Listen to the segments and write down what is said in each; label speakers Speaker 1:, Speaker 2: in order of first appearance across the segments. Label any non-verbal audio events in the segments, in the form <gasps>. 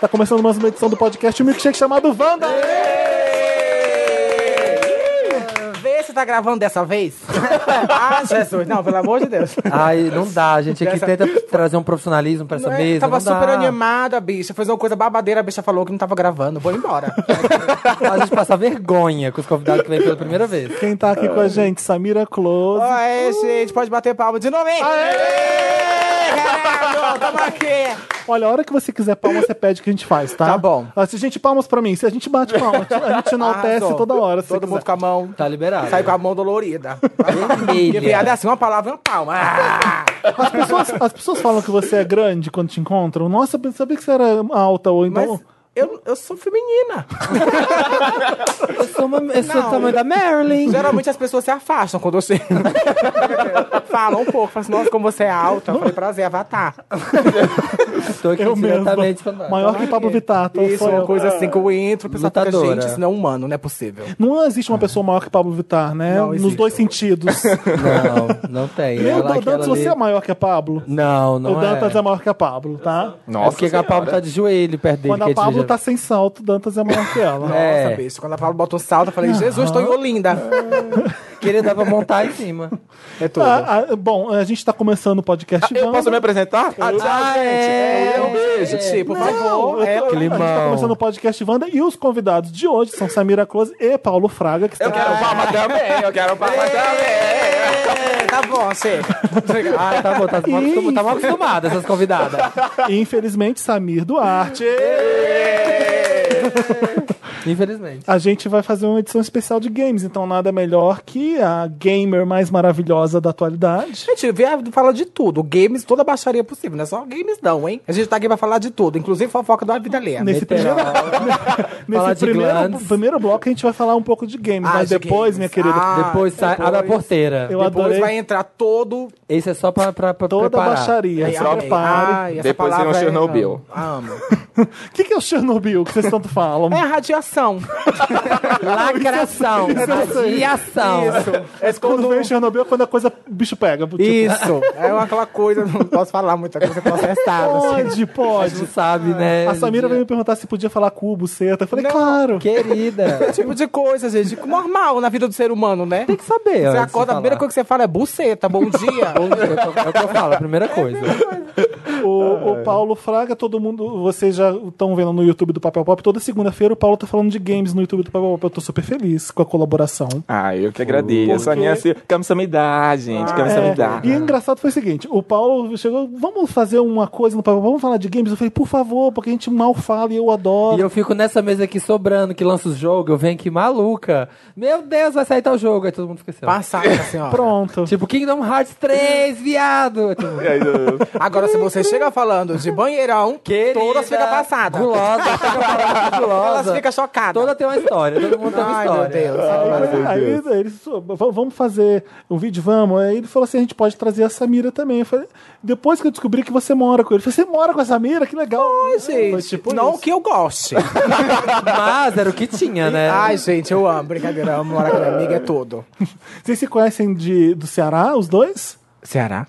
Speaker 1: Tá começando mais uma edição do podcast um Milkshake chamado Wanda.
Speaker 2: Vê se tá gravando dessa vez. <laughs> ah, Jesus. Não, pelo amor de Deus.
Speaker 3: Ai, não dá, gente. Aqui tenta trazer um profissionalismo pra essa
Speaker 2: Não é?
Speaker 3: mesa.
Speaker 2: tava
Speaker 3: não dá.
Speaker 2: super animada, a bicha. Fez uma coisa babadeira, a bicha falou que não tava gravando. Vou embora.
Speaker 3: A gente passa vergonha com os convidados que vêm pela primeira vez.
Speaker 1: Quem tá aqui com a gente? Samira Close.
Speaker 2: Aê, é gente, pode bater palma de novo, hein? Aê! Caralho, tamo aqui.
Speaker 1: Olha, a hora que você quiser palma, você pede que a gente faz, tá?
Speaker 2: Tá bom.
Speaker 1: Ah, Se a gente palmas pra mim, se a gente bate palma, a gente enaltece
Speaker 2: Arrasou.
Speaker 1: toda hora. se
Speaker 2: Todo
Speaker 1: você
Speaker 2: mundo com a mão.
Speaker 3: Tá liberado.
Speaker 2: Sai com a mão dolorida.
Speaker 3: Vermelha.
Speaker 2: Porque piada é assim, uma palavra e uma palma. Ah!
Speaker 1: quiser. As pessoas, as pessoas falam que você é grande quando te encontram. Nossa, eu sabia que você era alta ou então.
Speaker 2: Mas eu, eu sou feminina.
Speaker 3: Eu sou uma, eu sou
Speaker 2: Não.
Speaker 3: o tamanho da Marilyn.
Speaker 2: Geralmente as pessoas se afastam quando você. <laughs> Falam um pouco, falam assim, nossa, como você é alta. Eu falei, prazer, avatar.
Speaker 3: Tô
Speaker 1: <laughs>
Speaker 3: aqui
Speaker 1: Eu mesmo.
Speaker 3: diretamente falando.
Speaker 1: Maior que Pablo Vittar. então
Speaker 2: Isso,
Speaker 1: sou
Speaker 2: uma
Speaker 1: eu.
Speaker 2: coisa assim que eu entro, o pessoal fica,
Speaker 3: Lutadora.
Speaker 2: gente, isso não é humano, não é possível.
Speaker 1: Não existe uma pessoa maior que Pablo Vittar, né?
Speaker 2: Não
Speaker 1: Nos
Speaker 2: existe.
Speaker 1: dois sentidos.
Speaker 3: Não, não tem.
Speaker 1: Meu
Speaker 3: Ela,
Speaker 1: Deus,
Speaker 3: aquela
Speaker 1: Dantas,
Speaker 3: ali...
Speaker 1: você é maior que a Pablo?
Speaker 3: Não, não
Speaker 1: o
Speaker 3: é.
Speaker 1: Dantas é. maior que a Pablo, tá?
Speaker 3: é porque a Pablo tá de joelho perto dele.
Speaker 1: Quando
Speaker 3: que
Speaker 1: a
Speaker 3: gente
Speaker 1: Pablo
Speaker 3: já-
Speaker 1: tá sem salto, Dantas é maior que ela.
Speaker 2: Nossa,
Speaker 3: É.
Speaker 2: bicho, quando a Paula botou salto, eu falei, Jesus, tô em Olinda.
Speaker 3: Queria dar pra montar em
Speaker 1: <laughs>
Speaker 3: cima.
Speaker 2: É tudo.
Speaker 1: Ah, ah, bom, a gente tá começando o podcast.
Speaker 4: Eu posso me
Speaker 1: Wanda.
Speaker 4: apresentar? Ah,
Speaker 3: Ah, é.
Speaker 4: Eu, um beijo.
Speaker 2: Tipo, por
Speaker 1: Não, eu
Speaker 2: favor,
Speaker 1: tô-
Speaker 2: é,
Speaker 1: a gente tá
Speaker 3: Climão.
Speaker 1: começando o podcast Wanda e os convidados de hoje são Samira Close e Paulo Fraga, que
Speaker 4: Eu
Speaker 1: estão
Speaker 4: quero palma também, eu quero palma também.
Speaker 2: É, tá bom, chega.
Speaker 3: Ah, tá bom. Tá mal acostum- tá mal acostumada essas convidadas.
Speaker 1: e <laughs> infelizmente Samir Duarte.
Speaker 3: Infelizmente.
Speaker 1: A gente vai fazer uma edição especial de games, então nada melhor que a gamer mais maravilhosa da atualidade.
Speaker 2: Gente, vê- fala de tudo. Games, toda baixaria possível. Não é só games, não, hein? A gente tá aqui pra falar de tudo, inclusive fofoca da vida alheia.
Speaker 1: Nesse primeiro,
Speaker 2: <laughs>
Speaker 3: Falar
Speaker 1: nesse
Speaker 3: de
Speaker 1: primeiro,
Speaker 3: glands.
Speaker 1: primeiro bloco a gente vai falar um pouco de games,
Speaker 2: Ah,
Speaker 1: mas
Speaker 2: de
Speaker 1: depois,
Speaker 2: games.
Speaker 1: minha querida,
Speaker 2: Ah,
Speaker 3: depois sai, abre a
Speaker 2: depois-
Speaker 3: porteira.
Speaker 1: eu
Speaker 2: Depois
Speaker 1: adorei
Speaker 2: vai entrar todo.
Speaker 3: Esse é só pra, pra, pra
Speaker 1: toda a
Speaker 3: preparar.
Speaker 1: baixaria.
Speaker 2: Ai,
Speaker 1: Se
Speaker 2: amei.
Speaker 1: prepare.
Speaker 2: Ai, essa
Speaker 4: Depois
Speaker 2: palavra
Speaker 4: virou
Speaker 2: é-
Speaker 4: Chernobyl.
Speaker 2: Amo.
Speaker 1: O que, que é o Chernobyl que vocês tanto
Speaker 2: <laughs>
Speaker 1: falam?
Speaker 2: É a radiação.
Speaker 3: Lacração.
Speaker 1: <laughs>
Speaker 3: Radiação.
Speaker 2: É
Speaker 1: Quando
Speaker 2: quando-
Speaker 1: vem Chernobyl é quando a coisa o bicho pega. Tipo,
Speaker 2: <laughs> Isso. É uma- aquela coisa, não posso falar muita coisa processada. assim.
Speaker 1: Pode,
Speaker 3: Não
Speaker 1: pode.
Speaker 3: sabe, né?
Speaker 1: A Samira veio me perguntar se podia falar cubo, seta. Eu falei,
Speaker 2: Não,
Speaker 1: claro.
Speaker 2: <laughs>
Speaker 3: Querida.
Speaker 2: Tipo de coisa, gente. Normal na vida do ser humano, né?
Speaker 3: Tem que saber.
Speaker 2: Você acorda, a primeira coisa que você fala é buceta, <laughs> bom dia.
Speaker 3: que... É o que eu falo, a primeira coisa.
Speaker 1: O, o Paulo Fraga, todo mundo. Vocês já estão vendo no YouTube do Papel Pop. Toda segunda-feira o Paulo tá falando de games no YouTube do Papel Pop. Eu tô super feliz com a colaboração.
Speaker 4: Ah, eu que agradeço.
Speaker 1: Por
Speaker 4: A
Speaker 1: quê?
Speaker 4: minha se- Kamsamidá, gente.
Speaker 3: Ah,
Speaker 4: Kamsamidá.
Speaker 1: É, e o engraçado foi o seguinte: o Paulo chegou, vamos fazer uma coisa no papel, vamos falar de games. Eu falei, por favor, porque a gente mal fala e eu
Speaker 3: E
Speaker 1: adoro.
Speaker 3: eu fico nessa mesa aqui sobrando, que lança os jogos, eu venho aqui maluca. Meu Deus, vai sair tal jogo. Aí todo mundo fica assim, ó.
Speaker 2: Passada, senhora.
Speaker 1: Pronto.
Speaker 3: Tipo, Kingdom Hearts 3, viado. Aí todo mundo,
Speaker 2: Agora, se você chega falando de banheirão,
Speaker 3: Querida,
Speaker 2: todas ficam passadas.
Speaker 3: Gulosa, fica falando de gulosa.
Speaker 2: Elas ficam chocadas.
Speaker 3: Toda tem uma história, todo mundo tem uma
Speaker 2: Ai, Ah, meu
Speaker 3: história.
Speaker 2: Deus.
Speaker 1: Aí ele- ele so- v- vamos fazer o vídeo, vamos. Aí ele falou assim: a gente pode trazer a Samira também. Eu falei, depois que eu descobri que você mora com ele, eu falei, você mora com a Samira? Que legal.
Speaker 2: Ai,
Speaker 1: Foi
Speaker 2: gente,
Speaker 1: tipo
Speaker 2: não
Speaker 1: isso.
Speaker 2: que eu goste.
Speaker 3: Mas era o que tinha, né?
Speaker 2: Ai, gente, eu amo. Brincadeira, eu amo morar com minha amiga, é tudo.
Speaker 1: Vocês se conhecem de, do Ceará, os dois?
Speaker 2: Ceará?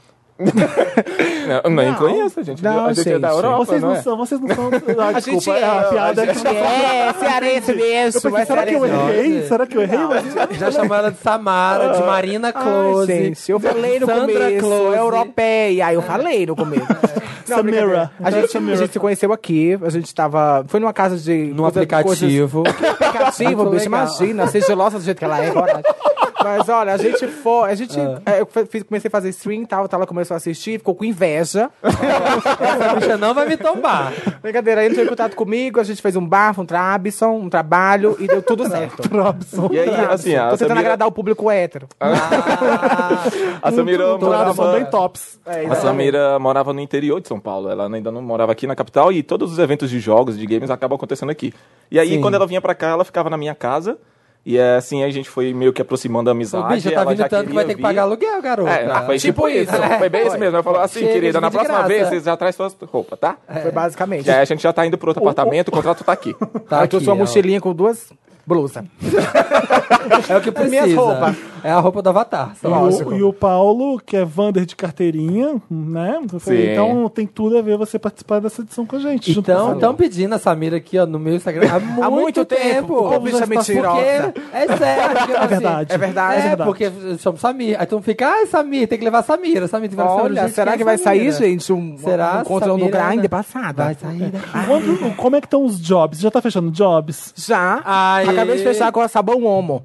Speaker 4: Não, não, conheço, gente.
Speaker 2: Não,
Speaker 4: a gente, é da
Speaker 2: gente.
Speaker 4: Europa,
Speaker 1: vocês não,
Speaker 4: não é?
Speaker 1: são, vocês
Speaker 2: <laughs>
Speaker 1: não são. Ah,
Speaker 2: A gente
Speaker 1: desculpa,
Speaker 2: é,
Speaker 1: a
Speaker 2: a
Speaker 1: piada é que não tá-
Speaker 2: É, cearense
Speaker 1: Eu
Speaker 2: mesmo.
Speaker 1: pensei,
Speaker 2: é
Speaker 1: será que eu
Speaker 2: cearense.
Speaker 1: errei? Será que eu errei? Mas-
Speaker 3: Já chamou ela de Samara, de Marina Close.
Speaker 2: Ai, gente, eu falei no
Speaker 3: Sandra
Speaker 2: começo,
Speaker 3: Close.
Speaker 2: europeia, eu falei no começo. É. <laughs> Não, é
Speaker 1: Samira.
Speaker 2: brincadeira. A gente,
Speaker 1: Samira.
Speaker 2: a gente se conheceu aqui, a gente tava... Foi numa casa de...
Speaker 3: No
Speaker 2: <laughs>
Speaker 3: aplicativo.
Speaker 2: aplicativo,
Speaker 3: Muito
Speaker 2: bicho,
Speaker 3: legal.
Speaker 2: imagina, sigilosa do jeito que ela é, coragem. Mas olha, a gente foi, a gente. é, eu fe- fiz- comecei a fazer stream e tal, tal, ela começou a assistir, ficou com inveja.
Speaker 3: Essa bicha não vai me tombar.
Speaker 2: Brincadeira, aí entrou em contato comigo, a gente fez um bafo, um trabison, um trabalho e deu tudo certo. <laughs>
Speaker 1: Robson.
Speaker 4: E aí, assim, a
Speaker 2: Tô tentando
Speaker 4: Samira...
Speaker 2: agradar o público hétero.
Speaker 4: A Samira, é
Speaker 1: Do lado são
Speaker 4: morava...
Speaker 1: bem tops.
Speaker 2: É
Speaker 4: a
Speaker 3: né?
Speaker 4: Samira morava no interior de São Paulo. Ela ainda não morava aqui na capital e todos os eventos de jogos, de games, acabam acontecendo aqui. E aí,
Speaker 3: Sim.
Speaker 4: quando ela vinha pra cá, ela ficava na minha casa. E é, assim, a gente foi meio que aproximando a
Speaker 3: O
Speaker 4: amizade.
Speaker 3: bicho tá
Speaker 4: ela
Speaker 3: vindo
Speaker 4: já
Speaker 3: tanto que vai
Speaker 4: queria
Speaker 3: ter que
Speaker 4: vir.
Speaker 3: pagar aluguel, garoto.
Speaker 4: É, ah, foi tipo, isso. Foi bem isso mesmo. Ela falou assim,
Speaker 3: Chega
Speaker 4: querida,
Speaker 3: de
Speaker 4: na
Speaker 3: de
Speaker 4: próxima
Speaker 3: graça. É.
Speaker 4: vez vocês já traz suas roupas, tá?
Speaker 2: É. Foi basicamente.
Speaker 3: <laughs>
Speaker 4: E aí a gente já tá indo pro outro apartamento, o contrato tá aqui.
Speaker 3: Tá
Speaker 2: eu trouxe
Speaker 3: aqui,
Speaker 2: uma
Speaker 3: ó.
Speaker 2: mochilinha com duas Blusa.
Speaker 3: É o que precisa.
Speaker 2: minhas roupas.
Speaker 3: É a roupa do Avatar. só.
Speaker 1: E
Speaker 2: Lógico.
Speaker 1: o, e o Paulo, que é Vander de carteirinha, né? Eu falei,
Speaker 4: Sim.
Speaker 1: Então tem tudo a ver você participar dessa edição com a gente. junto com
Speaker 3: Então,
Speaker 1: o
Speaker 3: estão pedindo a Samira aqui, ó, no meu Instagram há muito,
Speaker 2: muito tempo.
Speaker 3: tempo.
Speaker 2: Ô, bicha
Speaker 3: Porque-
Speaker 2: mentirosa.
Speaker 3: É sério. porque, assim,
Speaker 1: verdade.
Speaker 2: É verdade.
Speaker 1: É
Speaker 3: É,
Speaker 1: verdade.
Speaker 3: porque eu chamo Samir. Aí tu fica, ah, Samir, tem que levar a Samira. Samir, tem que levar a Samira.
Speaker 2: Olha,
Speaker 3: Gente,
Speaker 2: será
Speaker 3: quem é
Speaker 2: que vai sair,
Speaker 3: Samira?
Speaker 2: gente, um,
Speaker 3: Será?
Speaker 2: um encontro no
Speaker 3: Samira
Speaker 2: grind
Speaker 3: ainda-
Speaker 2: passada?
Speaker 3: Vai sair né? daqui. Ah.
Speaker 1: Quando- como é que estão os jobs? Já tá fechando jobs?
Speaker 2: Já.
Speaker 3: Ai.
Speaker 2: Acabei de fechar com a sabão
Speaker 3: <laughs>
Speaker 2: homo.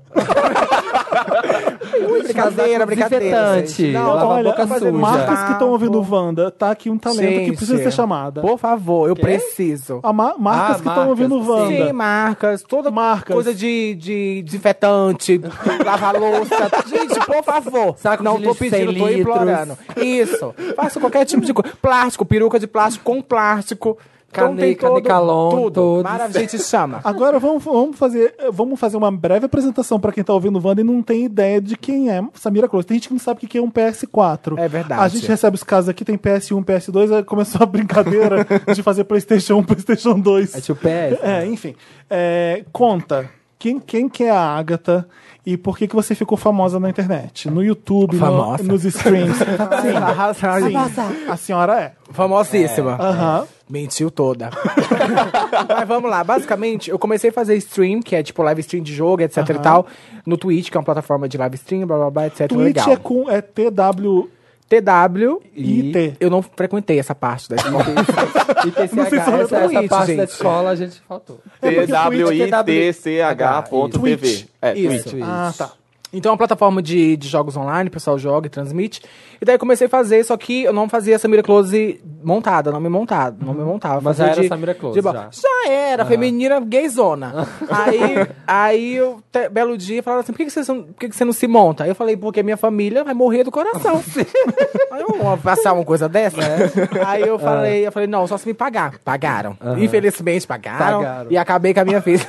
Speaker 2: brincadeira, brincadeira.
Speaker 3: Desinfetante.
Speaker 2: gente. Não,
Speaker 3: Lava a
Speaker 1: Olha, é
Speaker 3: boca suja.
Speaker 1: marcas que estão
Speaker 2: Papo.
Speaker 1: ouvindo o Wanda, tá aqui um talento que precisa
Speaker 2: Gente,
Speaker 1: ser chamada.
Speaker 2: Por favor, eu preciso.
Speaker 1: Ah, ma- marcas
Speaker 3: Ah,
Speaker 1: que estão ouvindo o
Speaker 3: marcas,
Speaker 1: Wanda.
Speaker 2: Sim, marcas, toda
Speaker 1: Marcas.
Speaker 2: coisa de, de
Speaker 3: <laughs>
Speaker 2: desinfetante, lavar louça. Gente, por favor.
Speaker 3: Saco de
Speaker 2: não tô
Speaker 3: lixo
Speaker 2: pedindo,
Speaker 3: sem
Speaker 2: tô
Speaker 3: litros.
Speaker 2: implorando. Isso. Faço qualquer tipo de coisa. Plástico, peruca de plástico com plástico. Então tem
Speaker 3: Caneca,
Speaker 2: todo-
Speaker 3: Decathlon,
Speaker 2: tudo.
Speaker 3: todos.
Speaker 2: Maravilha, gente, chama.
Speaker 1: Agora vamos, vamos fazer, vamos fazer uma breve apresentação pra quem tá ouvindo o Wanda e não tem ideia de quem é Samira Close. Tem gente que não sabe o que é um PS4.
Speaker 2: É verdade.
Speaker 1: A gente recebe os casos aqui, tem PS1, PS2, aí começou a <laughs> brincadeira de fazer PlayStation 1, PlayStation 2.
Speaker 3: É tipo PS.
Speaker 1: É, enfim. É, conta, quem, quem que é a Agatha e por que, que você ficou famosa na internet? No YouTube, no-
Speaker 2: Famosa.
Speaker 1: nos streams.
Speaker 2: Arrasado.
Speaker 1: Sim, a senhora é.
Speaker 2: Famosíssima.
Speaker 1: Aham.
Speaker 2: Mentiu toda. <laughs> Mas vamos lá. Basicamente, eu comecei a fazer stream, que é tipo live stream de jogo, etc e tal, no Twitch, que é uma plataforma de live stream, blá blá blá, etc.
Speaker 1: Twitch
Speaker 2: legal.
Speaker 1: é com é TWIT.
Speaker 2: TW.
Speaker 1: E...
Speaker 2: Eu não frequentei essa parte da escola.
Speaker 3: E TCH,
Speaker 1: Não sei se
Speaker 3: essa,
Speaker 1: eu
Speaker 3: essa
Speaker 2: tweet,
Speaker 3: parte da
Speaker 2: gente.
Speaker 3: escola a gente faltou.
Speaker 4: É, TWITCH.tv.
Speaker 1: Twitch.
Speaker 4: É,
Speaker 2: Isso,
Speaker 4: Twitch.
Speaker 2: isso.
Speaker 1: Ah, tá.
Speaker 2: <laughs> Então é uma plataforma de, de jogos online, o pessoal joga e transmite. E daí comecei a fazer, só que eu não fazia Samira Close montada, não me montava, não me montava.
Speaker 3: Mas
Speaker 2: Fazia
Speaker 3: já era Samira Close,
Speaker 2: bo-
Speaker 3: já.
Speaker 2: era, feminina
Speaker 1: <laughs>
Speaker 2: gayzona. aí, aí eu, te- belo dia, falaram assim, por que, que, você, por que, que você não se monta? Aí eu falei, porque minha família vai morrer
Speaker 1: <laughs>
Speaker 2: do coração. aí eu vou passar uma coisa dessa,
Speaker 1: É.
Speaker 2: né? Aí eu falei, eu falei, não, só se me pagar. Pagaram. Infelizmente, pagaram.
Speaker 3: Pagaram.
Speaker 2: E acabei com a
Speaker 1: <laughs>
Speaker 2: minha vida.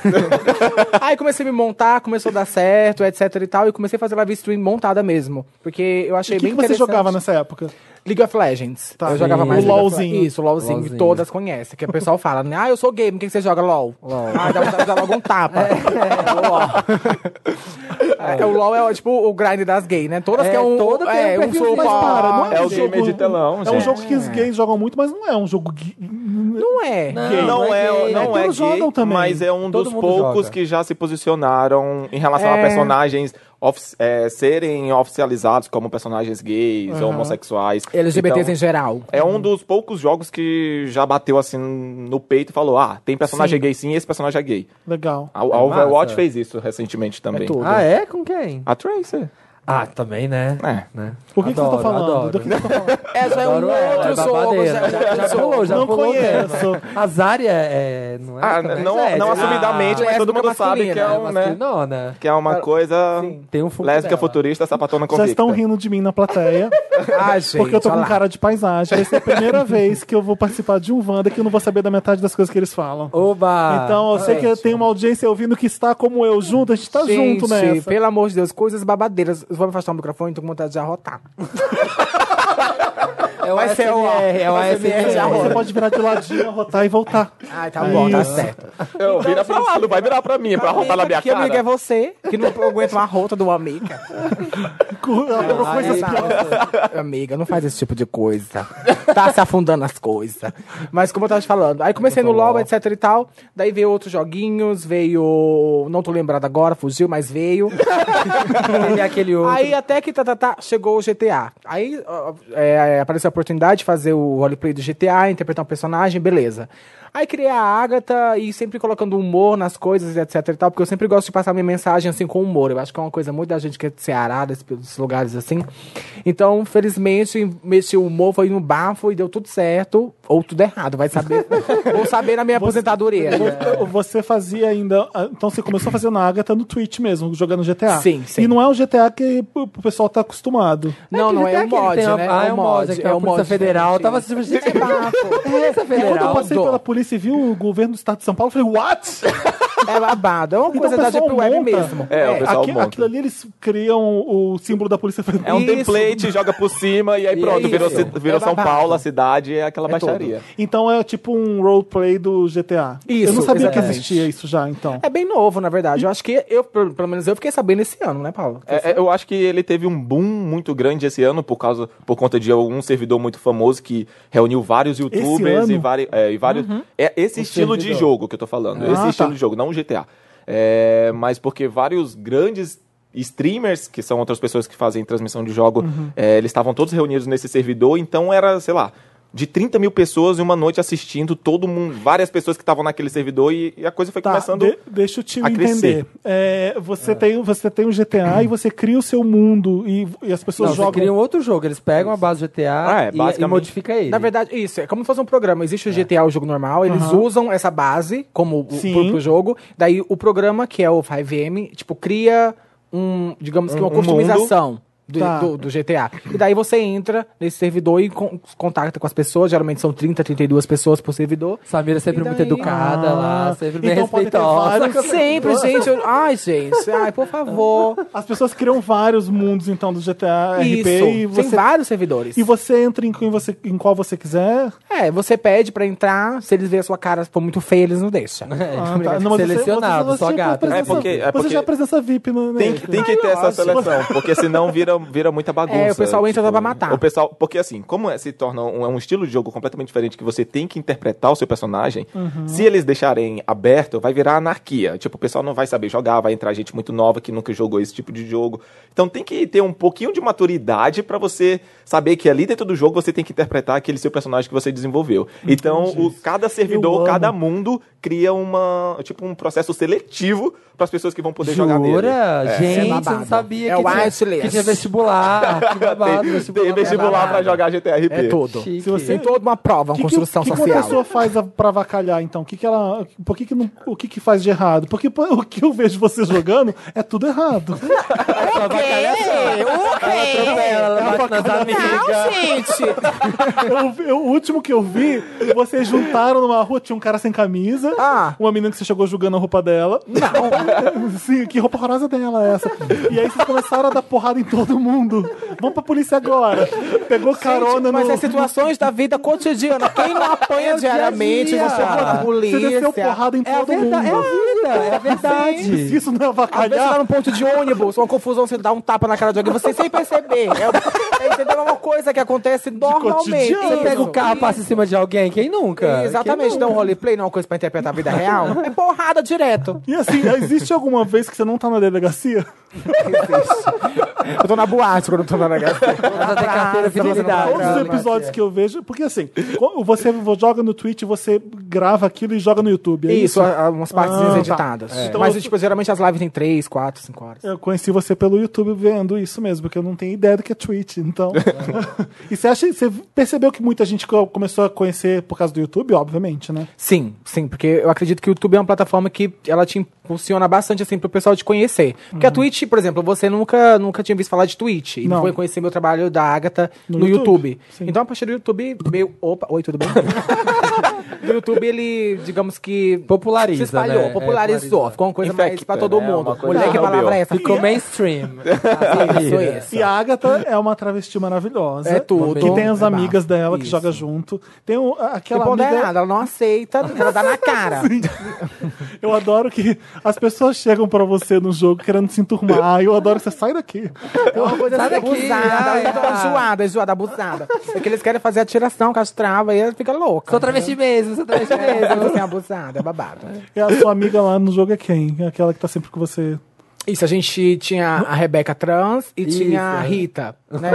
Speaker 2: aí comecei a me montar, começou a dar certo, etc e tal. E comecei a fazer live stream montada mesmo. Porque eu achei
Speaker 1: O que,
Speaker 2: bem
Speaker 1: que você
Speaker 2: interessante.
Speaker 1: jogava nessa época?
Speaker 2: League of Legends.
Speaker 1: Tá.
Speaker 2: Eu jogava
Speaker 1: Sim.
Speaker 2: mais
Speaker 1: O
Speaker 2: League of Le-
Speaker 1: LOLzinho.
Speaker 2: Isso, o LOLzinho,
Speaker 3: LOLzinho.
Speaker 2: que todas conhecem. Que o pessoal fala, né? Ah, eu sou game, o que que você joga? LOL. Ah, dá vontade de dar logo um tapa. O LOL. <laughs> É, o LOL é tipo o grind das gays, né? Todas
Speaker 3: É,
Speaker 2: que é um.
Speaker 3: toda tem
Speaker 2: é,
Speaker 3: um
Speaker 2: um
Speaker 3: perfilzinho.
Speaker 2: suporte.
Speaker 1: Mas para, não é,
Speaker 4: É
Speaker 1: um
Speaker 4: o
Speaker 1: jogo,
Speaker 4: gamer de
Speaker 1: É
Speaker 4: telão,
Speaker 1: um
Speaker 4: gente.
Speaker 1: jogo que os gays jogam muito, mas não é um jogo. gui-
Speaker 2: Não é.
Speaker 4: Não,
Speaker 3: não é
Speaker 4: é,
Speaker 3: gay,
Speaker 4: não
Speaker 1: né?
Speaker 4: é
Speaker 1: Todos
Speaker 4: gay,
Speaker 1: jogam também.
Speaker 4: mas é um
Speaker 3: Todo
Speaker 4: dos
Speaker 3: mundo
Speaker 4: poucos
Speaker 3: joga.
Speaker 4: que já se posicionaram em relação
Speaker 2: É.
Speaker 4: a personagens ofi- é, serem oficializados como personagens gays, homossexuais.
Speaker 2: LGBTs
Speaker 4: Então,
Speaker 2: em geral.
Speaker 4: É um dos poucos jogos que já bateu assim no peito e falou: ah, tem personagem gay sim, esse personagem é gay.
Speaker 1: Legal.
Speaker 4: A, a Overwatch
Speaker 3: massa.
Speaker 4: fez isso recentemente também.
Speaker 2: tudo.
Speaker 3: Ah, é? Com quem?
Speaker 4: A Tracer.
Speaker 3: Ah, também, né?
Speaker 4: É.
Speaker 3: Né?
Speaker 1: O que, que você tá
Speaker 3: Adoro,
Speaker 1: falando?
Speaker 3: adoro.
Speaker 1: Do que você tá falando?
Speaker 2: É, já é um
Speaker 3: Adoro ela,
Speaker 2: outro
Speaker 3: é
Speaker 2: jogo.
Speaker 3: babadeira.
Speaker 2: Já, já, um
Speaker 3: Já pulou, já
Speaker 1: Não
Speaker 3: pulou o tema.
Speaker 1: conheço.
Speaker 3: A Zarya é... Não, é
Speaker 4: Ah,
Speaker 3: também?
Speaker 4: não,
Speaker 3: É,
Speaker 4: não
Speaker 3: é-
Speaker 4: assumidamente,
Speaker 2: ah,
Speaker 4: mas todo mundo
Speaker 2: lésbica
Speaker 4: sabe que é,
Speaker 2: masculina,
Speaker 4: um,
Speaker 3: Mas
Speaker 4: né,
Speaker 3: que não, né?
Speaker 4: que é uma coisa
Speaker 3: Tem um fundo
Speaker 4: lésbica
Speaker 3: dela.
Speaker 4: futurista, sapatona convicta.
Speaker 1: Já estão rindo de mim na plateia,
Speaker 2: Ah, gente,
Speaker 1: porque eu tô
Speaker 2: olha
Speaker 1: com
Speaker 2: lá.
Speaker 1: cara de paisagem. Essa é a primeira vez que eu vou participar de um Wanda que eu não vou saber da metade das coisas que eles falam.
Speaker 4: Ah,
Speaker 3: Oba!
Speaker 1: então eu sei que tem uma audiência ouvindo que está como eu junto, a gente tá
Speaker 2: Gente,
Speaker 1: junto nessa.
Speaker 2: pelo amor de Deus, coisas babadeiras. Eu vou me afastar do microfone, tô com vontade de arrotar.
Speaker 3: É o
Speaker 2: vai ser o-
Speaker 3: SMR, é o
Speaker 2: vai ser
Speaker 3: SMR.
Speaker 2: o-
Speaker 1: Não, Você pode virar de ladinho, arrotar e voltar.
Speaker 4: <laughs>
Speaker 2: Ai, tá bom, tá certo.
Speaker 4: Eu, vira pra lá, não assim, vai virar pra mim, pra roubar na minha
Speaker 2: que amigo é
Speaker 4: cara.
Speaker 2: você, que não aguenta uma rota de uma <laughs> amiga.
Speaker 1: Ela pegou
Speaker 3: Ai,
Speaker 1: coisas piores.
Speaker 2: Nossa, <laughs> amiga, não faz esse tipo de coisa. Tá se afundando as coisas. Mas como eu tava te falando, aí comecei no LOL, etc e tal. Daí veio outros joguinhos, veio... Não tô lembrado agora, fugiu, mas veio.
Speaker 3: Ele é aquele outro.
Speaker 2: Aí até que tá, tá, tá, chegou o GTA. Aí ó, é, apareceu a oportunidade de fazer o roleplay do GTA, interpretar um personagem, beleza. Aí criei a Agatha e sempre colocando humor nas coisas, etc e tal, porque eu sempre gosto de passar minha mensagem assim com humor. Eu acho que é uma coisa muito da gente que é de Ceará, desse- desses lugares assim. Então, felizmente, mexi o humor, foi no bafo e deu tudo certo, ou tudo errado, vai
Speaker 3: <laughs>
Speaker 2: saber. Vou saber na minha aposentadoria.
Speaker 1: Vo- Você fazia ainda. Então você começou fazendo a Agatha no Twitch mesmo, jogando GTA.
Speaker 2: Sim, sim.
Speaker 1: E não é o GTA que o pessoal tá acostumado.
Speaker 2: Não, não,
Speaker 3: Aquele-
Speaker 2: é um
Speaker 3: aquele
Speaker 2: mod,
Speaker 3: tem uma-
Speaker 2: né?
Speaker 3: Ah, é um mod. aqui, É o Polícia Federal.
Speaker 2: gente.
Speaker 3: Tava assistindo...
Speaker 1: <laughs>
Speaker 3: Gente,
Speaker 2: É bafo.
Speaker 3: Polícia
Speaker 1: Quando eu
Speaker 3: Federal.
Speaker 1: passei
Speaker 2: Dó.
Speaker 1: pela Polícia Civil, o governo do estado de São Paulo, eu falei, what?
Speaker 2: É babado. É uma coisa
Speaker 1: o
Speaker 2: da Deep
Speaker 1: Então, pessoal
Speaker 2: Web
Speaker 1: monta-
Speaker 2: mesmo.
Speaker 4: É, o pessoal
Speaker 1: aqui-
Speaker 4: monta.
Speaker 1: Aquilo ali eles criam o símbolo da Polícia Federal.
Speaker 4: É um
Speaker 2: Isso.
Speaker 4: template, joga por cima e aí
Speaker 2: E
Speaker 4: pronto,
Speaker 2: é
Speaker 4: virou,
Speaker 2: isso.
Speaker 4: ci- virou
Speaker 2: É
Speaker 4: São
Speaker 2: babado.
Speaker 4: Paulo, a cidade, é aquela baixaria.
Speaker 1: Então é tipo um roleplay do GTA.
Speaker 2: Isso,
Speaker 1: Eu não sabia que
Speaker 2: exatamente.
Speaker 1: existia isso já, então.
Speaker 2: É bem novo, na verdade. Eu acho que eu, pelo pelo menos eu fiquei sabendo esse ano, né, Paulo?
Speaker 4: É, é, eu acho que ele teve um boom muito grande esse ano por causa por conta de algum servidor muito famoso que reuniu vários youtubers e,
Speaker 1: ano? Uhum.
Speaker 4: vari- é, e vários. É esse estilo de
Speaker 3: servidor.
Speaker 4: jogo que eu tô falando.
Speaker 1: Ah,
Speaker 4: esse
Speaker 1: tá.
Speaker 4: estilo de jogo, não o GTA. É, mas porque vários grandes streamers, que são outras pessoas que fazem transmissão de jogo,
Speaker 1: Uhum.
Speaker 4: é, eles estavam todos reunidos nesse servidor, então era, sei lá. De 30 mil pessoas em uma noite assistindo, todo mundo, várias pessoas que estavam naquele servidor e, e a coisa foi
Speaker 1: Tá,
Speaker 4: começando.
Speaker 1: de- deixa eu te
Speaker 4: a crescer.
Speaker 1: entender. É, você, Tem, você tem um GTA e você cria o seu mundo e, e as pessoas
Speaker 3: Não, você
Speaker 1: jogam.
Speaker 3: cria um outro jogo. Eles pegam a base do
Speaker 4: Ah,
Speaker 3: GTA
Speaker 4: é,
Speaker 3: e- e,
Speaker 4: basicamente.
Speaker 3: modifica ele.
Speaker 2: Na verdade, isso. É como se fosse um programa. Existe o GTA, o jogo normal. Eles usam essa base como o
Speaker 1: Sim.
Speaker 2: próprio jogo. Daí o programa, que é o 5M, tipo, cria um, digamos que uma
Speaker 4: Um- um
Speaker 2: customização. Do,
Speaker 1: Tá.
Speaker 2: do- do GTA. E daí você entra nesse servidor e con- contacta com as pessoas. Geralmente são 30, 32 pessoas por servidor.
Speaker 3: Samira é sempre
Speaker 2: E daí?
Speaker 3: muito educada
Speaker 1: Ah,
Speaker 3: lá, sempre bem
Speaker 1: então pode ter
Speaker 3: respeitosa.
Speaker 1: vários- Nossa,
Speaker 2: Sempre,
Speaker 1: nossa.
Speaker 2: gente. eu- Ai, gente. Ai, por
Speaker 1: <laughs>
Speaker 2: favor.
Speaker 1: As pessoas criam vários mundos, então, do GTA RP e
Speaker 2: Isso. Tem
Speaker 1: você,
Speaker 2: vários servidores.
Speaker 1: e você entra em, quem você, em qual você quiser.
Speaker 2: É, você pede pra entrar, se eles verem a sua cara, se for muito feia, eles não deixam.
Speaker 3: <laughs> É,
Speaker 1: Ah, tá. Não, mas você-
Speaker 3: selecionado,
Speaker 1: você já
Speaker 3: só
Speaker 1: tinha
Speaker 3: gato.
Speaker 1: presença-
Speaker 4: É porque- é
Speaker 1: Você
Speaker 4: porque-
Speaker 1: já é presença VIP, né? assim,
Speaker 4: Tem que, tem que ter
Speaker 1: tipo,
Speaker 4: essa seleção, porque senão vira, vira muita bagunça.
Speaker 2: <laughs>
Speaker 4: Tipo,
Speaker 2: É, o pessoal entra só pra matar.
Speaker 4: O pessoal, porque assim, como é- se torna um, é um estilo de jogo completamente diferente que você tem que interpretar o seu personagem,
Speaker 2: Uhum.
Speaker 4: se eles deixarem aberto, vai virar anarquia. Tipo, o pessoal não vai saber jogar, vai entrar gente muito nova que nunca jogou esse tipo de jogo. Então tem que ter um pouquinho de maturidade pra você saber que ali dentro do jogo você tem que interpretar aquele seu personagem que você desenvolveu. Então, o, cada servidor,
Speaker 1: amo.
Speaker 4: cada mundo cria uma, tipo, um processo seletivo para as pessoas que vão poder jogar nele.
Speaker 3: Jura?
Speaker 4: É.
Speaker 3: Gente,
Speaker 2: É
Speaker 3: eu
Speaker 2: babado.
Speaker 3: não sabia
Speaker 2: É
Speaker 3: que,
Speaker 2: o
Speaker 3: tinha,
Speaker 2: Atlas.
Speaker 3: que tinha <laughs> vestibular. Que babado,
Speaker 4: tem,
Speaker 3: vestibular,
Speaker 4: tem
Speaker 3: pra
Speaker 4: vestibular pra
Speaker 3: babado.
Speaker 4: jogar GTRP.
Speaker 2: É tudo.
Speaker 3: Chique.
Speaker 1: Se você-
Speaker 2: Tem toda uma prova, uma
Speaker 1: O que, que,
Speaker 2: construção
Speaker 1: que que uma
Speaker 2: social.
Speaker 1: pessoa faz a- pra avacalhar, então? Que que ela, por que que não, o que, que faz de errado? Porque pô, o que eu vejo você jogando é tudo errado.
Speaker 3: Só
Speaker 2: é assim,
Speaker 3: avacalhação. Ela atropela, ela bate nas amigas.
Speaker 1: <laughs>
Speaker 2: gente!
Speaker 1: Eu- eu- o último que eu vi, vocês juntaram numa rua, tinha um cara sem camisa,
Speaker 2: Ah.
Speaker 1: uma menina que você chegou julgando a roupa dela. Não! <laughs> Sim, que roupa horrorosa dela é essa? E aí vocês começaram a dar porrada em todo mundo. Vamos pra polícia agora. Pegou carona
Speaker 2: mas
Speaker 1: no.
Speaker 2: é situações da vida cotidiana. Quem não apanha
Speaker 3: o dia a
Speaker 2: diariamente,
Speaker 3: dia.
Speaker 2: você fala com a polícia.
Speaker 1: Você desceu porrada em
Speaker 3: É a
Speaker 1: todo
Speaker 3: verdade, é a
Speaker 1: mundo.
Speaker 3: vida, é a
Speaker 1: Se
Speaker 3: verdade.
Speaker 1: isso não é
Speaker 2: Às vezes você tá
Speaker 1: avacalhar,
Speaker 2: num ponto de ônibus, uma confusão, você dá um tapa na cara de alguém, você sem perceber. É, é, entendeu? É uma coisa que acontece normalmente.
Speaker 1: cotidiano.
Speaker 3: Você pega o carro,
Speaker 2: Isso.
Speaker 3: passa em cima de alguém, quem nunca?
Speaker 2: Exatamente,
Speaker 3: Quem
Speaker 2: dá um
Speaker 3: nunca?
Speaker 2: roleplay, não é uma coisa pra interpretar a vida real. É porrada direto.
Speaker 1: e assim, existe alguma vez que você não tá na delegacia?
Speaker 2: Eu tô na boate quando eu tô na negação.
Speaker 3: Ela já tem carteira de fidelidade.
Speaker 1: Todos os episódios que eu vejo. Porque assim, quando você joga no Twitch, você grava aquilo e joga no YouTube. É isso?
Speaker 2: Isso, a- umas partezinhas
Speaker 1: Ah, tá.
Speaker 2: editadas.
Speaker 1: Então
Speaker 2: Mas,
Speaker 1: eu-
Speaker 2: tipo, geralmente as lives tem 3, 4, 5 horas.
Speaker 1: Eu conheci você pelo YouTube vendo isso mesmo, porque eu não tenho ideia do que é Twitch, então.
Speaker 2: É.
Speaker 1: <laughs> e você acha, você percebeu que muita gente co- começou a conhecer por causa do YouTube, obviamente, né?
Speaker 2: Sim, sim, porque eu acredito que o YouTube é uma plataforma que ela te impulsiona bastante, assim, pro pessoal te conhecer. Porque a Twitch, por exemplo, você nunca, nunca tinha visto falar de Twitch. E
Speaker 1: Não.
Speaker 2: foi conhecer meu trabalho da Agatha
Speaker 1: No
Speaker 2: no,
Speaker 1: YouTube,
Speaker 2: YouTube.
Speaker 1: sim.
Speaker 2: Então, a partir do YouTube, meu... Opa, oi, <laughs> tudo bem? do YouTube, ele, digamos que...
Speaker 3: Populariza,
Speaker 2: Se espalhou,
Speaker 3: né? É,
Speaker 2: popularizou.
Speaker 3: popularizou.
Speaker 2: Ficou uma coisa mais
Speaker 4: Infecta,
Speaker 2: pra todo
Speaker 4: né?
Speaker 2: mundo.
Speaker 4: Uma coisa
Speaker 2: Mulher, que
Speaker 4: que
Speaker 2: palavra
Speaker 4: rompeu.
Speaker 2: é essa? <laughs>
Speaker 3: Ficou mainstream. Ah,
Speaker 2: Isso,
Speaker 3: amiga.
Speaker 2: isso.
Speaker 1: E a Agatha é uma travesti maravilhosa.
Speaker 2: É tudo.
Speaker 1: Que tem as
Speaker 2: É
Speaker 1: amigas
Speaker 2: bafo.
Speaker 1: dela que
Speaker 2: Isso.
Speaker 1: joga junto. Tem um, a- aquela
Speaker 2: Tipo,
Speaker 1: amiga.
Speaker 2: nada, ela não aceita, ela dá na cara.
Speaker 1: <laughs> Eu adoro que as pessoas chegam pra você no jogo querendo se enturmar. E eu adoro que você sai daqui.
Speaker 2: É uma coisa
Speaker 3: Sai
Speaker 2: assim,
Speaker 3: daqui,
Speaker 2: abusada,
Speaker 3: ai,
Speaker 2: ela
Speaker 3: ai.
Speaker 2: tá zoada, zoada, abusada. É que eles querem fazer atiração, castrava, e ela fica louca.
Speaker 3: Sou travesti mesmo, sou travesti
Speaker 2: É,
Speaker 3: mesmo.
Speaker 2: assim, abusada, é babado.
Speaker 1: E a sua amiga lá no jogo é quem? É Aquela que tá sempre com você.
Speaker 2: Isso, a gente tinha a Rebeca trans e
Speaker 3: Isso,
Speaker 2: tinha a
Speaker 3: é.
Speaker 2: Rita, né?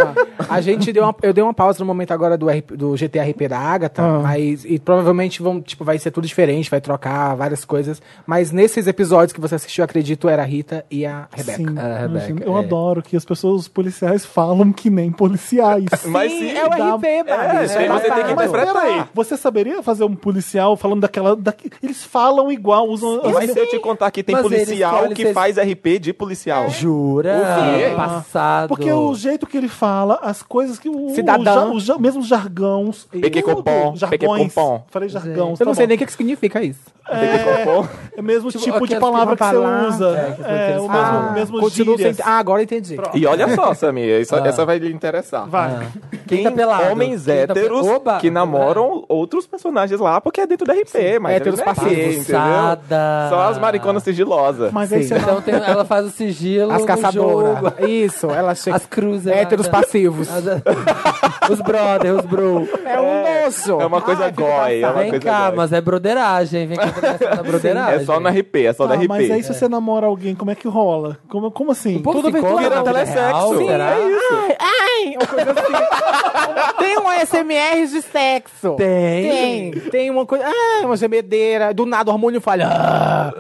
Speaker 2: A gente deu uma, eu dei uma pausa no momento agora do, RP, do GTRP da Agatha,
Speaker 1: Ah.
Speaker 2: mas e provavelmente vão, tipo, vai ser tudo diferente, vai trocar várias coisas, mas nesses episódios que você assistiu, eu acredito, era a Rita e a Rebeca.
Speaker 1: Sim,
Speaker 3: É, Rebeca,
Speaker 1: imagina. eu
Speaker 3: é.
Speaker 1: adoro que as pessoas, os policiais, falam que nem policiais.
Speaker 4: Mas
Speaker 2: Sim,
Speaker 4: sim,
Speaker 2: é o
Speaker 1: dá-
Speaker 2: RP, Babi,
Speaker 4: É,
Speaker 2: isso é,
Speaker 4: sim, você tem que
Speaker 2: babado.
Speaker 1: Mas
Speaker 4: interpretar.
Speaker 1: peraí, você saberia fazer um policial falando daquela. daqui- Eles falam igual, usam. assim, as-
Speaker 4: Mas se eu te contar que tem
Speaker 3: Mas ele
Speaker 4: policial
Speaker 3: escolhe
Speaker 4: que
Speaker 3: ser-
Speaker 4: faz RP de policial.
Speaker 3: Jura?
Speaker 4: O quê?
Speaker 3: Passado.
Speaker 1: porque o jeito que ele fala, as coisas que. O,
Speaker 2: Cidadão.
Speaker 1: O, ja, o ja- mesmo os jargões.
Speaker 4: Pequecompom,
Speaker 1: tudo. Jargões.
Speaker 4: pequecompom.
Speaker 1: Falei jargão.
Speaker 2: Tá Eu não sei nem o que que significa isso.
Speaker 4: Baby Popó.
Speaker 1: É o mesmo
Speaker 3: Tipo,
Speaker 1: tipo,
Speaker 3: aqueles
Speaker 1: de
Speaker 3: que
Speaker 1: palavra que,
Speaker 2: uma
Speaker 1: você
Speaker 2: palavra-
Speaker 1: usa.
Speaker 3: é, que você
Speaker 1: É,
Speaker 3: utiliza.
Speaker 1: o mesmo,
Speaker 2: Ah,
Speaker 1: o mesmo
Speaker 2: continuo sem...
Speaker 1: gírias.
Speaker 2: ah, agora eu entendi.
Speaker 4: E olha só, Samir, isso- essa vai lhe interessar.
Speaker 1: Vai.
Speaker 4: Tem
Speaker 3: Quinta pelado.
Speaker 4: homens
Speaker 3: Quinta pe-
Speaker 4: héteros
Speaker 3: Oba!
Speaker 4: que namoram outros personagens lá, porque é dentro da RP, mas
Speaker 2: héteros
Speaker 4: é da RP,
Speaker 2: passivos.
Speaker 4: entendeu?
Speaker 3: Passada.
Speaker 4: Só as mariconas sigilosas.
Speaker 1: Mas aí
Speaker 2: Sim.
Speaker 1: você não-
Speaker 3: Então tem- ela faz o sigilo.
Speaker 2: As
Speaker 3: no
Speaker 2: caçadoras.
Speaker 3: jogo.
Speaker 2: Isso, ela chega.
Speaker 3: As cruzes. né?
Speaker 2: Héteros passivos.
Speaker 3: <laughs> Os brother, os bro.
Speaker 2: É um moço.
Speaker 4: É uma coisa gói, é uma
Speaker 3: Vem
Speaker 4: coisa
Speaker 3: cá,
Speaker 4: gói.
Speaker 3: mas é broderagem.
Speaker 4: <laughs>
Speaker 3: Vem cá, pra essa broderagem.
Speaker 4: É só no RP, é só da
Speaker 1: Ah,
Speaker 4: RP.
Speaker 1: mas aí se você namora alguém, como é que rola? Como, como assim?
Speaker 3: O povo
Speaker 1: Toda
Speaker 3: se
Speaker 1: vez-
Speaker 3: encontra
Speaker 4: vira
Speaker 3: na vida né?
Speaker 4: telesexo.
Speaker 3: real,
Speaker 4: Sim,
Speaker 3: será?
Speaker 4: é isso.
Speaker 2: Ai, uma coisa
Speaker 3: <laughs>
Speaker 2: assim. Tem um ASMR de sexo.
Speaker 3: Tem.
Speaker 2: Tem, tem uma coisa. Ah, uma gemedeira. Do nada o hormônio falha. Ah,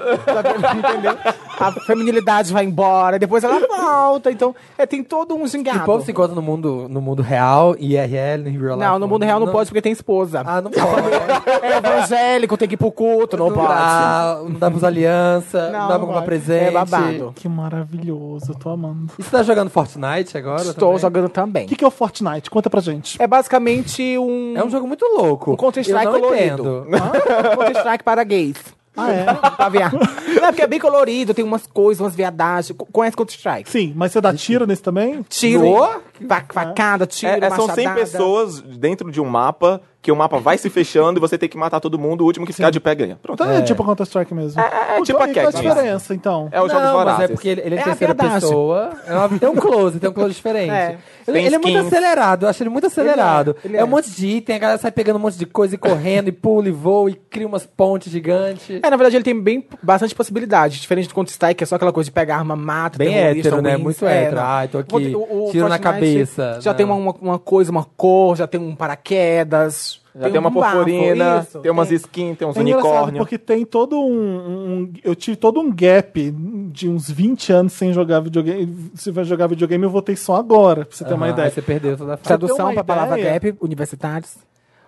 Speaker 2: entendeu? A feminilidade vai embora, depois ela volta. Então, é, tem todo um
Speaker 3: O
Speaker 2: gingado.
Speaker 3: povo se encontra no mundo, no mundo real, IRL, em real
Speaker 2: Não,
Speaker 3: life,
Speaker 2: no mundo real não, pode porque tem esposa.
Speaker 3: Ah, não pode.
Speaker 2: É evangélico, tem que ir pro culto, <laughs> não,
Speaker 3: não
Speaker 2: pode.
Speaker 3: dá, não dá pra usar aliança, não,
Speaker 2: Não,
Speaker 3: dá pra
Speaker 2: não
Speaker 3: comprar
Speaker 2: vai.
Speaker 3: presente.
Speaker 2: É babado.
Speaker 1: Que maravilhoso, eu tô amando.
Speaker 3: E você tá jogando Fortnite agora?
Speaker 2: Estou
Speaker 3: também?
Speaker 2: jogando também.
Speaker 1: O que, que é o Fortnite? Conta pra gente.
Speaker 2: É basicamente um.
Speaker 3: É um jogo muito louco.
Speaker 2: Um Counter-Strike
Speaker 3: Eu não
Speaker 2: colorido.
Speaker 3: entendo.
Speaker 2: Hã? Um Counter-Strike para gays.
Speaker 1: Ah, é?
Speaker 2: Pra viado. Não, porque é bem colorido, tem umas coisas, umas viadagens. Co- Conhece Counter-Strike?
Speaker 1: Sim, mas você dá tiro nesse também?
Speaker 2: Tiro,
Speaker 3: Sim.
Speaker 2: fa- facada, tiro,
Speaker 4: É, é, são 100
Speaker 2: machadada.
Speaker 4: pessoas dentro de um mapa, que o mapa vai se fechando e você tem que matar todo mundo, o último que ficar de pé ganha. Pronto.
Speaker 1: Então é, tipo Counter-Strike mesmo. É,
Speaker 4: tipo a
Speaker 1: Qual a
Speaker 4: Cat,
Speaker 1: diferença, então?
Speaker 4: É os jogos
Speaker 3: não, mas
Speaker 4: vorazes.
Speaker 3: é porque ele, ele é,
Speaker 2: É a
Speaker 3: terceira
Speaker 2: verdade.
Speaker 3: pessoa. É uma- tem um close, tem um close diferente.
Speaker 2: É.
Speaker 3: Ele,
Speaker 4: Tem
Speaker 3: ele é muito
Speaker 4: skins.
Speaker 3: acelerado, eu acho ele muito acelerado.
Speaker 2: ele
Speaker 3: é.
Speaker 2: é.
Speaker 3: um monte de item, a galera sai pegando um monte de coisa e correndo, e pula e voa, e cria umas pontes gigantes.
Speaker 2: É, na verdade, ele tem bem, bastante possibilidade. Diferente do Counter-Strike, que é só aquela coisa de pegar arma, mata,
Speaker 3: Bem
Speaker 2: terrorista,
Speaker 3: hétero, né?
Speaker 2: wins.
Speaker 3: Muito hétero.
Speaker 2: não.
Speaker 3: Ai, tô aqui, tiro na
Speaker 2: Fortnite
Speaker 3: cabeça. né?
Speaker 2: Já
Speaker 3: Não.
Speaker 2: tem uma, uma, uma coisa, uma cor, já tem um paraquedas.
Speaker 4: Já tem, uma
Speaker 2: um bafo,
Speaker 4: porporina,
Speaker 2: isso.
Speaker 4: tem umas skins, tem uns
Speaker 1: É engraçado
Speaker 4: unicórnios.
Speaker 1: porque tem todo um, um- Eu tive todo um gap de uns 20 anos sem jogar videogame. Se vai jogar videogame, eu voltei só agora, pra você ter uma
Speaker 3: Aham, aí
Speaker 1: ideia.
Speaker 3: Você perdeu toda a fase.
Speaker 2: Tradução
Speaker 1: Pra ter
Speaker 2: pra
Speaker 1: uma
Speaker 2: palavra
Speaker 1: ideia-
Speaker 2: gap, universitários.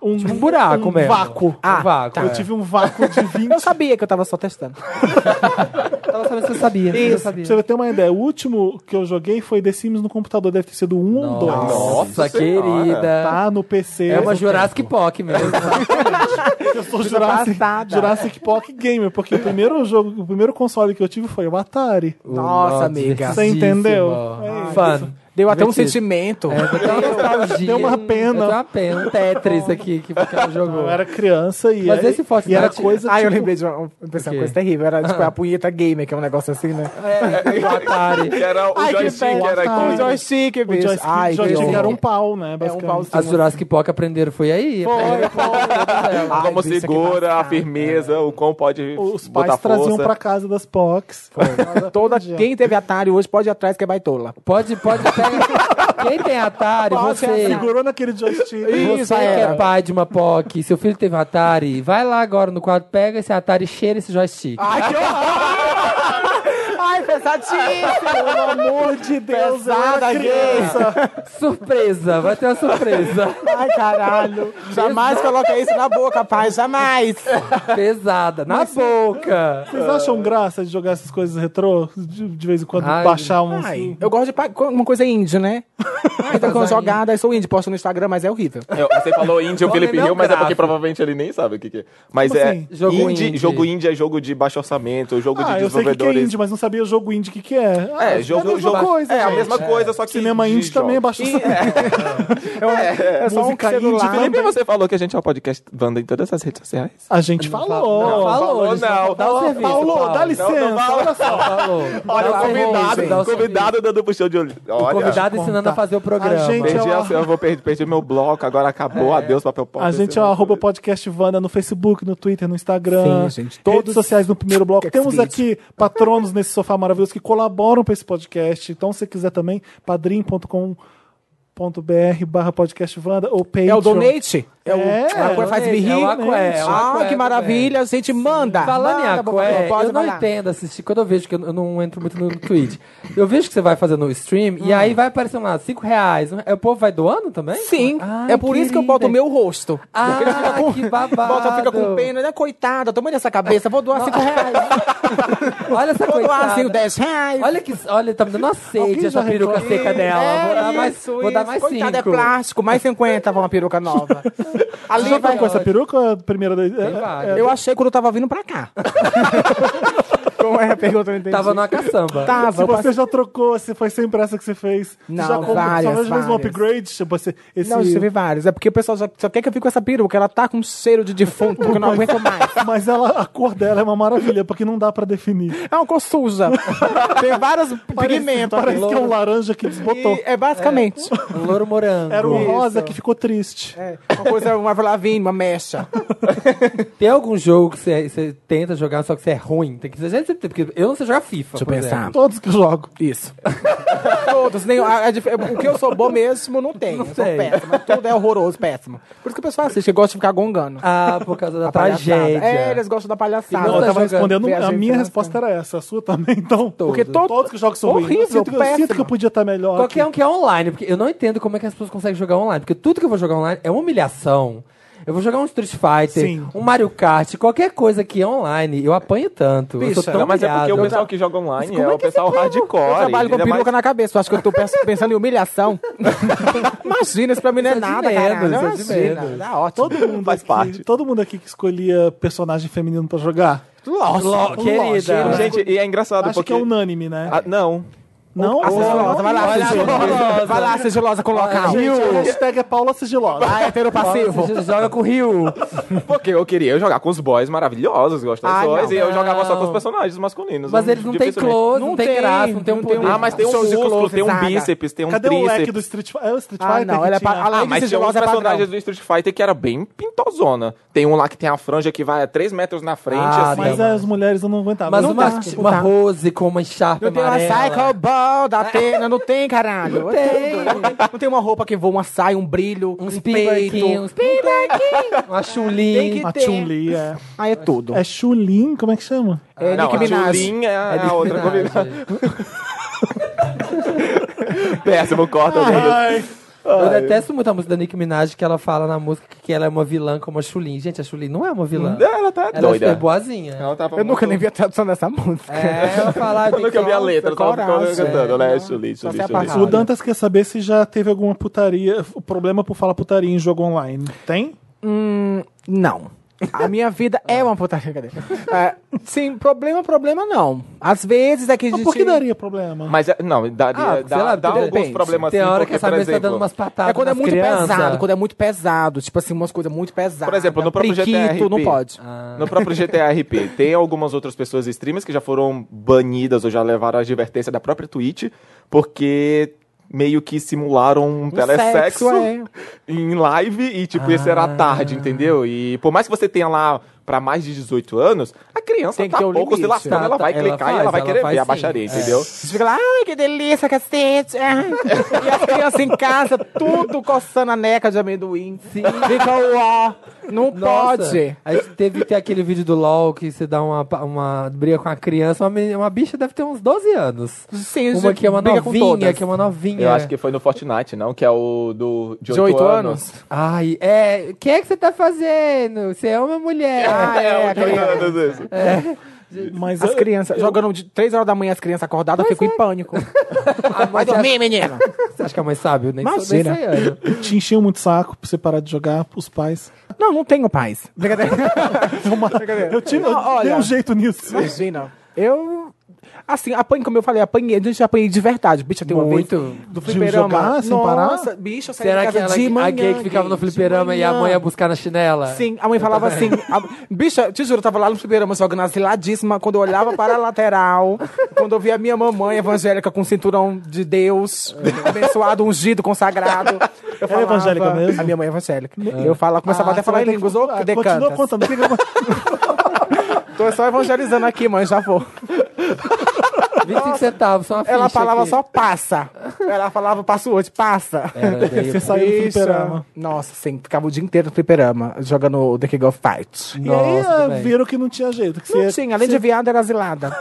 Speaker 1: Um,
Speaker 3: um buraco
Speaker 1: um
Speaker 3: mesmo.
Speaker 1: vácuo.
Speaker 3: Ah, um vácuo.
Speaker 1: Eu tive um vácuo de 20
Speaker 2: <laughs> Eu sabia que eu tava só testando.
Speaker 3: Tava sabendo se eu sabia. Isso. Eu sabia.
Speaker 1: Pra você ter uma ideia, o último que eu joguei foi The Sims no computador, deve ter sido um ou dois.
Speaker 3: Nossa,
Speaker 4: Nossa
Speaker 3: querida.
Speaker 1: Tá no PC.
Speaker 3: É uma Jurassic Park mesmo.
Speaker 1: Eu sou Jurassic,
Speaker 2: passada.
Speaker 1: Jurassic Park Gamer, porque o primeiro jogo, o primeiro console que eu tive foi o Atari.
Speaker 2: Nossa, amiga.
Speaker 1: Você entendeu?
Speaker 3: divertidíssimo.
Speaker 1: É
Speaker 3: Fun.
Speaker 2: Deu até um
Speaker 3: Divertido.
Speaker 2: sentimento.
Speaker 3: É, deu uma nostalgia.
Speaker 1: Deu uma pena.
Speaker 3: Deu uma pena. Um Tetris aqui que ela jogou.
Speaker 1: Eu era criança e,
Speaker 3: Mas
Speaker 1: era-
Speaker 3: esse Fortnite-
Speaker 1: e era coisa
Speaker 2: Ah, eu
Speaker 1: tipo-
Speaker 2: lembrei de uma, uma
Speaker 3: O quê?
Speaker 2: coisa terrível. Era tipo a punheta gamer, que é um negócio assim, né?
Speaker 3: É, o Atari.
Speaker 4: Que era o
Speaker 2: Ai, que
Speaker 4: joystick,
Speaker 2: pena.
Speaker 4: era
Speaker 1: Ah,
Speaker 2: O
Speaker 4: aqui.
Speaker 2: Um joystick,
Speaker 1: O
Speaker 2: bicho.
Speaker 1: joystick,
Speaker 2: Ai, que
Speaker 1: joystick
Speaker 2: horror.
Speaker 1: era um pau, né?
Speaker 2: É um pau
Speaker 1: basicamente.
Speaker 2: sim.
Speaker 3: As Jurassic Park aprenderam, foi aí. Aprenderam com todas elas.
Speaker 4: Como
Speaker 2: bicho, que
Speaker 4: segura, a
Speaker 2: passada.
Speaker 4: firmeza, o quão pode
Speaker 1: Os pais
Speaker 4: botar
Speaker 1: traziam
Speaker 4: força.
Speaker 1: pra casa das POCs.
Speaker 2: Toda,
Speaker 1: Podia.
Speaker 2: quem teve Atari hoje pode ir atrás, que é baitola.
Speaker 3: Pode, pode, pega. Quem tem Atari, você.
Speaker 1: Segurou naquele joystick.
Speaker 2: Isso,
Speaker 3: Você que é
Speaker 2: era.
Speaker 3: pai de uma POC, seu filho teve um Atari, vai lá agora no quadro, pega esse Atari e cheira esse joystick.
Speaker 2: Ai, que horror! Ai, pesadíssimo!
Speaker 1: Pelo amor de Deus, eu era
Speaker 2: Pesada,
Speaker 1: criança.
Speaker 3: Surpresa, vai ter uma surpresa.
Speaker 2: Ai, caralho. Jamais coloca isso na boca, pai. Jamais.
Speaker 3: Pesada, na boca.
Speaker 1: Vocês acham graça de jogar essas coisas retrô? De, de vez em quando
Speaker 3: Ai.
Speaker 1: baixar uns.
Speaker 2: Ai, eu gosto de pa- uma coisa índio, né? Ai, tô com uma jogada, eu sou índio, posto no Instagram, mas é horrível.
Speaker 4: Eu- Você falou indie, o
Speaker 3: Homem
Speaker 4: Felipe
Speaker 3: não
Speaker 4: riu, mas é porque
Speaker 3: gráfico.
Speaker 4: provavelmente ele nem sabe o que, que é. Mas
Speaker 1: Como
Speaker 4: é.
Speaker 1: assim?
Speaker 3: Jogo
Speaker 4: indie,
Speaker 3: indie.
Speaker 4: Jogo indie é jogo de baixo orçamento, jogo
Speaker 1: Ah,
Speaker 4: de
Speaker 1: eu sei o que que é
Speaker 4: desenvolvedores.
Speaker 1: indie, mas não sabia jogo indie o que, que é. Ah,
Speaker 4: É, jogo,
Speaker 1: é a mesma
Speaker 4: jogo-
Speaker 1: coisa.
Speaker 4: É, a
Speaker 1: gente.
Speaker 4: mesma coisa, só que.
Speaker 1: Cinema
Speaker 4: de
Speaker 1: indie também é
Speaker 4: jogos.
Speaker 1: baixo orçamento.
Speaker 2: É só um
Speaker 1: Música
Speaker 2: celular.
Speaker 1: indie,
Speaker 4: Tipo, Felipe, você falou que a gente é um podcast Wanda em todas as redes sociais?
Speaker 1: A gente falou.
Speaker 3: Não, falou,
Speaker 4: falou,
Speaker 3: gente,
Speaker 4: não.
Speaker 3: Dá o
Speaker 1: Paulo,
Speaker 3: serviço. Paulo.
Speaker 1: dá licença,
Speaker 4: Não, não fala.
Speaker 1: olha só.
Speaker 3: Falou.
Speaker 4: Olha,
Speaker 3: Dá o
Speaker 4: o
Speaker 3: serviço,
Speaker 4: convidado,
Speaker 3: dá o serviço.
Speaker 4: convidado dando puxão de olho. Olha,
Speaker 3: Convidado ensinando a fazer o programa.
Speaker 1: A gente-
Speaker 4: perdi,
Speaker 1: Tchau.
Speaker 4: a, eu vou perder, perdi meu bloco, agora acabou, adeus papel pop.
Speaker 1: A gente é o arroba podcast Wanda no Facebook, no Twitter, no Instagram.
Speaker 2: Sim, gente,
Speaker 1: Redes
Speaker 2: todos-
Speaker 1: sociais no primeiro bloco.
Speaker 2: Quer que
Speaker 1: Temos
Speaker 2: se
Speaker 1: aqui patronos nesse sofá maravilhoso que colaboram para esse podcast. Então, se você quiser também, padrim.com.br barra podcast Wanda ou Patreon.
Speaker 2: É o donate? É o
Speaker 1: É,
Speaker 2: a cor faz
Speaker 3: donate,
Speaker 2: me rir?
Speaker 3: é o aqué, é o
Speaker 2: Ah,
Speaker 3: aqué
Speaker 2: que maravilha. A gente manda.
Speaker 3: Falando em
Speaker 2: manda,
Speaker 3: Aqué,
Speaker 2: pode
Speaker 3: eu não
Speaker 2: mandar.
Speaker 3: entendo assistir. Quando eu vejo, que eu eu não entro muito no Twitch, eu vejo que você vai fazer no stream e
Speaker 2: Hum.
Speaker 3: aí vai aparecendo lá 5 reais. né? O povo vai doando também?
Speaker 2: Sim,
Speaker 3: Ai,
Speaker 2: é por isso que eu boto o
Speaker 3: querida.
Speaker 2: meu rosto.
Speaker 3: Ah,
Speaker 2: Porque ele <laughs> fica com-
Speaker 3: que babado.
Speaker 2: Bota, fica com
Speaker 3: <laughs>
Speaker 2: pena, né? Coitada, toma dessa cabeça, vou doar 5 reais.
Speaker 3: Olha essa
Speaker 2: Vou doar assim,
Speaker 3: coitada.
Speaker 2: 10 reais.
Speaker 3: Olha que. Olha, tá me dando uma sede
Speaker 1: Alguém
Speaker 3: essa
Speaker 1: já
Speaker 3: peruca
Speaker 1: reclamou?
Speaker 3: seca dela.
Speaker 2: É
Speaker 3: vou dar mais.
Speaker 2: isso,
Speaker 3: vou dar vai mais
Speaker 2: Coitado, é
Speaker 3: cinco.
Speaker 2: plástico, mais 50 pra uma peruca
Speaker 3: <laughs>
Speaker 2: nova.
Speaker 1: Você
Speaker 2: Ali
Speaker 1: já
Speaker 2: vai...
Speaker 1: tá com essa peruca ou é a primeira da. é-
Speaker 3: várias.
Speaker 2: Eu achei quando eu tava vindo pra
Speaker 3: <laughs>
Speaker 2: cá. Como é a pergunta? Eu não entendi.
Speaker 3: Tava numa caçamba.
Speaker 2: Tava,
Speaker 1: Se
Speaker 2: eu
Speaker 1: você
Speaker 2: passei...
Speaker 1: já trocou, se foi sempre essa que você fez,
Speaker 2: Não,
Speaker 1: você já comprou, só
Speaker 2: várias,
Speaker 1: fez mesmo um
Speaker 2: várias.
Speaker 1: upgrade, tipo assim, esse
Speaker 2: Não, eu tive vários. É porque o pessoal só, só quer que eu fique com essa peruca. Ela tá com um cheiro de defunto que eu não aguento
Speaker 3: <laughs>
Speaker 2: mais.
Speaker 1: Mas ela, a cor dela é uma maravilha, porque não dá pra definir.
Speaker 2: É uma cor
Speaker 3: <laughs>
Speaker 2: suja. Tem vários pigmentos aqui.
Speaker 1: Parece que é um laranja que desbotou.
Speaker 2: E É basicamente.
Speaker 3: Um louro morango.
Speaker 1: Era um rosa que ficou triste.
Speaker 2: É, uma coisa, uma lavinha, uma mecha.
Speaker 3: Tem algum jogo que você, você tenta jogar, só que você é ruim? Tem que ser gente sempre tem, porque eu não sei jogar FIFA.
Speaker 2: Deixa eu
Speaker 3: por
Speaker 2: pensar.
Speaker 3: exemplo.
Speaker 1: Todos que eu jogo.
Speaker 2: Isso. Todos. Nem, a- a dif- o que eu sou bom mesmo não tem. eu sou
Speaker 3: tem.
Speaker 2: péssimo. Tudo é horroroso, péssimo. Por isso que o pessoal assiste, gosta de ficar gongando.
Speaker 3: Ah, por causa
Speaker 2: <laughs>
Speaker 3: da
Speaker 2: A palhaçada.
Speaker 3: tragédia.
Speaker 2: É, eles gostam da palhaçada.
Speaker 3: E não
Speaker 1: Eu
Speaker 3: tá
Speaker 1: tava
Speaker 3: jogando.
Speaker 1: respondendo,
Speaker 2: Viajei
Speaker 1: a minha
Speaker 2: internacional.
Speaker 1: resposta era essa, a sua também, então.
Speaker 2: Porque todo-
Speaker 1: todos que eu jogo são ruins. Eu
Speaker 2: horrível,
Speaker 1: sinto, que- eu sinto que eu
Speaker 2: péssimo.
Speaker 1: podia estar melhor.
Speaker 3: Qualquer
Speaker 1: aqui.
Speaker 3: um que é online, porque eu não entendo como é que as pessoas conseguem jogar online, porque tudo que eu vou jogar online é uma humilhação. Eu vou jogar um Street Fighter,
Speaker 1: Sim.
Speaker 3: um Mario Kart, qualquer coisa que é online, eu apanho tanto. eu sou
Speaker 2: Bicha,
Speaker 3: tão
Speaker 4: Não, mas é porque
Speaker 3: humilhado.
Speaker 4: o pessoal que joga online
Speaker 3: como
Speaker 4: é,
Speaker 3: é
Speaker 4: o
Speaker 3: que é
Speaker 4: pessoal hardcore.
Speaker 2: Eu um trabalho com
Speaker 4: ainda mais-
Speaker 2: peruca na cabeça. Tu acha que eu tô pens- pensando em
Speaker 3: <laughs>
Speaker 2: humilhação? Imagina, isso pra mim não é
Speaker 3: Isso é de
Speaker 2: nada,
Speaker 3: medo,
Speaker 2: cara. Não,
Speaker 3: isso é de
Speaker 2: imagina.
Speaker 3: medo.
Speaker 2: Tá ótimo.
Speaker 1: Todo mundo,
Speaker 4: Faz
Speaker 1: aqui,
Speaker 4: parte.
Speaker 1: todo mundo aqui que escolhia personagem feminino pra jogar,
Speaker 2: Nossa,
Speaker 3: Lo- querida.
Speaker 2: lógico.
Speaker 4: Gente, e é engraçado
Speaker 1: acho
Speaker 4: porque.
Speaker 1: que é unânime, né?
Speaker 4: Ah, não.
Speaker 1: não?
Speaker 2: A sigilosa, vai lá,
Speaker 3: Olha,
Speaker 2: sigilosa. Vai lá, sigilosa com o local.
Speaker 1: Gente, a hashtag é Paula Sigilosa.
Speaker 2: Ah, hétero passivo.
Speaker 3: Você joga com o Rio.
Speaker 4: <laughs> Porque eu queria jogar com os boys maravilhosos,
Speaker 2: Ah,
Speaker 4: gostosos.
Speaker 2: não.
Speaker 4: e eu jogava só com os
Speaker 3: Não.
Speaker 4: personagens masculinos.
Speaker 3: Mas eles não têm
Speaker 4: dificilmente.
Speaker 3: close, não,
Speaker 2: Não
Speaker 3: tem
Speaker 2: tem,
Speaker 3: graça, não tem um
Speaker 2: não tem
Speaker 3: poder.
Speaker 2: um-
Speaker 4: Ah, mas tem um
Speaker 2: Show de
Speaker 4: músculo,
Speaker 2: close,
Speaker 4: tem um
Speaker 2: zaga.
Speaker 4: bíceps, tem um
Speaker 1: Cadê o leque do
Speaker 4: tríceps.
Speaker 1: Street Fighter? É o Street
Speaker 2: Ah,
Speaker 1: Fighter
Speaker 2: não,
Speaker 1: que
Speaker 2: ela é
Speaker 1: tinha-
Speaker 2: pa- além
Speaker 4: Ah,
Speaker 2: de
Speaker 4: mas tinha uns
Speaker 2: sigilosa, é padrão.
Speaker 4: personagens do Street Fighter que era bem pintosona. Tem um lá que tem a franja que vai a 3 metros na frente,
Speaker 3: Ah,
Speaker 4: assim.
Speaker 1: Mas as mulheres eu não aguentava.
Speaker 3: Mas
Speaker 1: Não tá.
Speaker 3: uma,
Speaker 1: dá.
Speaker 3: uma rose com uma encharpe
Speaker 2: Não tem uma
Speaker 3: amarela.
Speaker 2: cycle ball da Atena, não tem, caralho. Não
Speaker 3: tem.
Speaker 2: Não tem uma roupa que voa, uma saia, um brilho,
Speaker 3: Uns
Speaker 2: um
Speaker 3: pibequinhos,
Speaker 2: peito.
Speaker 3: uns pibequinhos. Uma chulinha.
Speaker 1: A Chun-Li é...
Speaker 2: Ah, é tudo.
Speaker 1: É Chulin, como é que chama?
Speaker 2: É
Speaker 4: não,
Speaker 2: Nicki
Speaker 4: a
Speaker 2: Minaj.
Speaker 4: Tulin é a, a outra combinada.
Speaker 3: Eu
Speaker 4: Péssimo, corta.
Speaker 2: Ah,
Speaker 4: Bruno.
Speaker 3: detesto muito a música da Nicki Minaj que ela fala na música que ela é uma vilã como a Chulin. Gente, a Chulin não é uma vilã.
Speaker 4: Ela tá
Speaker 3: ela
Speaker 4: doida.
Speaker 3: é boazinha.
Speaker 4: Ela tava
Speaker 2: Eu nunca
Speaker 4: muito-
Speaker 2: nem vi a tradução dessa música. <laughs>
Speaker 3: É, ela fala...
Speaker 4: Eu nunca vi a letra, eu tava
Speaker 2: coragem,
Speaker 4: ficando cantando, né? Chuli,
Speaker 2: Só
Speaker 4: chuli,
Speaker 2: se
Speaker 4: chuli.
Speaker 2: apagar.
Speaker 1: O Dantas quer saber se já teve alguma putaria, o problema por falar putaria em jogo online. Tem?
Speaker 2: Hum, não. A minha vida é uma putaria. Cadê? É, sim, problema, problema não. Às vezes é que a gente...
Speaker 1: Mas por que daria problema?
Speaker 4: Mas é- não, daria,
Speaker 3: Ah, sei
Speaker 4: dá,
Speaker 3: lá,
Speaker 4: dá
Speaker 3: porque
Speaker 4: alguns
Speaker 2: depende.
Speaker 4: problemas
Speaker 3: Tem
Speaker 4: assim,
Speaker 3: hora
Speaker 4: porque,
Speaker 3: que essa
Speaker 4: por
Speaker 3: mesa tá
Speaker 4: exemplo,
Speaker 3: dando umas patadas
Speaker 2: É quando é
Speaker 3: nas
Speaker 2: muito
Speaker 3: crianças.
Speaker 2: pesado, quando é muito pesado. Tipo assim, umas coisas muito pesadas.
Speaker 4: Por exemplo, no próprio
Speaker 2: Priquito,
Speaker 4: GTRP.
Speaker 2: não
Speaker 3: Ah.
Speaker 2: pode.
Speaker 4: No próprio GTRP, tem algumas outras pessoas streamers que já foram banidas ou já levaram a advertência da própria Twitch, porque meio que simularam um,
Speaker 2: sexo,
Speaker 4: telesexo
Speaker 2: é.
Speaker 4: <laughs> em live e, tipo, isso era
Speaker 3: Ah.
Speaker 4: à tarde, entendeu? E por mais que você tenha lá pra mais de 18 anos, a criança
Speaker 2: Tem que
Speaker 4: tá
Speaker 2: ter um
Speaker 4: pouco se
Speaker 2: limite.
Speaker 4: lascando,
Speaker 3: Tá,
Speaker 4: ela
Speaker 3: tá,
Speaker 4: vai
Speaker 3: ela
Speaker 4: clicar e
Speaker 3: faz,
Speaker 4: ela vai
Speaker 3: ela
Speaker 4: querer
Speaker 3: faz
Speaker 4: ver a
Speaker 3: sim.
Speaker 4: baixaria,
Speaker 3: É.
Speaker 4: entendeu?
Speaker 2: Você fica lá, ai, que delícia, cacete. Ah. <laughs> e as crianças em casa, tudo coçando a neca de amendoim. é
Speaker 3: Sim.
Speaker 2: <laughs> Fica ó, não pode.
Speaker 3: Aí teve ter aquele vídeo do LOL que você dá uma, pa- uma briga com a criança. Uma, meni- uma bicha deve ter uns 12 anos.
Speaker 2: Sim,
Speaker 3: Uma que é uma
Speaker 2: briga com
Speaker 3: novinha,
Speaker 2: todas.
Speaker 3: que é uma novinha.
Speaker 4: Eu acho que foi no Fortnite, não? Que é o do, de
Speaker 2: De
Speaker 4: 8,
Speaker 2: oito
Speaker 4: anos.
Speaker 2: anos.
Speaker 3: Ai, é. O que é que você tá fazendo? Você é
Speaker 2: <laughs>
Speaker 3: uma mulher.
Speaker 2: Ah, é, a
Speaker 4: de 8
Speaker 2: criança.
Speaker 4: anos, isso.
Speaker 1: Mas
Speaker 2: As
Speaker 1: eu-
Speaker 2: crianças, jogando de 3 horas da manhã, as crianças acordadas, eu fico
Speaker 3: é.
Speaker 2: em
Speaker 3: <laughs>
Speaker 2: pânico. é-
Speaker 3: A mãe
Speaker 2: Vai
Speaker 3: já-
Speaker 2: dormir, menino.
Speaker 3: Você acha que a mãe sabe? Eu nem sou- nem
Speaker 2: Imagina.
Speaker 3: sei, Ana.
Speaker 1: te enchiam muito saco pra você parar de jogar, os pais. É
Speaker 2: Não, não tenho paz.
Speaker 1: <laughs> Eu, tive, eu
Speaker 2: Não, olha.
Speaker 1: dei um jeito nisso.
Speaker 2: Imagina. Eu. Assim, apanhei, como eu falei, apanhei, gente, eu apanhei de verdade. Bicho, eu tenho
Speaker 3: Muito.
Speaker 2: uma vez do
Speaker 1: De
Speaker 2: fliperama.
Speaker 1: jogar sem
Speaker 2: Nossa,
Speaker 1: parar?
Speaker 2: bicho, eu saí
Speaker 3: Será
Speaker 2: de
Speaker 3: que
Speaker 2: Tá casa
Speaker 3: ela,
Speaker 2: de manhã,
Speaker 3: a gay que ficava no
Speaker 2: de
Speaker 3: fliperama e a
Speaker 2: manhã.
Speaker 3: mãe ia buscar na chinela?
Speaker 2: Sim, a mãe falava assim. a- Bicha, te juro, eu tava lá no fliperama jogando asiladíssima. Quando eu olhava para a lateral, quando eu via minha mamãe evangélica com cinturão de Deus, abençoado, ungido, consagrado. Eu
Speaker 1: Ela é evangélica mesmo?
Speaker 2: A minha mãe é evangélica. Eu fala, começava até a
Speaker 1: você
Speaker 2: falar
Speaker 1: vai
Speaker 2: em
Speaker 1: ter que-
Speaker 2: línguas. Ô,
Speaker 1: Ah,
Speaker 2: que
Speaker 1: Continua
Speaker 2: decantas.
Speaker 1: contando. o que que eu-
Speaker 2: Tô só evangelizando aqui, mãe, já vou.
Speaker 3: 25 centavos, só uma ficha
Speaker 2: Ela falava
Speaker 3: aqui.
Speaker 2: só passa. Ela falava passo hoje, passa.
Speaker 3: Era, daí eu-
Speaker 1: Você saiu do
Speaker 2: Bicha.
Speaker 1: fliperama.
Speaker 2: Nossa, sim, ficava o dia inteiro no fliperama, jogando The King of
Speaker 1: E
Speaker 2: Fight.
Speaker 1: aí
Speaker 3: Nossa,
Speaker 1: ah,
Speaker 3: tudo bem.
Speaker 1: viram que não tinha jeito. Que
Speaker 2: Não
Speaker 1: você-
Speaker 2: tinha, além de viado, era <laughs> asilada.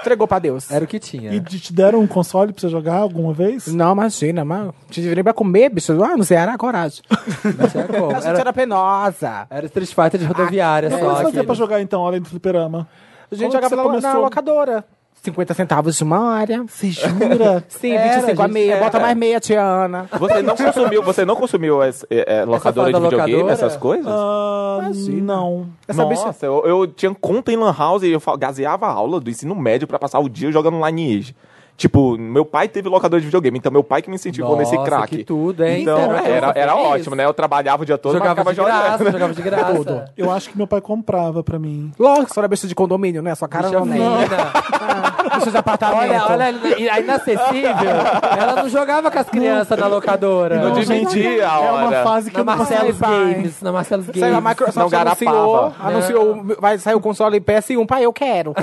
Speaker 2: Entregou pra Deus.
Speaker 3: Era o que tinha.
Speaker 1: E te te deram um console pra você jogar alguma vez?
Speaker 2: Não, imagina, mas te virei pra comer, bicho. Ah, no Ceará, coragem.
Speaker 3: Não tinha como.
Speaker 2: A gente
Speaker 3: Era,
Speaker 2: era penosa.
Speaker 3: era Street Fighter de rodoviária
Speaker 1: O que
Speaker 3: só.
Speaker 1: você fazia
Speaker 3: aquele.
Speaker 1: pra jogar então, além do fliperama?
Speaker 2: A gente
Speaker 1: Como que
Speaker 2: jogava
Speaker 1: você
Speaker 2: na, na
Speaker 1: começou?
Speaker 2: locadora. 50 centavos de uma área.
Speaker 1: Você jura?
Speaker 2: <laughs> Sim,
Speaker 3: Era,
Speaker 2: 25 a
Speaker 3: gente,
Speaker 2: meia.
Speaker 3: era.
Speaker 2: Bota mais meia, tia Ana.
Speaker 4: Você não consumiu, você não consumiu as, é, é,
Speaker 3: fala
Speaker 4: locadora de
Speaker 3: da
Speaker 4: videogame,
Speaker 3: locadora?
Speaker 4: essas coisas?
Speaker 1: Ah, não.
Speaker 2: Essa bicha-
Speaker 4: Nossa, eu, eu tinha conta em Lan House e eu fa- gazeava a aula do ensino médio pra passar o dia jogando Lineage. Tipo, meu pai teve locador de videogame, então meu pai que me incentivou nesse
Speaker 3: Nossa,
Speaker 4: crack.
Speaker 3: que tudo, hein?
Speaker 4: Então,
Speaker 1: é
Speaker 3: Sério,
Speaker 4: era,
Speaker 3: eu
Speaker 4: era,
Speaker 3: só fiz
Speaker 4: ótimo,
Speaker 3: isso.
Speaker 4: né? Eu trabalhava o dia todo,
Speaker 3: Jogava
Speaker 4: mas
Speaker 3: de
Speaker 4: ficava jogando.
Speaker 3: graça, jogava de graça.
Speaker 1: Eu acho que meu pai comprava pra mim.
Speaker 2: Lógico, senhora besta de condomínio, né? Sua cara
Speaker 3: Bicha
Speaker 2: não é.
Speaker 3: fina.
Speaker 2: Bicha de apartamento.
Speaker 3: Olha, olha, ele- a inacessível. Ela não jogava com as crianças na locadora.
Speaker 4: Não
Speaker 3: Na
Speaker 4: dividia a
Speaker 1: É uma
Speaker 4: hora.
Speaker 1: fase que eu não
Speaker 2: Marcelo-
Speaker 1: passei.
Speaker 3: Marcelos
Speaker 2: pai.
Speaker 3: Games. Na Marcelos
Speaker 2: Sei lá, a
Speaker 3: Games.
Speaker 2: Microsoft
Speaker 4: Não
Speaker 2: anunciou,
Speaker 4: garapava.
Speaker 2: anunciou, vai sair o console PS1, pai, eu <laughs> quero.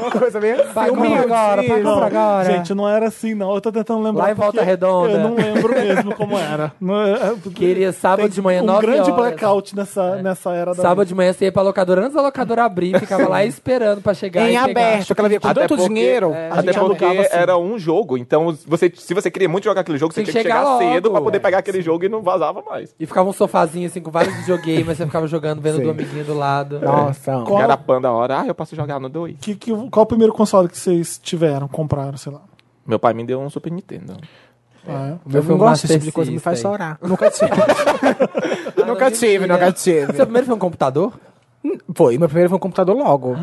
Speaker 2: Uma coisa assim. mesmo.
Speaker 3: Vai, compra
Speaker 2: Humilde,
Speaker 3: agora, vai,
Speaker 2: isso.
Speaker 3: compra agora.
Speaker 1: Gente, não era assim, não. Eu tô tentando lembrar.
Speaker 3: Lá em
Speaker 1: porque
Speaker 3: Volta Redonda.
Speaker 1: Eu não lembro mesmo como era. <laughs> Não, é- é- porque
Speaker 3: Queria sábado
Speaker 1: tem
Speaker 3: de manhã,
Speaker 1: um
Speaker 3: nove
Speaker 1: grande
Speaker 3: horas. É.
Speaker 1: blackout nessa, nessa era da.
Speaker 3: Sábado de manhã você ia pra locadora antes da locadora abrir,
Speaker 1: <laughs>
Speaker 3: ficava lá esperando pra chegar e
Speaker 2: Em
Speaker 3: pegar.
Speaker 2: aberto, que ela vinha com
Speaker 4: Até
Speaker 2: tanto
Speaker 4: porque-
Speaker 2: dinheiro.
Speaker 4: é,
Speaker 1: a
Speaker 4: Até
Speaker 1: gente
Speaker 4: porque
Speaker 1: alugava assim.
Speaker 4: era um jogo, então você, se você queria muito jogar aquele jogo, você
Speaker 3: Tem que
Speaker 4: tinha que chegar,
Speaker 3: chegar logo,
Speaker 4: cedo pra poder
Speaker 3: é.
Speaker 4: pegar aquele jogo e não vazava mais.
Speaker 3: E ficava um sofazinho assim com vários videogames, aí você ficava jogando, vendo do amiguinho do lado.
Speaker 2: Nossa. então,
Speaker 1: Qual-
Speaker 4: Garapando a hora, ah, eu posso jogar no 2.
Speaker 1: Que, que, qual o primeiro console que vocês tiveram, compraram, sei lá?
Speaker 4: Meu pai me deu um Super Nintendo.
Speaker 1: Ah, é.
Speaker 3: meu
Speaker 2: Eu
Speaker 3: foi
Speaker 2: não
Speaker 3: um
Speaker 2: gosto desse
Speaker 3: Master
Speaker 2: tipo de coisa, me faz
Speaker 3: System.
Speaker 2: chorar. <laughs> Nunca tive.
Speaker 3: Ah,
Speaker 2: nunca tive, nunca tive.
Speaker 3: Seu primeiro foi um computador?
Speaker 2: Foi, meu primeiro foi um computador logo.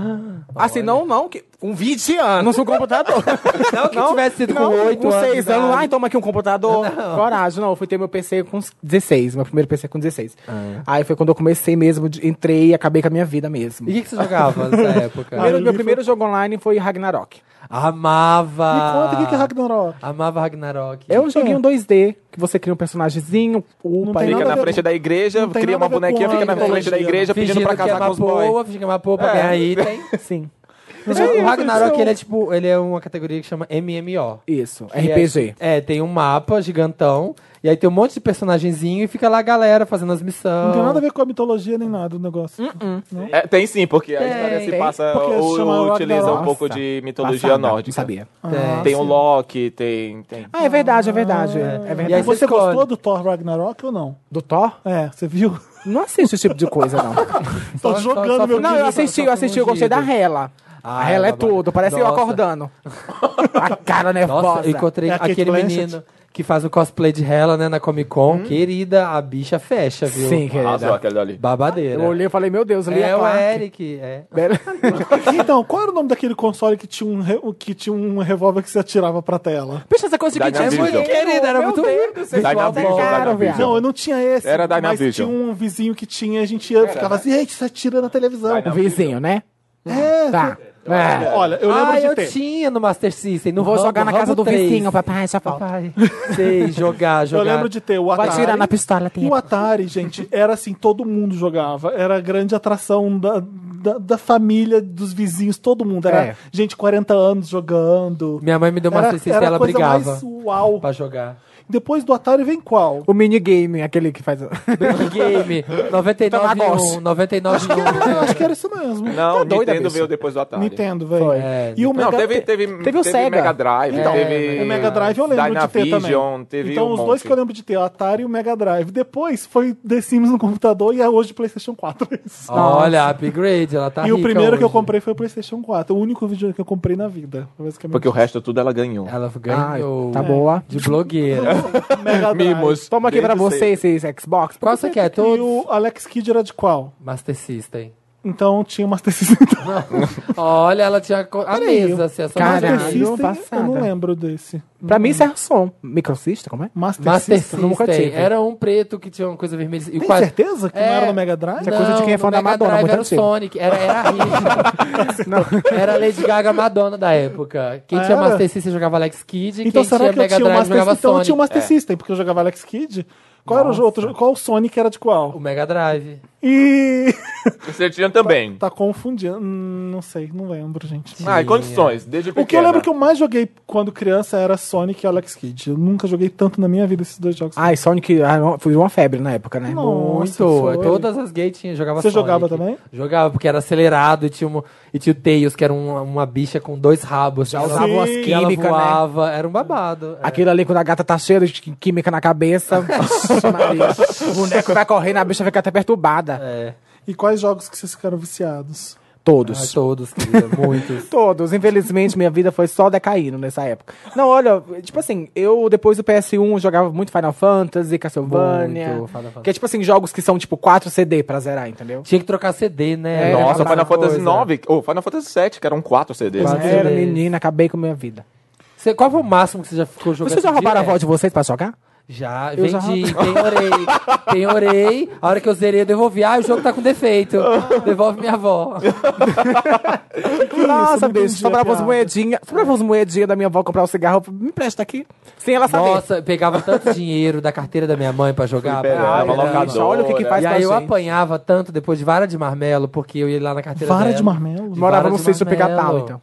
Speaker 2: assim, não, não, que, com 20 anos um <laughs> computador.
Speaker 3: Não, que tivesse sido
Speaker 2: não,
Speaker 3: com oito
Speaker 2: com
Speaker 3: anos. né?
Speaker 2: 6
Speaker 3: de
Speaker 2: anos,
Speaker 3: idade.
Speaker 2: ai, toma aqui um computador. Coragem, <laughs> não, eu fui ter meu PC com uns 16, meu primeiro PC com 16. Aí foi quando eu comecei mesmo, de- entrei e acabei com a minha vida mesmo.
Speaker 3: E o que, que você jogava
Speaker 1: <laughs>
Speaker 3: nessa época?
Speaker 2: Primeiro-
Speaker 1: ali
Speaker 2: meu
Speaker 1: foi-
Speaker 2: primeiro jogo online foi Ragnarok.
Speaker 1: Me
Speaker 3: Amava.
Speaker 1: conta o que que é Ragnarok.
Speaker 3: Amava Ragnarok.
Speaker 2: É um joguinho 2D, que você cria um personagemzinho,
Speaker 1: Não
Speaker 2: upa,
Speaker 1: tem
Speaker 2: ele-
Speaker 4: Fica
Speaker 1: nada a
Speaker 4: na
Speaker 1: ver-
Speaker 4: frente da igreja,
Speaker 1: não tem
Speaker 4: cria
Speaker 1: nada
Speaker 4: uma
Speaker 1: a ver com
Speaker 4: bonequinha, fica na
Speaker 1: ideologia,
Speaker 4: frente da
Speaker 1: né?
Speaker 4: igreja pedindo pra
Speaker 3: que é
Speaker 4: casar com os boys.
Speaker 3: mapoa, fingindo que é mapoa pra ganhar item.
Speaker 2: Sim,
Speaker 3: Mas o Ragnarok, ele é tipo, ele é uma categoria que chama MMO.
Speaker 2: isso,
Speaker 3: Que
Speaker 2: RPG.
Speaker 3: É, é, tem um mapa gigantão, e aí tem um monte de personagenzinho e fica lá a galera fazendo as missões.
Speaker 1: Não tem nada a ver com a mitologia nem nada o negócio.
Speaker 3: Uh-uh.
Speaker 4: É, tem sim, porque a
Speaker 3: Tem,
Speaker 4: história se
Speaker 3: tem.
Speaker 4: passa
Speaker 1: Porque
Speaker 4: ou
Speaker 1: se chama
Speaker 4: ou
Speaker 1: Ragnarok.
Speaker 4: utiliza um
Speaker 1: Nossa,
Speaker 4: pouco de mitologia
Speaker 2: Passada,
Speaker 4: nórdica.
Speaker 2: Não sabia.
Speaker 1: Ah,
Speaker 3: Tem. um
Speaker 4: Tem o Loki, tem. tem.
Speaker 2: Ah, é verdade, é verdade. é- É,
Speaker 3: E aí
Speaker 2: verdade.
Speaker 1: Você
Speaker 3: escolhe.
Speaker 1: gostou do Thor Ragnarok ou não?
Speaker 2: Do Thor?
Speaker 1: É, você viu?
Speaker 2: Não assisto esse tipo de coisa,
Speaker 3: <laughs>
Speaker 2: não.
Speaker 1: Tô
Speaker 3: Então só-
Speaker 1: jogando
Speaker 3: só-
Speaker 1: meu
Speaker 2: não,
Speaker 1: querido.
Speaker 2: eu assisti, eu assisti, eu gostei da Rela.
Speaker 3: Ah,
Speaker 2: a Rela é
Speaker 3: babado.
Speaker 2: tudo, parece eu
Speaker 3: Nossa.
Speaker 2: acordando. a cara nervosa.
Speaker 3: Nossa, eu encontrei
Speaker 1: É a Kate
Speaker 3: aquele
Speaker 1: Blanchett? Hum.
Speaker 3: menino que faz o cosplay de Hela, né, na Comic Con. Querida, a bicha fecha, viu?
Speaker 2: Sim,
Speaker 1: tá.
Speaker 4: Arrasou
Speaker 2: querida.
Speaker 4: Ah, aquele ali.
Speaker 3: Babadeira.
Speaker 2: Eu olhei e falei, meu Deus, Lia
Speaker 3: é o
Speaker 2: Clark.
Speaker 3: Eric, é.
Speaker 2: <laughs>
Speaker 1: Então, qual era o nome daquele console que tinha um, re- que tinha um revólver que você atirava pra tela?
Speaker 2: Pensa essa coisa que tinha
Speaker 4: Dynavision.
Speaker 2: muito dinheiro,
Speaker 3: Querida, era
Speaker 2: meu
Speaker 3: muito
Speaker 2: Deus.
Speaker 3: lindo.
Speaker 4: Dynavision,
Speaker 3: Visual bom.
Speaker 2: Dynavision.
Speaker 4: Dynavision.
Speaker 2: viado.
Speaker 1: Não, eu não tinha esse.
Speaker 4: Era da
Speaker 1: Mas
Speaker 4: Dynavision.
Speaker 1: tinha um vizinho que tinha, a gente ia, ficava assim, gente, você atira na televisão.
Speaker 2: O vizinho, né?
Speaker 1: É,
Speaker 2: Tá. É.
Speaker 1: Olha, eu lembro
Speaker 3: ah,
Speaker 1: de
Speaker 3: eu
Speaker 1: ter.
Speaker 3: tinha no Master System. No
Speaker 2: Não vou
Speaker 3: Rambo,
Speaker 2: jogar na
Speaker 3: Rambo
Speaker 2: casa do
Speaker 3: 3.
Speaker 2: vizinho, papai, só falta. <laughs>
Speaker 3: Papai. Sei, jogar,
Speaker 1: Eu
Speaker 3: jogar.
Speaker 1: lembro de ter o
Speaker 2: Vai
Speaker 1: Atari.
Speaker 2: tirar na pistola,
Speaker 1: E
Speaker 2: tem.
Speaker 1: o Atari, gente, era assim, todo mundo jogava. Era a grande atração da, da, da família, dos vizinhos, todo mundo. Era
Speaker 2: É.
Speaker 1: gente 40 anos jogando.
Speaker 3: Minha mãe me deu Master System e
Speaker 1: era a
Speaker 3: ela
Speaker 1: coisa
Speaker 3: brigava
Speaker 1: mais uau.
Speaker 3: pra jogar.
Speaker 1: Depois do Atari vem qual?
Speaker 2: O minigame, aquele que faz. <laughs>
Speaker 3: Big Game, 99
Speaker 2: Tamagotchi.
Speaker 3: 1, 99
Speaker 1: Era- eu acho que era isso mesmo.
Speaker 4: Não,
Speaker 2: doida,
Speaker 4: Nintendo
Speaker 2: bicho.
Speaker 4: veio depois do Atari.
Speaker 1: Tá Nintendo, velho.
Speaker 2: Foi.
Speaker 3: É,
Speaker 1: E o
Speaker 4: Não,
Speaker 1: Mega
Speaker 4: teve, teve,
Speaker 2: Teve o Sega.
Speaker 4: Mega Drive,
Speaker 3: Então,
Speaker 4: teve.
Speaker 1: O é, Mega Drive eu lembro de ter
Speaker 4: Dynavision,
Speaker 1: também.
Speaker 4: teve
Speaker 1: então,
Speaker 4: um
Speaker 1: os
Speaker 4: monte.
Speaker 1: dois que eu lembro de ter, o Atari e o Mega Drive. Depois foi The Sims no computador e é hoje o PlayStation 4. <laughs> Isso.
Speaker 3: Olha, upgrade, ela Ah, tá
Speaker 1: e o
Speaker 3: rica
Speaker 1: primeiro que eu
Speaker 3: hoje.
Speaker 1: comprei foi o PlayStation 4. O único vídeo que eu comprei na vida. basicamente.
Speaker 4: Porque o resto tudo ela
Speaker 1: É
Speaker 4: ganhou.
Speaker 3: Ela
Speaker 2: Ai,
Speaker 3: ganhou.
Speaker 2: tá boa.
Speaker 3: De blogueira.
Speaker 4: é
Speaker 1: Mega Drive.
Speaker 4: Mimos.
Speaker 2: Toma aqui pra
Speaker 4: Desde
Speaker 2: você esse Xbox.
Speaker 3: Qual você quer?
Speaker 1: E
Speaker 3: Todos?
Speaker 1: o Alex Kidd era de qual?
Speaker 3: Master System.
Speaker 1: Então tinha o Master System. <laughs>
Speaker 3: Olha, ela tinha co- a mesa, se essa
Speaker 2: Caralho,
Speaker 1: Master System,
Speaker 2: passada.
Speaker 1: eu não lembro desse.
Speaker 2: Pra mim, isso é som. Microcista, como é?
Speaker 1: Master,
Speaker 3: Master
Speaker 1: System.
Speaker 2: nunca
Speaker 3: System.
Speaker 2: tive.
Speaker 3: Era um preto que tinha uma coisa vermelha.
Speaker 1: Tem
Speaker 3: E quase-
Speaker 1: certeza que não
Speaker 3: É.
Speaker 1: era no Mega Drive?
Speaker 2: é coisa de quem é
Speaker 3: no
Speaker 2: fã da
Speaker 3: Mega
Speaker 2: Madonna,
Speaker 3: Drive
Speaker 2: muito
Speaker 3: era o
Speaker 2: antigo.
Speaker 3: Sonic, era, era a
Speaker 1: <laughs>
Speaker 3: Rita. Era a Lady Gaga Madonna da época. Quem tinha
Speaker 1: Era?
Speaker 3: Master System jogava Alex Kidd,
Speaker 1: Então
Speaker 3: quem
Speaker 1: será
Speaker 3: tinha
Speaker 1: que eu
Speaker 3: Mega
Speaker 1: tinha o
Speaker 3: Drive
Speaker 1: Master
Speaker 3: jogava
Speaker 1: System? Então eu tinha o
Speaker 3: Sonic. É.
Speaker 1: Master System, porque eu jogava Alex Kidd. Qual era o outro jogo? Qual o Sonic era de
Speaker 3: O
Speaker 1: qual?
Speaker 3: Mega Drive.
Speaker 1: E. <laughs>
Speaker 4: Você tinha também.
Speaker 1: tá confundindo. Hum, Não sei, não lembro, gente.
Speaker 4: Ah, e condições, desde
Speaker 1: O que eu
Speaker 4: pequena.
Speaker 1: lembro que eu mais joguei quando criança era Sonic e Alex Kidd. Eu nunca joguei tanto na minha vida esses dois jogos.
Speaker 2: Ai, Sonic ah, não, foi uma febre na época, né?
Speaker 1: Não. Nossa,
Speaker 3: Muito.
Speaker 1: foi.
Speaker 3: é Todas as gays tinha, jogava
Speaker 1: Você
Speaker 3: Sonic.
Speaker 1: jogava também?
Speaker 3: Jogava, porque era acelerado e tinha, uma, e tinha o Tails, que era uma, uma bicha com dois rabos. Já
Speaker 2: Usava
Speaker 1: Sim.
Speaker 2: umas
Speaker 1: E
Speaker 3: ela
Speaker 2: químicas, né?
Speaker 3: voava, era um babado. É.
Speaker 2: Aquilo ali quando a gata tá cheia de qui- química na
Speaker 3: <laughs>
Speaker 2: cabeça. Vixe, Maria. o boneco vai correndo, a bicha fica até perturbada.
Speaker 3: É.
Speaker 1: E quais jogos que vocês ficaram viciados?
Speaker 3: Ai,
Speaker 2: Todos.
Speaker 3: todos, querida, muitos. <laughs>
Speaker 2: Todos. Infelizmente, minha vida foi só decaindo nessa época. Não, olha, tipo assim, eu depois do PS1 eu jogava muito Final Fantasy, Castlevania.
Speaker 3: Muito, Final Fantasy.
Speaker 2: Que é tipo assim, jogos que são tipo 4 CD pra zerar, entendeu?
Speaker 3: Tinha que trocar CD, né?
Speaker 2: É,
Speaker 4: Nossa,
Speaker 2: era
Speaker 4: Final Fantasy
Speaker 3: coisa.
Speaker 4: IX, ou Final Fantasy VII, que eram quatro CDs.
Speaker 3: Quatro.
Speaker 4: né?
Speaker 2: Era
Speaker 3: CDs.
Speaker 2: menina, acabei com a minha vida.
Speaker 3: Você- qual foi o máximo que você já ficou jogando?
Speaker 2: Vocês já roubaram a
Speaker 3: direto?
Speaker 2: voz de vocês pra jogar?
Speaker 3: Já,
Speaker 2: Eu já
Speaker 3: vendi, <laughs> penhorei, penhorei. A hora que eu zerei, eu devolvi. Ah, o jogo tá com defeito. Devolve minha avó.
Speaker 1: isso?
Speaker 2: Nossa,
Speaker 1: Eu não
Speaker 2: bicho,
Speaker 1: entendi a
Speaker 2: sobrava umas
Speaker 1: piada.
Speaker 2: moedinhas. Sobrava umas moedinhas da minha avó comprar um cigarro. Me empresta aqui. Sem ela saber.
Speaker 3: Nossa, pegava tanto dinheiro da carteira da minha mãe pra jogar.
Speaker 4: Fliperama,
Speaker 3: pra-
Speaker 2: olha, bicho, olha o que, que
Speaker 4: locadora.
Speaker 2: faz
Speaker 3: é E
Speaker 2: pra
Speaker 3: aí eu
Speaker 2: gente.
Speaker 3: apanhava tanto depois de vara de marmelo, porque eu ia lá na carteira
Speaker 1: Vara
Speaker 3: dela.
Speaker 1: de marmelo?
Speaker 3: De
Speaker 2: Morava
Speaker 3: vara
Speaker 2: no
Speaker 3: de
Speaker 2: sexto pegar tal,
Speaker 3: marmelo.
Speaker 2: então.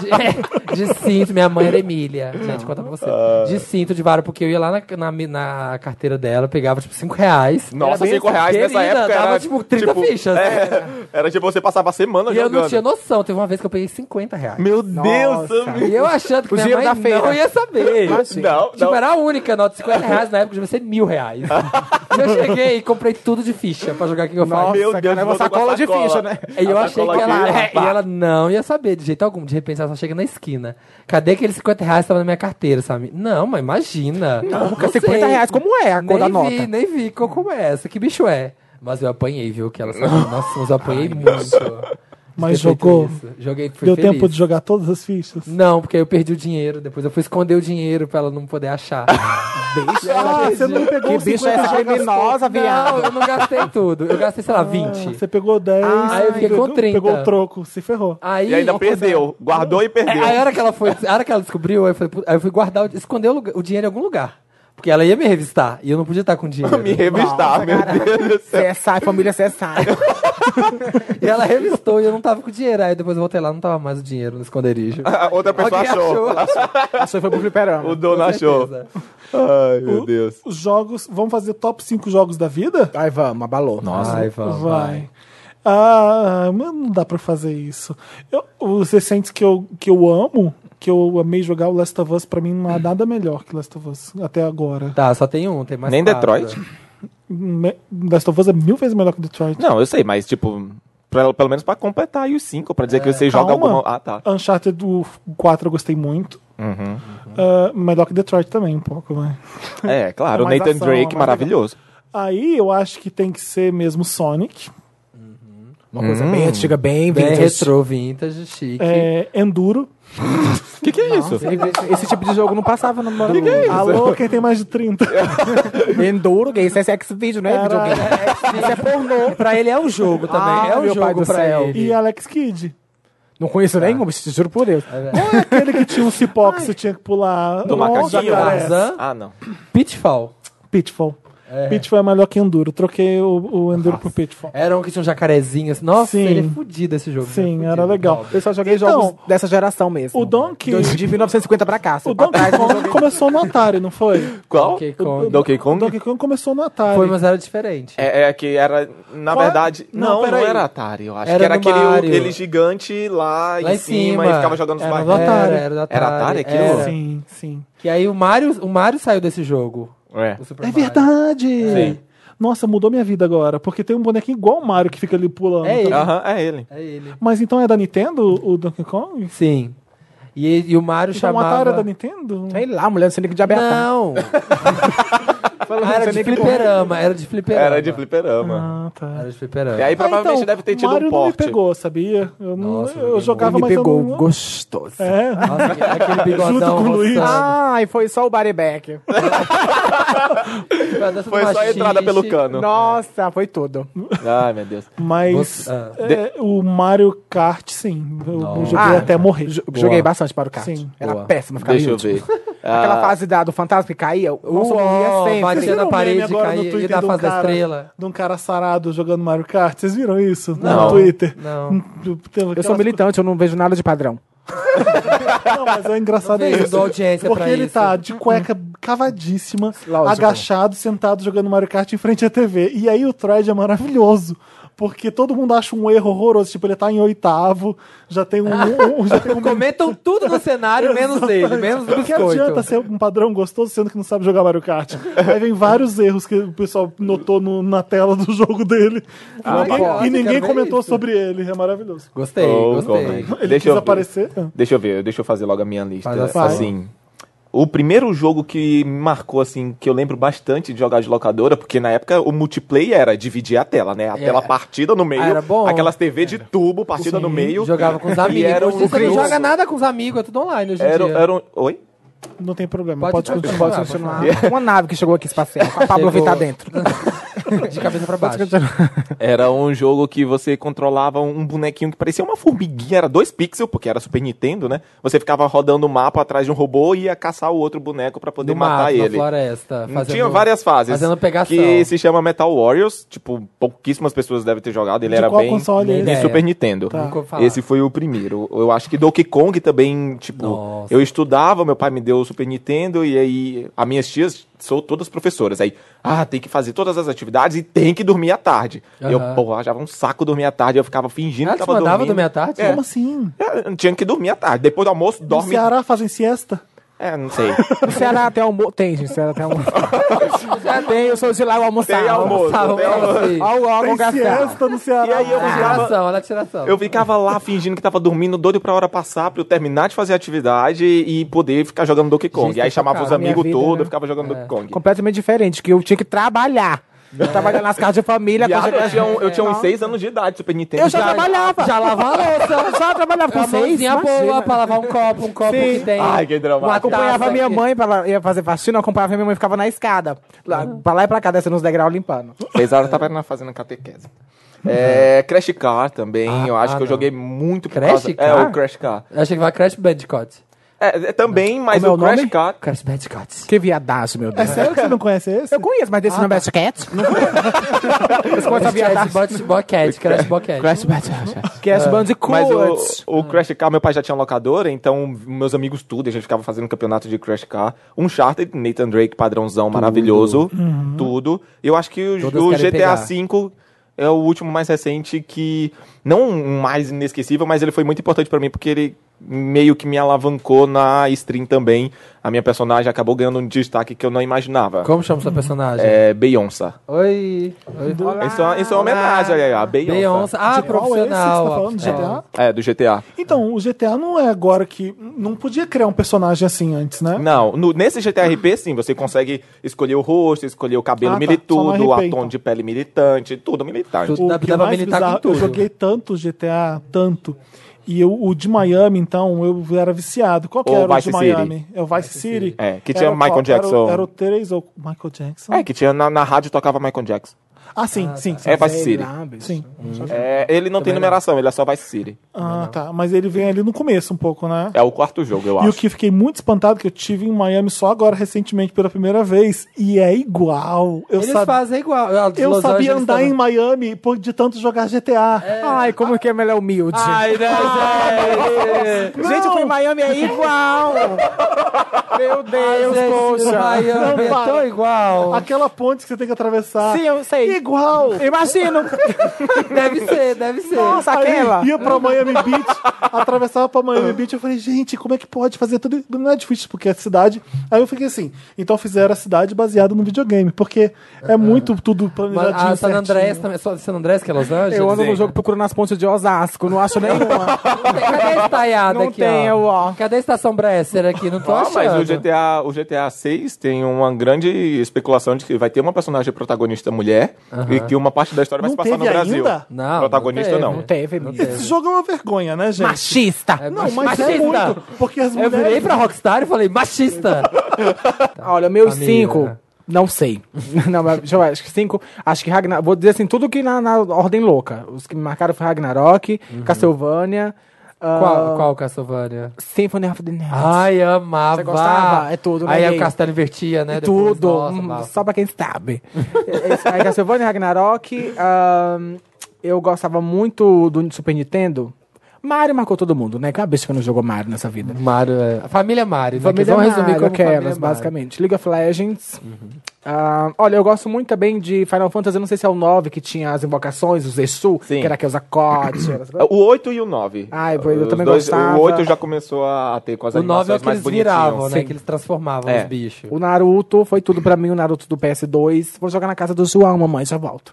Speaker 3: De, é, de cinto, minha mãe era Emília. Gente, conta pra você.
Speaker 4: Ah.
Speaker 3: De cinto, de vara, porque eu ia lá na, na, mi- na carteira dela, pegava tipo 5 reais.
Speaker 4: Nossa,
Speaker 3: Era bem assim,
Speaker 4: 5 reais
Speaker 3: querida,
Speaker 4: nessa época
Speaker 3: dava
Speaker 4: era,
Speaker 3: tipo 30 fichas.
Speaker 4: é,
Speaker 3: né?
Speaker 4: era tipo, você passava a semana
Speaker 3: E eu
Speaker 4: jogando.
Speaker 3: não tinha noção. Teve uma vez que eu peguei 50 reais.
Speaker 4: Meu
Speaker 2: Nossa.
Speaker 4: Deus, amigo.
Speaker 3: E eu achando que
Speaker 2: O
Speaker 3: minha
Speaker 2: dinheiro
Speaker 3: mãe
Speaker 2: da feira.
Speaker 3: não ia saber.
Speaker 2: Imagina.
Speaker 4: Não,
Speaker 3: Tipo,
Speaker 4: não.
Speaker 3: era a única nota de 50 reais na época, devia ser mil
Speaker 4: <laughs>
Speaker 3: reais. eu cheguei e comprei tudo de ficha pra jogar King of
Speaker 2: Nossa,
Speaker 3: Fighters.
Speaker 4: Meu
Speaker 2: cara,
Speaker 4: Deus,
Speaker 2: é uma
Speaker 4: voltou com a
Speaker 2: sacola de
Speaker 4: sacola.
Speaker 2: ficha, né?
Speaker 3: E eu
Speaker 4: A
Speaker 3: achei
Speaker 4: sacola
Speaker 3: que ela,
Speaker 4: aqui,
Speaker 3: é, e
Speaker 4: pá.
Speaker 3: ela não ia saber de jeito algum. De repente ela só chega na esquina. Cadê aqueles 50 reais que tava na minha carteira, sabe? Não, mas imagina. Não,
Speaker 2: Nunca 50 reais, como é a
Speaker 3: nem
Speaker 2: cor da
Speaker 3: vi,
Speaker 2: nota?
Speaker 3: nem vi co- como é essa, que bicho é. Mas eu apanhei, viu? Que <laughs> ela sabe. Nossa, mas eu apanhei muito.
Speaker 1: Mas
Speaker 3: de ter feito
Speaker 1: jogou?
Speaker 3: isso. Joguei fui
Speaker 1: Deu
Speaker 3: feliz.
Speaker 1: tempo de jogar todas as fichas?
Speaker 3: Não, porque aí eu perdi o dinheiro. Depois eu fui esconder o dinheiro pra ela não poder <laughs> achar.
Speaker 1: Ah, você não pegou
Speaker 2: Que
Speaker 1: os
Speaker 2: bicho
Speaker 1: 50
Speaker 2: é essa
Speaker 1: já gastou.
Speaker 2: criminosa,
Speaker 3: não,
Speaker 2: viado?
Speaker 3: eu não gastei tudo. Eu gastei, sei lá, 20.
Speaker 1: Você pegou 10,
Speaker 3: Ah, eu fiquei
Speaker 1: pegou,
Speaker 3: com Ah. 30.
Speaker 1: pegou o troco, se ferrou.
Speaker 3: Aí,
Speaker 4: E ainda
Speaker 3: uma coisa-
Speaker 4: perdeu. Guardou e
Speaker 3: É,
Speaker 4: perdeu.
Speaker 3: aí a hora que ela foi, a hora que ela descobriu, aí eu, falei, "Putz", aí eu fui guardar, o- esconder o, lugar- o dinheiro em algum lugar. Porque ela ia me revistar e eu não podia estar com dinheiro.
Speaker 4: Me revistar, meu Deus do céu.
Speaker 2: CSI, é família CSI.
Speaker 3: E ela revistou e eu não tava com dinheiro. Aí depois eu voltei lá, não tava mais o dinheiro no
Speaker 4: <laughs>
Speaker 3: esconderijo.
Speaker 4: A Outra pessoa
Speaker 3: Alguém
Speaker 4: achou.
Speaker 2: Achou que foi pro
Speaker 4: O
Speaker 2: fliperama.
Speaker 4: dono achou.
Speaker 3: certeza.
Speaker 4: Ai, meu
Speaker 1: O-
Speaker 4: Deus.
Speaker 1: Os jogos. Vamos fazer top 5 jogos da vida?
Speaker 2: Aí vamos, abalou.
Speaker 3: Ai, vamos, vai.
Speaker 1: Vai. Ah, mas não dá pra fazer isso. Eu- os recentes que eu, que eu amo, que eu amei jogar o Last of Us, pra mim não há nada melhor que Last of Us até agora.
Speaker 3: Tá, só tem um, tem mais
Speaker 4: Nem
Speaker 3: quatro.
Speaker 4: Detroit?
Speaker 1: Me- Last of Us é mil vezes melhor que Detroit.
Speaker 4: Não, eu sei, mas tipo, pra- pelo menos pra completar aí os cinco, pra dizer
Speaker 3: É,
Speaker 4: que você joga
Speaker 1: Calma.
Speaker 4: alguma. Ah, tá.
Speaker 1: Uncharted do 4 eu gostei muito.
Speaker 4: Uhum.
Speaker 1: Ah, melhor que Detroit também, um pouco, vai.
Speaker 4: É, claro,
Speaker 1: É
Speaker 4: o
Speaker 1: mais
Speaker 4: Nathan
Speaker 1: ação, é
Speaker 3: né?
Speaker 4: Drake,
Speaker 1: mais
Speaker 4: maravilhoso.
Speaker 1: Aí eu acho que tem que ser mesmo Sonic.
Speaker 2: Uma coisa
Speaker 4: Hum.
Speaker 2: bem antiga, bem
Speaker 3: Bem
Speaker 2: vintage.
Speaker 3: retrô, vintage, chique.
Speaker 1: É, Enduro.
Speaker 4: O que, que é isso?
Speaker 2: Esse- Esse tipo de jogo não passava no Moro.
Speaker 1: Alô, quem tem mais de 30?
Speaker 4: <laughs>
Speaker 2: Enduro, gay, isso é X-Video, né?
Speaker 1: Caralho.
Speaker 2: videogame? Isso é pornô.
Speaker 3: Pra ele é um jogo também.
Speaker 2: Ah,
Speaker 3: é um
Speaker 2: meu pai
Speaker 3: jogo
Speaker 2: do
Speaker 3: pra
Speaker 2: céu.
Speaker 3: ele.
Speaker 1: E Alex Kidd.
Speaker 2: Não conheço nenhum, bicho, juro por Deus.
Speaker 1: Qual é aquele que tinha um cipó que você tinha que pular?
Speaker 4: Do
Speaker 1: Nossa,
Speaker 4: macaquinho,
Speaker 1: cara,
Speaker 4: né?
Speaker 1: é.
Speaker 3: Tarzan,
Speaker 4: Ah, não.
Speaker 3: Pitfall.
Speaker 1: Pitfall. Pitfall é melhor que Enduro. Troquei o, o Enduro por Pitfall.
Speaker 3: Era um que tinha um jacarezinho assim. Nossa,
Speaker 1: Sim.
Speaker 3: ele é fudido esse jogo. ele é
Speaker 1: Sim,
Speaker 3: fudido.
Speaker 1: era legal.
Speaker 2: Eu só joguei
Speaker 1: Então,
Speaker 2: jogos dessa geração mesmo.
Speaker 1: O Donkey,
Speaker 2: De, de 1950 pra cá.
Speaker 1: o
Speaker 2: pra trás,
Speaker 1: Donkey Kong começou no Atari, não foi?
Speaker 4: Qual?
Speaker 3: Donkey Kong.
Speaker 4: Donkey
Speaker 1: O
Speaker 4: Kong?
Speaker 1: Donkey Kong começou no Atari.
Speaker 3: Foi, mas era diferente.
Speaker 4: É, é que era, na
Speaker 1: Qual é?
Speaker 4: verdade.
Speaker 1: Não,
Speaker 4: Não, não,
Speaker 1: peraí.
Speaker 4: era Atari, eu acho.
Speaker 3: Era
Speaker 4: que era
Speaker 3: no
Speaker 4: aquele,
Speaker 3: Mario.
Speaker 4: aquele gigante lá,
Speaker 3: Lá
Speaker 4: em
Speaker 3: em
Speaker 4: cima, e
Speaker 3: cima.
Speaker 4: ficava jogando os
Speaker 1: Era
Speaker 4: barris.
Speaker 1: do Atari.
Speaker 3: Era, era do Atari.
Speaker 4: Era Atari aquilo?
Speaker 3: Era.
Speaker 1: Sim, sim.
Speaker 3: Que aí o Mario, o Mario saiu desse jogo.
Speaker 4: É.
Speaker 3: o Super
Speaker 1: É
Speaker 3: Mario.
Speaker 1: verdade!
Speaker 3: É.
Speaker 4: Sim.
Speaker 1: Nossa, mudou minha vida agora, porque tem um bonequinho igual o Mario que fica ali pulando.
Speaker 3: É ele.
Speaker 4: Aham, é ele.
Speaker 3: É ele.
Speaker 1: Mas então é da Nintendo o Donkey Kong?
Speaker 3: Sim. E, ele- e o Mario
Speaker 1: Então o
Speaker 3: chamava...
Speaker 1: Atari é da Nintendo?
Speaker 2: Sei lá, mulher do Sonic de Abertão.
Speaker 3: <laughs> Não! Ah, era de
Speaker 2: Sonic
Speaker 3: fliperama, era de fliperama.
Speaker 4: Era de fliperama.
Speaker 1: Ah, tá.
Speaker 3: Era de fliperama.
Speaker 4: E aí
Speaker 1: Ah,
Speaker 4: provavelmente
Speaker 1: então,
Speaker 4: deve ter tido
Speaker 1: Mario
Speaker 4: um
Speaker 1: não me
Speaker 4: porte.
Speaker 1: pegou, sabia? Eu, não-
Speaker 3: Nossa,
Speaker 1: eu jogava,
Speaker 2: Ele me
Speaker 1: mas eu
Speaker 2: pegou
Speaker 1: não...
Speaker 2: gostoso.
Speaker 1: um É,
Speaker 3: Nossa,
Speaker 4: <laughs>
Speaker 3: aquele- aquele bigodão
Speaker 1: Junto com o Luigi.
Speaker 3: roçando.
Speaker 2: Ai, foi só o body back.
Speaker 3: A dança do
Speaker 4: Ah, Foi só a
Speaker 3: machixe.
Speaker 4: entrada pelo cano.
Speaker 2: Nossa, foi tudo.
Speaker 4: Ai, meu Deus.
Speaker 1: mas
Speaker 3: Você- ah.
Speaker 1: é, o Mario Kart, sim. Eu
Speaker 3: Nossa.
Speaker 1: joguei
Speaker 2: Ah,
Speaker 1: até morrer.
Speaker 2: Jo- Joguei bastante para o kart.
Speaker 1: Sim.
Speaker 2: Era
Speaker 3: Boa.
Speaker 2: péssimo ficar
Speaker 4: Deixa
Speaker 2: em
Speaker 4: eu
Speaker 2: último.
Speaker 4: <laughs> ver.
Speaker 2: Aquela
Speaker 4: Ah,
Speaker 2: fase da, do fantasma que caía, o nosso
Speaker 3: Uó,
Speaker 2: morria
Speaker 3: batia
Speaker 2: sempre.
Speaker 3: Oh, na
Speaker 1: um meme
Speaker 3: parede,
Speaker 1: agora no
Speaker 3: caía e
Speaker 1: Twitter
Speaker 3: da
Speaker 1: de um
Speaker 3: fase da
Speaker 1: cara-
Speaker 3: estrela.
Speaker 1: De um cara sarado jogando Mario Kart. Vocês viram isso
Speaker 3: Não.
Speaker 1: no Twitter? Hum,
Speaker 3: Não.
Speaker 1: Eu tenho
Speaker 2: Eu sou
Speaker 1: aquelas-
Speaker 2: militante, eu não vejo nada de padrão.
Speaker 1: Não, mas é engraçado
Speaker 3: Não vejo,
Speaker 1: isso.
Speaker 3: dou audiência
Speaker 1: Porque
Speaker 3: pra
Speaker 1: ele
Speaker 3: isso.
Speaker 1: tá de cueca cavadíssima,
Speaker 2: Lógico.
Speaker 1: agachado, sentado jogando Mario Kart em frente à TV. E aí o Troid é maravilhoso. Porque todo mundo acha um erro horroroso. Tipo, ele tá em oitavo, já tem um. um- já tem um
Speaker 3: <laughs> Comentam tudo no cenário, menos ele, menos o
Speaker 1: Porque que adianta
Speaker 3: biscoito.
Speaker 1: ser um padrão gostoso sendo que não sabe jogar Mario Kart? Aí vem vários erros que o pessoal notou no- na tela do jogo dele.
Speaker 3: Ah,
Speaker 1: Ninguém-
Speaker 3: legal,
Speaker 1: e
Speaker 3: eu
Speaker 1: ninguém
Speaker 3: quero ver
Speaker 1: comentou
Speaker 3: isso.
Speaker 1: sobre ele. É maravilhoso.
Speaker 3: Gostei,
Speaker 4: Oh,
Speaker 3: gostei.
Speaker 4: como é?
Speaker 1: Ele
Speaker 4: Deixa
Speaker 1: quis
Speaker 4: eu ver.
Speaker 1: aparecer. Ah.
Speaker 4: Deixa eu ver, deixa eu fazer logo a minha lista.
Speaker 3: Faz a sua.
Speaker 4: assim, o primeiro jogo que me marcou, assim, que eu lembro bastante de jogar de locadora, porque na época o multiplayer era dividir a tela, né? A
Speaker 3: Era.
Speaker 4: tela partida no meio,
Speaker 3: É. Ah, era bom.
Speaker 4: aquelas TV de tubo partida no meio.
Speaker 3: Jogava com os
Speaker 4: E
Speaker 3: amigos.
Speaker 4: era
Speaker 3: Hoje
Speaker 4: um
Speaker 3: você não
Speaker 4: jogo-
Speaker 3: joga nada com os amigos, é tudo online hoje em
Speaker 4: Era,
Speaker 3: dia.
Speaker 4: era um... Oi?
Speaker 1: Não tem problema.
Speaker 3: Pode-
Speaker 1: Pode,
Speaker 3: pode-
Speaker 1: continuar.
Speaker 2: Pode continuar. Uma nave que chegou aqui espacial,
Speaker 4: <laughs>
Speaker 2: com a Pablo
Speaker 3: Chegou.
Speaker 2: Vittar dentro.
Speaker 3: De cabeça pra baixo.
Speaker 4: Era um jogo que você controlava um bonequinho que parecia uma formiguinha, era dois pixels, porque era Super Nintendo, né? Você ficava rodando o mapa atrás de um robô e ia caçar o outro boneco pra poder
Speaker 3: No
Speaker 4: matar
Speaker 3: mato, na
Speaker 4: ele.
Speaker 3: floresta. Fazendo,
Speaker 4: Tinha várias fases.
Speaker 3: Fazendo pegação.
Speaker 4: Que se chama Metal Warriors. Tipo, pouquíssimas pessoas devem ter jogado. Ele
Speaker 1: De
Speaker 4: era
Speaker 1: qual
Speaker 4: bem.
Speaker 1: console
Speaker 4: em
Speaker 3: é esse?
Speaker 4: Super Nintendo.
Speaker 1: Tá.
Speaker 3: Nunca ouvi falar.
Speaker 4: Esse foi o primeiro. Eu acho que Donkey Kong também, tipo,
Speaker 3: Nossa.
Speaker 4: eu estudava, meu pai me deu o Super Nintendo e aí as minhas tias são todas professoras. Aí, ah, tem que fazer todas as atividades e tem que dormir à tarde. Eu,
Speaker 3: Aham.
Speaker 4: pô, achava um saco dormir à tarde, eu ficava fingindo
Speaker 3: Ah,
Speaker 4: que
Speaker 3: te
Speaker 4: tava
Speaker 3: mandava
Speaker 4: dormindo.
Speaker 3: dormir à tarde?
Speaker 4: É.
Speaker 1: Como assim?
Speaker 4: É, tinha que dormir à tarde. Depois do almoço,
Speaker 1: No
Speaker 4: dorme.
Speaker 1: Ceará fazem siesta?
Speaker 4: É, não sei.
Speaker 2: O Ceará até almoço. Tem, gente, o Ceará até almoço. tem, eu sou de lá, eu almoçar.
Speaker 4: Tem almoço.
Speaker 3: Sabe,
Speaker 4: Tem
Speaker 3: assim. Ah,
Speaker 2: Olha o
Speaker 1: Tem
Speaker 2: órgão gastar.
Speaker 1: siesta no Ceará. Ah,
Speaker 4: E aí eu
Speaker 3: Olha a
Speaker 4: ficava,
Speaker 3: tiração, olha a tiração.
Speaker 4: assim, Eu ficava lá fingindo que tava dormindo, doido pra hora passar, pra eu terminar de fazer a atividade e poder ficar jogando Donkey Kong.
Speaker 3: Gente,
Speaker 4: aí
Speaker 3: tá
Speaker 4: chamava os
Speaker 3: chocado.
Speaker 4: amigos
Speaker 2: Minha vida,
Speaker 4: todos,
Speaker 2: né?
Speaker 4: eu ficava jogando
Speaker 3: É.
Speaker 4: Donkey Kong.
Speaker 2: Completamente diferente, que eu tinha que trabalhar. Eu trabalhava nas casas de família.
Speaker 4: Viado,
Speaker 2: quando
Speaker 4: eu tinha, um- eu tinha uns
Speaker 2: Não.
Speaker 4: 6 anos de idade, Super Nintendo.
Speaker 2: Eu já trabalhava.
Speaker 3: Já lavava a louça.
Speaker 2: Eu só trabalhava com
Speaker 3: Uma
Speaker 2: seis,
Speaker 3: mãozinha
Speaker 2: imagina.
Speaker 3: boa pra lavar um copo, um copo
Speaker 2: Sim.
Speaker 3: que tem.
Speaker 4: assim, Ai, que dramático.
Speaker 3: uma
Speaker 2: Acompanhava
Speaker 3: taça
Speaker 2: minha
Speaker 3: que-
Speaker 2: mãe, pra lá, ia fazer faxina, eu acompanhava minha mãe, ficava na escada. Lá, Pra lá e pra cá, descendo os degraus limpando.
Speaker 4: 6 horas eu tava na fazenda catequese. É, Crash Car também, eu acho
Speaker 3: ah,
Speaker 4: que eu
Speaker 3: não.
Speaker 4: joguei muito por
Speaker 3: Crash
Speaker 4: causa... É,
Speaker 3: Car?
Speaker 4: o Crash Car.
Speaker 3: Eu achei que vai Crash Bandicoot.
Speaker 4: É, é, também, mas
Speaker 2: Como é
Speaker 4: o
Speaker 2: o
Speaker 4: Crash
Speaker 2: nome?
Speaker 4: Car...
Speaker 3: Crash Bandicoot.
Speaker 2: Que viadagem, meu
Speaker 1: É
Speaker 2: Deus.
Speaker 1: sério que você não conhece esse?
Speaker 2: Eu conheço, mas desse nome é Basquete. <laughs> Você conhece a
Speaker 3: Crash
Speaker 2: viadagem?
Speaker 3: Bot- Boquete, Crash Boquete.
Speaker 2: Crash
Speaker 4: Mas
Speaker 2: Bandicoot.
Speaker 3: Ah.
Speaker 4: o, o Crash Car, meu pai já tinha locadora, então meus amigos tudo, a gente ficava fazendo campeonato de Crash Car. Um charter, Nathan Drake, padrãozão maravilhoso, tudo. Eu acho que o,
Speaker 3: Uhum. Todas
Speaker 4: o
Speaker 3: querem pegar.
Speaker 4: GTA V é o último mais recente que, não um mais inesquecível, mas ele foi muito importante pra mim, porque ele meio que me alavancou na stream também. A minha personagem acabou ganhando um destaque que eu não imaginava.
Speaker 3: Como assim? chama sua personagem?
Speaker 4: É Beyoncé.
Speaker 3: Oi. Oi.
Speaker 4: Isso é, isso é uma
Speaker 3: olá.
Speaker 4: homenagem, olha aí, a Beyoncé.
Speaker 3: Ah. Beyoncé. Ah,
Speaker 1: De qual é esse que você
Speaker 3: profissional.
Speaker 1: tá falando? De
Speaker 3: É.
Speaker 1: GTA?
Speaker 4: É, do GTA.
Speaker 1: Então, o GTA não é agora que. Não podia criar um personagem assim antes, né?
Speaker 4: Não, no- nesse GTRP sim, você consegue escolher o rosto, escolher o cabelo
Speaker 1: Ah, tá. Só
Speaker 4: militudo,
Speaker 1: no
Speaker 4: o
Speaker 1: RP,
Speaker 4: tom
Speaker 1: então.
Speaker 4: de pele militante, tudo militante.
Speaker 3: Tudo. Dá- dá pra
Speaker 4: tá
Speaker 3: militar com
Speaker 1: é eu
Speaker 3: tudo.
Speaker 1: joguei tanto GTA, tanto. E eu- o de Miami, então, eu era viciado. Qual que
Speaker 4: Ou
Speaker 1: era o
Speaker 4: Vice
Speaker 1: de
Speaker 4: City.
Speaker 1: Miami? É o Vice City.
Speaker 4: É, que tinha
Speaker 1: Era
Speaker 4: Michael
Speaker 1: qual? Era o-
Speaker 4: Jackson.
Speaker 1: Era, o 3 ou Michael Jackson?
Speaker 4: É, que tinha na, na rádio tocava Michael Jackson.
Speaker 1: Ah, sim, sim, sim.
Speaker 4: É Vice City.
Speaker 1: Sim.
Speaker 4: É, ele não tem numeração, ele é só Vice City.
Speaker 1: Ah, tá. Mas ele vem ali no começo um pouco, né?
Speaker 4: É o quarto jogo, eu
Speaker 1: E o
Speaker 4: acho.
Speaker 1: que eu fiquei muito espantado que eu tive em Miami só agora recentemente pela primeira vez e é igual. Eu
Speaker 3: Eles
Speaker 1: sabia,
Speaker 3: fazem igual. Ah, de
Speaker 1: eu
Speaker 3: Los
Speaker 1: sabia
Speaker 3: Angeles
Speaker 1: andar
Speaker 3: também.
Speaker 1: em Miami por- de tanto jogar GTA.
Speaker 2: Ai, como que é melhor humilde.
Speaker 3: Ah,
Speaker 4: Ai, né, gente?
Speaker 2: Gente, eu fui em Miami, é igual. meu Deus,
Speaker 3: Gente,
Speaker 2: poxa.
Speaker 3: Miami
Speaker 1: Não,
Speaker 3: é
Speaker 1: para.
Speaker 3: tão igual.
Speaker 1: Aquela ponte que você tem que atravessar.
Speaker 2: Sim, é eu sei.
Speaker 1: Igual.
Speaker 2: Imagino.
Speaker 3: Deve ser, deve ser.
Speaker 2: Nossa,
Speaker 1: Aí
Speaker 2: aquela.
Speaker 1: Ia pra Miami Beach, atravessava pra Miami Beach. Eu falei, gente, como é que pode fazer tudo? isso? Não é difícil, porque é cidade. Aí eu fiquei assim, então fizeram a cidade baseada no videogame, porque é muito tudo
Speaker 3: Mas
Speaker 1: planejadinho.
Speaker 3: a San
Speaker 1: certinho.
Speaker 3: Andrés também. Só San Andrés que é Los Angeles?
Speaker 2: Eu ando
Speaker 4: Sim.
Speaker 2: no jogo procurando as pontes de Osasco, não acho nenhuma.
Speaker 3: Cadê a estaiada
Speaker 2: Não
Speaker 3: aqui,
Speaker 2: tem, eu, ó.
Speaker 3: Cadê a estação Bresser aqui? Não tô
Speaker 1: tá
Speaker 4: Ah,
Speaker 3: achando.
Speaker 4: mas o GTA, o GTA 6 tem uma grande especulação de que vai ter uma personagem protagonista mulher e que uma parte da história vai
Speaker 1: Não
Speaker 4: se passar no
Speaker 1: teve
Speaker 4: Brasil.
Speaker 1: ainda?
Speaker 3: Não, não
Speaker 4: Protagonista
Speaker 3: teve.
Speaker 4: não.
Speaker 2: Não teve,
Speaker 3: Não
Speaker 2: menino.
Speaker 1: Esse jogo é uma vergonha, né, gente?
Speaker 2: Machista.
Speaker 3: É
Speaker 1: Não, mas
Speaker 3: machista.
Speaker 1: é muito. Porque as
Speaker 3: Eu virei
Speaker 1: mulheres.
Speaker 3: pra Rockstar e falei, machista!
Speaker 2: Olha, meus
Speaker 3: Amiga.
Speaker 2: cinco, não sei. <laughs> não, mas deixa eu ver, acho que cinco. Acho que Ragnar. Vou dizer assim, tudo que na, na ordem louca. Os que me marcaram foi Ragnarok, Castlevania. ah,
Speaker 3: Qual, qual Castlevania?
Speaker 2: Symphony of the Night.
Speaker 3: Ai, amava.
Speaker 2: Você gostava? É tudo, né,
Speaker 3: Aí o
Speaker 2: gay?
Speaker 3: castelo invertia, né? depois.
Speaker 2: tudo.
Speaker 3: Nossa,
Speaker 2: hum,
Speaker 3: amava.
Speaker 2: só pra quem
Speaker 3: <laughs>
Speaker 2: sabe. É, Esse- aí Castlevania, Ragnarok. ah, eu gostava muito do Super Nintendo. Mario marcou todo mundo, né? Cabeça que não jogou Mario nessa vida.
Speaker 3: Mario, é. A família Mario, né?
Speaker 2: Família
Speaker 3: que vamos resumir
Speaker 2: Mario, é
Speaker 3: como família
Speaker 2: aquelas,
Speaker 3: Mario. Uhum.
Speaker 2: basicamente. League of Legends. Ah, olha, eu gosto muito também de Final Fantasy, eu não sei se é o 9, que tinha as invocações, os Exu,
Speaker 4: Sim.
Speaker 2: que era aqueles
Speaker 3: <coughs>
Speaker 2: acordes. era-
Speaker 4: É, O 8 e o 9.
Speaker 2: Ai, pois eu
Speaker 4: Os
Speaker 2: também
Speaker 4: dois-
Speaker 2: gostava.
Speaker 4: O 8 já começou a ter com as
Speaker 3: O 9 é o
Speaker 4: animações
Speaker 3: que
Speaker 4: mais
Speaker 3: eles
Speaker 4: bonitinhas.
Speaker 3: viravam, né?
Speaker 2: Sim.
Speaker 3: Que eles transformavam
Speaker 4: É.
Speaker 3: os bichos.
Speaker 2: O Naruto foi tudo pra mim, o Naruto do PS2. Vou jogar na casa do João, mamãe, já
Speaker 3: <laughs>
Speaker 2: volto.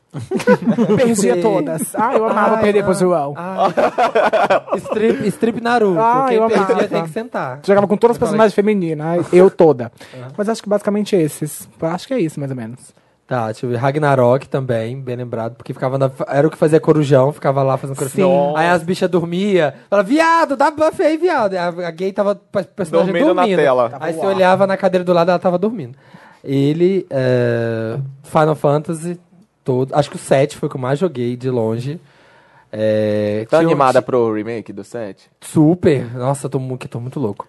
Speaker 2: Perdia
Speaker 3: Sei.
Speaker 2: todas. Ah, eu amava
Speaker 3: Ai,
Speaker 2: perder
Speaker 3: não.
Speaker 2: pro João.
Speaker 3: Ai. Ah. strip, strip Naruto.
Speaker 2: Ah,
Speaker 3: Quem
Speaker 2: eu amava.
Speaker 3: perdia tem que sentar.
Speaker 2: Jogava com todas as
Speaker 3: Eu falei-
Speaker 2: personagens femininas, ai, eu toda. Mas acho que basicamente esses. Acho que é isso, mais ou menos.
Speaker 3: Tá, deixa eu ver. Ragnarok também, bem lembrado, porque ficava na- era o que fazia corujão, ficava lá fazendo corujão.
Speaker 4: Sim.
Speaker 3: Aí as bichas dormiam, falava, viado, dá buff aí, viado. A, a gay tava pa- personagem
Speaker 4: Dormindo
Speaker 3: dormindo.
Speaker 4: na tela.
Speaker 3: Aí você olhava na cadeira do lado, ela tava dormindo. Ele, é, Final Fantasy, todo. Acho que o 7 foi o que eu mais joguei de longe. É,
Speaker 4: Tá
Speaker 3: tinha um-
Speaker 4: animada pro remake do 7?
Speaker 3: Super. Nossa, eu tô, mu- que tô muito
Speaker 4: <laughs>
Speaker 3: louco.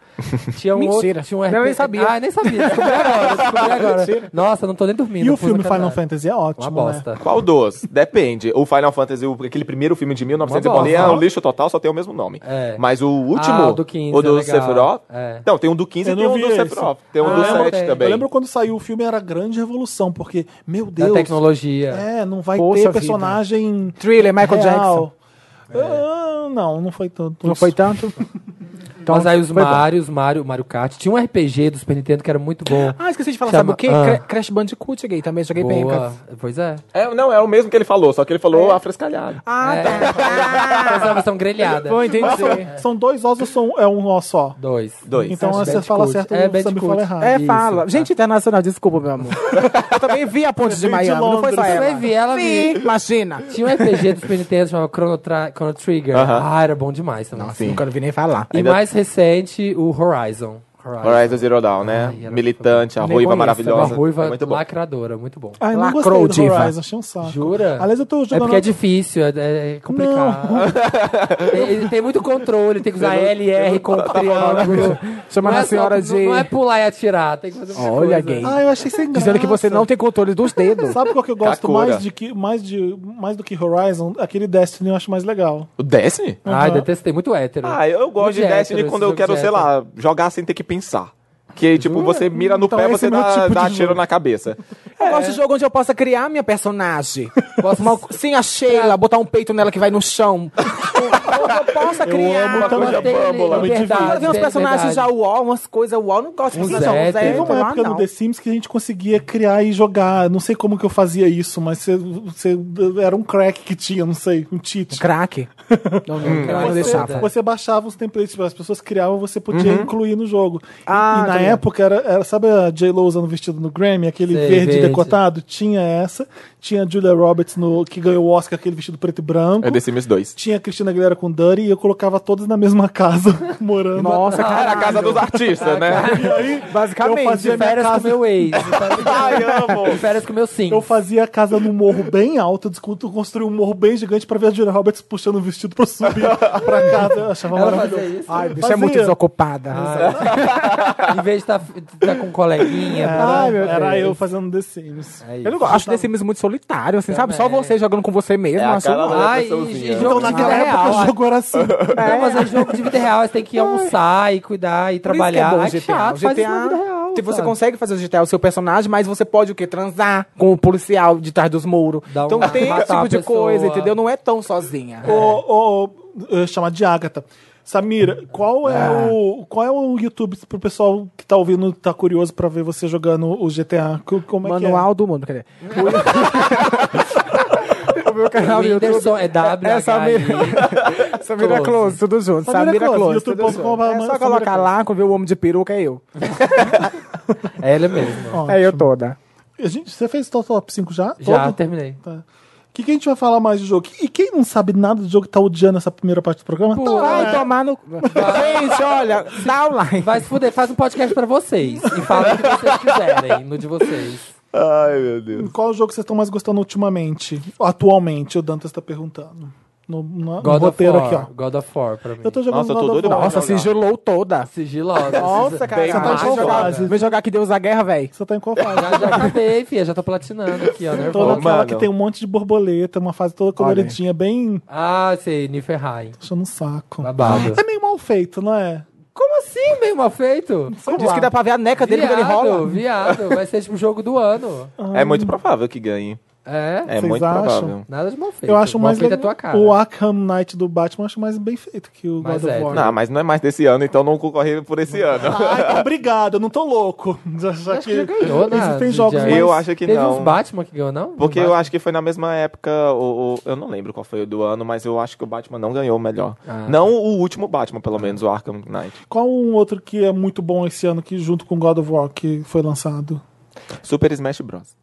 Speaker 3: Tinha um
Speaker 2: Mentira.
Speaker 3: Outro, tinha um
Speaker 2: Eu
Speaker 3: RPG
Speaker 2: nem sabia.
Speaker 3: Ah, eu nem
Speaker 1: <laughs>
Speaker 3: sabia. Descobri agora, descobri agora. Nossa, eu não tô nem dormindo.
Speaker 1: E
Speaker 3: eu
Speaker 1: o
Speaker 3: pus
Speaker 1: filme
Speaker 3: no
Speaker 1: Final
Speaker 3: calendário.
Speaker 1: Fantasy é ótimo.
Speaker 3: Uma bosta.
Speaker 4: Qual dos? Depende. O Final Fantasy, o- aquele primeiro filme de 1900 e
Speaker 3: Uma bosta.
Speaker 4: bolinha, é um lixo total, só tem o mesmo nome.
Speaker 3: É.
Speaker 4: Mas o último,
Speaker 3: Ah, o do 15
Speaker 4: o do
Speaker 3: é legal.
Speaker 4: Sephiroth...
Speaker 3: É.
Speaker 4: Não, tem um do 15
Speaker 1: Eu
Speaker 4: e tem
Speaker 1: não
Speaker 4: um
Speaker 1: vi
Speaker 4: do
Speaker 1: esse.
Speaker 4: Sephiroth.
Speaker 2: É
Speaker 4: Tem um
Speaker 3: Ah,
Speaker 4: do
Speaker 3: eu
Speaker 4: 7
Speaker 3: tenho.
Speaker 4: também.
Speaker 1: Eu lembro quando saiu o filme, era grande revolução, porque, meu
Speaker 3: Da
Speaker 1: Deus,
Speaker 3: tecnologia.
Speaker 1: é, não vai
Speaker 2: Poxa
Speaker 1: ter
Speaker 2: vida.
Speaker 1: personagem
Speaker 2: Thriller, Michael Jackson.
Speaker 1: real. Ah, não, não foi tanto.
Speaker 2: Não
Speaker 1: isso.
Speaker 2: foi tanto? Então,
Speaker 3: Mas aí os
Speaker 2: foi bom.
Speaker 3: Marios, Mario, Mario Kart. Tinha um RPG do Super Nintendo que era muito bom.
Speaker 2: <laughs> Ah, esqueci de falar,
Speaker 3: Chama-
Speaker 2: sabe o quê?
Speaker 3: Ah.
Speaker 2: Cra- Crash Bandicoot gay também, joguei bem.
Speaker 3: Boa. Pois é.
Speaker 4: É, não, é o mesmo que ele falou, só que ele falou afrescalhado.
Speaker 2: Ah,
Speaker 3: é.
Speaker 2: tá.
Speaker 3: Mas a versão grelhada.
Speaker 2: Bom, entendi.
Speaker 1: São dois ossos ou são- é um ó só?
Speaker 3: Dois.
Speaker 4: Dois.
Speaker 1: Então
Speaker 3: Acho
Speaker 1: você
Speaker 3: Bandicoot.
Speaker 1: fala certo,
Speaker 3: É,
Speaker 1: você me
Speaker 3: Bandicoot.
Speaker 1: fala errado.
Speaker 2: É,
Speaker 3: Isso,
Speaker 2: fala.
Speaker 3: tá.
Speaker 2: Gente internacional, desculpa, meu amor. Eu também vi <laughs> a ponte de
Speaker 1: vi de
Speaker 2: Miami, não foi só
Speaker 1: Londres.
Speaker 3: Você vai
Speaker 2: ela.
Speaker 3: ver ela vi.
Speaker 2: Vi, imagina.
Speaker 3: Tinha um RPG do Super Nintendo chamava Chrono, Tra- Chrono Trigger.
Speaker 4: Aham.
Speaker 3: Ah, era bom demais também.
Speaker 2: Nunca vi nem falar.
Speaker 3: E
Speaker 4: Ainda-
Speaker 3: mais recente, o Horizon. Horizon.
Speaker 4: Horizon Zero Dawn, né?
Speaker 3: Ai, era
Speaker 4: Militante, a
Speaker 2: Nem conheço,
Speaker 4: ruiva
Speaker 3: Uma
Speaker 4: maravilhosa.
Speaker 3: ruiva
Speaker 4: É muito bom.
Speaker 3: lacradora, muito bom.
Speaker 1: Ah, eu não
Speaker 2: Lacrou,
Speaker 1: gostei do
Speaker 2: diva.
Speaker 1: Horizon, achei um saco.
Speaker 3: Jura?
Speaker 1: Aliás, eu tô
Speaker 3: É
Speaker 1: jogando...
Speaker 3: porque é difícil, é, é complicado. tem, ele tem muito controle, tem que usar L, R, com triângulo.
Speaker 2: Chamando
Speaker 3: Não é
Speaker 2: a senhora
Speaker 3: só- não-
Speaker 2: de.
Speaker 3: Não é pular e atirar, tem que fazer muita
Speaker 2: Olha,
Speaker 3: coisa.
Speaker 2: gay.
Speaker 1: Ah, eu achei sem graça.
Speaker 2: Dizendo que você não tem controle dos dedos.
Speaker 1: Sabe qual que eu gosto
Speaker 4: Kakura.
Speaker 1: mais, de que, mais, de, mais do que Horizon? Aquele Destiny eu acho mais legal.
Speaker 4: O Destiny?
Speaker 3: Ah, eu detestei, muito hétero.
Speaker 4: Ah, eu
Speaker 3: Muito
Speaker 4: gosto de
Speaker 3: hétero
Speaker 4: Destiny
Speaker 3: esse
Speaker 4: quando eu
Speaker 3: jogo
Speaker 4: quero,
Speaker 3: de
Speaker 4: sei
Speaker 3: hétero.
Speaker 4: lá, jogar sem ter que pensar. Que, tipo, você mira no
Speaker 1: Então
Speaker 4: pé,
Speaker 1: esse é
Speaker 4: você
Speaker 1: o meu
Speaker 4: dá,
Speaker 1: tipo de
Speaker 4: dá
Speaker 1: jogo.
Speaker 4: tiro na cabeça.
Speaker 2: Eu gosto
Speaker 1: É.
Speaker 2: de jogo onde eu possa criar minha personagem.
Speaker 1: <laughs>
Speaker 3: Posso-
Speaker 2: Uma- sim, a Sheila, botar um peito nela que vai no chão. Onde eu possa criar.
Speaker 1: amo
Speaker 2: Eu
Speaker 1: também.
Speaker 3: Mas
Speaker 4: Coisa
Speaker 3: tem
Speaker 4: bâmbula.
Speaker 3: liberdade,
Speaker 2: vi uns
Speaker 3: tem
Speaker 2: personagens já
Speaker 3: liberdade.
Speaker 2: UOL, umas coisas UOL, não gosto de
Speaker 3: Uns
Speaker 2: personagem
Speaker 3: héteros.
Speaker 1: Um Teve
Speaker 2: hétero,
Speaker 1: uma época
Speaker 2: ah,
Speaker 1: no
Speaker 2: não.
Speaker 1: The Sims que a gente conseguia criar e jogar. Não sei como que eu fazia isso, mas você, você- era um crack que tinha, não sei, um cheat.
Speaker 2: Crack. Não, não, não,
Speaker 3: Você-
Speaker 2: deixava.
Speaker 1: Você baixava os templates, tipo, as pessoas criavam, você podia incluir no jogo. E-
Speaker 2: Ah,
Speaker 1: e na
Speaker 2: tá ligado.
Speaker 1: época, era, era- sabe a J-Lo usando vestido no Grammy, aquele
Speaker 3: Sei,
Speaker 1: verde,
Speaker 3: verde.
Speaker 1: decotado? Tinha essa. Tinha a Julia Roberts, no, que ganhou o Oscar, aquele vestido preto e branco.
Speaker 4: É The Sims 2.
Speaker 1: Tinha a Cristina Aguilera com Dani e eu colocava todas na mesma casa, <laughs> morando.
Speaker 2: Nossa,
Speaker 4: Era
Speaker 2: cara,
Speaker 4: a casa dos artistas, né?
Speaker 1: E aí,
Speaker 2: basicamente.
Speaker 1: Ah, eu fazia
Speaker 3: De
Speaker 1: minha
Speaker 3: férias com
Speaker 1: casa-
Speaker 3: meu ex. tá
Speaker 1: <laughs>
Speaker 4: Ai, amo.
Speaker 3: De férias com meu sim.
Speaker 1: Eu fazia a casa num morro bem alto, eu descul- construí um morro bem gigante pra ver a Julia Roberts puxando o vestido pra subir pra casa. Eu achava
Speaker 3: Ela
Speaker 1: maravilhoso.
Speaker 3: fazia isso.
Speaker 2: Ai, bicho, é
Speaker 1: Fazia.
Speaker 2: muito desocupada.
Speaker 3: Ah, em vez de estar com um coleguinha.
Speaker 1: Era,
Speaker 3: tá-
Speaker 1: era eu fazendo The Sims.
Speaker 3: É isso.
Speaker 2: Eu não gosto. Acho The Sims muito solitário, assim, sabe? Só
Speaker 3: Também.
Speaker 2: você jogando com você mesmo.
Speaker 4: É a
Speaker 2: acho
Speaker 4: cara
Speaker 2: um-
Speaker 4: da-
Speaker 3: Ai,
Speaker 4: pessoazinha.
Speaker 3: e jogo
Speaker 1: Então,
Speaker 3: de vida
Speaker 1: naquela época
Speaker 3: real.
Speaker 1: o jogo era assim.
Speaker 3: Não, mas é jogo de vida real. Você tem que almoçar e cuidar e
Speaker 2: Por isso que
Speaker 3: trabalhar.
Speaker 2: É bom
Speaker 3: Ai,
Speaker 2: o
Speaker 3: que
Speaker 2: GTA.
Speaker 3: chato,
Speaker 2: O
Speaker 3: faz
Speaker 2: GTA,
Speaker 3: isso na vida real.
Speaker 2: se você
Speaker 3: sabe?
Speaker 2: consegue fazer o GTA o seu personagem, mas você pode o quê? Transar com o policial de trás dos muros.
Speaker 3: Dá
Speaker 2: então
Speaker 3: uma-
Speaker 2: tem esse
Speaker 3: matar
Speaker 2: tipo
Speaker 3: a
Speaker 2: de
Speaker 3: pessoa.
Speaker 2: coisa, entendeu? Não é tão sozinha.
Speaker 1: <laughs> Ô, ô, eu ia chamar de Agatha. Samira, qual é,
Speaker 3: Ah.
Speaker 1: o, qual é o YouTube pro pessoal que tá ouvindo, tá curioso pra ver você jogando o GTA? Co- Como é
Speaker 2: Manual do mundo, cadê? <laughs> O meu
Speaker 3: O
Speaker 2: canal do YouTube.
Speaker 3: Whindersson é W.
Speaker 2: É Samira, <laughs> Samira
Speaker 3: Close.
Speaker 2: Close, tudo junto.
Speaker 1: Samira
Speaker 2: Samira
Speaker 1: Close,
Speaker 2: Close,
Speaker 1: YouTube
Speaker 2: tudo junto.
Speaker 1: ponto com,
Speaker 2: É
Speaker 1: Samira
Speaker 2: só colocar
Speaker 1: Close.
Speaker 2: lá, com ver o homem de peruca, é eu.
Speaker 3: É ele mesmo.
Speaker 1: Ó,
Speaker 2: É eu toda.
Speaker 1: a gente, você fez o top 5 já?
Speaker 3: Já
Speaker 1: Todo?
Speaker 3: terminei.
Speaker 1: Tá. O que, que a gente vai falar mais de jogo? E quem não sabe nada de jogo e tá odiando essa primeira parte do programa? Tá lá.
Speaker 2: Vai tomar no. Gente, olha, dá o like.
Speaker 3: é. Vai se fuder, faz um podcast pra vocês. E fala o que vocês quiserem no de vocês.
Speaker 4: Ai, meu Deus.
Speaker 1: então. Qual jogo vocês estão mais gostando ultimamente? Atualmente, o Dantas tá perguntando. no, na- no
Speaker 3: God of
Speaker 1: roteiro
Speaker 3: War.
Speaker 1: aqui, ó.
Speaker 3: God of War pra mim.
Speaker 1: Eu tô jogando
Speaker 4: Nossa, eu tô
Speaker 1: God of
Speaker 4: doido pra
Speaker 1: War.
Speaker 2: Nossa, sigilou toda.
Speaker 3: Sigilosa.
Speaker 2: Nossa, cara.
Speaker 4: Bem
Speaker 2: Você tá em qual
Speaker 1: mais
Speaker 2: fase?
Speaker 1: jogada.
Speaker 2: Vem jogar que Deus a guerra, velho.
Speaker 1: Você tá em qual fase?
Speaker 3: Já, já acabei, filha. Já tô platinando aqui, ó.
Speaker 1: Tô
Speaker 3: Nervosa.
Speaker 4: Mano.
Speaker 1: naquela que tem um monte de borboleta, uma fase toda coloridinha, bem.
Speaker 3: Ah, sei. Niferheim.
Speaker 1: achando um saco.
Speaker 3: Babado.
Speaker 1: É meio mal feito, não é?
Speaker 3: Como assim, meio mal feito?
Speaker 1: Sei
Speaker 2: Diz
Speaker 1: lá.
Speaker 2: que dá pra ver a neca É dele quando ele
Speaker 3: Viado,
Speaker 2: rola.
Speaker 3: viado. Vai ser tipo o jogo do ano.
Speaker 4: É muito provável que ganhe.
Speaker 3: É.
Speaker 4: É
Speaker 1: Vocês
Speaker 4: muito
Speaker 1: acham?
Speaker 4: provável.
Speaker 3: Nada de mal feito.
Speaker 1: Eu acho
Speaker 3: mal
Speaker 1: mais
Speaker 3: feito é
Speaker 1: legal-
Speaker 3: tua cara.
Speaker 1: O Arkham Knight do Batman eu acho mais bem feito que o
Speaker 3: Mas
Speaker 1: God
Speaker 3: é,
Speaker 1: of War.
Speaker 4: Não, mas não é mais desse ano, então não concorrer por esse ano.
Speaker 1: Ai, então obrigado, eu não tô louco. <laughs> Já, já
Speaker 3: Acho que já ganhou, né?
Speaker 1: Existem
Speaker 3: de-
Speaker 1: jogos
Speaker 3: de-
Speaker 1: mais...
Speaker 4: <laughs> Eu acho que
Speaker 3: Teve
Speaker 4: não.
Speaker 3: uns Batman que ganhou, não? Um
Speaker 4: Porque eu acho que foi na mesma época, o, o- eu não lembro qual foi o do ano, mas eu acho que o Batman não ganhou o melhor.
Speaker 3: Ah.
Speaker 4: não o último Batman, pelo menos, o Arkham Knight.
Speaker 1: Qual um outro que é muito bom esse ano, que junto com God of War, que foi lançado?
Speaker 4: Super Smash Bros.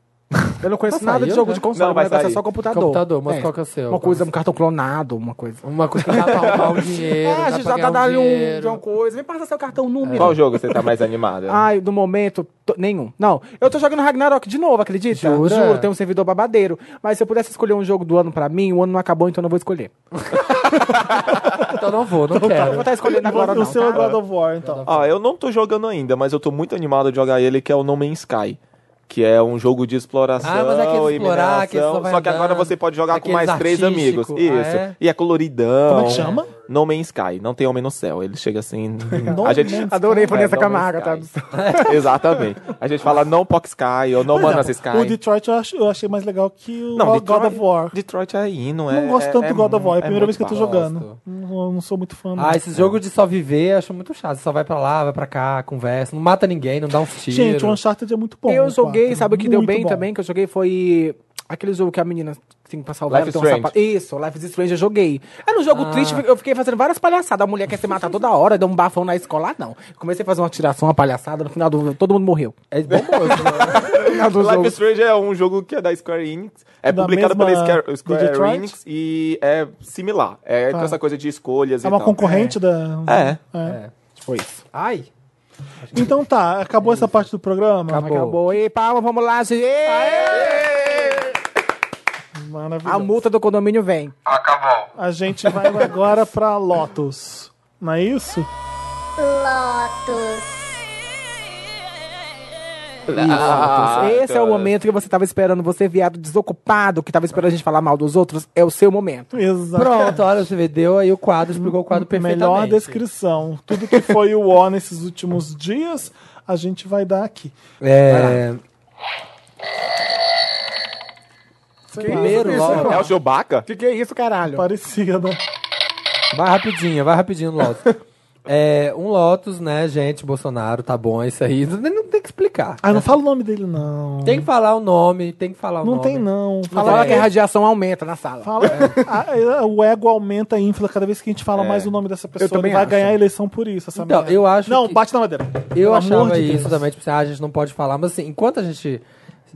Speaker 2: Eu não conheço
Speaker 3: Mas
Speaker 2: nada de
Speaker 3: saiu,
Speaker 2: jogo
Speaker 3: né?
Speaker 2: de console,
Speaker 4: Não,
Speaker 2: não,
Speaker 4: vai
Speaker 2: vai negócio é
Speaker 4: sair.
Speaker 2: só computador.
Speaker 3: Computador, mas
Speaker 2: É.
Speaker 3: qual que é o seu?
Speaker 2: Uma coisa, um cartão clonado, uma coisa.
Speaker 3: Uma coisa que dá pra roubar um dinheiro.
Speaker 2: Ah, a gente
Speaker 3: dá
Speaker 2: já
Speaker 3: pra
Speaker 2: tá
Speaker 3: ganhar
Speaker 2: dando
Speaker 3: um
Speaker 2: um, de
Speaker 3: dinheiro. É.
Speaker 2: uma coisa. Me passa seu cartão número.
Speaker 4: Qual jogo você tá mais animada?
Speaker 3: Ah,
Speaker 2: Ai, no momento, tô- nenhum. Não, eu tô jogando Ragnarok de novo, acredita?
Speaker 3: Jura?
Speaker 2: Juro, tem um servidor babadeiro. Mas se eu pudesse escolher um jogo do ano pra mim, o ano não acabou, então eu não vou escolher.
Speaker 3: Então não vou, não
Speaker 2: Eu vou
Speaker 3: quero.
Speaker 2: estar escolhendo agora,
Speaker 1: o
Speaker 2: não.
Speaker 1: seu é
Speaker 2: tá?
Speaker 1: God of War, então.
Speaker 4: Ah, eu não tô jogando ainda, mas eu tô muito animado de jogar ele, que é o No Man's Sky. Que é um jogo de exploração
Speaker 3: Ah, mas é aquele explorar,
Speaker 4: e mineração,
Speaker 3: aquele só vai
Speaker 4: Só que agora
Speaker 3: andando,
Speaker 4: você pode jogar com
Speaker 3: aqueles
Speaker 4: mais três amigos.
Speaker 3: artístico.
Speaker 4: Isso.
Speaker 3: Ah, é?
Speaker 4: E é coloridão.
Speaker 1: Como é que chama?
Speaker 4: No Man's Sky. Não tem homem no céu. Ele chega assim...
Speaker 1: No
Speaker 4: <laughs> a gente...
Speaker 1: Man's
Speaker 2: Adorei
Speaker 4: É,
Speaker 2: Vanessa
Speaker 4: No
Speaker 2: Camargo, tá?
Speaker 4: Man's Sky. <laughs> Exatamente. A gente fala não Pox Sky ou não
Speaker 1: Por
Speaker 4: Manas
Speaker 1: exemplo,
Speaker 4: Sky.
Speaker 1: é, O Detroit eu, acho- eu achei mais legal que o
Speaker 4: Não,
Speaker 1: God of War.
Speaker 4: Detroit é hino, é...
Speaker 1: Não gosto tanto
Speaker 4: é,
Speaker 1: do God of War, é a primeira
Speaker 4: muito
Speaker 1: vez que eu tô
Speaker 4: barato.
Speaker 1: jogando.
Speaker 3: Gosto.
Speaker 1: Não, eu não sou muito fã. não.
Speaker 3: Ah, esse jogo de só viver, eu acho muito chato. Você só vai pra lá, vai pra cá, conversa, não mata ninguém, não dá uns tiros.
Speaker 1: Gente, o Uncharted é muito bom.
Speaker 2: eu
Speaker 1: o
Speaker 2: joguei,
Speaker 1: quatro.
Speaker 2: sabe o que deu
Speaker 1: Muito
Speaker 2: bem
Speaker 1: bom.
Speaker 2: também? Que eu joguei foi aquele jogo que a menina tem pra salvar
Speaker 4: Life
Speaker 2: ela,
Speaker 4: is
Speaker 2: tem um sapato. Isso, Life is Strange, eu joguei. Era um jogo
Speaker 3: Ah.
Speaker 2: triste, eu fiquei fazendo várias palhaçadas. A mulher quer se matar toda hora, deu um bafão na escola, ah, não. Comecei a fazer uma tiração, uma palhaçada, no final do todo mundo morreu.
Speaker 3: É bom moço, né?
Speaker 2: No final do jogo.
Speaker 4: Life is Strange é um jogo que é da Square Enix. É
Speaker 1: Da
Speaker 4: publicado
Speaker 1: mesma
Speaker 4: pela Square,
Speaker 1: do
Speaker 4: Square
Speaker 1: Detroit?
Speaker 4: Enix e é similar. É com
Speaker 1: Tá.
Speaker 4: essa coisa de escolhas
Speaker 1: É
Speaker 4: e
Speaker 1: uma
Speaker 4: tal.
Speaker 1: concorrente da.
Speaker 4: Então, É.
Speaker 3: É.
Speaker 2: Foi isso.
Speaker 3: Ai.
Speaker 1: Então tá, acabou essa parte do programa?
Speaker 3: Acabou.
Speaker 2: Acabou. E palma, vamos lá. gente.
Speaker 1: Maravilhoso.
Speaker 2: A multa do condomínio vem.
Speaker 1: A gente vai agora pra Lotus. Não é isso?
Speaker 5: Lotus.
Speaker 4: Ah,
Speaker 2: Esse é o
Speaker 4: cara.
Speaker 2: momento que você tava esperando, você viado desocupado, que tava esperando a gente falar mal dos outros, é o seu momento.
Speaker 1: Exato.
Speaker 3: <laughs> Pronto, olha, você vê, deu aí o quadro, explicou o quadro perfeitamente.
Speaker 1: Melhor descrição. Tudo que foi o O nesses últimos dias, a gente vai dar aqui.
Speaker 3: É...
Speaker 2: Que
Speaker 3: Primeiro,
Speaker 2: isso,
Speaker 3: logo.
Speaker 4: É o Chewbacca?
Speaker 2: Que que é isso, caralho?
Speaker 1: Parecia, né?
Speaker 3: Vai rapidinho, vai rapidinho no Lotus. É, um Lotus, né, gente, Bolsonaro, tá bom, é isso aí. Não tem- não tem que explicar.
Speaker 1: Ah, não fala o nome dele, não.
Speaker 3: Tem que falar o nome, tem que falar o
Speaker 1: Não
Speaker 3: nome.
Speaker 1: tem, não.
Speaker 2: Falaram
Speaker 1: Fala,
Speaker 2: que é a radiação aumenta na sala.
Speaker 1: fala-
Speaker 2: É.
Speaker 1: a- a- o ego aumenta e infla cada vez que a gente fala mais o nome dessa pessoa.
Speaker 2: também
Speaker 1: Ele vai
Speaker 2: acho.
Speaker 1: ganhar a eleição por isso, essa
Speaker 3: Então,
Speaker 1: merda.
Speaker 3: eu acho
Speaker 1: Não,
Speaker 3: que-
Speaker 1: bate na madeira.
Speaker 3: Eu
Speaker 1: Pelo amor
Speaker 3: achava
Speaker 1: de
Speaker 3: isso
Speaker 1: Deus.
Speaker 3: também, tipo assim, ah, a gente não pode falar, mas assim, enquanto a gente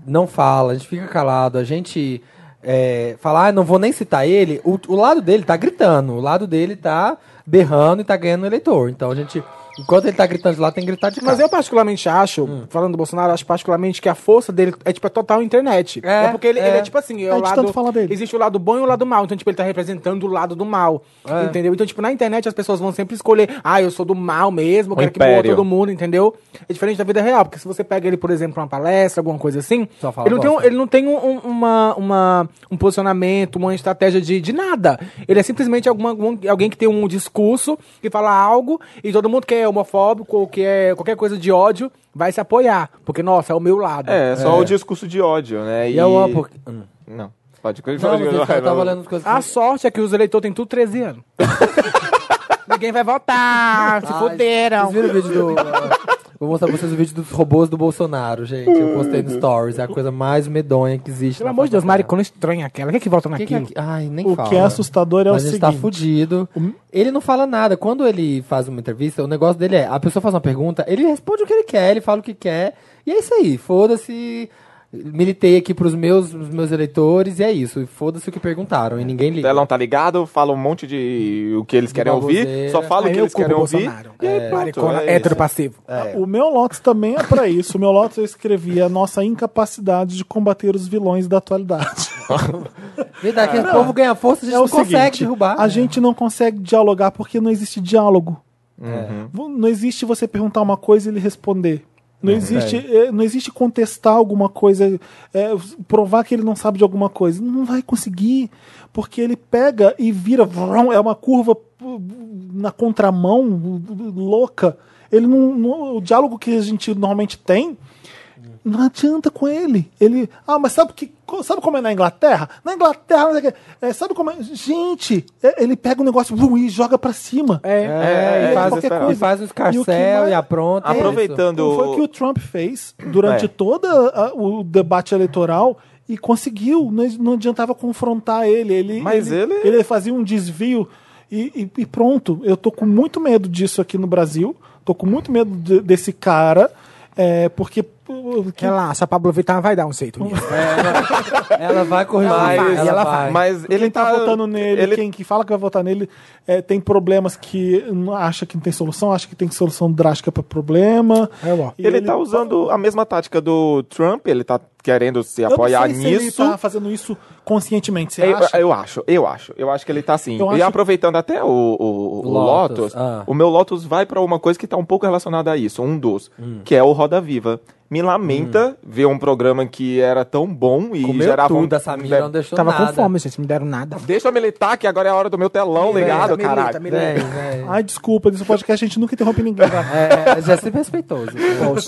Speaker 3: não fala, a gente fica calado, a gente é, fala, ah, não vou nem citar ele, o, o lado dele tá gritando, o lado dele tá berrando e tá ganhando eleitor. Então a gente, enquanto ele tá gritando de lá, tem que gritar de cá.
Speaker 2: Mas eu particularmente acho,
Speaker 3: Hum.
Speaker 2: falando do Bolsonaro, acho particularmente que a força dele é, tipo, é total internet.
Speaker 3: É,
Speaker 2: É, porque ele ele é.
Speaker 3: é.
Speaker 2: tipo assim, é
Speaker 1: É
Speaker 2: o
Speaker 1: de
Speaker 2: lado...
Speaker 1: tanto falar dele.
Speaker 2: Existe o lado bom e o lado mal. Então, tipo, ele tá representando o lado do mal.
Speaker 3: É.
Speaker 2: Entendeu? Então, tipo, na internet as pessoas vão sempre escolher, ah, eu sou do mal mesmo, eu
Speaker 4: O
Speaker 2: quero que morra
Speaker 4: império.
Speaker 2: todo mundo, entendeu? É diferente da vida real, porque se você pega ele, por exemplo, pra uma palestra, alguma coisa assim,
Speaker 3: Só fala
Speaker 2: ele não, tem um,
Speaker 3: bosta.
Speaker 2: ele não tem um, um- uma, uma- um posicionamento, uma estratégia de, de nada. Ele é simplesmente alguma, algum- alguém que tem um discurso, que fala algo, e todo mundo que é homofóbico ou que é qualquer coisa de ódio vai se apoiar. Porque, nossa, é o meu lado.
Speaker 4: É, só o discurso de ódio, né?
Speaker 3: E eu amo porque... Hum.
Speaker 4: Não, pode
Speaker 3: Não, mas tá eu tava olhando as coisas... assim.
Speaker 2: A sorte é que os eleitores têm tudo 13
Speaker 4: <laughs>
Speaker 2: anos. Ninguém vai votar, se
Speaker 3: Ai,
Speaker 2: fuderam.
Speaker 3: Vocês viram o vídeo do... <laughs> ah, Vou mostrar pra vocês o vídeo dos robôs do Bolsonaro, gente. Eu postei no Stories. É a coisa mais medonha que existe.
Speaker 2: Pelo
Speaker 3: na
Speaker 2: amor de Deus,
Speaker 3: face da terra.
Speaker 2: maricona estranha aquela. Quem é que vota
Speaker 3: Que que é
Speaker 2: naquilo?
Speaker 3: aqui- Ai, nem
Speaker 1: O
Speaker 3: fala.
Speaker 1: que é assustador é
Speaker 3: Mas
Speaker 1: o
Speaker 3: a gente
Speaker 1: seguinte.
Speaker 3: tá fudido. Ele não fala nada. Quando ele faz uma entrevista, o negócio dele é: a pessoa faz uma pergunta, ele responde o que ele quer, ele fala o que quer, e é isso aí. Foda-se. Militei aqui pros meus, os meus eleitores, e é isso. E Foda-se o que perguntaram, e ninguém
Speaker 4: O
Speaker 3: liga.
Speaker 4: telão tá ligado, fala um monte de o que eles querem ouvir,
Speaker 3: baboseira.
Speaker 4: só fala o
Speaker 2: Aí
Speaker 4: que
Speaker 2: Ah, eu
Speaker 4: eles
Speaker 2: culpo
Speaker 4: querem
Speaker 2: o
Speaker 4: ouvir.
Speaker 2: Bolsonaro.
Speaker 4: E aí,
Speaker 2: É,
Speaker 4: pronto,
Speaker 2: maricona
Speaker 4: é
Speaker 2: hétero
Speaker 4: isso.
Speaker 2: passivo.
Speaker 1: O meu Lotus também é pra isso. O meu Lotus eu escrevi a nossa incapacidade de combater os vilões da atualidade.
Speaker 3: Verdade, que o povo ganha força, a gente
Speaker 1: é
Speaker 3: não
Speaker 1: o seguinte,
Speaker 3: consegue derrubar.
Speaker 1: a gente não consegue dialogar porque não existe diálogo. Não existe você perguntar uma coisa e ele responder. Não existe, eh, não existe contestar alguma coisa, eh, provar que ele não sabe de alguma coisa. Não vai conseguir, porque ele pega e vira, vrum, é uma curva uh, na contramão uh, louca. Ele não- não, o diálogo que a gente normalmente tem não adianta com ele. Ele, ah, mas sabe que co- sabe como é na Inglaterra? Na Inglaterra, não sei o quê. É, sabe como é? Gente, é, ele pega o negócio blum, e joga pra cima.
Speaker 2: É.
Speaker 4: É,
Speaker 3: e,
Speaker 4: é
Speaker 3: faz,
Speaker 4: desesperado.
Speaker 3: e faz um
Speaker 1: E o que
Speaker 3: escarcel
Speaker 1: mais-
Speaker 3: e, apronta. é isso.
Speaker 4: Aproveitando.
Speaker 1: Foi o que o Trump fez durante
Speaker 4: É.
Speaker 1: todo o debate eleitoral e conseguiu. Não, não adiantava confrontar ele. ele
Speaker 4: Mas ele-
Speaker 1: ele fazia um desvio e, e- e pronto. Eu tô com muito medo disso aqui no Brasil. Tô com muito medo de- desse cara. é, porque. que-
Speaker 2: Relaxa, a Pablo Vittar vai dar um jeito nisso.
Speaker 3: Ela vai corrigir.
Speaker 4: Mas,
Speaker 3: ela vai.
Speaker 4: mas
Speaker 1: Ele
Speaker 4: ele
Speaker 1: quem tá, votando nele,
Speaker 4: ele-
Speaker 1: quem que fala que vai votar nele, é, tem problemas que não acha que não tem solução, acha que tem solução drástica para problema.
Speaker 2: É, ó.
Speaker 1: E
Speaker 4: ele, tá usando a mesma tática do Trump, ele tá querendo se
Speaker 1: Eu não
Speaker 4: apoiar
Speaker 1: sei se
Speaker 4: nisso.
Speaker 1: ele tá fazendo isso conscientemente, você
Speaker 4: Eu,
Speaker 1: acha?
Speaker 4: eu acho, eu acho. Eu acho que ele tá assim.
Speaker 1: Eu
Speaker 4: e
Speaker 1: acho-
Speaker 4: aproveitando até o, o, o
Speaker 3: Lotus,
Speaker 4: Lotus,
Speaker 3: ah.
Speaker 4: o meu Lotus vai pra uma coisa que tá um pouco relacionada a isso, um dos, que é o Roda Viva. Me lamenta ver um programa que era tão bom e
Speaker 3: Comeu
Speaker 4: gerava. um-
Speaker 3: tudo, essa mídia não deixou
Speaker 2: Tava
Speaker 3: nada.
Speaker 2: com fome, gente, não me deram nada.
Speaker 4: Deixa eu militar, que agora é a hora do meu
Speaker 2: Tá
Speaker 4: telão
Speaker 3: Tá
Speaker 4: ligado,
Speaker 2: Milita,
Speaker 4: caralho.
Speaker 2: milita,
Speaker 3: Véi,
Speaker 2: milita.
Speaker 3: véi.
Speaker 1: Ai, desculpa, nesse podcast a gente nunca interrompe ninguém.
Speaker 3: É, é, já é sempre respeitoso.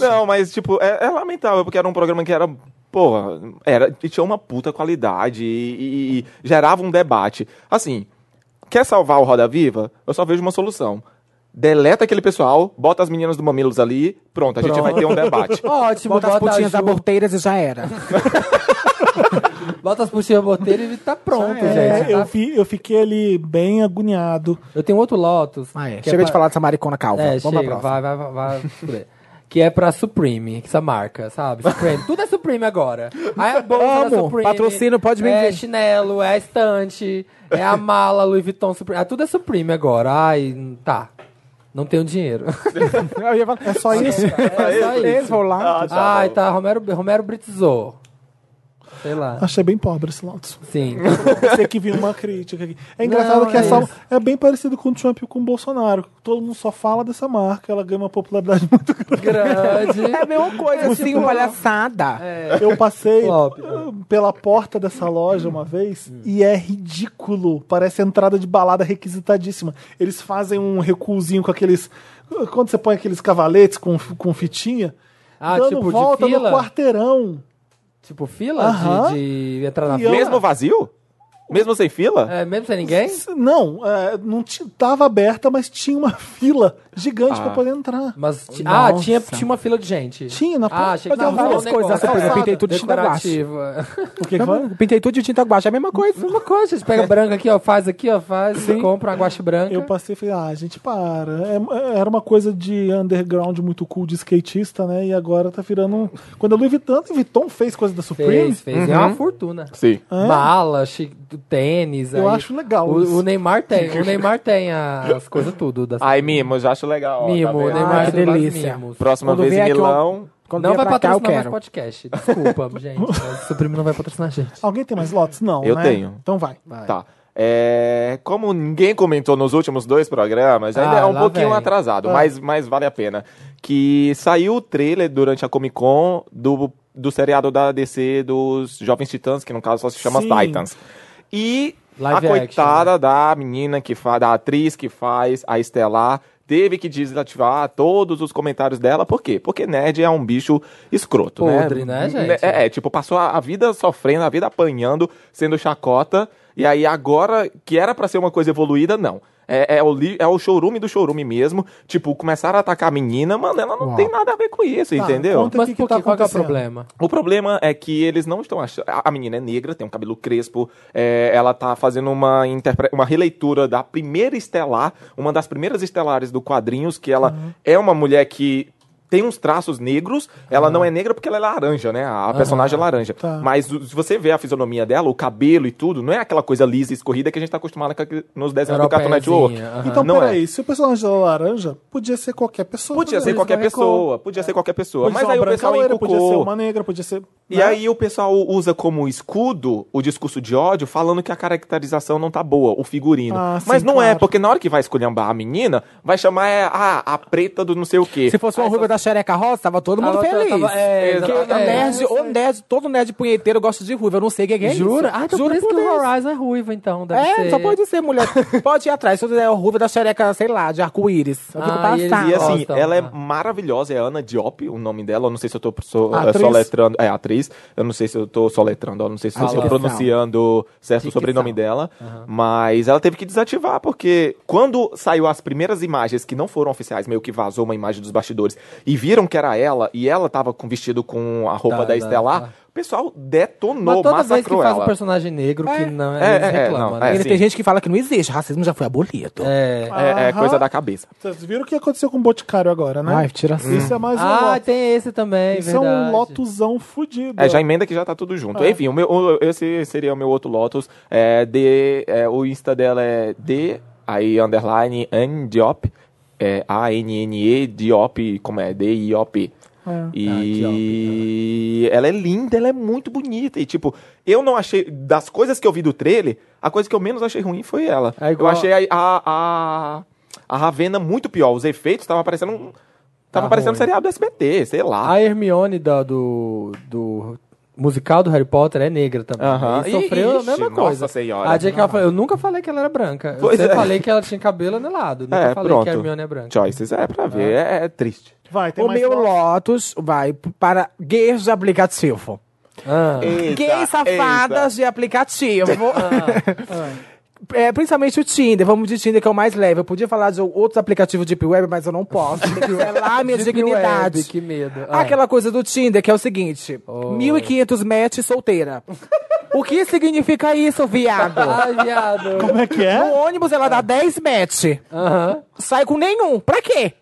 Speaker 4: Não, mas, tipo, é, é lamentável, porque era um programa que era. Porra, era, e tinha uma puta qualidade e, e- e gerava um debate. Assim, quer salvar o Roda Viva? Eu só vejo uma solução. Deleta aquele pessoal, bota as meninas do Mamilos ali, pronto, a gente vai ter um debate.
Speaker 3: Ótimo,
Speaker 2: Bota
Speaker 3: bota,
Speaker 2: as
Speaker 3: a
Speaker 2: putinhas
Speaker 3: Ju,
Speaker 2: aborteiras e já era.
Speaker 3: bota as putinhas boteiras e tá pronto, gente.
Speaker 1: É, eu,
Speaker 3: tá?
Speaker 1: fi- eu fiquei ali bem agoniado.
Speaker 3: Eu tenho outro Lotus.
Speaker 2: Ah, é.
Speaker 3: que é
Speaker 2: Chega de
Speaker 3: pra-
Speaker 2: falar dessa maricona calva.
Speaker 3: É,
Speaker 2: Vamos
Speaker 3: chega,
Speaker 2: pra próxima.
Speaker 3: vai, vai, vai, vai. por aí. Que é pra Supreme, essa marca, sabe? Supreme. Tudo é Supreme agora. Aí a bolsa da
Speaker 2: Amo,
Speaker 3: Supreme.
Speaker 2: patrocínio, pode vir,
Speaker 3: É
Speaker 2: vem.
Speaker 3: chinelo, é estante, é a mala Louis Vuitton Supreme. Ah, tudo é Supreme agora. Ai, tá. Não tenho dinheiro.
Speaker 2: Eu ia falar, é só isso.
Speaker 3: <laughs> É só
Speaker 2: Eles
Speaker 3: isso.
Speaker 2: vão lá.
Speaker 3: Ai, tá. Romero, Romero Britizou. Sei lá.
Speaker 1: Achei bem pobre esse
Speaker 4: <laughs>
Speaker 1: Lotus.
Speaker 2: <laughs>
Speaker 3: Sim.
Speaker 1: Você que viu uma crítica aqui. É engraçado
Speaker 3: Não,
Speaker 1: que
Speaker 3: é
Speaker 1: essa
Speaker 3: isso.
Speaker 1: é bem parecido com o Trump e com o Bolsonaro. Todo mundo só fala dessa marca, ela ganha uma popularidade <laughs> muito grande.
Speaker 3: Grande.
Speaker 2: É a mesma coisa, assim,
Speaker 3: tipo-
Speaker 2: palhaçada.
Speaker 3: É.
Speaker 1: Eu passei
Speaker 3: Flop.
Speaker 1: uh, pela porta dessa loja uma vez
Speaker 3: Hum.
Speaker 1: e é ridículo. Parece entrada de balada requisitadíssima. Eles fazem um recuozinho com aqueles. Quando você põe aqueles cavaletes com, com fitinha,
Speaker 3: Ah,
Speaker 1: dando
Speaker 3: tipo de
Speaker 1: volta
Speaker 3: fila?
Speaker 1: no quarteirão.
Speaker 3: Tipo, fila de-
Speaker 1: Aham.
Speaker 3: de, entrar na
Speaker 1: E
Speaker 3: fila.
Speaker 1: eu-
Speaker 4: Mesmo vazio? Mesmo sem fila?
Speaker 3: É, mesmo sem ninguém?
Speaker 1: Não, é, não ti- tava aberta, mas tinha uma fila gigante
Speaker 3: Ah.
Speaker 1: pra poder entrar.
Speaker 3: Mas ti- ah,
Speaker 2: Nossa.
Speaker 3: tinha, tinha uma fila de gente.
Speaker 1: Tinha, na
Speaker 3: Ah,
Speaker 1: porta.
Speaker 3: achei que
Speaker 2: Mas eu
Speaker 3: tava
Speaker 2: vi umas
Speaker 3: rolando um
Speaker 2: coisas,
Speaker 3: negócio.
Speaker 2: por exemplo, pintei tudo de tinta guache.
Speaker 3: Decorativa.
Speaker 1: O que, que foi?
Speaker 2: Pintei tudo de tinta guache, é a mesma coisa.
Speaker 3: <laughs> Uma coisa, a gente pega branca aqui, ó, faz aqui, ó, faz, compra uma guache branca.
Speaker 1: Eu passei e falei, ah, gente, para. É- era uma coisa de underground muito cool de skatista, né? E agora tá virando um. Quando a Louis Vuitton, Louis Vuitton fez coisa da Supreme.
Speaker 3: Fez, fez. E É
Speaker 2: Uhum.
Speaker 3: uma fortuna.
Speaker 4: Sim.
Speaker 3: Mala, chi- do tênis.
Speaker 1: Eu
Speaker 3: aí.
Speaker 1: acho legal isso.
Speaker 3: O, o Neymar tem, <laughs> o Neymar tem as coisas tudo. Das...
Speaker 4: Ai, Mimo, já acho legal. ó, tá
Speaker 3: mimo, o
Speaker 4: vendo?
Speaker 3: Neymar
Speaker 2: que
Speaker 3: tem vários
Speaker 2: delícia.
Speaker 3: mimos.
Speaker 4: Próxima
Speaker 2: Quando
Speaker 4: vez
Speaker 2: vier
Speaker 4: em
Speaker 2: aqui, ó,
Speaker 4: Milão.
Speaker 2: Quando
Speaker 3: Não
Speaker 2: vier
Speaker 3: vai
Speaker 2: pra cá, eu
Speaker 3: patrocinar mais
Speaker 2: quero.
Speaker 3: podcast. <laughs> Desculpa, gente. mas O Supreme não vai patrocinar a gente.
Speaker 1: Alguém tem mais lotes? Não.
Speaker 4: Eu
Speaker 1: né?
Speaker 4: tenho.
Speaker 1: Então vai.
Speaker 4: Tá. É, como ninguém comentou nos últimos dois programas, ainda
Speaker 3: Ah,
Speaker 4: é um
Speaker 3: lá
Speaker 4: pouquinho
Speaker 3: vem. Ah.
Speaker 4: atrasado, mas, mas vale a pena. Que saiu o trailer durante a Comic Con do, do seriado da DC dos Jovens Titãs, que no caso só se chama
Speaker 1: Sim.
Speaker 4: Titans. E
Speaker 3: Live
Speaker 4: a
Speaker 3: action,
Speaker 4: coitada da menina que faz, da atriz que faz a Estelar, teve que desativar todos os comentários dela. Por quê? Porque nerd é um bicho escroto,
Speaker 3: Podre, né, gente?
Speaker 4: É, é, tipo, passou a, a vida sofrendo, a vida apanhando, sendo chacota. E aí agora, que era pra ser uma coisa evoluída, não. É, é o, li- é o chorume do chorume mesmo. Tipo, começaram a atacar a menina, mano, ela não tem nada a ver com isso,
Speaker 1: Tá,
Speaker 4: entendeu?
Speaker 1: conta-
Speaker 3: Mas
Speaker 1: que que
Speaker 3: por
Speaker 1: tá
Speaker 3: quê? Qual que é o
Speaker 1: acontecendo?
Speaker 3: problema?
Speaker 4: O problema é que eles não estão achando. A a menina é negra, tem um cabelo crespo, é, ela tá fazendo uma, interpre... uma releitura da primeira estelar, uma das primeiras estelares do quadrinhos, que ela
Speaker 1: Uhum.
Speaker 4: é uma mulher que tem uns traços negros, ela não é negra porque ela é laranja, né? A personagem é laranja.
Speaker 1: Uhum. Tá.
Speaker 4: Mas o- se você vê a fisionomia dela, o cabelo e tudo, não é aquela coisa lisa e escorrida que a gente tá acostumado com aquele- nos desenhos do Cartoon Network.
Speaker 3: Europeiazinha, aham.
Speaker 1: Então,
Speaker 4: Não é.
Speaker 1: peraí, se o personagem da laranja podia ser qualquer pessoa.
Speaker 4: Podia ser qualquer
Speaker 1: qualquer
Speaker 4: pessoa, podia ser qualquer pessoa.
Speaker 1: Podia
Speaker 4: Mas
Speaker 1: ser
Speaker 4: aí
Speaker 1: uma
Speaker 4: o pessoal
Speaker 1: branca loira, podia ser
Speaker 4: encucou.
Speaker 1: uma negra, podia ser. né?
Speaker 4: E aí o pessoal usa como escudo o discurso de ódio, falando que a caracterização não tá boa, o figurino.
Speaker 1: Ah,
Speaker 4: Mas
Speaker 1: sim,
Speaker 4: não é,
Speaker 1: claro.
Speaker 4: porque na hora que vai esculhambar a menina, vai chamar é, ah, a preta do não sei o quê.
Speaker 2: Se fosse uma ruiva da xereca rosa, tava todo mundo
Speaker 3: Tava-
Speaker 2: feliz.
Speaker 3: tava- é,
Speaker 2: Porque
Speaker 3: exatamente.
Speaker 2: o nerd, o nerd, todo nerd punheteiro gosta de ruiva. Eu não sei quem é isso.
Speaker 3: Jura? Ah, então por
Speaker 2: Juro
Speaker 3: isso que
Speaker 2: por
Speaker 3: o
Speaker 2: Deus.
Speaker 3: Horizon é ruivo, então. Deve
Speaker 2: É,
Speaker 3: ser.
Speaker 2: só pode ser mulher. pode ir atrás. Se eu der o ruiva da xereca, sei lá, de arco-íris. Eu fico
Speaker 3: Ah, e eles-
Speaker 2: passada.
Speaker 4: E assim,
Speaker 3: Gostam,
Speaker 4: ela é
Speaker 3: tá.
Speaker 4: maravilhosa, é Ana Diop, o nome dela. Eu não sei se eu tô so,
Speaker 1: Atriz.
Speaker 4: soletrando. É, atriz. Eu não sei se eu tô soletrando, eu não sei se eu tô
Speaker 2: Dicção.
Speaker 4: pronunciando certo o
Speaker 3: Dicção.
Speaker 4: sobrenome dela. Mas ela teve que desativar, porque quando saiu as primeiras imagens que não foram oficiais, meio que vazou uma imagem dos bastidores, e viram que era ela, e ela tava com vestido com a roupa
Speaker 3: Tá,
Speaker 4: da,
Speaker 3: tá,
Speaker 4: Estelar,
Speaker 3: tá.
Speaker 4: o pessoal detonou,
Speaker 3: Mas toda vez que
Speaker 4: massacrou
Speaker 3: faz um
Speaker 4: ela.
Speaker 3: personagem negro, que não
Speaker 4: é,
Speaker 3: é, eles
Speaker 4: é, é,
Speaker 3: reclamam,
Speaker 4: não,
Speaker 3: né?
Speaker 4: é.
Speaker 2: Ele-
Speaker 4: sim.
Speaker 2: Tem gente que fala que não existe, racismo já foi abolido. Né?
Speaker 3: É.
Speaker 4: É, é
Speaker 1: Aham.
Speaker 4: coisa da cabeça.
Speaker 1: Vocês viram o que aconteceu com o Boticário agora, né?
Speaker 2: Ai, tira assim.
Speaker 1: Isso é mais um
Speaker 3: Ah,
Speaker 1: lote.
Speaker 3: tem esse também,
Speaker 1: Isso
Speaker 3: verdade.
Speaker 1: é um lotuzão fudido.
Speaker 4: É, já emenda que já tá tudo
Speaker 3: É.
Speaker 4: junto. Enfim, o meu, o- esse seria o meu outro Lotus. É, de, é, o Insta dela é D, aí underline Andiop. É A-N-N-E Diop, como é? D-I-O-P.
Speaker 3: É. Ah,
Speaker 4: E
Speaker 3: né?
Speaker 4: ela é linda, ela é muito bonita. E tipo, eu não achei. Das coisas que eu vi do trailer, a coisa que eu menos achei ruim foi ela.
Speaker 3: É igual-
Speaker 4: Eu achei a, a, a, a Ravena muito pior. Os efeitos estavam parecendo. um- Tava
Speaker 3: Tá
Speaker 4: parecendo
Speaker 3: ruim.
Speaker 4: um seriado do SBT, sei lá.
Speaker 3: A Hermione da- do, do musical do Harry Potter é negra também.
Speaker 4: Aham.
Speaker 3: E sofreu
Speaker 4: Ixi,
Speaker 3: a mesma
Speaker 4: nossa
Speaker 3: coisa.
Speaker 4: senhora.
Speaker 3: A J.K. falou, eu nunca falei que ela era branca.
Speaker 4: Pois
Speaker 3: eu sempre
Speaker 4: é.
Speaker 3: falei que ela tinha cabelo anelado. Nunca
Speaker 4: É,
Speaker 3: falei
Speaker 4: pronto.
Speaker 3: que a Hermione é branca. Ah.
Speaker 4: Choices, é pra ver, é, é triste.
Speaker 1: Vai, tem
Speaker 2: O
Speaker 1: mais
Speaker 2: meu
Speaker 1: lote.
Speaker 2: Lotus vai para gays de aplicativo.
Speaker 3: Ah,
Speaker 2: gays safadas de
Speaker 4: <laughs>
Speaker 2: aplicativo.
Speaker 4: Ah,
Speaker 2: <laughs> É, principalmente o Tinder. Vamos de Tinder, que é o mais leve. Eu podia falar de outros aplicativos Deep Web, mas eu não
Speaker 3: <laughs>
Speaker 2: posso. Tem que selar a minha
Speaker 3: Deep
Speaker 2: dignidade.
Speaker 3: Web, que medo. Ah. Oh.
Speaker 2: Aquela coisa do Tinder, que é o seguinte. 1.500 match solteira. o que significa isso, viado?
Speaker 3: <laughs> Ai, viado.
Speaker 1: Como é que
Speaker 2: No
Speaker 1: é?
Speaker 2: ônibus, ela dá 10 match.
Speaker 3: Aham.
Speaker 2: Sai com nenhum. Pra quê?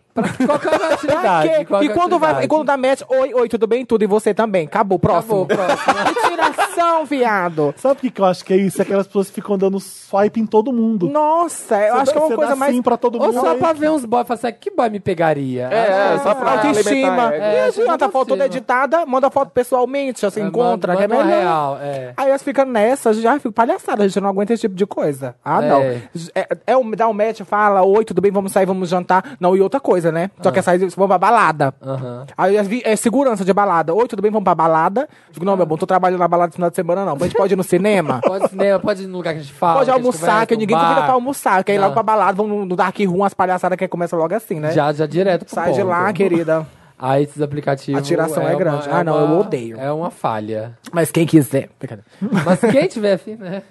Speaker 3: Qual que é a
Speaker 2: Pra
Speaker 3: atividade?
Speaker 2: quê? E quando, vai, e quando dá match, oi, oi, tudo bem? Tudo, e você também. Acabou, próximo.
Speaker 3: Acabou, próximo.
Speaker 2: <laughs> Retiração, viado.
Speaker 1: Sabe o que, que eu acho que é isso? Aquelas pessoas que ficam dando swipe em todo mundo.
Speaker 2: Nossa, eu acho que é
Speaker 1: Você
Speaker 2: uma
Speaker 1: dá
Speaker 2: coisa mais...
Speaker 1: Sim pra todo
Speaker 3: Ou
Speaker 1: mundo.
Speaker 3: só
Speaker 2: é
Speaker 1: aí-
Speaker 3: pra ver uns boy e falar assim, "Ah, que boy me pegaria? Ah,
Speaker 4: É, só pra
Speaker 2: Ah, autoestima.
Speaker 4: alimentar, é.
Speaker 2: E
Speaker 3: É,
Speaker 2: adianta, a foto toda
Speaker 3: autoestima.
Speaker 2: editada, manda a foto pessoalmente, você encontra, que é
Speaker 3: manda uma
Speaker 2: melhor.
Speaker 3: real, é.
Speaker 2: Aí elas ficam nessa, já fica palhaçada, a gente não aguenta esse tipo de coisa. Ah, não.
Speaker 3: É.
Speaker 2: É, é um- dá um match, fala, oi, tudo bem, vamos sair, vamos jantar. Não, e outra coisa, né? Só quer sair, vamos pra balada.
Speaker 3: Aham.
Speaker 2: Aí as vi- é segurança de balada. Oi, tudo bem, vamos pra balada. Digo, não, meu bom, tô trabalhando na balada no final de semana, não. A gente pode ir no <laughs> cinema?
Speaker 3: Pode ir no cinema, pode ir no lugar que a gente fala.
Speaker 2: Pode
Speaker 3: a gente
Speaker 2: almoçar, é que
Speaker 3: conversa, um
Speaker 2: ninguém
Speaker 3: bar.
Speaker 2: convida pra almoçar. Quer ir
Speaker 3: Não.
Speaker 2: logo pra balada, vamos no- no Dark Room, as palhaçadas que começa logo assim, né?
Speaker 3: Já, já direto pro
Speaker 2: Sai de lá,
Speaker 3: ponto.
Speaker 2: querida.
Speaker 3: Aí esses aplicativos.
Speaker 2: A tiração é grande. Ah, não, eu odeio.
Speaker 3: É uma falha.
Speaker 2: Mas quem quiser. Brincadeira.
Speaker 3: Mas quem tiver afim, né?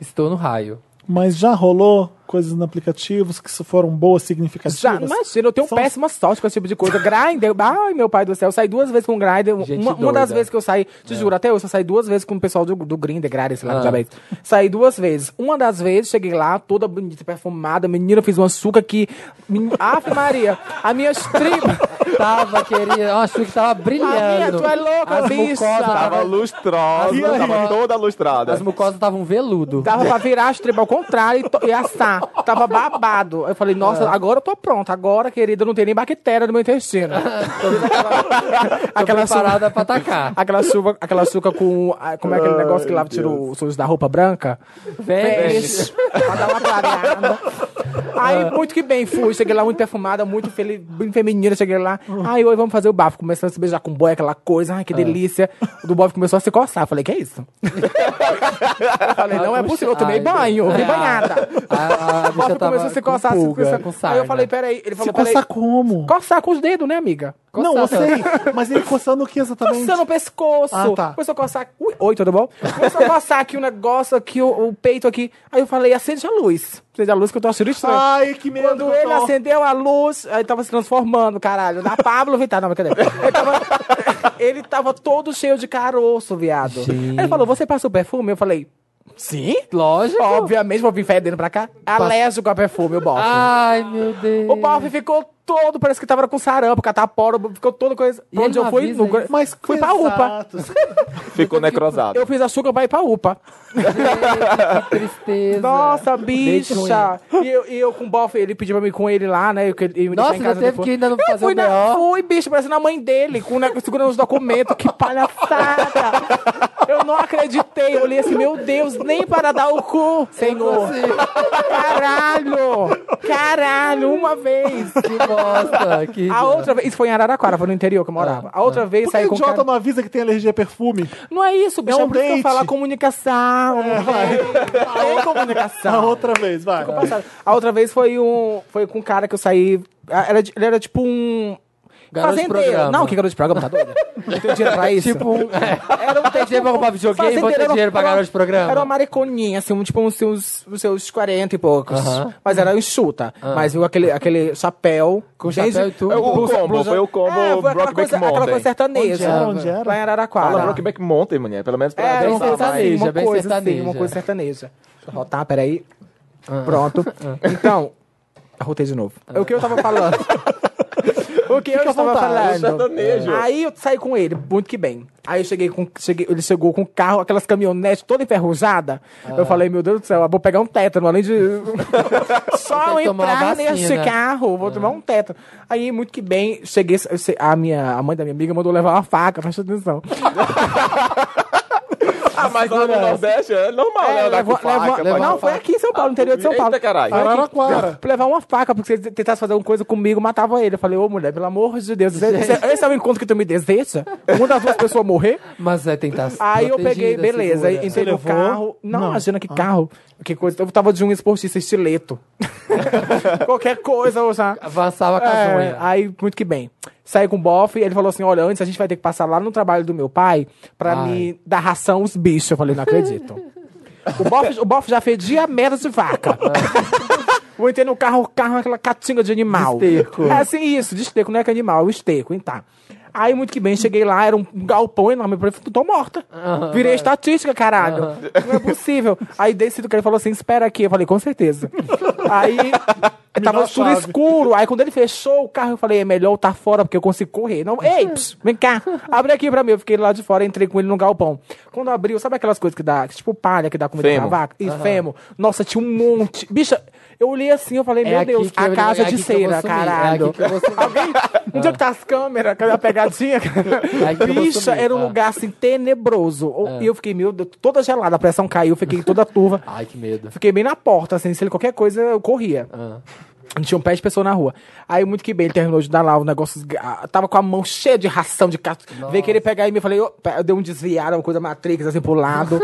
Speaker 3: Estou no raio.
Speaker 1: Mas já rolou coisas no aplicativos que foram boas, significativas?
Speaker 2: Já, imagina, eu tenho
Speaker 1: São-
Speaker 2: péssima sorte com esse tipo de coisa. Grindr, <laughs> ai meu pai do céu, eu saí duas vezes com o Grindr.
Speaker 3: Gente
Speaker 2: Uma, uma das
Speaker 3: doida. É.
Speaker 2: vezes que eu saí, te juro, até hoje eu saí duas vezes com o pessoal do, do Grindr, Grindr, sei lá,
Speaker 3: Ah.
Speaker 2: já bem. Saí duas vezes. Uma das vezes, cheguei lá, toda bonita, perfumada, menina, fiz uma suca que... men- Ave Maria, a minha tripas...
Speaker 3: Tava, querida. Acho que tava
Speaker 2: Maria,
Speaker 3: brilhando.
Speaker 2: tu é louca,
Speaker 3: As
Speaker 2: bicha.
Speaker 3: mucosas
Speaker 4: Tava
Speaker 3: tava-
Speaker 4: lustrosa,
Speaker 1: E aí?
Speaker 4: tava toda
Speaker 3: As
Speaker 4: lustrada.
Speaker 3: mucosas estavam um veludo.
Speaker 2: Dava pra virar as tribos ao contrário e to- e, assar. Tava babado. Eu falei,
Speaker 3: É.
Speaker 2: nossa, agora eu tô pronta. Agora, querida, não tem nem bactéria no meu
Speaker 3: <laughs>
Speaker 2: intestino.
Speaker 3: Aquela
Speaker 2: aquela suca,
Speaker 3: parada pra atacar.
Speaker 2: aquela chuva, aquela suca com. ah, Como é aquele negócio que lava tira o sujo da roupa branca?
Speaker 3: É
Speaker 2: é
Speaker 3: Vênus.
Speaker 2: pra dar uma clareada. Aí, muito que bem, fui. Cheguei lá muito perfumada, muito feliz, bem feminina. Cheguei lá. Aí, hoje vamos fazer o bafo. Começando a se beijar com o boy, aquela coisa. Ai, que delícia. O do boy começou a se coçar. Falei, que é isso? Eu falei, não é possível. Eu tomei
Speaker 3: Ai,
Speaker 2: banho, eu fui
Speaker 3: é.
Speaker 2: banhada.
Speaker 3: A, a
Speaker 2: O bofe
Speaker 3: bicha
Speaker 2: começou a
Speaker 3: tava
Speaker 2: se
Speaker 3: com
Speaker 2: coçar, se
Speaker 3: pulga,
Speaker 2: coçar.
Speaker 3: com
Speaker 2: Aí
Speaker 3: sarna.
Speaker 2: eu falei, peraí. Ele
Speaker 1: Se
Speaker 2: falou, peraí.
Speaker 1: coçar como?
Speaker 2: Coçar com os dedos, né, amiga?
Speaker 1: Não, eu
Speaker 3: Coçar,
Speaker 1: sei, mas ele coçando o que exatamente?
Speaker 2: Coçando o pescoço.
Speaker 1: Ah, tá.
Speaker 2: Começou a coçar. Ui, oi, tudo bom? Começou a coçar aqui o negócio, aqui o, o peito aqui. Aí eu falei, acende a luz. Acende a luz que eu tô achando estranho.
Speaker 3: Ah,
Speaker 1: Ai, que medo.
Speaker 2: Quando ele
Speaker 1: Cotó.
Speaker 2: acendeu a luz, aí tava se transformando, caralho. Na Pablo Vittar, não, brincadeira. Ele tava, ele tava todo cheio de caroço, viado.
Speaker 3: Gente.
Speaker 2: Ele falou: Você passou perfume? Eu falei: Sim?
Speaker 3: Lógico. Ah,
Speaker 2: Obviamente, vou vir fedendo pra cá. Alérgico a perfume, o bofe.
Speaker 3: Ai, meu Deus.
Speaker 2: O bofe ficou todo, parece que tava com sarampo, catapora, ficou toda coisa.
Speaker 3: E
Speaker 2: Pra onde
Speaker 3: ele não
Speaker 2: eu fui,
Speaker 3: avisa
Speaker 2: no-
Speaker 3: isso?
Speaker 2: mas fui pra UPA.
Speaker 1: Exato.
Speaker 4: Ficou necrosado.
Speaker 2: Eu fiz açúcar pra ir pra UPA.
Speaker 3: Gente, que tristeza. é.
Speaker 2: Nossa,
Speaker 3: Beijo
Speaker 2: bicha! E eu, e eu com o bofe, ele pediu pra mim ir com ele lá, né? Eu, que- eu me deixar
Speaker 3: Nossa,
Speaker 2: em
Speaker 3: ainda
Speaker 2: casa
Speaker 3: teve
Speaker 2: depois.
Speaker 3: que ainda não
Speaker 2: eu
Speaker 3: fazer
Speaker 2: fui
Speaker 3: o
Speaker 2: na,
Speaker 3: BO.
Speaker 2: fui, bicho, parecendo a mãe dele, com, né, segurando os documentos. Que palhaçada! Eu não acreditei. Eu olhei assim, meu Deus, nem para dar o cu, senhor. Caralho! Caralho, uma vez.
Speaker 3: Que bosta. Que
Speaker 2: A outra vez, isso foi em Araraquara, foi no interior que eu morava. A
Speaker 3: É.
Speaker 2: outra vez
Speaker 1: Por que
Speaker 2: saí com
Speaker 1: idiota
Speaker 2: cara...
Speaker 1: não avisa que tem alergia a perfume?
Speaker 2: Não é isso, bicho,
Speaker 1: É
Speaker 2: é,
Speaker 1: um
Speaker 2: por isso que eu
Speaker 1: date.
Speaker 2: falar comunicação. É, comunicação.
Speaker 1: <laughs> A outra vez, vai.
Speaker 2: Passado. A outra vez foi um. Foi com um cara que eu saí. ah, Era, de- ele era tipo um.
Speaker 3: Garoto de programa.
Speaker 2: Não, que garoto de programa, tá doido? Não tenho dinheiro pra isso.
Speaker 3: <laughs> Tipo, um-
Speaker 2: era
Speaker 3: <laughs>
Speaker 2: um
Speaker 3: tem dinheiro pra comprar videogame, vou
Speaker 2: fazendeiro,
Speaker 3: ter
Speaker 2: era um-
Speaker 3: dinheiro pra
Speaker 2: era uma-
Speaker 3: garoto de programa.
Speaker 2: Era uma mariconinha, assim, um, tipo uns seus, uns seus 40 e poucos.
Speaker 3: Aham. Ah.
Speaker 2: Mas era enxuta. Mas viu aquele, aquele chapéu.
Speaker 3: Com
Speaker 2: desde-
Speaker 3: chapéu e tudo.
Speaker 4: É, O combo, foi o combo
Speaker 2: É, foi aquela
Speaker 4: Brokeback
Speaker 2: coisa, aquela
Speaker 4: Mountain.
Speaker 2: coisa sertaneja.
Speaker 1: Onde era, onde era?
Speaker 2: Lá em Araraquara.
Speaker 4: Fala Brokeback Mountain, mulher. Pelo menos pra
Speaker 2: É,
Speaker 3: bem
Speaker 2: uma coisa
Speaker 4: dançar mais.
Speaker 3: sertaneja,
Speaker 2: assim, uma
Speaker 3: bem
Speaker 2: coisa
Speaker 3: sertaneja.
Speaker 2: assim, uma coisa sertaneja. Deixa eu Rotar, peraí. Ah. <laughs> Pronto. Então, rotei de novo. Ah. <laughs> O que eu tava falando? O que eu estava
Speaker 1: vontade,
Speaker 2: falando?
Speaker 4: <laughs> sertanejo.
Speaker 2: Aí eu saí com ele, muito que bem. Aí eu cheguei com. Cheguei, ele chegou com o carro, aquelas caminhonetes toda enferrujada.
Speaker 3: Ah.
Speaker 2: Eu falei, meu Deus do céu, eu vou pegar um tétano, além
Speaker 3: <laughs>
Speaker 2: de. Só
Speaker 3: Tem que
Speaker 2: eu
Speaker 3: tomar uma
Speaker 2: entrar
Speaker 3: vacina. Ah.
Speaker 2: neste carro, vou tomar um tétano. Aí, muito que bem, cheguei. eu sei- A, minha, a mãe da minha amiga mandou levar uma faca, presta atenção.
Speaker 4: <laughs> Ah, mas lá no Nordeste é normal, né?
Speaker 2: É,
Speaker 4: Andar com
Speaker 2: levou- levou-
Speaker 4: faca. pode-
Speaker 2: não, foi aqui em São Paulo, no interior de São Paulo. Ah.
Speaker 4: Eita, caralho.
Speaker 2: Foi aqui.
Speaker 1: Araraquara.
Speaker 2: Levar uma faca, porque se ele tentasse fazer alguma coisa comigo, matava ele. Eu falei, ô mulher, pelo amor de Deus, esse, esse- esse é o encontro que tu me deseja? Uma das duas pessoas morrer?
Speaker 3: Mas é tentar se
Speaker 2: Aí eu
Speaker 3: protegida,
Speaker 2: peguei, beleza,
Speaker 3: segura.
Speaker 2: entrei no
Speaker 1: levou?
Speaker 2: carro. Não, imagina que carro. Que coisa. Eu tava de um esportista estileto. Qualquer coisa, eu já.
Speaker 3: Avançava com as
Speaker 2: É,
Speaker 3: unhas.
Speaker 2: aí, muito que bem. Saí com o bofe, ele falou assim: olha, antes a gente vai ter que passar lá no trabalho do meu pai pra
Speaker 3: Ai.
Speaker 2: me dar ração aos bichos. Eu falei, não
Speaker 3: <laughs>
Speaker 2: acredito. o, bofe, o bofe já fedia merda de
Speaker 3: <laughs>
Speaker 2: vaca. Vou entrei no carro, o carro é aquela catinga de animal.
Speaker 3: Esterco.
Speaker 2: É assim, isso, de esterco, não é que é animal, é um esterco, hein, tá. Aí, muito que bem, cheguei lá, era um galpão enorme, eu falei, tô morta. Virei estatística, caralho. Não é possível. Aí, desci do que ele falou assim, espera aqui. Eu falei, com
Speaker 3: <laughs>
Speaker 2: certeza. Aí,
Speaker 1: dá
Speaker 2: tava
Speaker 1: a
Speaker 2: tudo
Speaker 1: chave.
Speaker 2: escuro. Aí, quando ele fechou o carro, eu falei, é melhor eu tá fora, porque eu consigo correr. Não,
Speaker 3: Uhum.
Speaker 2: ei, ps, vem cá, abre aqui pra mim. Eu fiquei lá de fora, entrei com ele no galpão. Quando abriu, sabe aquelas coisas que dá, tipo palha, que dá comida
Speaker 4: Fêmur.
Speaker 2: pra vaca? E fêmur. Nossa, tinha um monte. Bicha, eu olhei assim, eu falei,
Speaker 3: É
Speaker 2: meu
Speaker 3: aqui
Speaker 2: Deus,
Speaker 3: que
Speaker 2: a
Speaker 3: eu-
Speaker 2: casa
Speaker 3: é aqui
Speaker 2: de
Speaker 3: que eu vou
Speaker 2: cera,
Speaker 3: sumir, é
Speaker 2: caralho.
Speaker 3: aqui que eu vou sumir. <laughs>
Speaker 2: Alguém? Onde é que tá as câmeras? Cadê a pegadinha?
Speaker 3: aqui que eu vou
Speaker 2: Bicha,
Speaker 3: sumir,
Speaker 2: era
Speaker 3: é.
Speaker 2: um lugar assim tenebroso. O- E eu fiquei, meu Deus, toda gelada, a pressão caiu, fiquei toda turva.
Speaker 3: Ai, que medo.
Speaker 2: Fiquei bem na porta, assim, se ele qualquer coisa, eu corria.
Speaker 3: Ah.
Speaker 2: Não tinha um pé de pessoa na rua. Aí, muito que bem, ele terminou de dar lá o negócio. esga- ah, Tava com a mão cheia de ração de gato. Veio querer pegar em mim. Eu falei, opa, eu dei um desviado, uma coisa matrix, assim,
Speaker 1: <laughs>
Speaker 2: pro lado.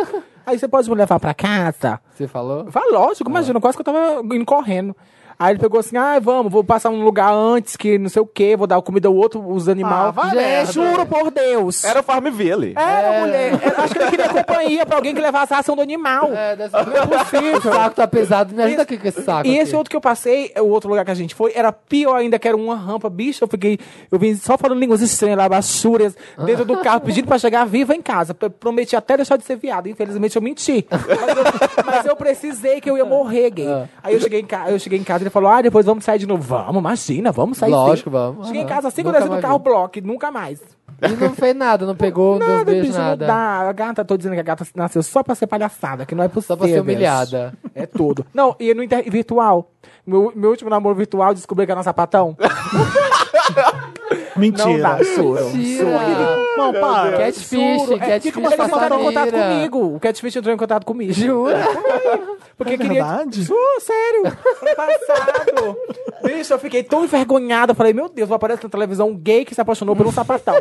Speaker 2: Aí, você pode me levar pra casa?
Speaker 3: Você falou?
Speaker 2: Vai, lógico, imagina,
Speaker 1: Ah.
Speaker 2: quase que eu tava indo correndo. Aí ele pegou assim, ah, vamos, vou passar um lugar antes que não sei o quê, vou dar comida ao outro, os animais.
Speaker 1: Ah, vai
Speaker 2: Gente,
Speaker 1: merda. É.
Speaker 2: juro por Deus.
Speaker 4: Era o Farmville.
Speaker 2: Era, mulher. Era- acho que ele queria companhia pra alguém que levasse a ração do animal.
Speaker 3: É, deve ser- não é possível. <laughs> O saco tá pesado. Me ajuda aqui com esse saco.
Speaker 2: E
Speaker 3: aqui.
Speaker 2: esse outro que eu passei, é o outro lugar que a gente foi, era pior ainda, que era uma rampa, bicho. Eu fiquei. Eu vim só falando línguas estranhas lá, baixúrias,
Speaker 3: Ah.
Speaker 2: dentro do carro, pedindo pra chegar viva em casa. P- Prometi até deixar de ser viado. Infelizmente eu menti. Mas eu, mas eu precisei que eu ia morrer, gay.
Speaker 3: Ah.
Speaker 2: Aí eu cheguei em, ca eu cheguei em casa ele falou: ah, depois vamos sair de novo. Vamos, imagina, vamos sair. sim.
Speaker 3: Lógico, vamos.
Speaker 2: tá Cheguei em
Speaker 3: Aham.
Speaker 2: casa, tá cinco
Speaker 3: Nunca
Speaker 2: horas do
Speaker 3: mais
Speaker 2: carro,
Speaker 3: vi.
Speaker 2: bloco, nunca mais.
Speaker 3: E não fez nada, não pegou, não deu
Speaker 2: Nada,
Speaker 3: beijo,
Speaker 2: bicho, não
Speaker 3: nada.
Speaker 2: dá. A gata, tô dizendo que a gata nasceu só pra ser palhaçada, que não é possível.
Speaker 3: Só pra ser humilhada.
Speaker 2: É tudo. Não, e no inter... virtual. Meu, meu último namoro virtual, descobri que era um sapatão.
Speaker 1: Mentira.
Speaker 2: Não dá, suro.
Speaker 3: Mentira!
Speaker 1: Não, para.
Speaker 3: Catfish,
Speaker 2: Suro. É,
Speaker 3: catfish né?
Speaker 2: porque eles entraram em contato
Speaker 3: passadeira.
Speaker 2: comigo. O Catfish entrou em contato comigo.
Speaker 3: Jura?
Speaker 2: Porque
Speaker 1: É
Speaker 2: queria.
Speaker 1: verdade?
Speaker 2: Juro, sério. Ano Passado. Bicho, eu fiquei tão envergonhada. Falei, meu Deus, aparece na televisão um gay que se apaixonou por um sapatão.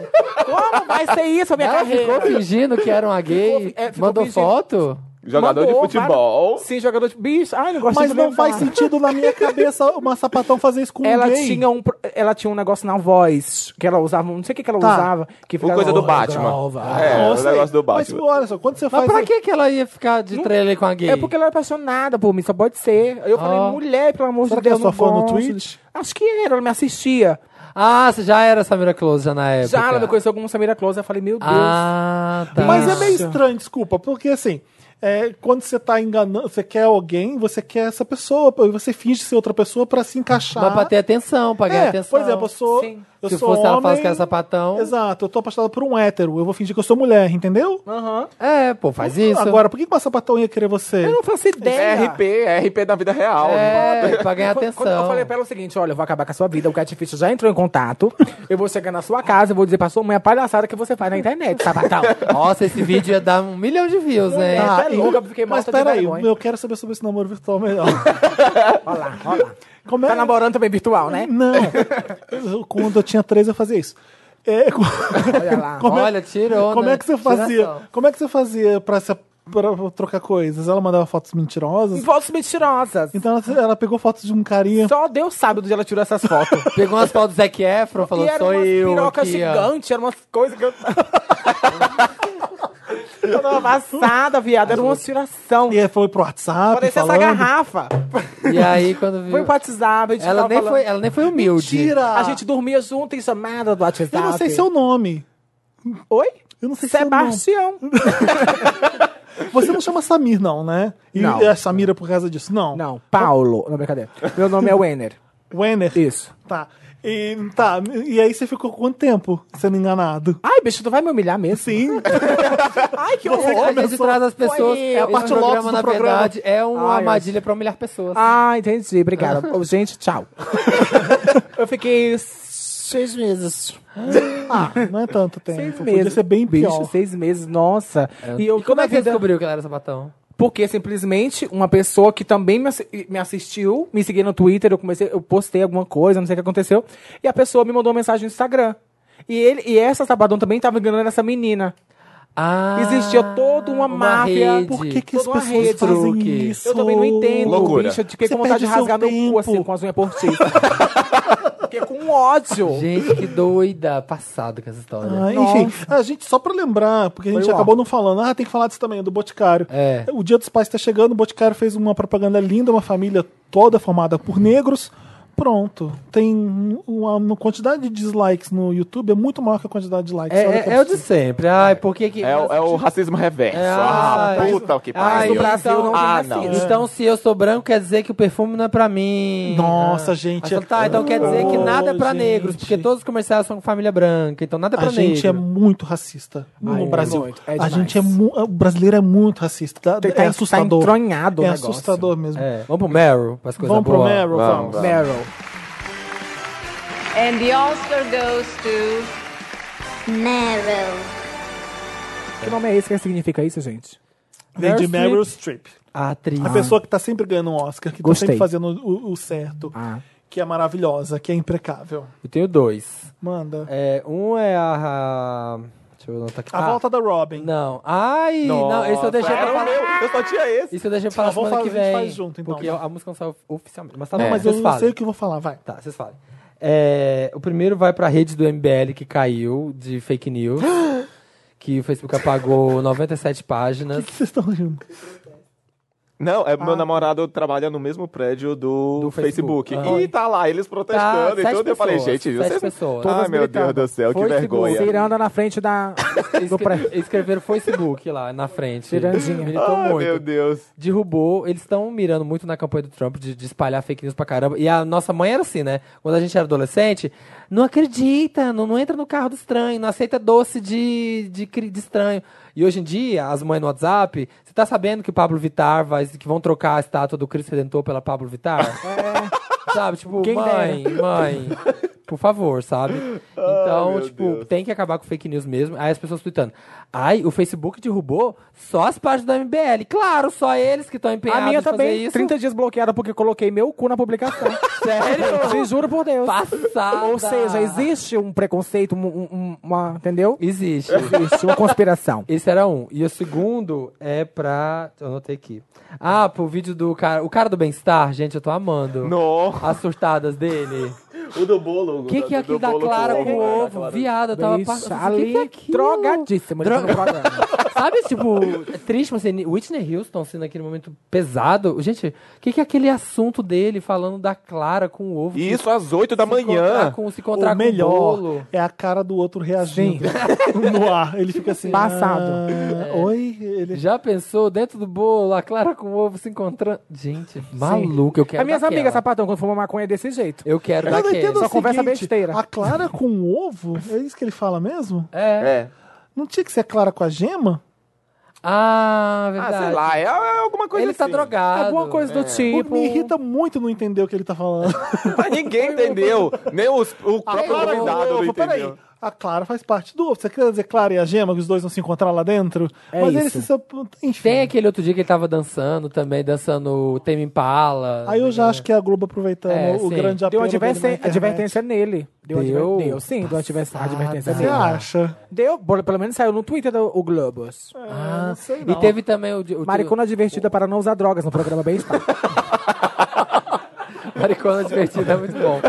Speaker 2: Como vai ser isso, a minha
Speaker 3: Ela ficou
Speaker 2: carreira?
Speaker 3: fingindo que era uma gay?
Speaker 2: Ficou- é, ficou
Speaker 3: mandou
Speaker 2: fingindo.
Speaker 3: foto?
Speaker 4: Jogador
Speaker 2: Mandou,
Speaker 4: de futebol.
Speaker 2: vários- Sim, jogador de. Bicho, ai, não gosto
Speaker 1: Mas
Speaker 2: de
Speaker 1: não
Speaker 2: lembrar.
Speaker 1: faz sentido na minha cabeça uma sapatão fazer isso com
Speaker 2: Ela
Speaker 1: um gay.
Speaker 2: tinha um, pro- ela tinha um negócio na voz que ela usava, não sei o que, que ela
Speaker 1: Tá.
Speaker 2: usava. Que ficava-
Speaker 4: coisa do
Speaker 2: Oh,
Speaker 4: Batman.
Speaker 2: Nova.
Speaker 4: É,
Speaker 1: Eu
Speaker 4: o
Speaker 1: sei,
Speaker 4: negócio do
Speaker 1: Mas
Speaker 4: Batman.
Speaker 1: olha só, quando você
Speaker 3: Mas
Speaker 1: faz... um
Speaker 3: pra que que ela ia ficar de
Speaker 2: Não-
Speaker 3: trailer com a gay?
Speaker 2: É porque ela era apaixonada por mim, só pode ser. Eu
Speaker 3: Ah.
Speaker 2: falei, mulher, pelo amor
Speaker 1: Será que
Speaker 2: de Deus.
Speaker 1: ela só
Speaker 2: não
Speaker 1: foi no
Speaker 2: gosto.
Speaker 1: Twitch?
Speaker 2: Acho que era, ela me assistia.
Speaker 3: Ah, você já era Samira Close já
Speaker 4: É,
Speaker 3: na época.
Speaker 2: Já é ela me conheceu como Samira Close, eu falei, meu Deus.
Speaker 3: Ah, tá.
Speaker 1: Mas é meio estranho, é desculpa, porque assim, é, quando você tá enganando, você quer alguém, você quer essa pessoa, e você finge ser outra pessoa pra se encaixar.
Speaker 3: Mas pra ter atenção, pra ganhar
Speaker 1: é,
Speaker 3: atenção.
Speaker 1: Por exemplo, eu sou.
Speaker 2: Sim.
Speaker 1: Eu
Speaker 3: Se
Speaker 1: sou
Speaker 3: fosse
Speaker 1: homem,
Speaker 3: ela falasse que era sapatão.
Speaker 1: Exato, eu tô apaixonado por um hétero. Eu vou fingir que eu sou mulher, entendeu?
Speaker 2: Aham.
Speaker 3: É, pô, faz isso.
Speaker 1: Agora, por que que uma sapatão ia querer você?
Speaker 2: Eu não faço
Speaker 4: É
Speaker 2: ideia.
Speaker 4: RP, é RP da vida real.
Speaker 3: é, pra ganhar
Speaker 2: Quando-
Speaker 3: atenção.
Speaker 2: Quando eu falei pra ela o seguinte, olha, eu vou acabar com a sua vida, o catfish já entrou em contato, eu vou chegar na sua casa, eu vou dizer pra sua mãe a palhaçada que você faz na internet, sapatão.
Speaker 3: Nossa, esse vídeo ia dar um milhão de views, hein?
Speaker 2: Mulher.
Speaker 1: Ah,
Speaker 2: tá
Speaker 1: e-
Speaker 2: louca, fiquei
Speaker 1: mas
Speaker 2: morta de
Speaker 1: peraí,
Speaker 2: vergonha.
Speaker 1: eu quero saber sobre esse namoro virtual melhor.
Speaker 2: <laughs> Olha lá, olha lá.
Speaker 1: Como
Speaker 2: Tá
Speaker 1: é-
Speaker 2: namorando também
Speaker 1: <laughs>
Speaker 2: virtual, né?
Speaker 1: Não. Eu- quando eu tinha três, eu fazia isso. É, <laughs> co-
Speaker 2: Olha lá.
Speaker 1: como é-
Speaker 3: Olha, tirou,
Speaker 1: Como
Speaker 3: né?
Speaker 1: é que você fazia?
Speaker 3: Tiração.
Speaker 1: Como é que você fazia pra, se, pra trocar coisas? Ela mandava fotos mentirosas?
Speaker 2: Fotos mentirosas.
Speaker 1: Então ela, ela pegou fotos de um carinha.
Speaker 2: Só Deus sabe onde ela tirou essas fotos.
Speaker 3: Pegou umas fotos do Zac Efron, falou,
Speaker 2: e era
Speaker 3: sou
Speaker 2: umas
Speaker 3: eu
Speaker 2: piroca
Speaker 3: aqui, ó.
Speaker 2: gigante, era umas coisas que eu... <laughs> eu tava amassada, viado, era uma tiração.
Speaker 1: E aí foi pro WhatsApp.
Speaker 2: Parecia essa
Speaker 1: falando. Hum.
Speaker 2: garrafa.
Speaker 3: E aí, quando viu...
Speaker 2: Foi um pro WhatsApp, a gente
Speaker 3: ela,
Speaker 2: ficava
Speaker 3: nem
Speaker 2: falando.
Speaker 3: foi, ela nem foi humilde.
Speaker 1: Mentira!
Speaker 2: A gente dormia junto em chamada do WhatsApp.
Speaker 1: Eu não sei seu nome.
Speaker 2: Oi?
Speaker 1: Eu não sei seu
Speaker 2: Sebastião.
Speaker 1: nome. Você não chama Samir, não, né? E
Speaker 2: Não.
Speaker 1: é Samira por causa disso? Não.
Speaker 2: Não, Paulo. Não, brincadeira. Meu nome é Wenner.
Speaker 1: Wenner.
Speaker 2: Isso.
Speaker 1: Tá. E, tá. E aí você ficou quanto tempo sendo enganado?
Speaker 2: Ai, bicho, tu vai me humilhar mesmo?
Speaker 1: Sim.
Speaker 2: <laughs> Ai, que
Speaker 3: Você
Speaker 2: horror.
Speaker 3: começa de trás das pessoas.
Speaker 2: Foi eu.
Speaker 3: Esse
Speaker 1: parte
Speaker 3: programa,
Speaker 1: Lotus é um do
Speaker 3: na
Speaker 1: programa.
Speaker 3: verdade, é uma
Speaker 2: Ai,
Speaker 3: armadilha pra humilhar pessoas.
Speaker 2: Ah, entendi. Obrigada. Ô, Gente, tchau. eu fiquei seis meses.
Speaker 1: Não é tanto tempo.
Speaker 2: Ah. Seis meses.
Speaker 1: Podia ser bem
Speaker 2: bicho.
Speaker 1: pior.
Speaker 2: Seis meses, nossa. E, eu,
Speaker 3: e como é que você
Speaker 2: eu descobri?
Speaker 3: descobriu que ela era sapatão?
Speaker 2: Porque simplesmente uma pessoa que também me, assi- me assistiu, me seguia no Twitter, eu comecei, eu postei alguma coisa, não sei o que aconteceu, e a pessoa me mandou uma mensagem no Instagram. E, ele, e essa Sabadão também tava enganando essa menina.
Speaker 3: Ah,
Speaker 2: Existia toda uma máfia.
Speaker 3: rede.
Speaker 1: Por que, que as
Speaker 2: Toda uma
Speaker 1: pessoas
Speaker 2: rede,
Speaker 1: fazem
Speaker 3: truque.
Speaker 1: isso?
Speaker 2: Eu também não entendo,
Speaker 4: Loucura.
Speaker 2: bicho. Eu fiquei
Speaker 1: Você
Speaker 2: com vontade de
Speaker 1: perde seu
Speaker 2: rasgar meu
Speaker 1: tempo.
Speaker 2: cu assim com as unhas postiças. <laughs> fiquei com ódio.
Speaker 3: Gente, que doida. Passado com essa história.
Speaker 1: Ah, enfim, a gente, só pra lembrar, porque a gente
Speaker 2: Foi o
Speaker 1: acabou não falando, ah, tem que falar disso também, do Boticário.
Speaker 3: É.
Speaker 1: O Dia dos Pais tá chegando, o Boticário fez uma propaganda linda, uma família toda formada por negros. Pronto. Tem um, uma, uma quantidade de dislikes no YouTube, é muito maior que a quantidade de likes.
Speaker 3: É,
Speaker 1: Olha que
Speaker 3: é, é o de
Speaker 1: absurdo.
Speaker 3: sempre. Ai, por que que...
Speaker 4: É, o- é o racismo reverso.
Speaker 3: É,
Speaker 4: ah,
Speaker 3: ai,
Speaker 4: puta o que
Speaker 3: ai,
Speaker 4: pariu.
Speaker 3: no Brasil
Speaker 2: não tem
Speaker 4: ah,
Speaker 2: racismo.
Speaker 4: não.
Speaker 3: Então, se eu sou branco, quer dizer que o perfume não é pra mim.
Speaker 1: Nossa,
Speaker 3: Ah.
Speaker 1: gente,
Speaker 3: Aí fala, tá, então quer dizer que
Speaker 1: oh,
Speaker 3: nada é pra
Speaker 1: gente.
Speaker 3: negros, porque todos os comerciais são com família branca, então nada é
Speaker 1: A
Speaker 3: pra
Speaker 1: gente é
Speaker 3: negro.
Speaker 1: muito racista no
Speaker 2: é
Speaker 1: Brasil.
Speaker 2: muito, é
Speaker 1: a
Speaker 2: demais.
Speaker 1: gente é mu- o brasileiro é muito racista. Dá-
Speaker 2: Tá-
Speaker 1: é
Speaker 2: tá
Speaker 1: assustador.
Speaker 2: entronhado o
Speaker 1: é
Speaker 2: negócio.
Speaker 1: assustador mesmo.
Speaker 3: É, Vamos pro Meryl, pras coisas
Speaker 1: Vamos pro
Speaker 3: boas.
Speaker 1: Meryl,
Speaker 4: Vamos,
Speaker 1: vamos.
Speaker 4: vamos.
Speaker 2: Meryl.
Speaker 6: And the Oscar goes to.
Speaker 5: Meryl.
Speaker 2: Que nome é esse? O que significa isso, gente?
Speaker 1: Vem de
Speaker 3: Meryl
Speaker 1: Meryl Streep.
Speaker 3: A atriz.
Speaker 1: A pessoa que tá sempre ganhando um Oscar, que
Speaker 2: Gostei.
Speaker 1: tá sempre fazendo o, o certo,
Speaker 2: Ah.
Speaker 1: que é maravilhosa, que é impecável.
Speaker 3: Eu tenho dois.
Speaker 1: Manda.
Speaker 3: É, um é a... a- Deixa eu anotar aqui.
Speaker 1: A
Speaker 3: Ah,
Speaker 1: volta é da Robin.
Speaker 3: Não. Ai, não,
Speaker 4: Nossa,
Speaker 3: esse eu deixei
Speaker 4: era
Speaker 3: pra
Speaker 4: o
Speaker 3: falar.
Speaker 4: meu, eu só tinha esse.
Speaker 3: Isso eu deixei pra falar
Speaker 1: Ah, vamos
Speaker 3: semana que
Speaker 1: falar, a gente
Speaker 3: vem.
Speaker 1: faz junto, então.
Speaker 3: Porque a a música não saiu oficialmente. Mas tá
Speaker 4: É.
Speaker 3: bom,
Speaker 1: Mas
Speaker 3: vocês
Speaker 1: eu
Speaker 3: falam.
Speaker 1: sei o que eu vou falar, vai.
Speaker 3: Tá, vocês falem. É, o primeiro vai pra rede do MBL que caiu de
Speaker 1: <gasps>
Speaker 3: fake news. que o Facebook apagou 97
Speaker 1: O
Speaker 3: páginas.
Speaker 1: que vocês estão rindo?
Speaker 4: Não, é meu namorado trabalha no mesmo prédio do,
Speaker 3: Do Facebook.
Speaker 4: Facebook.
Speaker 3: Aham.
Speaker 4: E tá lá, eles protestando
Speaker 3: Tá,
Speaker 4: e
Speaker 3: sete
Speaker 4: tudo. Eu falei,
Speaker 3: pessoas,
Speaker 4: gente,
Speaker 3: sete
Speaker 4: vocês.
Speaker 3: pessoas.
Speaker 4: Ai,
Speaker 3: Todas
Speaker 4: meu
Speaker 3: gritavam.
Speaker 4: Deus do céu, que
Speaker 3: Foi tipo
Speaker 4: vergonha.
Speaker 3: seguro.
Speaker 2: Ciranda na frente
Speaker 3: <laughs>
Speaker 2: da.
Speaker 1: é
Speaker 2: do pré.
Speaker 3: Escre- Escreveram Facebook lá na frente.
Speaker 2: Cirandinha.
Speaker 3: Militou
Speaker 4: Ai,
Speaker 3: muito.
Speaker 4: meu Deus.
Speaker 3: Derrubou. Eles estão mirando muito na campanha do Trump de, de espalhar fake news pra caramba. E a nossa mãe era assim, né? Quando a gente era adolescente, não acredita, não, não entra no carro do estranho, não aceita doce de, de, cri- de estranho. E hoje em dia, as mães no WhatsApp, você tá sabendo que o Pablo Vittar vai. que vão trocar a estátua do Cristo Redentor pela Pablo Vittar? Sabe, tipo,
Speaker 2: Quem
Speaker 3: mãe, mãe, por favor,
Speaker 4: <laughs>
Speaker 3: sabe? Então,
Speaker 4: Ah, meu
Speaker 3: tipo,
Speaker 4: Deus.
Speaker 3: tem que acabar com fake news mesmo. Aí as pessoas tweetando. Ai, o Facebook derrubou só as páginas do MBL. Claro, só eles que estão empenhados
Speaker 2: A minha
Speaker 3: em fazer
Speaker 2: também,
Speaker 3: isso.
Speaker 2: 30 dias bloqueada porque coloquei meu cu na publicação.
Speaker 3: <laughs> Sério?
Speaker 2: <laughs> Te juro por Deus.
Speaker 3: <laughs> Passada.
Speaker 2: Ou seja, existe um preconceito, um- um- uma. Entendeu?
Speaker 3: Existe.
Speaker 2: Existe uma conspiração.
Speaker 3: Esse era um. E o segundo é pra. Eu anotei aqui. Ah, pro vídeo do cara. O cara do bem-estar, gente, eu tô amando.
Speaker 4: Não.
Speaker 3: As surtadas dele.
Speaker 4: <laughs> O do bolo. né? O
Speaker 3: O que, que é aquilo da Clara com o ovo? Viada, eu tava passando.
Speaker 2: Ali,
Speaker 3: Que que é aquilo?
Speaker 2: drogadíssimo. ele tá no programa.
Speaker 3: Sabe, tipo, é triste, mas assim, Whitney Houston, assim, naquele momento pesado. Gente, o que, que é aquele assunto dele falando da Clara com o ovo?
Speaker 4: E
Speaker 3: que
Speaker 4: Isso às 8 da
Speaker 3: se encontrar
Speaker 4: manhã.
Speaker 3: Com, se encontrar
Speaker 1: O
Speaker 3: com o
Speaker 1: melhor
Speaker 3: bolo.
Speaker 1: é a cara do outro reagindo <laughs> no ar. Ele fica assim.
Speaker 2: Passado.
Speaker 1: "Ah,
Speaker 3: É.
Speaker 1: Oi? Ele
Speaker 3: Já pensou dentro do bolo, a Clara com o ovo se encontrando? Gente, maluco, eu <laughs> quero
Speaker 2: As minhas
Speaker 3: daquela.
Speaker 2: amigas sapatão, quando fuma maconha é desse jeito.
Speaker 3: Eu quero
Speaker 1: Eu não entendo
Speaker 3: daquela.
Speaker 1: o
Speaker 2: Só conversa
Speaker 1: seguinte,
Speaker 2: besteira.
Speaker 1: A Clara com o ovo? É isso que ele fala mesmo?
Speaker 3: É.
Speaker 4: É.
Speaker 1: Não tinha que ser a Clara com a gema?
Speaker 3: Ah, verdade.
Speaker 4: Ah, sei lá, é, é alguma coisa
Speaker 3: Ele tá
Speaker 4: assim.
Speaker 3: drogado.
Speaker 2: Alguma coisa do tipo.
Speaker 1: Me irrita muito não entender o que ele tá falando.
Speaker 4: Mas
Speaker 3: <laughs>
Speaker 4: ninguém
Speaker 3: um
Speaker 4: entendeu. Nem os,
Speaker 3: Ah,
Speaker 4: o próprio
Speaker 3: Clara
Speaker 4: convidado não
Speaker 1: ovo,
Speaker 4: entendeu.
Speaker 1: A Clara faz parte do ovo. Você quer dizer Clara e a gema, que os dois vão se encontrar lá dentro?
Speaker 2: É
Speaker 1: Mas eles
Speaker 2: isso.
Speaker 1: se. sap- Enfim.
Speaker 3: Tem aquele outro dia que ele tava dançando também, dançando o Tame Impala.
Speaker 1: Aí eu já acho que é a Globo aproveitando
Speaker 3: É,
Speaker 1: o
Speaker 3: sim.
Speaker 1: grande apelo dele
Speaker 2: Deu
Speaker 1: na
Speaker 2: advertência,
Speaker 1: internet.
Speaker 2: advertência nele. Deu,
Speaker 3: Deu?
Speaker 2: adver- deu sim, deu advertência, advertência
Speaker 1: Você
Speaker 4: né?
Speaker 2: nele.
Speaker 1: acha?
Speaker 2: Deu, bol- pelo menos saiu no Twitter do, o Globos.
Speaker 4: É.
Speaker 3: Ah,
Speaker 1: não sei
Speaker 3: E
Speaker 1: não.
Speaker 3: teve também o... di- o
Speaker 2: Maricona divertida para não usar drogas no programa Bem-Estar.
Speaker 3: Maricona divertida é muito bom.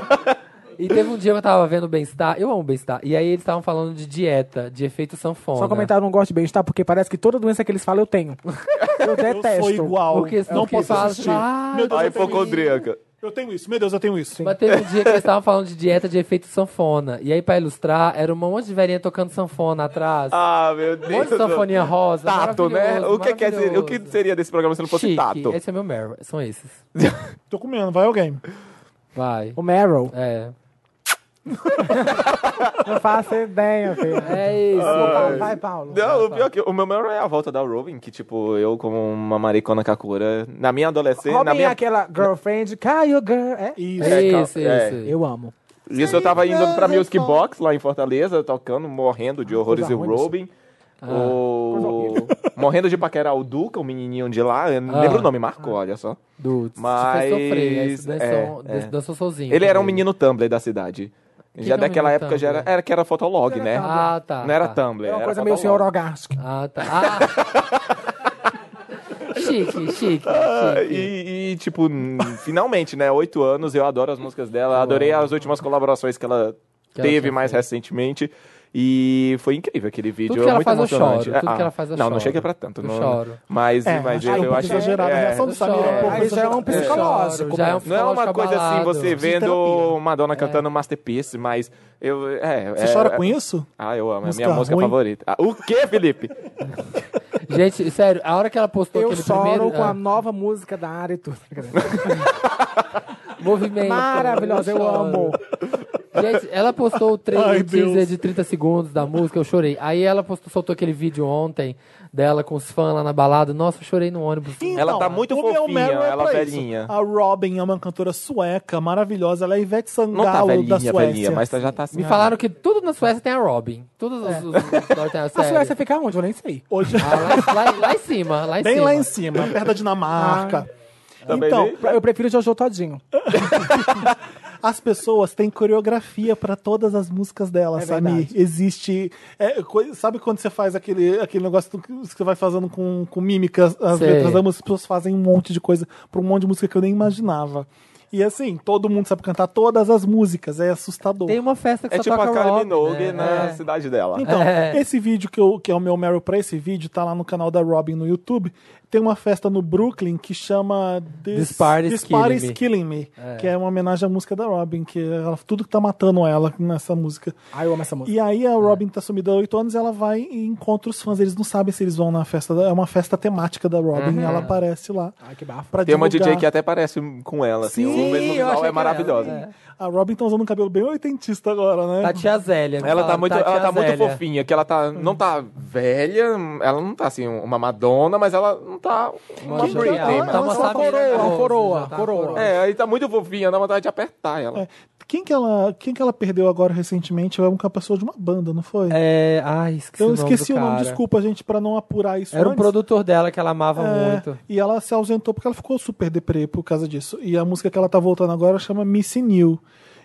Speaker 3: E teve um dia que eu tava vendo o Bem-Estar, eu amo o Bem-Estar, e aí eles estavam falando de dieta, de efeito sanfona.
Speaker 2: Só comentar, eu não gosto de Bem-Estar porque parece que toda doença que eles falam eu tenho.
Speaker 4: <laughs>
Speaker 2: Eu
Speaker 1: Eu
Speaker 2: detesto.
Speaker 1: sou igual.
Speaker 3: Porque
Speaker 1: não
Speaker 3: porque
Speaker 1: posso
Speaker 3: fala-
Speaker 1: assistir.
Speaker 3: Ah,
Speaker 1: Meu Deus,
Speaker 4: A
Speaker 1: eu tenho
Speaker 4: hipocondríaca.
Speaker 1: isso. Eu tenho isso. Meu Deus, eu tenho isso.
Speaker 3: Mas teve um dia que eles estavam falando de dieta de efeito sanfona. E aí, pra ilustrar, era um monte de velhinha tocando sanfona atrás.
Speaker 4: Ah, meu
Speaker 3: um monte
Speaker 4: Deus.
Speaker 3: de sanfoninha rosa.
Speaker 4: Tato, né?
Speaker 3: maravilhoso,
Speaker 4: O que, quer dizer, o que
Speaker 3: maravilhoso.
Speaker 4: seria desse programa se não fosse
Speaker 3: Chique.
Speaker 4: Tato?
Speaker 3: Esse é meu Meryl. São esses.
Speaker 1: Tô comendo, vai alguém.
Speaker 3: Vai.
Speaker 2: O Meryl.
Speaker 3: É.
Speaker 2: Não faço ideia, filho.
Speaker 3: É isso.
Speaker 4: Ah,
Speaker 2: Vai, Paulo.
Speaker 4: Não, o pior que o meu maior é a volta da Robin, que tipo, eu como uma maricona kakura, na minha adolescência,
Speaker 2: Robin
Speaker 4: na minha...
Speaker 2: é aquela girlfriend, Caio Girl. É?
Speaker 1: Isso.
Speaker 3: É
Speaker 4: cal-
Speaker 3: isso,
Speaker 4: é.
Speaker 3: isso.
Speaker 2: Eu amo.
Speaker 4: Isso eu tava indo pra Music Box lá em Fortaleza, tocando, morrendo de horrores e
Speaker 2: Coisa
Speaker 4: o
Speaker 2: ruim,
Speaker 4: Robin. O... <laughs> Morrendo de paquerar o Duca, o menininho de lá. Eu não
Speaker 3: Ah.
Speaker 4: Lembro o nome, Marco, olha só.
Speaker 3: Do te fez
Speaker 4: Mas-
Speaker 3: sofrer, aí isso dançou,
Speaker 4: é, é.
Speaker 3: dançou sozinho.
Speaker 4: Ele era um
Speaker 3: também.
Speaker 4: menino Tumblr da cidade.
Speaker 3: Que
Speaker 4: já
Speaker 3: que é um
Speaker 4: daquela
Speaker 3: menino
Speaker 4: época já era,
Speaker 3: Tumblr?
Speaker 4: era que era Fotolog, né?
Speaker 3: Ah, tá.
Speaker 4: não era
Speaker 3: tá.
Speaker 4: Tumblr.
Speaker 2: É uma
Speaker 4: era um
Speaker 2: coisa meio
Speaker 4: Fotolog.
Speaker 2: senhor Orgastic.
Speaker 3: Ah, tá. Ah. chique, chique, chique.
Speaker 4: Ah, E, e, tipo, n- finalmente, né? Oito anos, eu adoro as músicas dela. Adorei as últimas colaborações que ela
Speaker 3: Que ela
Speaker 4: teve
Speaker 3: tinha
Speaker 4: mais
Speaker 3: feito.
Speaker 4: recentemente. E foi incrível aquele vídeo.
Speaker 3: que ela
Speaker 4: é muito
Speaker 3: faz, eu
Speaker 4: emocionante.
Speaker 3: choro. Tudo
Speaker 4: Ah,
Speaker 3: que ela faz, eu
Speaker 4: Não, não
Speaker 3: choro.
Speaker 4: chega pra tanto.
Speaker 3: Eu
Speaker 4: Não, né?
Speaker 3: choro.
Speaker 4: Mas,
Speaker 1: É,
Speaker 4: mas
Speaker 1: acho
Speaker 4: eu,
Speaker 1: um pouco
Speaker 4: achei.
Speaker 1: exagerada. A
Speaker 4: é,
Speaker 1: reação do Samir é um
Speaker 3: choro.
Speaker 1: pouco
Speaker 2: Aí já é um
Speaker 1: exagerada.
Speaker 2: psicológico.
Speaker 3: Já é um
Speaker 4: não é uma coisa assim,
Speaker 3: abalado.
Speaker 4: você vendo
Speaker 1: terapia.
Speaker 3: É.
Speaker 4: Madonna cantando Masterpiece, mas eu. É,
Speaker 1: Você
Speaker 4: é-
Speaker 1: chora
Speaker 4: é-
Speaker 1: com isso?
Speaker 4: Ah, eu amo. É a
Speaker 1: Música
Speaker 4: minha música
Speaker 1: ruim.
Speaker 4: favorita. Ah, o quê, Felipe?
Speaker 3: Gente, sério, a hora que ela postou
Speaker 2: Eu
Speaker 3: aquele
Speaker 2: choro
Speaker 3: primeiro
Speaker 2: com
Speaker 4: é.
Speaker 3: ah,
Speaker 2: a nova música da área e tudo.
Speaker 3: movimento.
Speaker 2: Maravilhosa, eu
Speaker 3: choro.
Speaker 2: amo.
Speaker 3: Gente, ela postou o trailer
Speaker 1: Ai,
Speaker 3: o teaser
Speaker 1: Deus.
Speaker 3: de 30 segundos da música, eu chorei. Aí ela postou, soltou aquele vídeo ontem dela com os fãs lá na balada. Nossa, eu chorei no ônibus.
Speaker 4: Ela tá muito
Speaker 1: Então, o meu
Speaker 4: fofinha,
Speaker 1: Meryl é
Speaker 4: ela
Speaker 1: pra
Speaker 4: velhinha.
Speaker 1: isso. A Robin é uma cantora sueca, maravilhosa. Ela é Ivete
Speaker 4: Não tá
Speaker 1: Sangalo da
Speaker 4: velhinha,
Speaker 1: Suécia.
Speaker 4: velhinha, mas tá- já tá assim.
Speaker 3: Me falaram que tudo na Suécia tem a Robin. Todos os, os, os norte-
Speaker 2: A
Speaker 3: sério.
Speaker 2: Suécia fica onde? Eu nem sei.
Speaker 4: <laughs>
Speaker 1: Hoje,
Speaker 3: Ah, lá, lá- lá em cima, lá em
Speaker 1: bem
Speaker 3: cima.
Speaker 1: lá em cima, perto da Dinamarca.
Speaker 4: Ah. Também
Speaker 1: Então,
Speaker 4: veio?
Speaker 2: Eu prefiro Jojo Todinho.
Speaker 1: as pessoas têm coreografia pra todas as músicas dela,
Speaker 2: É
Speaker 1: Samir.
Speaker 2: verdade.
Speaker 1: Existe. é, coi- sabe quando você faz aquele, aquele negócio do que você vai fazendo com, com mímicas, as
Speaker 3: Sei.
Speaker 1: letras da música? As pessoas fazem um monte de coisa pra um monte de música que eu nem imaginava. E assim, todo mundo sabe cantar todas as músicas, é assustador.
Speaker 3: Tem uma festa que
Speaker 4: É
Speaker 3: só
Speaker 4: tipo
Speaker 3: toca
Speaker 4: a Kylie
Speaker 3: rock,
Speaker 4: Minogue
Speaker 3: né?
Speaker 4: na
Speaker 3: É.
Speaker 4: cidade dela.
Speaker 1: Então,
Speaker 3: É.
Speaker 1: esse vídeo que, eu, que é o meu Meryl pra esse vídeo, tá lá no canal da Robin no YouTube. Tem uma festa no Brooklyn que chama This,
Speaker 3: This Party is Killing
Speaker 1: is
Speaker 3: Me.
Speaker 1: Killing Me, que é uma homenagem à música da Robin, que ela, tudo que tá matando ela nessa música.
Speaker 2: Ai, eu amo essa música.
Speaker 1: E aí a Robin tá sumida há oito anos, ela vai e encontra os fãs. Eles não sabem se eles vão na festa. da- É uma festa temática da Robin. Ela aparece lá.
Speaker 2: Ai, que bafo.
Speaker 1: Pra
Speaker 4: Tem uma
Speaker 1: divulgar.
Speaker 4: DJ que é até parece com ela, assim.
Speaker 1: Sim,
Speaker 4: o mesmo
Speaker 3: eu
Speaker 4: visual
Speaker 3: achei
Speaker 4: é
Speaker 3: que era
Speaker 4: maravilhosa.
Speaker 3: ela,
Speaker 1: A Robin tá usando um cabelo bem oitentista agora, né?
Speaker 3: Tá tia Zélia. me
Speaker 4: Ela tá
Speaker 3: falaram,
Speaker 4: muito,
Speaker 3: tia
Speaker 4: ela tá muito
Speaker 3: Zélia. Hum.
Speaker 4: fofinha, que ela tá, não tá velha, ela não tá assim uma Madonna, mas ela não tá uma
Speaker 3: Olha,
Speaker 4: Britney.
Speaker 3: ela
Speaker 4: mas-
Speaker 3: tá uma
Speaker 1: só
Speaker 3: Sabrina
Speaker 2: coroa,
Speaker 3: Cardoso,
Speaker 2: coroa,
Speaker 3: já tá
Speaker 2: coroa.
Speaker 4: É, aí tá muito fofinha, dá vontade de apertar ela.
Speaker 1: É. Quem, que ela, quem que ela perdeu agora recentemente? É uma pessoa de uma banda, não foi?
Speaker 3: É, ai, esqueci
Speaker 1: Eu
Speaker 3: o nome
Speaker 1: esqueci
Speaker 3: do
Speaker 1: o nome,
Speaker 3: cara.
Speaker 1: desculpa, gente, pra não apurar isso.
Speaker 3: Era um
Speaker 1: antes.
Speaker 3: produtor dela que ela amava
Speaker 1: É,
Speaker 3: muito.
Speaker 1: E ela se ausentou porque ela ficou super deprê por causa disso. E a música que ela tá voltando agora chama Missing You.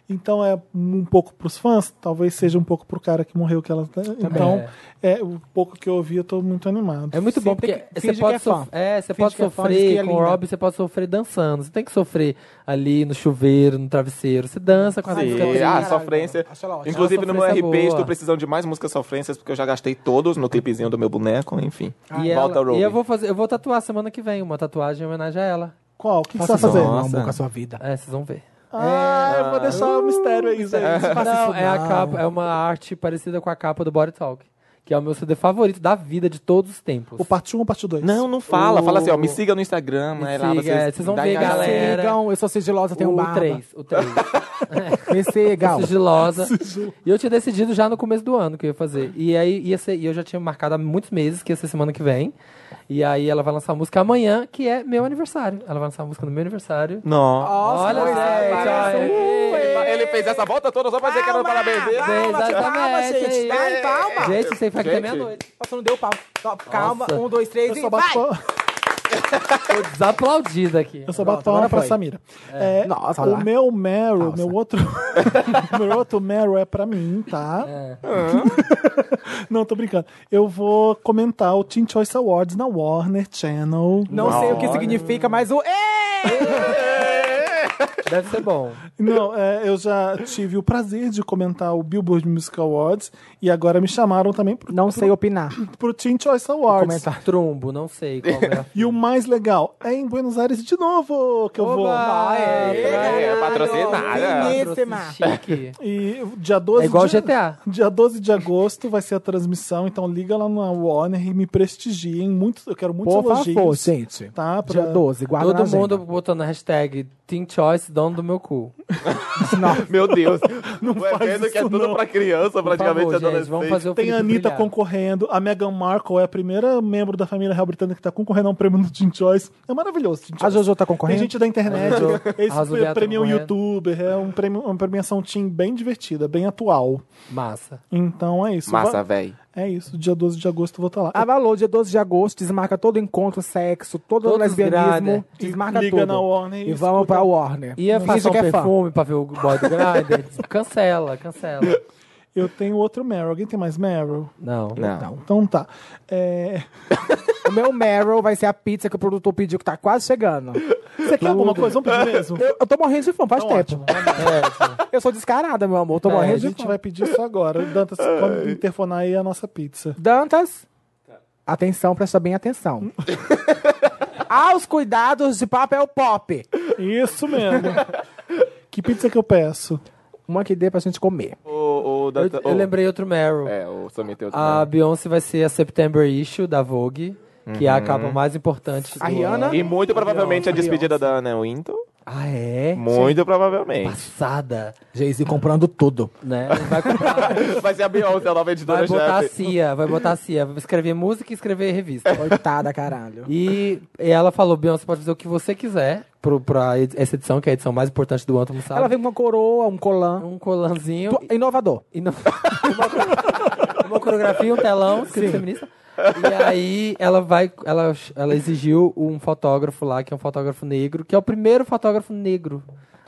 Speaker 1: Então é um pouco pros fãs, talvez seja um pouco pro cara que morreu que ela. Então, é, o pouco que eu ouvi, eu tô muito animado.
Speaker 3: É muito
Speaker 2: Sim,
Speaker 3: bom,
Speaker 2: tem
Speaker 3: porque
Speaker 2: que-
Speaker 3: você
Speaker 2: finge
Speaker 3: pode,
Speaker 2: que é fã.
Speaker 3: sof- é, você
Speaker 2: Finge
Speaker 3: pode
Speaker 2: que é fã, diz que
Speaker 3: sofrer
Speaker 2: é
Speaker 3: com o
Speaker 2: linda.
Speaker 3: Rob, você pode sofrer dançando. Você tem que sofrer ali no chuveiro, no travesseiro. Você dança com as
Speaker 4: Sim.
Speaker 3: músicas.
Speaker 4: Ah,
Speaker 2: caralho,
Speaker 4: sofrência.
Speaker 2: mano. Acho ela ótima.
Speaker 4: Inclusive,
Speaker 3: Ela
Speaker 4: no meu RP,
Speaker 3: sofrência boa.
Speaker 4: estou precisando de mais músicas sofrências, porque eu já gastei todos no clipezinho do meu boneco, enfim.
Speaker 3: Ah, E,
Speaker 4: Volta,
Speaker 3: ela,
Speaker 4: Rob.
Speaker 3: e eu vou fazer, eu vou tatuar semana que vem uma tatuagem em homenagem a ela.
Speaker 1: Qual? O que, que você tá
Speaker 2: Faça
Speaker 1: vai fazer?
Speaker 2: isso
Speaker 3: né?
Speaker 2: não,
Speaker 4: Nossa.
Speaker 2: um amor, com a sua vida.
Speaker 3: É, vocês vão ver.
Speaker 1: Ah, eu vou deixar
Speaker 2: um
Speaker 1: o mistério aí, gente.
Speaker 3: Não, é a
Speaker 2: não.
Speaker 3: capa, é uma arte parecida com a capa do Body Talk, que é o meu CD favorito da vida de todos os tempos.
Speaker 1: O
Speaker 2: um
Speaker 1: parte 1 ou parte 2?
Speaker 4: Não, não fala.
Speaker 2: O-
Speaker 4: Fala assim, ó, me siga no Instagram.
Speaker 3: Me
Speaker 4: aí lá
Speaker 3: siga, é, vocês vão
Speaker 4: dá
Speaker 3: ver,
Speaker 4: engajamento.
Speaker 3: galera.
Speaker 2: Sigam, eu sou sigilosa, tenho
Speaker 3: o
Speaker 2: um barba.
Speaker 3: 3, o
Speaker 2: <laughs>
Speaker 3: 3.
Speaker 2: Me sigam.
Speaker 3: sigilosa. E eu tinha decidido já no começo do ano que eu ia fazer. E aí ia ser, e eu já tinha marcado há muitos meses que ia ser semana que vem. E aí ela vai lançar a música amanhã, que é meu aniversário. Ela vai lançar a música no meu aniversário.
Speaker 4: Não.
Speaker 3: Olha, é.
Speaker 2: Moisés,
Speaker 3: gente,
Speaker 2: é, parece um,
Speaker 3: olha.
Speaker 4: Ele, ele fez essa volta toda só pra dizer que era parabéns dele.
Speaker 2: Palma, palma,
Speaker 3: Exatamente,
Speaker 2: gente.
Speaker 3: é
Speaker 2: Dá
Speaker 3: isso.
Speaker 2: palma.
Speaker 3: Gente, isso aí foi até
Speaker 4: Gente.
Speaker 3: meia-noite.
Speaker 2: Nossa, não deu palma. Só- Calma,
Speaker 3: Nossa.
Speaker 2: um, dois, três
Speaker 1: Eu
Speaker 2: e
Speaker 1: só
Speaker 2: vai.
Speaker 1: bato, palma,
Speaker 3: Desaplaudida aqui.
Speaker 1: eu só
Speaker 2: Pronto,
Speaker 1: bato palma
Speaker 2: agora
Speaker 1: pra
Speaker 2: foi.
Speaker 1: Samira. É,
Speaker 2: Nossa,
Speaker 1: o
Speaker 2: lá.
Speaker 1: meu Meryl, meu outro. <laughs> meu outro Meryl é pra mim, tá?
Speaker 2: É.
Speaker 1: <laughs> Não, tô brincando. Eu vou comentar o Teen Choice Awards na Warner Channel.
Speaker 2: Não sei o que significa, mas o... Ei!
Speaker 3: Deve ser bom.
Speaker 1: Não, é, eu já tive o prazer de comentar o Billboard Music Awards e agora me chamaram também pro,
Speaker 2: Não sei opinar.
Speaker 1: pro Teen Choice Awards.
Speaker 2: Comentar.
Speaker 3: Trumbo, não sei qual é. a-
Speaker 1: E o mais legal é em Buenos Aires de novo que eu vou.
Speaker 3: Oba!
Speaker 4: É, patrocinada.
Speaker 2: Finíssima.
Speaker 3: Chique.
Speaker 1: E dia 12
Speaker 3: É igual
Speaker 1: de,
Speaker 3: GTA.
Speaker 1: Dia 12 de agosto vai ser a transmissão, então liga lá na Warner e me prestigiem. Muito, eu quero muitos
Speaker 2: Por
Speaker 1: elogios.
Speaker 2: favor, gente.
Speaker 1: Tá? Pra...
Speaker 2: Dia 12, guarda na
Speaker 3: Todo
Speaker 2: agenda.
Speaker 3: mundo botando a hashtag Team Choice, dono do meu cu.
Speaker 4: <laughs> Meu Deus. Não
Speaker 1: faz
Speaker 4: vendo que é
Speaker 1: isso,
Speaker 4: tudo
Speaker 1: não.
Speaker 4: pra criança,
Speaker 3: Por
Speaker 4: praticamente
Speaker 3: favor, gente,
Speaker 4: adolescente.
Speaker 3: vamos fazer o
Speaker 1: Tem a
Speaker 3: Felipe
Speaker 1: Anitta
Speaker 3: brilhar.
Speaker 1: concorrendo, a Meghan Markle é a primeira membro da família real britânica que tá concorrendo a um prêmio no Teen Choice. É maravilhoso. Teen
Speaker 2: A
Speaker 1: Choice.
Speaker 2: Jojo tá
Speaker 1: Tem
Speaker 2: concorrendo?
Speaker 1: gente da internet,
Speaker 3: Arrasou. Arrasou,
Speaker 1: esse
Speaker 3: Beato,
Speaker 1: prêmio é um
Speaker 3: concorrendo.
Speaker 1: youtuber, é um prêmio, uma premiação team bem divertida, bem atual.
Speaker 3: Massa.
Speaker 1: Então é isso.
Speaker 4: Massa,
Speaker 1: Va-
Speaker 4: véi.
Speaker 1: É isso, dia 12 de agosto eu vou estar lá.
Speaker 2: Avalou, dia 12 de agosto, desmarca todo encontro, sexo, todo
Speaker 3: Todos
Speaker 2: lesbianismo,
Speaker 3: grada.
Speaker 2: desmarca
Speaker 1: Liga
Speaker 2: tudo.
Speaker 1: na Warner
Speaker 2: e
Speaker 1: e
Speaker 2: vamos
Speaker 1: escuta-
Speaker 2: pra Warner.
Speaker 3: Ia
Speaker 2: Finge
Speaker 3: passar um
Speaker 2: que é fã.
Speaker 3: perfume pra ver o boy do Grinder? cancela, cancela.
Speaker 1: Eu tenho outro Meryl. Alguém tem mais Meryl?
Speaker 3: Não.
Speaker 4: Não.
Speaker 1: Então tá. É...
Speaker 2: O meu Meryl vai ser a pizza que o produtor pediu, que tá quase chegando. Tá
Speaker 1: Você quer alguma coisa? Vamos pedir mesmo?
Speaker 2: Eu, eu tô morrendo de fome, faz tempo.
Speaker 3: É,
Speaker 2: Eu sou descarada, meu amor, tô
Speaker 1: É, a
Speaker 2: morrendo de
Speaker 1: gente
Speaker 2: fome.
Speaker 1: vai pedir isso agora. O Dantas, quando interfonar aí a nossa pizza.
Speaker 2: Dantas,
Speaker 4: Tá.
Speaker 2: atenção, presta bem atenção. <laughs> Aos cuidados de papel pop.
Speaker 1: Isso mesmo. que pizza que eu peço?
Speaker 2: Uma que dê pra gente comer.
Speaker 4: O, o, da,
Speaker 3: eu,
Speaker 4: o-
Speaker 3: eu lembrei outro Meryl.
Speaker 4: É, o Samir tem outro
Speaker 3: A
Speaker 4: nome.
Speaker 3: Beyoncé vai ser a September Issue da Vogue, que é a capa mais importante do
Speaker 2: A Rihanna?
Speaker 3: ano.
Speaker 4: E muito provavelmente a despedida da Ana Wintour.
Speaker 3: Ah, é?
Speaker 4: Muito provavelmente.
Speaker 3: Passada,
Speaker 2: Jay-Z comprando tudo.
Speaker 3: né? Vai comprar...
Speaker 4: <laughs> Vai ser a Beyoncé, a nova editora
Speaker 3: Vai botar assim, a
Speaker 4: chefe.
Speaker 3: CIA, vai botar a CIA. Vai escrever música e escrever revista.
Speaker 2: Coitada, caralho.
Speaker 3: E ela falou, Beyoncé, pode fazer o que você quiser pro, pra ed- essa edição, que é a edição mais importante do ano, como sabe.
Speaker 2: Ela vem com uma coroa, um colã.
Speaker 3: Um colanzinho
Speaker 2: Tu- Inovador.
Speaker 3: e, e não... uma, cor- uma coreografia, um telão,
Speaker 1: <laughs>
Speaker 3: escrito feminista. E aí ela vai, ela, ela exigiu um fotógrafo lá, que é um fotógrafo negro, que é o primeiro fotógrafo negro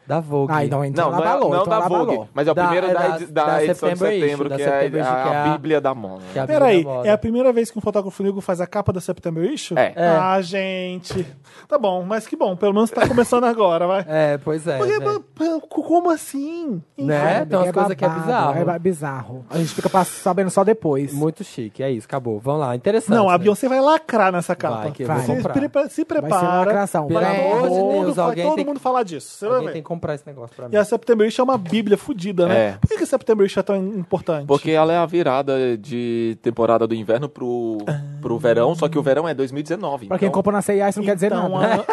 Speaker 3: da Vogue.
Speaker 2: Ah, então, então ela
Speaker 4: Não, não, é,
Speaker 2: abalou.
Speaker 4: não
Speaker 2: então
Speaker 4: da
Speaker 2: ela
Speaker 4: Vogue,
Speaker 2: abalou.
Speaker 4: mas é o
Speaker 3: Da-
Speaker 4: primeiro da,
Speaker 3: da-
Speaker 4: edi- da
Speaker 3: da
Speaker 4: edição de
Speaker 3: September issue,
Speaker 4: setembro,
Speaker 3: da
Speaker 4: que
Speaker 3: September
Speaker 4: é
Speaker 3: issue, que é
Speaker 4: a,
Speaker 3: a-
Speaker 4: bíblia da moda.
Speaker 3: que é a bíblia
Speaker 1: Peraí,
Speaker 3: da moda.
Speaker 1: é a primeira vez que um fotógrafo negro faz a capa da September Issue?
Speaker 4: É.
Speaker 3: É.
Speaker 1: Ah, gente. Tá bom, mas que bom. Pelo menos tá começando agora, vai.
Speaker 3: É, pois é.
Speaker 1: Porque,
Speaker 3: né?
Speaker 1: p- p- como assim?
Speaker 3: Né? Tem umas coisas que é
Speaker 2: babado,
Speaker 3: bizarro.
Speaker 2: É bizarro. A gente fica pass- sabendo só depois.
Speaker 3: Muito chique, é isso, acabou. Vamos lá, interessante.
Speaker 1: Não, a
Speaker 3: né?
Speaker 1: Beyoncé vai lacrar nessa capa.
Speaker 3: Vai, que eu
Speaker 2: vou
Speaker 1: se,
Speaker 3: comprar.
Speaker 1: prepara- se
Speaker 2: Vai ser uma
Speaker 1: prepara.
Speaker 2: lacração.
Speaker 3: Pelo
Speaker 1: Vai
Speaker 2: Vai-
Speaker 3: amor de
Speaker 1: todo
Speaker 3: Deus,
Speaker 1: mundo, vai
Speaker 3: alguém
Speaker 1: todo
Speaker 3: tem que-
Speaker 1: mundo falar disso. Você vai
Speaker 3: Alguém
Speaker 1: ver.
Speaker 3: tem que comprar esse negócio pra mim.
Speaker 1: E a September Issue é uma bíblia fodida, né?
Speaker 4: É.
Speaker 1: Por que, que a September Issue é tão importante?
Speaker 4: Porque ela é a virada de temporada do inverno pro, pro verão, só que o verão é 2019.
Speaker 2: Pra quem
Speaker 4: então-
Speaker 2: compra na CIA, isso não quer dizer
Speaker 1: então,
Speaker 2: nada.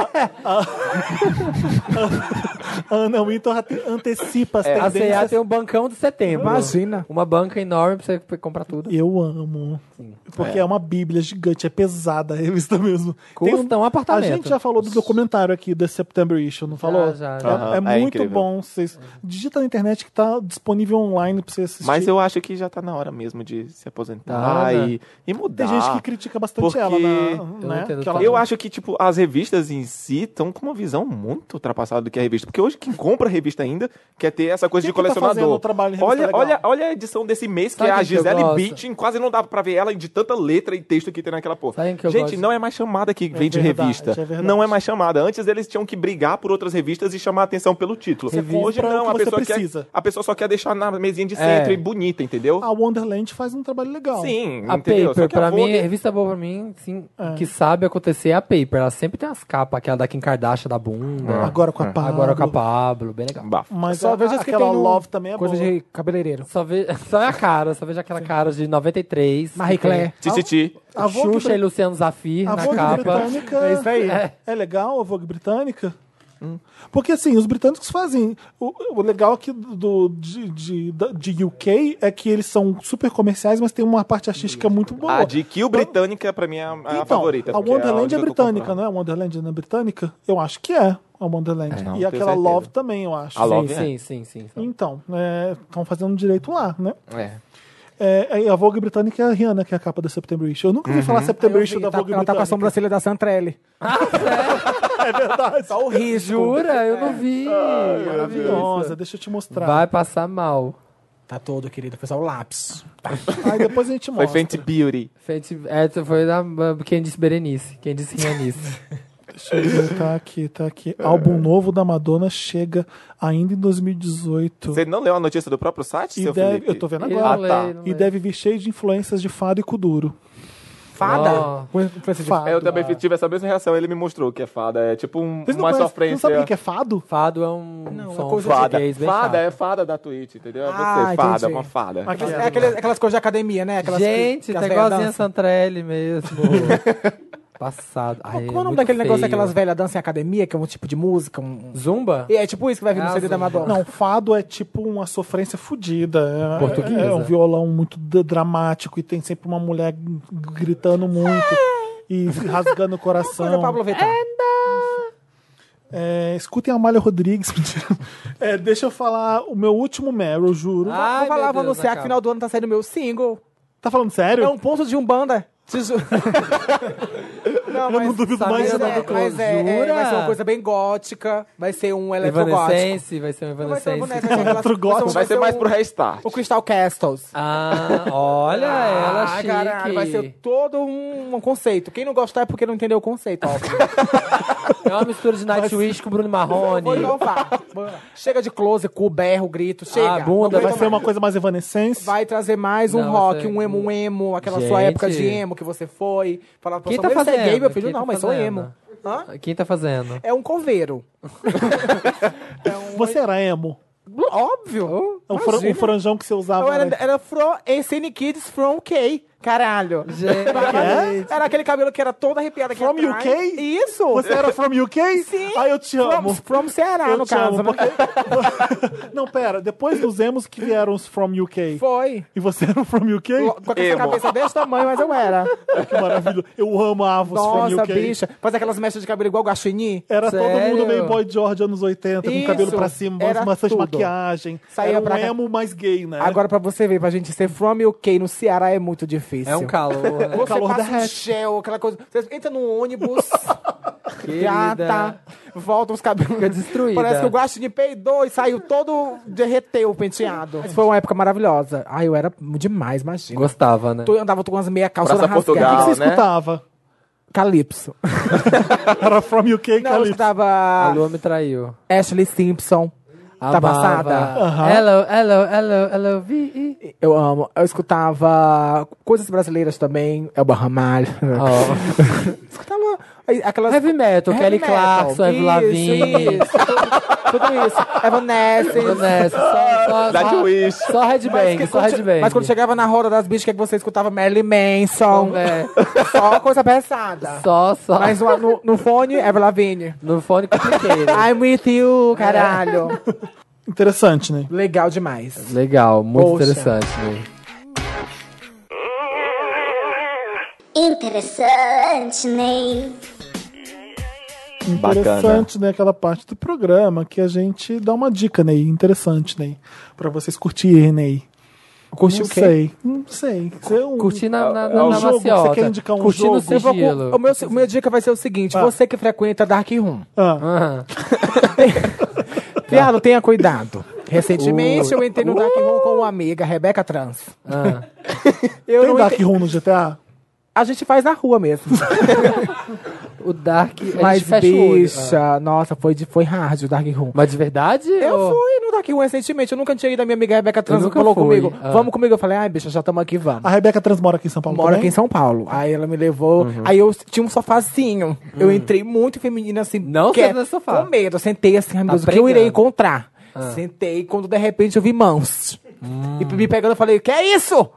Speaker 1: A, a, a- a Ana Wintour ate- antecipa as
Speaker 3: A
Speaker 1: tendências.
Speaker 3: CA tem um bancão de
Speaker 1: é,
Speaker 3: setembro.
Speaker 2: Imagina.
Speaker 3: Uma banca enorme pra você comprar tudo.
Speaker 1: Eu amo. Porque é. uma bíblia gigante, é pesada a revista mesmo.
Speaker 3: Custa um apartamento.
Speaker 1: A gente já falou do documentário aqui da September Issue, não falou?
Speaker 3: já,
Speaker 1: É,
Speaker 3: já.
Speaker 4: Aham,
Speaker 1: é
Speaker 4: é
Speaker 1: muito
Speaker 4: incrível.
Speaker 1: bom. Vocês, digita na internet que tá disponível online pra você assistir.
Speaker 4: Mas eu acho que já tá na hora mesmo de se aposentar
Speaker 3: Ah,
Speaker 4: e, e
Speaker 1: Tem
Speaker 4: mudar.
Speaker 1: gente que critica bastante
Speaker 4: porque
Speaker 1: ela,
Speaker 4: eu
Speaker 1: na,
Speaker 3: não
Speaker 1: né?
Speaker 3: entendo
Speaker 1: que ela-
Speaker 3: também.
Speaker 4: Eu acho que, tipo, as revistas em si estão com uma visão muito ultrapassada do que é a revista. porque hoje quem compra revista ainda quer ter essa coisa
Speaker 1: Quem
Speaker 4: de
Speaker 1: que tá fazendo
Speaker 4: colecionador.
Speaker 1: um trabalho em revista
Speaker 4: olha,
Speaker 1: legal?
Speaker 4: olha, olha a edição desse mês que
Speaker 3: Sabe
Speaker 4: é a
Speaker 3: quem que eu
Speaker 4: Gisele
Speaker 3: gosto?
Speaker 4: Beating, quase não dava pra ver ela de tanta letra e texto que tem naquela porra.
Speaker 3: Sabe quem que eu
Speaker 4: Gente,
Speaker 3: gosto?
Speaker 4: não é mais chamada que
Speaker 1: verdade,
Speaker 4: vende revista.
Speaker 1: é verdade.
Speaker 4: não é mais chamada. Antes eles tinham que brigar por outras revistas e chamar a atenção pelo título.
Speaker 1: Você
Speaker 4: hoje
Speaker 1: compra
Speaker 4: não,
Speaker 1: é o que
Speaker 4: a
Speaker 1: você
Speaker 4: pessoa, quer,
Speaker 1: precisa. Ah,
Speaker 4: a pessoa só quer deixar na mesinha de
Speaker 3: É.
Speaker 4: centro e bonita, entendeu?
Speaker 1: A Wonderland faz um trabalho legal.
Speaker 4: Sim,
Speaker 3: A
Speaker 4: Hum, entendeu? Só
Speaker 3: Paper,
Speaker 4: que a
Speaker 3: pra mim,
Speaker 4: Vogue-
Speaker 3: revista boa pra mim, sim, que sabe acontecer é a Paper. Ela sempre tem as capas, aquela da Kim Kardashian da
Speaker 4: É,
Speaker 3: bunda,
Speaker 1: Agora com a Pablo.
Speaker 3: agora com a Pablo, bem
Speaker 1: é
Speaker 3: legal.
Speaker 4: Bafo.
Speaker 1: Mas
Speaker 2: Só
Speaker 1: a,
Speaker 2: vejo as que
Speaker 1: aquela
Speaker 2: tem no-
Speaker 1: Love também é
Speaker 2: Coisa
Speaker 1: boa.
Speaker 2: de cabeleireiro.
Speaker 3: Só, ve... <laughs> só é a cara, só vejo aquela cara de 93.
Speaker 2: Marie
Speaker 3: que tem
Speaker 2: Claire.
Speaker 4: Tititi.
Speaker 1: A Vogue,
Speaker 3: Xuxa e
Speaker 1: bri-
Speaker 3: Luciano Zafir
Speaker 1: a
Speaker 3: na
Speaker 1: Vogue
Speaker 3: capa.
Speaker 1: britânica
Speaker 2: É isso aí.
Speaker 1: É, é legal, a Vogue britânica.
Speaker 4: Hum.
Speaker 1: Porque assim, os britânicos fazem. O, o legal aqui do, de, de, da- de UK é que eles são super comerciais, mas tem uma parte artística muito boa.
Speaker 4: A Ah, de Kill britânica, pra mim, é a, a
Speaker 1: então,
Speaker 4: favorita.
Speaker 1: A
Speaker 4: porque é
Speaker 1: Wonderland
Speaker 4: onde
Speaker 1: é,
Speaker 4: eu tô
Speaker 1: britânica,
Speaker 4: comprando.
Speaker 1: né? A Wonderland não é britânica? Eu acho que é a Wonderland.
Speaker 4: não,
Speaker 1: e
Speaker 4: tenho
Speaker 1: aquela
Speaker 4: certeza.
Speaker 1: Love também, eu acho.
Speaker 4: A Love.
Speaker 3: Sim, sim, sim, sim, sim.
Speaker 1: Então, estão fazendo direito lá, né?
Speaker 4: É.
Speaker 1: É, a Vogue britânica é a Rihanna, que é a capa da September Issue. Eu nunca
Speaker 4: Uhum.
Speaker 1: ouvi falar September Issue da
Speaker 2: tá,
Speaker 1: Vogue
Speaker 2: ela tá com a
Speaker 1: britânica.
Speaker 2: sobrancelha da Santrelli.
Speaker 1: <laughs> É verdade.
Speaker 2: <laughs>
Speaker 1: Tá
Speaker 3: Jura? Eu não vi.
Speaker 1: Maravilhosa, deixa eu te mostrar.
Speaker 3: Vai passar mal.
Speaker 2: Tá todo, querido. Foi só o lápis.
Speaker 1: Aí depois a gente
Speaker 4: <laughs> Foi
Speaker 1: né? mostra.
Speaker 4: Fenty Beauty.
Speaker 3: Fenty, essa é, foi da, quem disse Berenice, quem disse
Speaker 2: <laughs>
Speaker 3: Rianice.
Speaker 1: Deixa eu ver, tá aqui, tá aqui. Álbum novo da Madonna chega ainda em 2018.
Speaker 4: Você não leu a notícia do próprio site,
Speaker 1: E
Speaker 4: seu
Speaker 1: deve,
Speaker 4: Felipe?
Speaker 1: eu tô vendo
Speaker 3: Ele
Speaker 1: agora.
Speaker 3: não
Speaker 4: tá.
Speaker 3: lê, não é?
Speaker 1: E
Speaker 3: lê.
Speaker 1: deve vir cheio de influências de fado e kuduro.
Speaker 2: Fada?
Speaker 3: Ó.
Speaker 2: Com influência de
Speaker 1: Fada.
Speaker 4: É, Eu também fi- tive essa mesma reação. Ele me mostrou que é fada. É tipo um,
Speaker 1: Vocês não,
Speaker 4: uma
Speaker 1: conhecem- vocês
Speaker 4: sofrência.
Speaker 1: não sabem o que é fado?
Speaker 3: Fado é um
Speaker 2: Não, é
Speaker 3: som
Speaker 2: coisa de
Speaker 4: Fada.
Speaker 3: português bem
Speaker 4: Fada
Speaker 3: chato.
Speaker 4: é fada da Twitch, entendeu? É você,
Speaker 2: Ah,
Speaker 4: fada,
Speaker 2: entendi.
Speaker 4: uma fada.
Speaker 1: Aqui,
Speaker 2: É aquelas, aquelas coisas de academia, né? Aquelas que- que
Speaker 3: Gente,
Speaker 2: as
Speaker 3: tá
Speaker 2: velhas
Speaker 3: igualzinho a
Speaker 2: dançam. <laughs>
Speaker 3: Santrelli mesmo. Passado.
Speaker 2: Qual é
Speaker 3: Ai,
Speaker 2: o nome
Speaker 3: muito
Speaker 2: daquele negócio
Speaker 3: feio.
Speaker 2: daquelas velhas dançam em academia, que é um tipo de música? um- um-
Speaker 3: Zumba?
Speaker 2: E é tipo isso que vai vir no
Speaker 3: Ah,
Speaker 2: CD da
Speaker 3: Zumba.
Speaker 2: Madonna.
Speaker 1: Não, fado é tipo uma sofrência fodida. É-
Speaker 3: Portuguesa.
Speaker 1: É, um violão muito d- dramático e tem sempre uma mulher g- gritando muito e rasgando o
Speaker 2: Coisa
Speaker 1: coração.
Speaker 2: Pablo Vittar.
Speaker 1: É, escutem a Amália Rodrigues. <laughs> mentira. É, deixa eu falar o meu último Meryl, juro.
Speaker 3: Ah. Ai,
Speaker 2: Vou falar,
Speaker 3: meu
Speaker 2: vou
Speaker 3: Deus,
Speaker 2: anunciar
Speaker 3: acaba.
Speaker 2: que final do ano tá saindo meu single.
Speaker 1: Tá falando sério?
Speaker 2: É um ponto de Umbanda. Te ju- Não,
Speaker 1: eu não duvido
Speaker 3: sabia,
Speaker 1: mais
Speaker 2: mas,
Speaker 1: nada.
Speaker 3: né?
Speaker 2: é, mas é, é,
Speaker 3: Jura?
Speaker 2: vai ser uma coisa bem gótica, vai ser um eletrogótico.
Speaker 3: Evanescence? Vai ser um
Speaker 2: Não Vai ser, uma boneca,
Speaker 3: Evanescence.
Speaker 2: vai ser aquelas-
Speaker 1: Eletrogótico.
Speaker 4: Vai ser
Speaker 2: um-
Speaker 4: mais pro restart.
Speaker 2: O Crystal Castles.
Speaker 3: Ah, olha ela, chique.
Speaker 2: caralho, vai ser todo um, um conceito. Quem não gostar é porque não entendeu o conceito,
Speaker 3: <laughs>
Speaker 2: óbvio.
Speaker 3: É uma mistura de Nightwish com Bruno Marrone.
Speaker 2: Vou inovar. Chega de close, cu, berro, grito, chega.
Speaker 3: Ah, bunda,
Speaker 1: Vai ser uma coisa mais evanescence.
Speaker 2: Vai trazer mais um
Speaker 3: Não,
Speaker 2: rock,
Speaker 3: você- é
Speaker 2: um emo, um emo, aquela sua
Speaker 3: Gente.
Speaker 2: época de emo que você foi. Falar pra
Speaker 3: Quem
Speaker 2: pessoa,
Speaker 3: tá
Speaker 2: "Mas você é
Speaker 3: fazendo?
Speaker 2: gay, meu filho?
Speaker 3: Quem
Speaker 2: não,
Speaker 3: tá
Speaker 2: mas sou
Speaker 3: fazendo?
Speaker 2: emo. Hã?
Speaker 3: Quem tá fazendo?
Speaker 2: É um coveiro.
Speaker 1: Você era emo?
Speaker 2: Óbvio.
Speaker 1: É um, fran-
Speaker 2: Oh, Imagina.
Speaker 1: um franjão que você usava.
Speaker 2: Eu era,
Speaker 1: né?
Speaker 2: era fro SN Kids from UK. Caralho.
Speaker 3: Gente.
Speaker 2: Era- Era aquele cabelo que era todo arrepiado aqui
Speaker 1: É? From
Speaker 2: atrás.
Speaker 1: UK?
Speaker 2: Isso.
Speaker 1: Você era from UK?
Speaker 2: Sim.
Speaker 1: Ah, eu te
Speaker 2: from,
Speaker 1: amo.
Speaker 2: from Ceará,
Speaker 1: Eu
Speaker 2: no
Speaker 1: te
Speaker 2: caso.
Speaker 1: amo,
Speaker 2: né?
Speaker 1: porque- <laughs> Não, pera. Depois dos emos que vieram os from UK.
Speaker 2: Foi.
Speaker 1: E você era um from UK?
Speaker 2: Lo- Com essa
Speaker 4: Emo.
Speaker 2: cabeça desse tamanho, mas eu era.
Speaker 1: Que maravilha. Eu amava os from É.
Speaker 2: Nossa,
Speaker 1: UK.
Speaker 2: bicha. Faz aquelas mechas de cabelo igual guaxinim.
Speaker 1: Era todo
Speaker 3: Sério?
Speaker 1: mundo meio boy George anos 80, com
Speaker 2: Isso,
Speaker 1: cabelo pra cima,
Speaker 2: era
Speaker 1: umas maçãs de
Speaker 2: tudo.
Speaker 1: maquiagem.
Speaker 2: Saía
Speaker 1: era um
Speaker 2: pra cá.
Speaker 1: emo mais gay, né?
Speaker 2: Agora, pra você ver, pra gente ser from UK no Ceará é muito difícil.
Speaker 3: É um calor. né?
Speaker 2: Você
Speaker 1: calor
Speaker 2: passa um
Speaker 1: derrete.
Speaker 2: gel, aquela coisa. Você entra num ônibus,
Speaker 3: <laughs>
Speaker 1: <laughs>
Speaker 3: Querida.
Speaker 2: gata, volta os cabelos.
Speaker 3: Fica destruída.
Speaker 2: Parece que o Guaxinim peidou e saiu todo, derreteu o penteado. Mas foi uma época maravilhosa. Ai, eu era demais, imagina.
Speaker 3: Gostava, né?
Speaker 2: Eu andava com as meia calça
Speaker 4: Praça
Speaker 2: rasgada.
Speaker 4: Portugal.
Speaker 1: O que você
Speaker 4: né?
Speaker 1: escutava?
Speaker 2: Calypso.
Speaker 1: Era from UK,
Speaker 2: Não, eu
Speaker 1: Calypso.
Speaker 3: A
Speaker 2: escutava
Speaker 3: lua me traiu.
Speaker 2: Ashley Simpson. Tá
Speaker 3: Amava.
Speaker 2: passada?
Speaker 1: Aham.
Speaker 3: Hello, hello, hello, hello, vi.
Speaker 2: Eu amo. Eu escutava coisas brasileiras também. Elba Ramalho.
Speaker 3: Oh.
Speaker 2: Escutava aí, aquelas...
Speaker 3: <laughs> Heavy metal,
Speaker 2: Ah. Heavy
Speaker 3: Kelly
Speaker 2: metal.
Speaker 3: Clarkson, Avril
Speaker 2: Isso,
Speaker 3: Lavigne.
Speaker 2: isso. Tudo isso.
Speaker 3: Tô
Speaker 2: Evanescence.
Speaker 3: nessa, só- só-
Speaker 4: Nightwish.
Speaker 1: <laughs>
Speaker 3: Só só headbang, só headbang.
Speaker 2: Mas quando chegava na roda das bichas, o que, é que você escutava? Marilyn Manson. né?
Speaker 3: Não, é.
Speaker 2: Só coisa pesada.
Speaker 3: <laughs> Só, só.
Speaker 2: Mas no, no, no fone, Ever Lavigne.
Speaker 3: No fone compliquei.
Speaker 2: I'm with
Speaker 3: É.
Speaker 2: you, caralho.
Speaker 1: Interessante, né?
Speaker 2: Legal demais.
Speaker 3: Legal, muito
Speaker 2: Poxa.
Speaker 3: interessante. Né?
Speaker 5: Interessante, Ney.
Speaker 4: Bacana.
Speaker 1: Interessante, né? Aquela parte do programa que a gente dá uma dica, Ney. Interessante, Ney. Pra vocês curtirem, Ney.
Speaker 2: Curte
Speaker 1: não
Speaker 2: o quê?
Speaker 1: sei. Não sei. Você é um...
Speaker 3: Curtir na, na,
Speaker 1: É
Speaker 3: na,
Speaker 1: um
Speaker 3: na
Speaker 1: jogo,
Speaker 3: maciota.
Speaker 1: você quer indicar um
Speaker 3: Curtir
Speaker 1: jogo?
Speaker 3: no
Speaker 1: Eu
Speaker 2: Vou-
Speaker 3: sigilo.
Speaker 2: O meu, o meu dica vai ser o seguinte:
Speaker 1: Ah.
Speaker 3: <laughs>
Speaker 2: você que frequenta Dark Room,
Speaker 1: Ah,
Speaker 3: Aham.
Speaker 2: Viado, tenha cuidado. Recentemente eu entrei no Dark Room com uma amiga, Rebeca Trans.
Speaker 3: Ah.
Speaker 2: Eu
Speaker 1: Tem
Speaker 2: não
Speaker 1: Dark
Speaker 2: ente-
Speaker 1: Room no GTA?
Speaker 2: A gente faz na rua mesmo.
Speaker 3: O Dark. a
Speaker 2: Mas,
Speaker 3: gente fecha o olho. Ah.
Speaker 2: bicha, nossa, foi, de- foi hard o Dark Room.
Speaker 3: Mas de verdade?
Speaker 2: Eu
Speaker 3: ou-
Speaker 2: fui no Dark Room um recentemente, eu nunca tinha ido, a minha amiga Rebeca Trans
Speaker 3: nunca
Speaker 2: falou
Speaker 3: fui.
Speaker 2: comigo,
Speaker 3: Ah.
Speaker 2: vamos comigo. Eu falei, ai, bicha, já estamos aqui, vamos.
Speaker 1: A Rebeca Trans mora aqui em São Paulo
Speaker 3: né?
Speaker 2: Mora aqui
Speaker 1: também?
Speaker 2: em São Paulo. Aí ela me levou.
Speaker 3: Uhum.
Speaker 2: Aí eu tinha um sofazinho. Eu entrei muito feminina assim.
Speaker 3: Hum. Não
Speaker 2: quer-
Speaker 3: senta nesse sofá.
Speaker 2: Com medo. Eu sentei assim, ai meu
Speaker 3: Tá Ah.
Speaker 2: Deus, o que eu irei
Speaker 3: pregando.
Speaker 2: encontrar? Sentei quando de repente eu vi mãos.
Speaker 3: Hum.
Speaker 2: E me pegando, eu falei, que é
Speaker 3: <laughs>
Speaker 2: isso?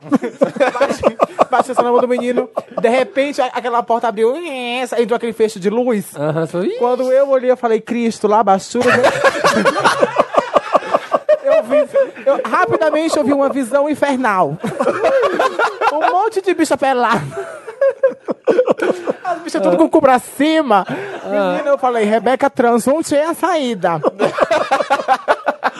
Speaker 2: Baixei essa na mão do menino. De repente, a- aquela porta abriu. e essa- Entrou aquele fecho de luz.
Speaker 3: Aham, só- Ih,
Speaker 2: Quando eu olhei, eu falei, Cristo, lá baixura. <laughs> Eu vi, eu- rapidamente eu vi uma visão infernal. <laughs> Um monte de bicha pelada. As bichas tudo com o cu pra cima. Menina, eu falei, Rebeca Trans, onde é a saída? <laughs>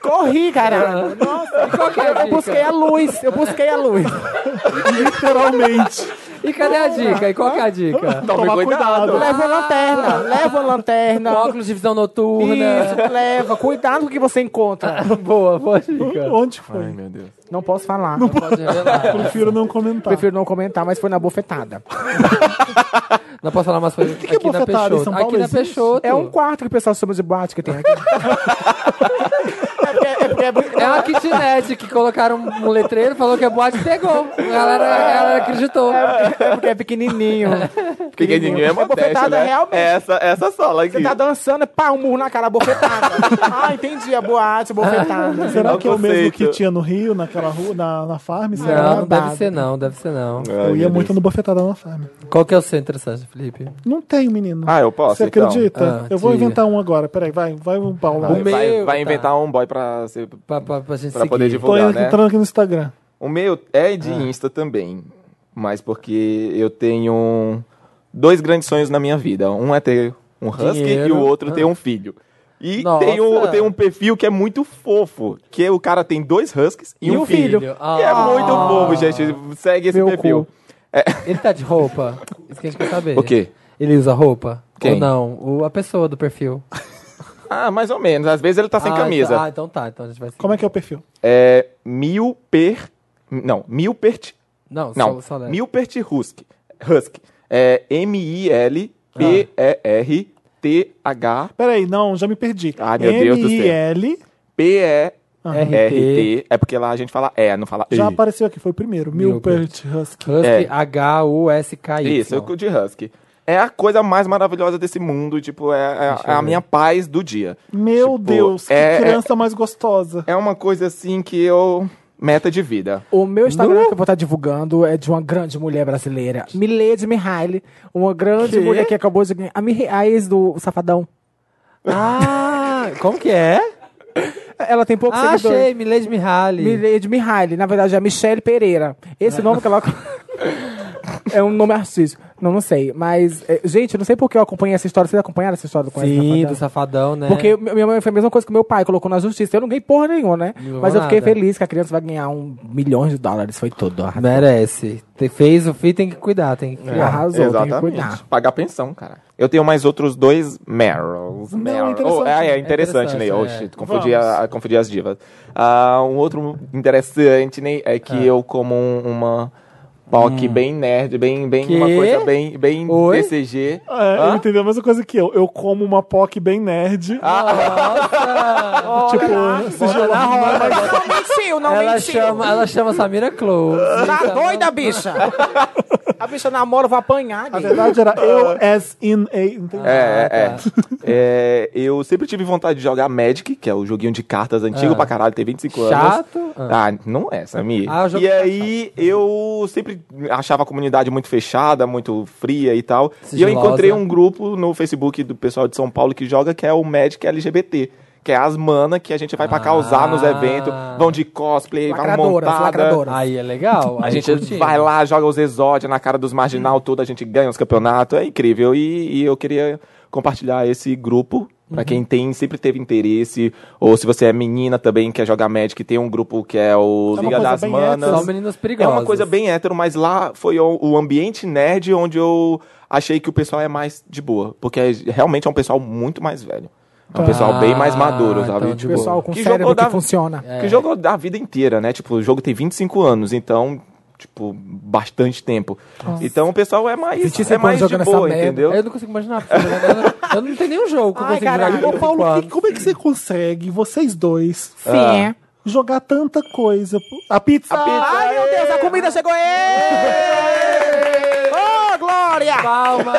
Speaker 2: Corri, caralho. Nossa,
Speaker 3: qual que é a
Speaker 2: eu
Speaker 3: dica?
Speaker 2: busquei a luz, eu busquei a luz.
Speaker 4: <laughs>
Speaker 1: Literalmente.
Speaker 3: E cadê a dica? E qual que é
Speaker 2: <laughs>
Speaker 3: a dica?
Speaker 4: Tome
Speaker 1: Tomar
Speaker 4: cuidado.
Speaker 1: cuidado.
Speaker 2: Leva a lanterna, leva a lanterna.
Speaker 3: Óculos de visão noturna.
Speaker 2: Isso, leva. Cuidado com o que você encontra.
Speaker 3: Boa, boa dica.
Speaker 1: Onde foi?
Speaker 4: Ai, meu Deus.
Speaker 2: Não posso falar.
Speaker 3: Pode
Speaker 4: É.
Speaker 3: revelar.
Speaker 1: Prefiro não comentar.
Speaker 2: Prefiro não comentar, mas foi na bofetada.
Speaker 3: Não posso falar mais coisas
Speaker 1: que é
Speaker 3: aqui na
Speaker 1: bofetada em
Speaker 3: Peixoto.
Speaker 1: São Paulo
Speaker 3: Aqui na
Speaker 1: existe?
Speaker 3: Peixoto.
Speaker 2: É um quarto que o pessoal chama de boate que tem aqui. é porque, é porque
Speaker 3: É uma kitnet que colocaram um letreiro, falou que é boate e pegou. A galera, a galera acreditou.
Speaker 2: é, é porque é pequenininho.
Speaker 4: Pequenininho é
Speaker 1: tá
Speaker 2: É
Speaker 4: modesto,
Speaker 2: bofetada
Speaker 4: né?
Speaker 2: realmente.
Speaker 4: É essa, é essa sala aqui.
Speaker 2: Você tá dançando, pá, um murro na cara, bofetada. Ah, entendi, é boate, bofetada.
Speaker 1: Será que é o mesmo
Speaker 4: Conceito.
Speaker 1: que tinha no Rio, naquela rua, na, na farm? Será?
Speaker 3: Não, não deve ser não, deve ser não.
Speaker 4: Ai,
Speaker 1: Eu
Speaker 4: meu
Speaker 1: ia
Speaker 4: Deus.
Speaker 1: muito no bofetada na farm.
Speaker 3: Qual que é o seu interessante, Felipe?
Speaker 1: Não tenho, menino.
Speaker 4: Ah, eu posso,
Speaker 1: Você
Speaker 4: então?
Speaker 1: acredita?
Speaker 3: Ah,
Speaker 1: eu vou
Speaker 3: diga.
Speaker 1: inventar um agora. Peraí, vai, vai um Paulo.
Speaker 4: Vai,
Speaker 1: Um-
Speaker 4: vai-
Speaker 3: meu,
Speaker 4: vai
Speaker 3: tá.
Speaker 4: inventar um boy pra, ser-
Speaker 3: Pra, pra, pra gente
Speaker 4: pra poder
Speaker 3: seguir.
Speaker 1: Tô
Speaker 4: divulgar,
Speaker 1: indo-
Speaker 4: né?
Speaker 1: entrando aqui no Instagram.
Speaker 4: O meu é
Speaker 3: Ah.
Speaker 4: de Insta também, mas porque eu tenho dois grandes sonhos na minha vida. Um é ter um husky
Speaker 3: Dinheiro. Ah.
Speaker 4: e o outro ter um filho. E
Speaker 3: Nossa.
Speaker 4: tem um, tem um perfil que é muito fofo, que o cara tem dois huskies e, um filho. Que é
Speaker 3: Ah.
Speaker 4: muito fofo, gente. Segue esse
Speaker 2: Meu
Speaker 4: perfil.
Speaker 2: cu.
Speaker 3: Ele tá de roupa? Isso que a gente quer saber.
Speaker 4: O quê?
Speaker 3: Ele usa roupa?
Speaker 4: Quem?
Speaker 3: Ou não? O, a pessoa do perfil.
Speaker 4: Ah, mais ou menos. Às vezes ele tá sem
Speaker 3: Ah,
Speaker 4: camisa.
Speaker 3: então- Ah, então tá. Então a gente vai seguir.
Speaker 1: Como é que é o perfil?
Speaker 4: É mil per... Não, mil per...
Speaker 3: Não,
Speaker 4: Não,
Speaker 3: só, só leva.
Speaker 4: Milpert Husk. Husk. É M-I-L-P-E-R-T-H-P-E-R-T.
Speaker 1: Peraí, não, já me perdi.
Speaker 4: Ai, Ah, meu Deus do céu.
Speaker 1: L
Speaker 3: Ah.
Speaker 4: RT. É porque lá a gente fala é, não fala
Speaker 1: já
Speaker 4: I.
Speaker 1: apareceu aqui, foi o primeiro. Milpert Husky.
Speaker 3: Husky,
Speaker 4: É.
Speaker 3: H-U-S-K-Y.
Speaker 4: Isso, eu de Husky. É a coisa mais maravilhosa desse mundo, tipo, é, é- é a minha paz do dia.
Speaker 1: Meu
Speaker 4: Tipo,
Speaker 1: Deus, que
Speaker 4: é-
Speaker 1: criança mais gostosa.
Speaker 4: É uma coisa assim que eu. Meta de vida.
Speaker 2: O meu Instagram que eu vou estar divulgando é de uma grande mulher brasileira. Milady Mihaly. Uma grande mulher que acabou de ganhar. A, Mi- a ex do Safadão.
Speaker 3: Ah, como que é?
Speaker 2: Ela tem pouco
Speaker 3: Ah,
Speaker 2: seguidor.
Speaker 3: achei. Milady Mihaly.
Speaker 2: Milady Mihaly, na verdade é Michelle Pereira. Esse nome que ela. <laughs> é um nome artístico. Não, não sei. Mas, é, gente, eu não sei porque eu acompanhei essa história. Vocês acompanharam essa história do Conhece
Speaker 3: Sim,
Speaker 2: Safadão?
Speaker 3: do safadão, né?
Speaker 2: Porque mi- minha mãe foi a mesma coisa que meu pai, colocou na justiça. Eu não ganhei porra nenhuma, né?
Speaker 3: Não
Speaker 2: Mas eu fiquei
Speaker 3: nada.
Speaker 2: feliz que a criança vai ganhar um milhão de dólares. Foi tudo. Arrasou.
Speaker 3: Merece. Te- fez o fio, tem que cuidar, tem
Speaker 4: É.
Speaker 3: que cuidar.
Speaker 2: Arrasou, tem que
Speaker 4: Exatamente.
Speaker 2: cuidar.
Speaker 4: Pagar pensão, cara. Eu tenho mais outros dois Merrills. Merrill.
Speaker 1: interessante.
Speaker 4: Oh, é, é interessante,
Speaker 3: É
Speaker 4: Ney.
Speaker 3: interessante,
Speaker 4: Oxi,
Speaker 3: é.
Speaker 4: confundi, a- confundi as divas. Ah, um outro interessante, Ney, é que eu como um- uma POC bem nerd, bem, bem
Speaker 3: Quê?
Speaker 4: uma coisa bem, bem
Speaker 3: Oi?
Speaker 4: TCG.
Speaker 1: É,
Speaker 4: Hã?
Speaker 1: ele entendeu a mesma coisa que eu. Eu como uma POC bem nerd.
Speaker 4: Ah.
Speaker 3: Nossa!
Speaker 1: <laughs> tipo, se chama-
Speaker 2: Não mentiu, não
Speaker 3: ela,
Speaker 2: mentiu.
Speaker 3: chama, ela chama Samira Close.
Speaker 2: Tá
Speaker 3: Então,
Speaker 2: doida, bicha? A bicha namora, vai apanhar.
Speaker 1: a
Speaker 2: gay.
Speaker 1: verdade era eu as in a. entendeu?
Speaker 4: É, é, é. É, Eu sempre tive vontade de jogar Magic, que é o joguinho de cartas antigo
Speaker 3: Ah.
Speaker 4: pra caralho, tem 25 anos.
Speaker 3: Chato. Ah.
Speaker 4: Ah, não é, Samir.
Speaker 3: Ah, o jogo
Speaker 4: e
Speaker 3: tá
Speaker 4: aí eu sempre achava a comunidade muito fechada, muito fria e tal. E eu
Speaker 3: Sigilosa.
Speaker 4: encontrei um grupo no Facebook do pessoal de São Paulo que joga, que é o Magic LGBT. Que é as mana que a gente vai pra
Speaker 3: Ah.
Speaker 4: causar nos eventos, vão de cosplay, vai
Speaker 2: Lacradoras,
Speaker 4: montada.
Speaker 2: lacradoras.
Speaker 3: Aí é legal.
Speaker 4: A
Speaker 3: aí
Speaker 4: gente
Speaker 3: curti.
Speaker 1: né?
Speaker 4: vai lá, joga os exódios na cara dos
Speaker 1: Hum.
Speaker 4: marginal, tudo, a gente ganha os campeonatos, é incrível. E, e eu queria compartilhar esse grupo. Pra
Speaker 1: Uhum.
Speaker 4: quem tem, sempre teve interesse, ou se você é menina também, quer jogar Magic, tem um grupo que é o
Speaker 1: É uma
Speaker 4: Liga
Speaker 1: coisa
Speaker 4: das
Speaker 1: bem
Speaker 4: Manas.
Speaker 1: hétero.
Speaker 3: São meninos
Speaker 4: É
Speaker 3: perigosos.
Speaker 4: uma coisa bem hétero, mas lá foi o, o ambiente nerd onde eu achei que o pessoal é mais de boa. Porque é- realmente é um pessoal muito mais velho.
Speaker 1: Tá.
Speaker 4: É um pessoal bem mais
Speaker 3: Ah,
Speaker 4: maduro,
Speaker 3: então,
Speaker 4: sabe?
Speaker 3: de
Speaker 2: O
Speaker 4: Tipo,
Speaker 2: pessoal com
Speaker 4: que
Speaker 2: cérebro
Speaker 4: jogou
Speaker 2: que
Speaker 4: da-
Speaker 2: funciona.
Speaker 4: que jogo da vida inteira, né? Tipo, o jogo tem 25 anos, então, tipo, bastante tempo. Então o pessoal é mais,
Speaker 2: 25
Speaker 4: é mais
Speaker 2: anos
Speaker 4: de
Speaker 2: jogando essa
Speaker 4: boa,
Speaker 2: merda.
Speaker 4: entendeu?
Speaker 3: Eu não consigo imaginar. porque Eu não, eu não tenho nenhum jogo que eu
Speaker 2: Ai,
Speaker 3: consiga
Speaker 2: caralho.
Speaker 3: jogar. de
Speaker 1: Ô, Paulo,
Speaker 3: quatro.
Speaker 1: que- como é que você consegue, vocês dois,
Speaker 2: é.
Speaker 4: Ah.
Speaker 1: jogar tanta coisa? A pizza!
Speaker 2: Ai, meu Deus, a comida chegou! Ê! Ô, Glória!
Speaker 3: <laughs> Palma,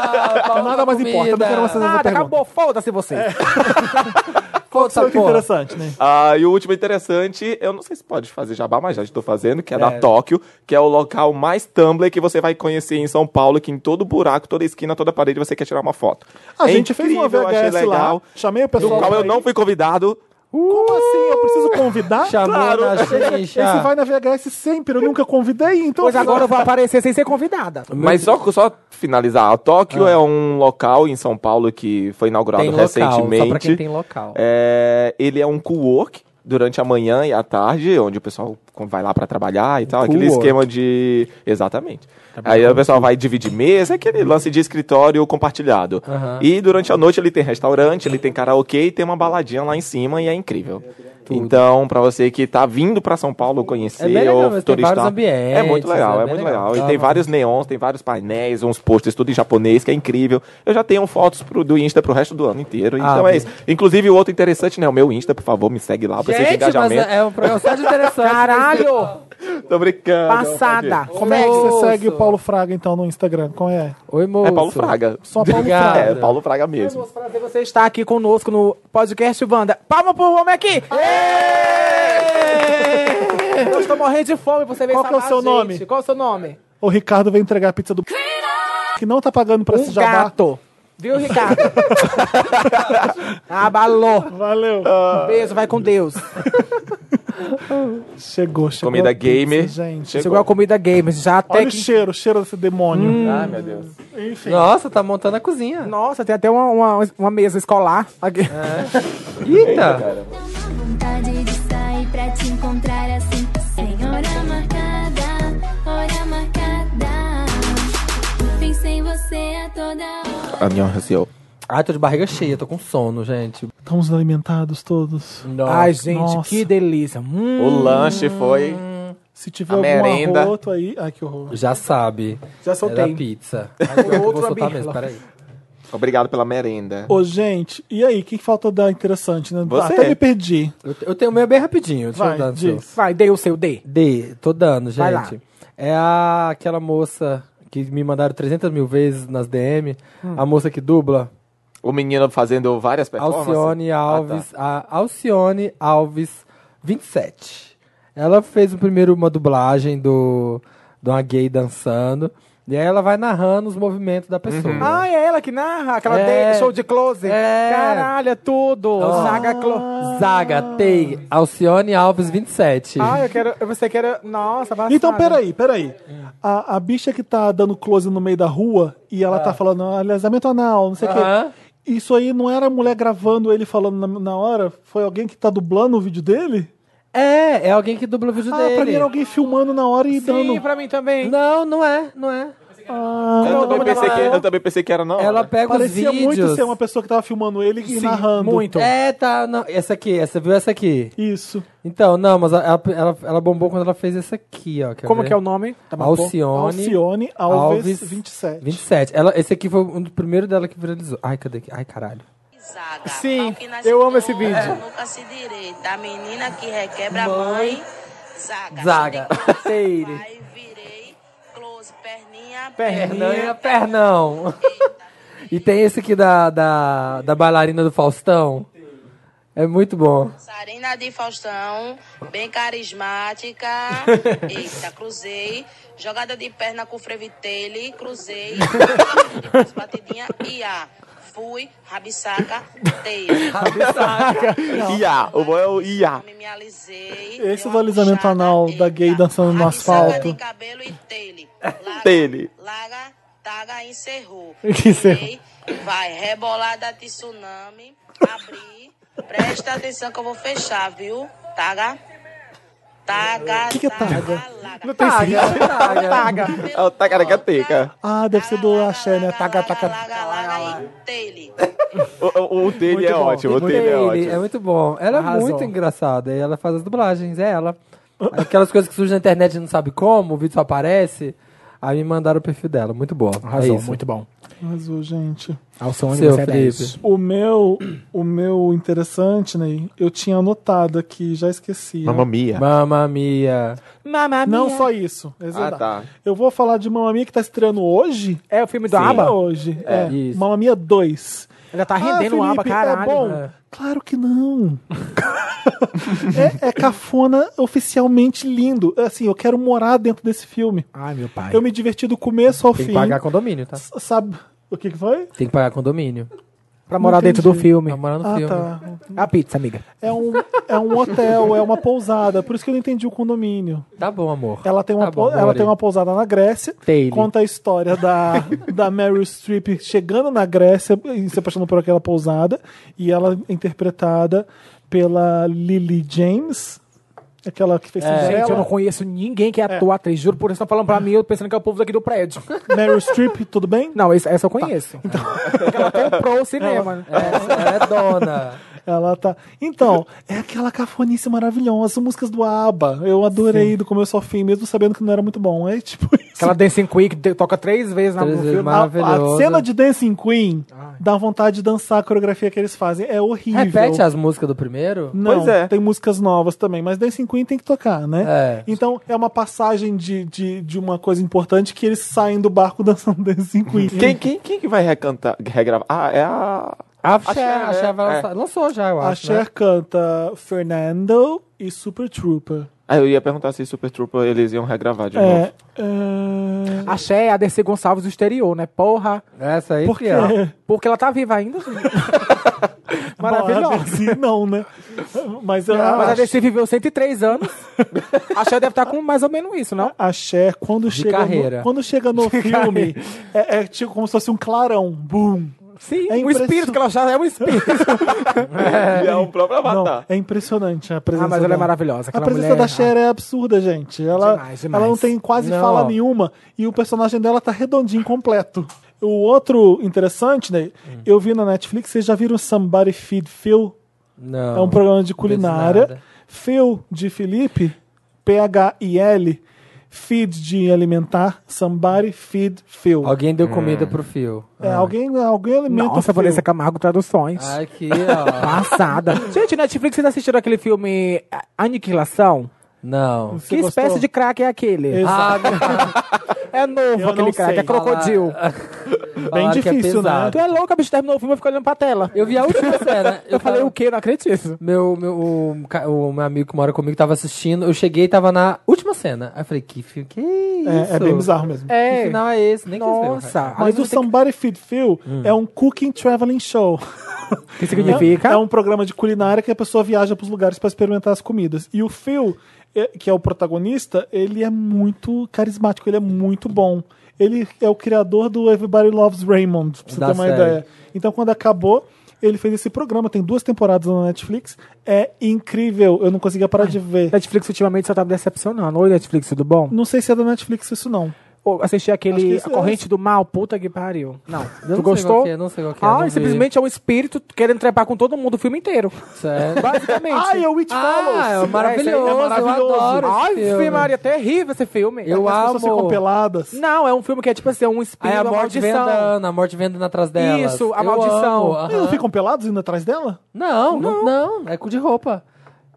Speaker 3: palma
Speaker 1: Nada mais importa, não quero mais fazer essa
Speaker 2: Nada,
Speaker 1: pergunta.
Speaker 2: acabou, foda-se você.
Speaker 3: tá
Speaker 1: Isso é muito interessante, né?
Speaker 4: Ah, e o último interessante, eu não sei se pode fazer jabá, mas já estou fazendo, que é, da
Speaker 3: É.
Speaker 4: Tóquio, que é o local mais Tumblr que você vai conhecer em São Paulo, que em todo buraco, toda esquina, toda parede você quer tirar uma foto.
Speaker 1: A
Speaker 4: É
Speaker 1: gente fez uma
Speaker 4: incrível, achei
Speaker 1: VHS lá,
Speaker 4: legal,
Speaker 1: chamei o
Speaker 4: do
Speaker 1: pessoal.
Speaker 4: qual eu
Speaker 1: pra
Speaker 4: não
Speaker 1: ir.
Speaker 4: fui convidado.
Speaker 1: Como assim? Eu preciso convidar?
Speaker 3: Chamou
Speaker 4: Claro.
Speaker 3: na
Speaker 1: Esse
Speaker 3: xixa.
Speaker 4: Ah.
Speaker 1: vai na VHS sempre, eu nunca convidei, então.
Speaker 2: Pois agora eu vou aparecer sem ser convidada.
Speaker 4: Mas só, só finalizar, a Tóquio é um local em São Paulo que foi inaugurado
Speaker 3: Tem local,
Speaker 4: recentemente.
Speaker 3: só pra quem tem local.
Speaker 4: É, ele é um co-work durante a manhã e a tarde, onde o pessoal vai lá pra trabalhar e tal. Aquele
Speaker 2: co-work.
Speaker 4: esquema de. Exatamente. Aí o pessoal vai dividir mesa, aquele lance de escritório compartilhado.
Speaker 3: Aham.
Speaker 4: E durante a noite ele tem restaurante, ele tem karaokê e tem uma baladinha lá em cima e é incrível. Então, pra você que tá vindo pra São Paulo conhecer
Speaker 3: É bem legal,
Speaker 4: ou
Speaker 3: mas tem
Speaker 4: turistar,
Speaker 3: vários ambientes,
Speaker 4: é muito legal,
Speaker 3: é
Speaker 4: é,
Speaker 3: bem
Speaker 4: muito
Speaker 3: legal.
Speaker 4: legal.
Speaker 3: Ah,
Speaker 4: E tem
Speaker 3: mas-
Speaker 4: vários neons, tem vários painéis, uns posters tudo em japonês, que é incrível. Eu já tenho fotos pro, do Insta pro resto do ano inteiro, então é
Speaker 3: bem.
Speaker 4: isso. Inclusive, o outro interessante, né? O meu Insta, por favor, me segue lá, eu preciso de
Speaker 3: Gente, mas
Speaker 4: engajamento.
Speaker 3: é um programa só de interessante.
Speaker 2: Caralho!
Speaker 4: Tô brincando.
Speaker 2: Passada!
Speaker 4: pode ir.
Speaker 1: Como é que você
Speaker 3: Moço.
Speaker 1: segue o Paulo Fraga, então, no Instagram? Qual é?
Speaker 3: Oi, moço.
Speaker 4: É Paulo Fraga.
Speaker 1: Só Paulo
Speaker 3: Obrigado.
Speaker 1: Fraga.
Speaker 4: É, Paulo Fraga mesmo.
Speaker 2: um Prazer você estar aqui conosco no podcast Wanda. Palma pro homem aqui! Eu estou morrendo de fome, você veio
Speaker 1: Qual que é o
Speaker 2: salvar
Speaker 1: seu
Speaker 2: a gente.
Speaker 1: nome?
Speaker 2: Qual é o seu nome?
Speaker 1: O Ricardo vai entregar a pizza do. Que não tá pagando pra esse
Speaker 2: Um
Speaker 1: jabá.
Speaker 2: gato. Viu, Ricardo?
Speaker 1: <laughs>
Speaker 2: Abalou. Um
Speaker 1: Valeu.
Speaker 2: Beijo, vai com
Speaker 1: Tá
Speaker 2: Deus.
Speaker 1: Chegou, chegou.
Speaker 4: Comida
Speaker 1: a pizza,
Speaker 4: gamer.
Speaker 1: Gente.
Speaker 2: Chegou a comida gamers, já até
Speaker 1: Olha o
Speaker 2: que...
Speaker 1: cheiro, o cheiro desse demônio. Ah,
Speaker 4: Ai, meu Deus.
Speaker 3: Nossa, tá montando a cozinha.
Speaker 2: Nossa, tem até uma, uma, uma mesa escolar. aqui.
Speaker 3: Eita!
Speaker 7: Vontade de sair pra te encontrar assim, sem hora marcada, hora marcada. Pensa em você a toda hora.
Speaker 4: A minha raciou.
Speaker 3: Ai, tô de barriga cheia, tô com sono, gente.
Speaker 1: Estamos alimentados todos.
Speaker 3: Nossa.
Speaker 2: Ai, gente,
Speaker 1: Nossa.
Speaker 2: que delícia. Hum.
Speaker 4: O lanche foi.
Speaker 1: Se tiver
Speaker 4: A
Speaker 1: algum
Speaker 4: merenda.
Speaker 1: arroto aí. Ai, que horror.
Speaker 3: Já sabe.
Speaker 2: Já
Speaker 3: É
Speaker 2: soltei.
Speaker 3: da pizza.
Speaker 2: outro
Speaker 3: Vou soltar
Speaker 2: amigo.
Speaker 3: mesmo, peraí.
Speaker 4: Obrigado pela merenda.
Speaker 1: Ô, gente, e aí? O que que falta dar interessante, né?
Speaker 4: Você.
Speaker 1: Até me perdi.
Speaker 3: Eu, eu tenho o meu bem rapidinho. Deixa
Speaker 1: Vai,
Speaker 3: eu dar no seu.
Speaker 1: diz.
Speaker 2: Vai, dei o seu, dei.
Speaker 3: D, tô dando,
Speaker 2: Vai lá.
Speaker 3: gente. É a, aquela moça que me mandaram 300 mil vezes nas DM. A moça que dubla.
Speaker 4: O menino fazendo várias performances.
Speaker 3: Alcione
Speaker 4: Ah, tá.
Speaker 3: Alves. A Alcione Alves 27. Ela fez o primeiro uma dublagem do de uma gay dançando. E aí ela vai narrando os movimentos da pessoa.
Speaker 2: Ah, é ela que narra aquela
Speaker 3: É.
Speaker 2: de- show de close.
Speaker 3: É.
Speaker 2: Caralho, é tudo.
Speaker 3: Ah.
Speaker 2: Saga close.
Speaker 3: Zaga, Tei, Alcione Alves 27.
Speaker 2: Ah, eu quero. Você quer. Nossa, passada.
Speaker 1: Então, peraí, peraí. A, a bicha que tá dando close no meio da rua e ela tá falando alisamento anal, não sei o
Speaker 3: Aham.
Speaker 1: quê. Isso aí não era a mulher gravando ele falando na, na hora? Foi alguém que tá dublando o vídeo dele?
Speaker 3: É, é alguém que dubla o vídeo
Speaker 1: Ah,
Speaker 3: dele.
Speaker 1: pra mim era alguém filmando na hora e
Speaker 2: Sim,
Speaker 1: dando.
Speaker 2: pra mim também.
Speaker 3: Não, não é, não é.
Speaker 1: Ah,
Speaker 4: Eu
Speaker 3: Não,
Speaker 4: também,
Speaker 3: não,
Speaker 4: pensei
Speaker 3: não,
Speaker 4: que,
Speaker 3: não.
Speaker 4: eu também pensei que era não.
Speaker 3: Ela pega
Speaker 1: parecia
Speaker 3: os vídeos.
Speaker 1: muito ser uma pessoa que tava filmando ele e narrando.
Speaker 2: muito.
Speaker 3: É, tá. Não, essa aqui, essa viu essa aqui.
Speaker 1: Isso.
Speaker 3: Então, não, mas a- ela, ela, ela bombou quando ela fez essa aqui, ó. quer
Speaker 2: Como
Speaker 3: ver?
Speaker 2: que é o nome? Tá bom.
Speaker 3: Alcione.
Speaker 1: Alcione Alves, 27.
Speaker 3: 27. Ela, esse aqui foi um do primeiro dela que viralizou. Ai, cadê aqui? Ai, caralho.
Speaker 8: Zaga.
Speaker 2: Sim,
Speaker 8: Pau que nasce
Speaker 2: eu amo esse
Speaker 8: torto,
Speaker 2: vídeo.
Speaker 8: Nunca se direita. assim, A menina que requebra a mãe. Zaga.
Speaker 3: Zaga.
Speaker 8: Sei.
Speaker 2: Seire.
Speaker 8: Vai, virei. Close, perninha,
Speaker 2: Perninha.
Speaker 3: Não é pernão. E tem esse aqui da, da, da bailarina do Faustão. É muito bom.
Speaker 8: Sarina de Faustão,
Speaker 2: <laughs>
Speaker 8: bem carismática. Eita, cruzei. Jogada de perna com frevitele,
Speaker 2: <laughs>
Speaker 8: cruzei. Depois batidinha, ia. Fui, rabisaca, teia.
Speaker 4: Ia, o bom é o Ia.
Speaker 8: Me alisei.
Speaker 1: Esse
Speaker 8: dei uma
Speaker 1: do alisamento
Speaker 8: puxada,
Speaker 1: anal da gay
Speaker 8: eita,
Speaker 1: dançando no
Speaker 8: rabisaca
Speaker 1: asfalto.
Speaker 8: de cabelo e tele. Laga,
Speaker 4: Tele.
Speaker 8: Laga, taga, encerrou.
Speaker 1: Encerrou.
Speaker 8: Virei, Vai, rebolada de tsunami. Abri. Presta atenção que eu vou fechar, viu? Taga. Taga,
Speaker 1: que é taga?
Speaker 3: Taga,
Speaker 8: laga.
Speaker 3: taga.
Speaker 2: Taga.
Speaker 8: Cabelo
Speaker 4: É o tacaracateca.
Speaker 1: Ah, deve ser do
Speaker 8: laga,
Speaker 1: Axé, né?
Speaker 8: laga,
Speaker 1: Taca,
Speaker 8: laga,
Speaker 1: taca.
Speaker 8: Laga, laga e tele.
Speaker 4: O, o- o dele
Speaker 2: Muito
Speaker 4: é
Speaker 2: bom.
Speaker 4: ótimo, o
Speaker 2: Muito
Speaker 4: dele é
Speaker 2: bem,
Speaker 4: ótimo.
Speaker 3: É muito bom. Ela é
Speaker 2: Arrasou.
Speaker 3: muito engraçada. E ela faz as dublagens, é ela. Aquelas coisas que surgem na internet e não sabe como, o vídeo só aparece. Aí me mandaram o perfil dela. Muito boa.
Speaker 2: Arrasou,
Speaker 3: é isso.
Speaker 2: muito bom.
Speaker 1: Arrasou, gente.
Speaker 2: Ao som
Speaker 3: Seu
Speaker 2: você é
Speaker 3: Felipe.
Speaker 2: 10.
Speaker 1: O meu, o meu interessante, Ney, eu tinha anotado aqui, já esqueci.
Speaker 4: Mamma mia.
Speaker 3: Mamma mia.
Speaker 2: Mamma
Speaker 1: Não
Speaker 2: mia.
Speaker 1: só isso. é
Speaker 4: Ah,
Speaker 1: verdade.
Speaker 4: tá.
Speaker 1: Eu vou falar de Mamma Mia que tá estreando hoje.
Speaker 2: É o filme do
Speaker 1: É
Speaker 2: ABBA?
Speaker 1: hoje. É.
Speaker 3: Isso.
Speaker 1: Mamma Mia 2.
Speaker 2: Ela tá rendendo o
Speaker 1: Ah, Felipe,
Speaker 2: ABBA, caralho. né?
Speaker 1: É bom?
Speaker 2: mano.
Speaker 1: Claro que não. <laughs> é, é cafona oficialmente lindo. Assim, eu quero morar dentro desse filme.
Speaker 2: Ai, meu pai.
Speaker 1: Eu me diverti do começo ao
Speaker 3: Tem
Speaker 1: fim.
Speaker 3: que pagar condomínio, tá?
Speaker 1: S- Sabe o que, que foi?
Speaker 3: Tem que pagar condomínio.
Speaker 2: Pra morar dentro do
Speaker 1: entendi.
Speaker 2: filme.
Speaker 3: Tá morando no
Speaker 1: ah,
Speaker 3: filme.
Speaker 1: tá.
Speaker 2: A pizza, amiga.
Speaker 1: É um, é um hotel, é uma pousada. Por isso que eu não entendi o condomínio.
Speaker 3: Tá bom, amor.
Speaker 1: Ela tem uma,
Speaker 2: Ah,
Speaker 3: Tá bom,
Speaker 1: pou- ela
Speaker 3: amore.
Speaker 1: tem uma pousada na Grécia.
Speaker 2: Tem.
Speaker 1: Conta a história da,
Speaker 2: <laughs>
Speaker 1: da Meryl Streep chegando na Grécia e se apaixonando por aquela pousada. E ela é interpretada pela Lily James, aquela que fez
Speaker 2: É, Gente, eu não
Speaker 1: Cinderela.
Speaker 2: conheço ninguém que é ator, atriz. Juro por isso, estão falando pra mim, eu pensando que é o povo daqui do prédio.
Speaker 1: <laughs> Meryl Streep, tudo bem?
Speaker 2: Não, esse- essa eu conheço. Porque ela comprou o cinema. né?
Speaker 3: Essa é dona.
Speaker 1: Ela tá. Então, é aquela cafonice maravilhosa, músicas do ABBA. Eu adorei do começo ao fim, mesmo sabendo que não era muito bom. É tipo isso.
Speaker 2: Aquela Dancing Quick de- toca três vezes na
Speaker 3: Três
Speaker 2: no
Speaker 3: vezes,
Speaker 2: filme.
Speaker 1: A- A,
Speaker 3: Maravilhosa.
Speaker 1: cena de Dancing Queen dá vontade de dançar a coreografia que eles fazem. É horrível.
Speaker 3: <laughs> Repete as músicas do primeiro?
Speaker 1: Não,
Speaker 4: Pois é.
Speaker 1: tem músicas novas também, mas Dancing Queen tem que tocar, né?
Speaker 3: É.
Speaker 1: Então é uma passagem de, de, de uma coisa importante que eles saem do barco <laughs> dançando Dancing Queen.
Speaker 4: Quem, quem, quem que vai recantar, regravar? Ah, é a...
Speaker 3: A
Speaker 4: Cher,
Speaker 3: Cher, a Cher vai
Speaker 4: é,
Speaker 3: lançar. Lançou já, eu
Speaker 1: A
Speaker 3: acho.
Speaker 1: Cher
Speaker 3: Né?
Speaker 1: canta Fernando e Super Trooper.
Speaker 4: Ah, eu ia perguntar se Super Trooper eles iam regravar de
Speaker 1: É,
Speaker 4: novo.
Speaker 1: é,
Speaker 2: A Cher é a Dercy Gonçalves do exterior, né? Porra.
Speaker 3: Essa aí, é,
Speaker 1: Por quê?
Speaker 3: fiel.
Speaker 2: Porque ela tá viva ainda.
Speaker 1: Bom, a
Speaker 2: <laughs> Maravilhosa. Ah,
Speaker 1: Dercy não, né? Mas, é eu
Speaker 2: Mas a
Speaker 1: acho-
Speaker 2: Dercy viveu 103 anos. A Cher deve estar com mais ou menos isso, não?
Speaker 1: A Cher, quando, chega
Speaker 3: carreira.
Speaker 1: no, quando chega no filme, é, é tipo como se fosse um clarão. Boom!
Speaker 2: Sim,
Speaker 1: É
Speaker 2: o espírito
Speaker 1: impression-
Speaker 2: que ela já é um espírito.
Speaker 4: E é o próprio
Speaker 1: Não,
Speaker 4: Avatar.
Speaker 1: é impressionante a presença
Speaker 2: ah, mas ela é
Speaker 1: dela. A
Speaker 2: maravilhosa. aquela
Speaker 1: presença
Speaker 2: mulher- ah.
Speaker 1: da Cher é absurda, gente. Ela,
Speaker 2: Demais, demais.
Speaker 1: ela não tem quase
Speaker 3: Não.
Speaker 1: fala nenhuma e o personagem dela tá redondinho, completo. O outro interessante, né?
Speaker 2: Hum.
Speaker 1: Eu vi na Netflix, vocês já viram Somebody Feed Phil?
Speaker 3: Não.
Speaker 1: é um programa de
Speaker 3: nada.
Speaker 1: culinária. Phil de Felipe, P-H-I-L, Feed de alimentar, Somebody Feed Phil.
Speaker 3: Alguém deu comida pro fio.
Speaker 1: É, alguém, alguém alimenta o Phil.
Speaker 2: Nossa, Vanessa Camargo Traduções.
Speaker 3: Aqui, ó. <laughs>
Speaker 2: Passada. Gente, Netflix, vocês assistiram aquele filme A- Aniquilação?
Speaker 3: Não.
Speaker 1: Você
Speaker 2: que
Speaker 1: gostou?
Speaker 2: espécie de crack é aquele?
Speaker 1: Exato.
Speaker 3: <laughs> Ah, não.
Speaker 2: É novo
Speaker 1: Eu
Speaker 2: aquele
Speaker 1: não
Speaker 2: crack,
Speaker 1: sei.
Speaker 2: é crocodilo.
Speaker 1: Bem
Speaker 3: Falaram que é
Speaker 1: difícil, né?
Speaker 3: pesado.
Speaker 2: Tu é louca, bicho, terminou o filme e fica olhando pra tela.
Speaker 3: Eu vi a última cena.
Speaker 2: Eu falei,
Speaker 3: tava-
Speaker 2: o quê? Não acredito.
Speaker 3: Meu, meu, o, ca- o meu amigo que mora comigo tava assistindo. Eu cheguei e tava na última cena. Aí eu falei, que filme que é isso?
Speaker 2: Ah,
Speaker 1: É, é bem bizarro mesmo.
Speaker 3: Que final é esse? Nem quis ver,
Speaker 2: Nossa.
Speaker 1: Mas o Somebody Feed Phil é um cooking traveling show.
Speaker 2: Hum. O que significa?
Speaker 1: <laughs> É, é um programa de culinária que a pessoa viaja para os lugares para experimentar as comidas. E o Phil, é- que é o protagonista, ele é muito carismático, ele é muito bom. Ele é o criador do Everybody Loves Raymond, pra você
Speaker 3: Da
Speaker 1: ter uma
Speaker 3: série.
Speaker 1: ideia. Então, quando acabou, ele fez esse programa, tem duas temporadas na Netflix. É incrível, eu não conseguia parar de ver.
Speaker 2: Netflix ultimamente só tá me decepcionando. Oi, Netflix, tudo bom?
Speaker 3: Hum.
Speaker 1: Não sei se é da Netflix isso não.
Speaker 2: Ou assisti
Speaker 1: Acho que
Speaker 2: aquele
Speaker 1: isso
Speaker 2: A
Speaker 1: é-
Speaker 2: Corrente do Mal, puta que pariu. Não.
Speaker 3: não
Speaker 2: tu
Speaker 3: sei
Speaker 2: gostou?
Speaker 3: qual que é, não sei qual que é,
Speaker 2: Ah,
Speaker 3: não vi.
Speaker 2: simplesmente é um espírito querendo trepar com todo mundo o filme
Speaker 3: <laughs>
Speaker 2: inteiro.
Speaker 3: Sério?
Speaker 2: Basicamente.
Speaker 1: Ai, é o It Follows!
Speaker 3: Ah, é
Speaker 2: É,
Speaker 3: maravilhoso.
Speaker 2: isso aí é
Speaker 3: Eu adoro esse
Speaker 2: Ai,
Speaker 3: filme.
Speaker 2: filme, Maria, terrível esse filme.
Speaker 3: Eu
Speaker 1: As pessoas ficam
Speaker 3: amo.
Speaker 1: peladas.
Speaker 2: Não, é um filme que é tipo assim, é um espírito,
Speaker 3: Aí a
Speaker 2: uma
Speaker 3: morte
Speaker 2: maldição.
Speaker 3: vendando, a morte vendando atrás dela.
Speaker 2: Isso, a maldição.
Speaker 1: Eles não ficam pelados indo atrás dela?
Speaker 3: Não, não, não. É cu de roupa.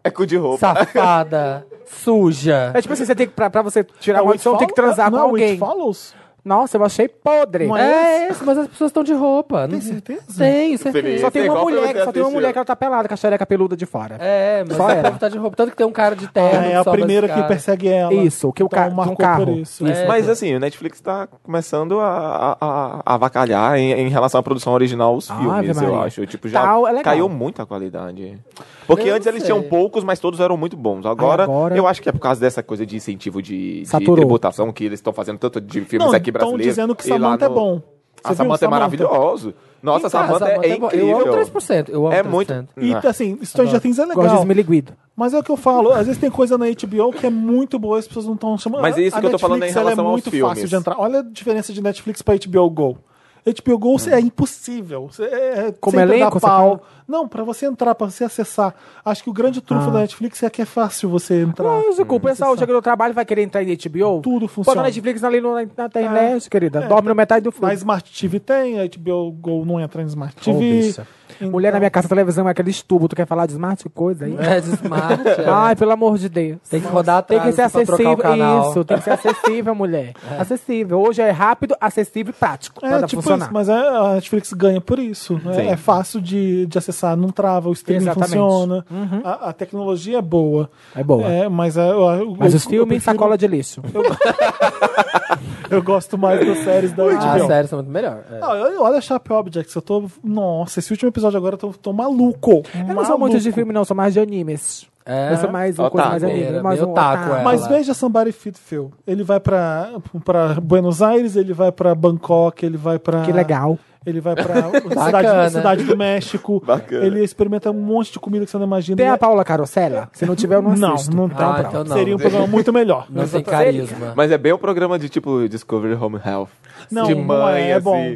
Speaker 4: É cu de roupa.
Speaker 3: Safada. suja.
Speaker 2: É tipo assim, você tem que, pra, pra você tirar
Speaker 1: o
Speaker 2: É uma maldição, tem que transar
Speaker 1: não,
Speaker 2: com
Speaker 1: é o It
Speaker 2: alguém.
Speaker 1: Follows?
Speaker 2: Nossa, eu achei podre.
Speaker 1: Não
Speaker 3: É esse, mas as pessoas estão de roupa. Tem certeza? Tenho, certeza.
Speaker 4: Felipe.
Speaker 2: Só tem
Speaker 4: Esse é
Speaker 2: uma
Speaker 4: igual pra
Speaker 2: mulher,
Speaker 4: você
Speaker 2: só tem uma
Speaker 4: assistir.
Speaker 2: mulher que ela tá pelada, com a xereca peluda de fora.
Speaker 3: É, mas
Speaker 2: Só
Speaker 3: o
Speaker 2: ela.
Speaker 3: povo tá de roupa. Tanto que tem um cara de
Speaker 1: Ah,
Speaker 3: terno.
Speaker 1: é a
Speaker 3: só vai
Speaker 1: primeira que
Speaker 3: ficar.
Speaker 1: persegue ela.
Speaker 2: Isso, que o
Speaker 1: então
Speaker 2: ca- de um
Speaker 1: marcou
Speaker 2: carro.
Speaker 1: por isso.
Speaker 3: É.
Speaker 4: Mas assim, o Netflix tá começando a, a, a- a avacalhar em, em relação à produção original os
Speaker 2: Ave
Speaker 4: filmes, eu
Speaker 2: Maria.
Speaker 4: acho. Tipo, já
Speaker 2: Tal, é legal.
Speaker 4: caiu muito a qualidade. Porque
Speaker 3: Eu não
Speaker 4: antes eles
Speaker 3: sei.
Speaker 4: tinham poucos, mas todos eram muito bons. Agora,
Speaker 2: Aí agora-
Speaker 4: eu acho que é por causa dessa coisa de incentivo de, de
Speaker 2: Saturou.
Speaker 4: tributação que eles estão fazendo tanto de filmes
Speaker 1: Não,
Speaker 4: aqui
Speaker 1: estão
Speaker 4: brasileiros.
Speaker 1: dizendo que
Speaker 4: e lá
Speaker 1: Samantha
Speaker 4: no-
Speaker 1: é bom. Você
Speaker 4: A
Speaker 1: viu
Speaker 4: Samantha é
Speaker 1: Samantha?
Speaker 4: maravilhoso. Nossa, a
Speaker 3: Então,
Speaker 4: Samantha,
Speaker 3: Samantha
Speaker 4: é
Speaker 3: boa.
Speaker 4: incrível.
Speaker 3: Eu amo 3%. Eu amo
Speaker 4: É
Speaker 3: 3%.
Speaker 4: muito.
Speaker 1: E assim, Stranger Things é
Speaker 2: Gosto de
Speaker 1: legal.
Speaker 2: esmiliguido.
Speaker 1: Mas é o que eu falo, às vezes tem coisa na HBO que é muito boa, as pessoas não estão chamando.
Speaker 4: Mas é isso
Speaker 1: A
Speaker 4: que eu tô falando em
Speaker 1: Netflix, ela
Speaker 4: relação
Speaker 1: é
Speaker 4: aos
Speaker 1: muito
Speaker 4: filmes.
Speaker 1: fácil de entrar. Olha a diferença de Netflix pra HBO Go. HBO Go é impossível. Cê- É, é
Speaker 2: Hum. Como
Speaker 1: sempre dá
Speaker 2: elenco, você tá-
Speaker 1: pau. Não, pra você entrar, pra você acessar. Acho que o grande
Speaker 2: Ah.
Speaker 1: trunfo da Netflix é que é fácil você entrar.
Speaker 2: Lógico, o pessoal chega no trabalho vai querer entrar em HBO.
Speaker 1: Tudo
Speaker 2: Bota
Speaker 1: funciona.
Speaker 2: na Netflix ali no, na na internet, querida. Dorme no metade do
Speaker 1: Na
Speaker 2: filme.
Speaker 1: Smart TV tem, a HBO Go não entra na Smart Então,
Speaker 2: Ô,
Speaker 1: TV.
Speaker 2: bicha. Mulher na minha casa, televisão é aquele estubo. Tu quer falar de smart coisa aí?
Speaker 3: É de smart. é.
Speaker 2: Ai, pelo amor de Deus.
Speaker 3: Tem que rodar
Speaker 2: Ah, Tem
Speaker 3: atrás
Speaker 2: que ser
Speaker 3: pra trocar
Speaker 2: acessível,
Speaker 3: o canal.
Speaker 2: isso, tem que ser acessível, <laughs> mulher. Acessível. Hoje é rápido, acessível e prático.
Speaker 1: É,
Speaker 2: pra
Speaker 1: tipo
Speaker 2: funcionar.
Speaker 1: isso, mas a a Netflix ganha por isso. né?
Speaker 4: Sim.
Speaker 1: É fácil de, de acessar, não trava, o streaming
Speaker 2: Exatamente.
Speaker 1: funciona. A, a tecnologia é boa.
Speaker 2: É boa.
Speaker 1: É, mas a, a, o-
Speaker 2: Mas
Speaker 1: eu-
Speaker 2: os filmes,
Speaker 1: eu prefiro-
Speaker 2: sacola de lixo.
Speaker 1: <laughs> Eu gosto mais das séries da HBO.
Speaker 3: Ah, sério, são muito melhor. É.
Speaker 1: Ah, eu- olha Sharp Objects, eu tô. Nossa, esse último episódio agora eu tô, tô maluco.
Speaker 2: Eu não sou muito de filme, não, sou mais de animes.
Speaker 3: É.
Speaker 2: Eu sou mais uma coisa
Speaker 4: Otaku.
Speaker 2: mais
Speaker 3: Era
Speaker 2: anime. Mais
Speaker 3: meio
Speaker 2: um
Speaker 3: otaku, é.
Speaker 1: Mas
Speaker 3: Ela-
Speaker 1: veja Somebody Fit Phil. Ele vai pra, pra Buenos Aires, ele vai pra Bangkok, ele vai pra.
Speaker 2: Que legal.
Speaker 1: Ele vai
Speaker 3: <laughs>
Speaker 1: pra cidade,
Speaker 3: Bacana.
Speaker 1: cidade do México.
Speaker 4: Bacana.
Speaker 1: Ele experimenta um monte de comida que você não imagina.
Speaker 2: Tem
Speaker 1: E
Speaker 2: a
Speaker 1: é-
Speaker 2: Paula Carosella? Se não tiver, eu não
Speaker 1: Não,
Speaker 2: assisto.
Speaker 1: não tem.
Speaker 3: Ah,
Speaker 2: pronto.
Speaker 3: então não.
Speaker 1: Seria um
Speaker 3: <laughs>
Speaker 1: programa muito melhor.
Speaker 3: Não tem carisma.
Speaker 4: Mas é bem o programa de tipo Discovery Home Health.
Speaker 1: Não,
Speaker 4: de
Speaker 1: não
Speaker 4: mãe,
Speaker 1: é, é
Speaker 4: assim.
Speaker 1: bom.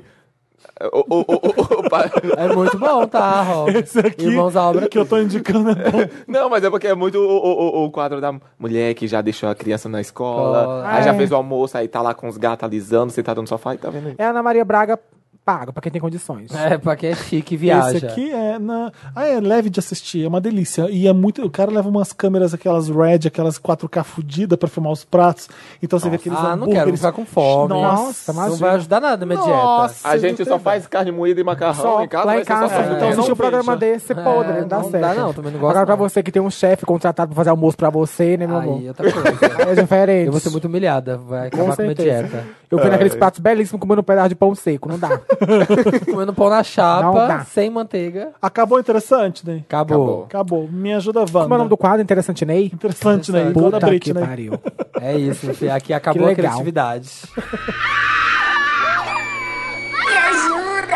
Speaker 4: O, o, o, o- o pai-
Speaker 3: É muito bom, tá, Rob?
Speaker 1: Esse aqui
Speaker 3: Irmãos à obra.
Speaker 1: que eu tô indicando é bom.
Speaker 4: Não, mas é porque é muito o, o, o- o quadro da mulher que já deixou a criança na escola,
Speaker 3: Escola.
Speaker 4: aí já
Speaker 2: Ah, é.
Speaker 4: fez o almoço, aí tá lá com os gatos alisando, sentado no sofá e tá vendo aí.
Speaker 2: É a Ana Maria Braga paga, pra quem tem condições.
Speaker 3: É, pra quem é chique e viaja.
Speaker 1: Esse aqui é na. Ah, é leve de assistir, é uma delícia. E é muito. O cara leva umas câmeras, aquelas red, aquelas 4K fodidas pra filmar os pratos. Então você vê aqueles
Speaker 3: Ah, não
Speaker 1: hambúrgueres.
Speaker 3: quero ficar com fome.
Speaker 1: Nossa,
Speaker 3: não
Speaker 1: mas
Speaker 3: vai ajudar nada na minha dieta.
Speaker 4: A gente só faz carne moída e macarrão
Speaker 2: Só
Speaker 4: em casa,
Speaker 2: lá em
Speaker 4: mas você só
Speaker 2: casa.
Speaker 4: faz
Speaker 2: então
Speaker 4: isso.
Speaker 2: assistir um
Speaker 4: Não
Speaker 2: programa
Speaker 4: veja.
Speaker 2: desse, podre,
Speaker 3: É,
Speaker 2: não dá
Speaker 3: não
Speaker 2: certo.
Speaker 3: dá não, também não gosto
Speaker 2: Agora pra
Speaker 3: não.
Speaker 2: você que tem um chefe contratado pra fazer almoço pra você, né, meu amor?
Speaker 3: Aí, outra coisa.
Speaker 2: É diferente.
Speaker 3: Eu vou ser muito É. humilhada, vai acabar com a minha
Speaker 2: certeza.
Speaker 3: dieta.
Speaker 2: Eu vi naqueles pratos belíssimos comendo um pedaço de pão seco, não
Speaker 3: <laughs>
Speaker 2: dá.
Speaker 3: Comendo pão na
Speaker 2: Não dá.
Speaker 3: chapa, sem manteiga.
Speaker 1: Acabou interessante, né?
Speaker 3: Acabou.
Speaker 1: Acabou. Me ajuda,
Speaker 2: Como é o nome
Speaker 1: Wanda.
Speaker 2: do quadro? Interessante Ney?
Speaker 1: Interessante, né? Igual da
Speaker 2: Puta que
Speaker 1: Britney.
Speaker 2: pariu.
Speaker 3: É isso, meu filho. Aqui acabou a
Speaker 2: legal.
Speaker 3: criatividade.
Speaker 5: Me ajuda,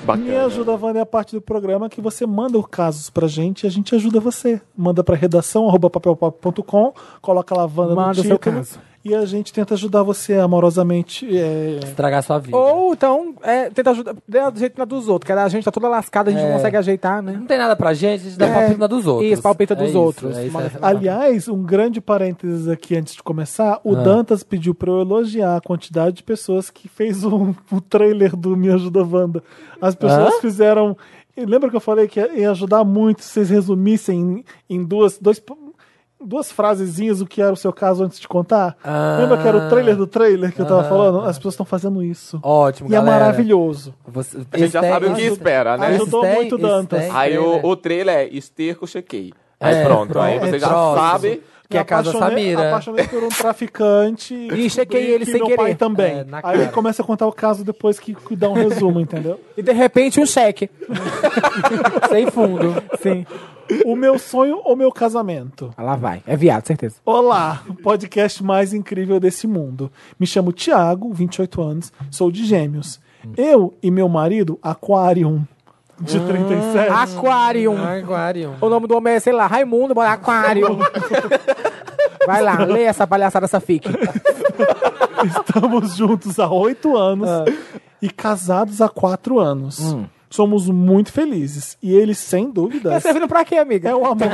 Speaker 5: Wanda!
Speaker 1: Me ajuda, Wanda, é a parte do programa que você manda os casos pra gente e a gente ajuda você. Manda pra redação, arroba papelpop.com, coloca lá Wanda no
Speaker 2: Manda o seu
Speaker 1: título.
Speaker 2: caso.
Speaker 1: E a gente tenta ajudar você amorosamente. é,
Speaker 3: Estragar sua vida.
Speaker 2: Ou então, é, tenta ajudar. Dá do jeito na dos outros, que a gente tá toda lascada, a gente
Speaker 3: É.
Speaker 2: não consegue ajeitar, né?
Speaker 3: Não tem nada pra gente, a gente dá
Speaker 2: É.
Speaker 3: palpita dos outros.
Speaker 2: Isso, palpita dos
Speaker 3: isso,
Speaker 2: outros.
Speaker 3: é isso, é isso.
Speaker 1: Aliás, um grande parênteses aqui antes de começar.
Speaker 3: Ah.
Speaker 1: O Dantas pediu pra eu elogiar a quantidade de pessoas que fez um, um trailer do Me Ajuda Wanda. As pessoas fizeram. e Lembra que eu falei que ia ia ajudar muito se vocês resumissem em, em duas, dois, duas frasezinhas o que era o seu caso antes de contar?
Speaker 3: Ah.
Speaker 1: Lembra que era o trailer do trailer que eu tava falando? As pessoas estão fazendo isso.
Speaker 3: Ótimo,
Speaker 1: e é
Speaker 3: Então, galera.
Speaker 1: maravilhoso.
Speaker 3: Você,
Speaker 4: A gente já sabe o que espera, né?
Speaker 1: Ajuda. Ajudou muito o Dantas.
Speaker 4: Aí o, o trailer é esterco, chequei. Aí
Speaker 2: É,
Speaker 4: pronto, aí você já sabe.
Speaker 3: Que é a casa da
Speaker 1: apaixonei-
Speaker 3: Samira.
Speaker 1: apaixonei por um
Speaker 3: <laughs>
Speaker 1: traficante. descobri
Speaker 2: chequei ele
Speaker 1: que
Speaker 2: sem
Speaker 1: meu
Speaker 2: querer.
Speaker 1: pai também.
Speaker 3: É, na
Speaker 1: Aí
Speaker 3: cara.
Speaker 1: ele começa a contar o caso depois que que dá um resumo, entendeu?
Speaker 2: E de repente um <laughs> cheque.
Speaker 3: Sem fundo.
Speaker 2: Sim.
Speaker 1: O meu sonho ou meu casamento?
Speaker 2: Ah, Lá vai. É viado, certeza.
Speaker 1: Olá, o podcast mais incrível desse mundo. Me chamo Tiago, 28 anos, sou de Gêmeos. Eu e meu marido, Aquarium,
Speaker 3: Ah.
Speaker 1: de
Speaker 2: É.
Speaker 1: 37.
Speaker 3: <laughs>
Speaker 2: Aquarium.
Speaker 3: Aquário.
Speaker 2: O nome do homem é, sei lá, Raimundo, bora <laughs> Aquarium. Vai lá, lê essa palhaçada, essa fic. Tá
Speaker 1: Estamos juntos há oito anos
Speaker 3: Ah.
Speaker 1: e casados há quatro anos.
Speaker 3: Hum.
Speaker 1: Somos muito felizes. E ele, sem
Speaker 2: Tá
Speaker 1: dúvidas,
Speaker 2: servindo pra quê, amiga?
Speaker 1: é o
Speaker 3: <laughs>
Speaker 1: amor.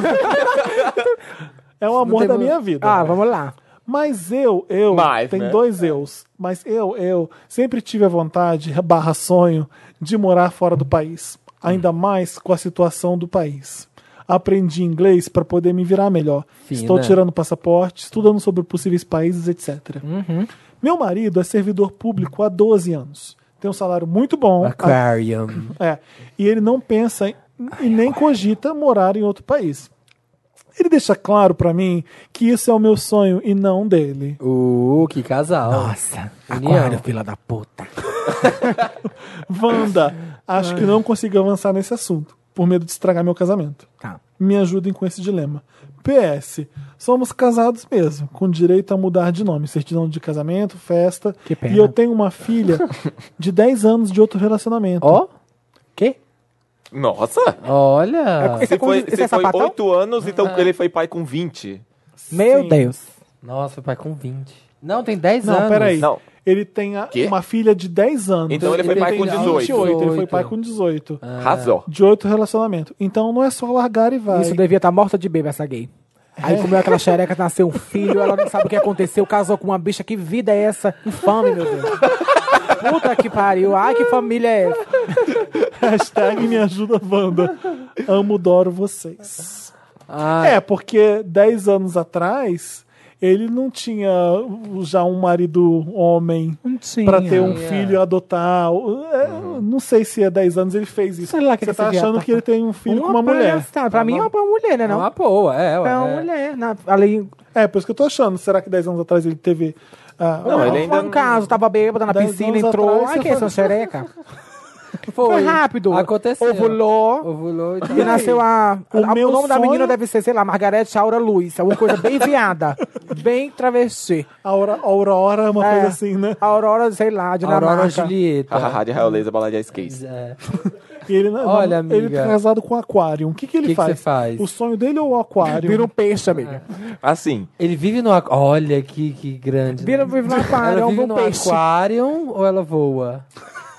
Speaker 1: é o amor
Speaker 3: tem
Speaker 1: da
Speaker 3: mu-
Speaker 1: minha vida.
Speaker 2: Ah, vamos lá.
Speaker 1: Mas eu, eu,
Speaker 4: Mas,
Speaker 1: tem
Speaker 4: né?
Speaker 1: dois eus, mas eu, eu, sempre tive a vontade, barra sonho, de morar fora do país. Ainda
Speaker 3: Hum.
Speaker 1: mais com a situação do país. Aprendi inglês para poder me virar melhor.
Speaker 3: Fina.
Speaker 1: Estou tirando passaporte, estudando sobre possíveis países, etc.
Speaker 3: Uhum.
Speaker 1: Meu marido é servidor público há 12 anos. Tem um salário muito bom.
Speaker 3: Aquarium.
Speaker 1: É. E ele não pensa em- e nem cogita morar em outro país. Ele deixa claro pra mim que isso é o meu sonho e não dele.
Speaker 3: Uh, que casal.
Speaker 2: Nossa,
Speaker 3: União.
Speaker 2: Aquário, fila da puta.
Speaker 1: Wanda, acho que não consigo avançar nesse assunto, por medo de estragar meu casamento.
Speaker 2: Tá.
Speaker 1: Me ajudem com esse dilema. PS, somos casados mesmo, com direito a mudar de nome, certidão de casamento, festa.
Speaker 2: Que pena.
Speaker 1: E eu tenho uma filha de 10 anos de outro relacionamento.
Speaker 3: Ó,
Speaker 2: Quê?
Speaker 4: Nossa!
Speaker 3: olha.
Speaker 2: Esse é
Speaker 4: Se foi,
Speaker 2: condi- esse
Speaker 4: se
Speaker 2: é
Speaker 4: foi
Speaker 2: sapatão? Ah.
Speaker 4: 8 anos, então ele foi pai com 20.
Speaker 2: Meu
Speaker 1: Sim.
Speaker 2: Deus.
Speaker 3: Nossa, pai, com 20. Não, tem 10
Speaker 1: Não,
Speaker 3: anos.
Speaker 1: peraí.
Speaker 4: Não.
Speaker 1: Ele tem a-
Speaker 4: Quê?
Speaker 1: uma filha de 10 anos.
Speaker 4: Então ele foi
Speaker 1: tem
Speaker 4: pai com
Speaker 1: 28.
Speaker 4: 18.
Speaker 1: Ele foi pai com 18.
Speaker 2: Ah.
Speaker 4: Razó.
Speaker 1: De oito relacionamento. Então não é só largar e vai.
Speaker 2: Isso devia estar morta de bebê, essa gay. Aí comeu aquela xereca, nasceu um filho, ela não sabe o que aconteceu, casou com uma bicha. Que vida é essa? Infame, meu Deus. Puta que pariu. Ai, que família é essa?
Speaker 1: <laughs> Hashtag me ajuda, Wanda. Amo, adoro vocês.
Speaker 3: Ah,
Speaker 1: É, porque 10 anos atrás, ele não tinha já um marido homem pra ter um filho e adotar. É, Não sei se é 10 anos ele fez isso.
Speaker 2: Sei lá que
Speaker 1: Você
Speaker 2: esse
Speaker 1: tá achando
Speaker 2: idiota.
Speaker 1: que ele tem um filho com uma mulher. Tá
Speaker 2: palhaçada. Pra mim é uma mulher, né?
Speaker 3: é
Speaker 2: Não?
Speaker 3: uma boa, é, ué.
Speaker 2: É uma mulher. Na, ali,
Speaker 1: É, por isso que eu tô achando. Será que 10 anos atrás ele teve. ah,
Speaker 4: Não,
Speaker 1: uma-
Speaker 4: ele
Speaker 2: foi
Speaker 4: ainda
Speaker 2: um
Speaker 4: não-
Speaker 2: caso, tava bêbada na
Speaker 1: Dez
Speaker 2: piscina,
Speaker 1: anos
Speaker 2: entrou.
Speaker 1: atrás,
Speaker 2: Ai,
Speaker 1: você
Speaker 2: que é essa
Speaker 1: foi-
Speaker 2: xereca? Foi rápido.
Speaker 3: Aconteceu.
Speaker 2: Ovulou.
Speaker 3: Ovulou e
Speaker 2: E nasceu a.
Speaker 1: O
Speaker 2: a- O,
Speaker 1: meu
Speaker 2: nome da
Speaker 1: sonho-
Speaker 2: menina deve ser, sei lá, Margarete Aura Luz. Alguma coisa bem viada. bem travesti.
Speaker 1: Aura- Aurora é uma
Speaker 2: É.
Speaker 1: coisa assim, né?
Speaker 2: Aurora, sei lá, Dinamarca.
Speaker 3: Aurora
Speaker 2: Tá.
Speaker 3: Julieta.
Speaker 4: Hahaha, de Raulês, a balada de skates.
Speaker 3: É.
Speaker 1: E ele, não,
Speaker 3: Olha,
Speaker 1: ele
Speaker 3: amiga.
Speaker 1: tá casado com o Aquarium. O que, que ele
Speaker 3: Que que
Speaker 1: faz?
Speaker 3: você faz?
Speaker 1: O sonho dele é o Aquarium?
Speaker 2: Vira um peixe, amiga.
Speaker 3: É.
Speaker 4: Assim,
Speaker 3: Ele vive no aquário. Olha que, que grande. né?
Speaker 2: Vira, vira um aquário, é
Speaker 3: Ela vive
Speaker 2: um
Speaker 3: no
Speaker 2: peixe.
Speaker 3: aquário ou ela voa?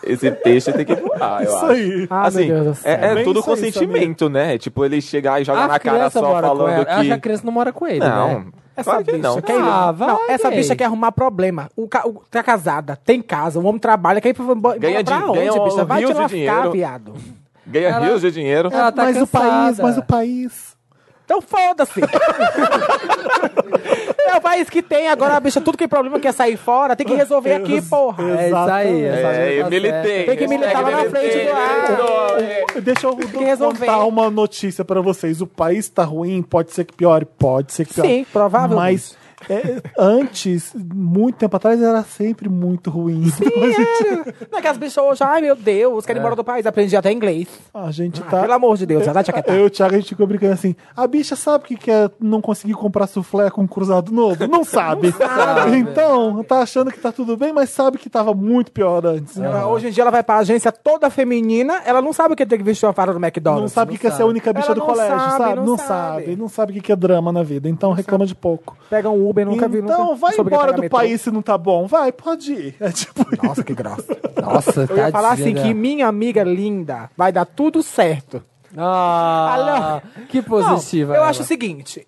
Speaker 4: esse peixe tem que voar, eu
Speaker 1: Isso
Speaker 4: acho.
Speaker 1: aí.
Speaker 2: Ah,
Speaker 4: assim,
Speaker 2: meu Deus do céu.
Speaker 4: é, é
Speaker 1: Bem
Speaker 4: tudo
Speaker 1: isso aí,
Speaker 4: consentimento, né? Tipo, ele chegar e jogar
Speaker 3: a
Speaker 4: na cara
Speaker 3: criança
Speaker 4: só
Speaker 3: mora com ela.
Speaker 4: falando
Speaker 3: Acho que a
Speaker 4: que.
Speaker 3: criança não mora com ele,
Speaker 4: Não,
Speaker 3: né?
Speaker 2: Essa
Speaker 4: claro que
Speaker 2: bicha
Speaker 4: não.
Speaker 2: quer ir-
Speaker 3: Ah, vai,
Speaker 2: não, essa
Speaker 3: gay.
Speaker 2: bicha quer arrumar problema. O, ca... o- Tá casada, tem casa, o homem trabalha, quer ir pra, embora
Speaker 4: Ganha
Speaker 2: pra
Speaker 4: de-
Speaker 2: onde,
Speaker 4: ganha um
Speaker 2: bicha? Vai
Speaker 4: rio
Speaker 2: te
Speaker 4: de
Speaker 2: lascar,
Speaker 4: dinheiro.
Speaker 2: viado.
Speaker 4: Ganha
Speaker 3: Ela-
Speaker 4: rios de dinheiro.
Speaker 3: Ela tá
Speaker 1: mas
Speaker 3: cansada.
Speaker 1: o país, mas o país.
Speaker 2: Então foda-se. <laughs> é o país que tem, agora a bicha, tudo que tem problema quer sair fora, tem que resolver aqui, porra.
Speaker 3: É isso aí.
Speaker 1: Exatamente.
Speaker 3: essa
Speaker 4: É,
Speaker 3: gente tá
Speaker 4: eu militei.
Speaker 3: certa.
Speaker 2: Tem que militar lá na frente do ar.
Speaker 4: ar.
Speaker 1: Deixa eu
Speaker 2: resolver.
Speaker 1: contar uma notícia pra vocês. O país tá ruim, pode ser que piore, pode ser que piore.
Speaker 2: Sim, provavelmente.
Speaker 1: Mas é, antes, muito tempo atrás, era sempre muito ruim. <laughs> Então a, gente,
Speaker 2: Não é que as bichas hoje, ai meu Deus, querem ir embora do país, aprendi até inglês.
Speaker 1: a gente tá.
Speaker 2: Ah, Pelo amor de Deus, já dá tchaquetá.
Speaker 1: Eu e o Thiago, a gente ficou brincando assim. A bicha sabe o que que é não conseguir comprar suflé com um cruzado
Speaker 2: <laughs>
Speaker 1: novo? Não sabe. Então, tá achando que tá tudo bem, mas sabe que tava muito pior antes.
Speaker 2: Ela- Hoje em dia ela vai pra agência toda feminina, ela não sabe o que tem que vestir uma farda do McDonald's.
Speaker 1: Não sabe o que que é ser a única bicha
Speaker 2: Ela
Speaker 1: do
Speaker 2: não
Speaker 1: colégio,
Speaker 2: sabe,
Speaker 1: sabe?
Speaker 2: não
Speaker 1: Não
Speaker 2: sabe.
Speaker 1: sabe. Não sabe o que que é drama na vida. Então reclama de pouco.
Speaker 2: Pega um Uber, nunca vi.
Speaker 1: então
Speaker 2: nunca
Speaker 1: vai
Speaker 2: soube
Speaker 1: embora
Speaker 2: pegar
Speaker 1: do
Speaker 2: metrô.
Speaker 1: país se não tá bom. Vai, pode ir. É tipo
Speaker 2: <laughs> Nossa, que
Speaker 3: <laughs>
Speaker 2: grossa.
Speaker 3: Nossa,
Speaker 2: Eu ia falar assim,
Speaker 3: tadinha
Speaker 2: que
Speaker 3: dela.
Speaker 2: minha amiga linda, vai dar tudo certo.
Speaker 3: Ah, que
Speaker 2: Não,
Speaker 3: positiva.
Speaker 2: eu
Speaker 3: ela.
Speaker 2: acho o seguinte.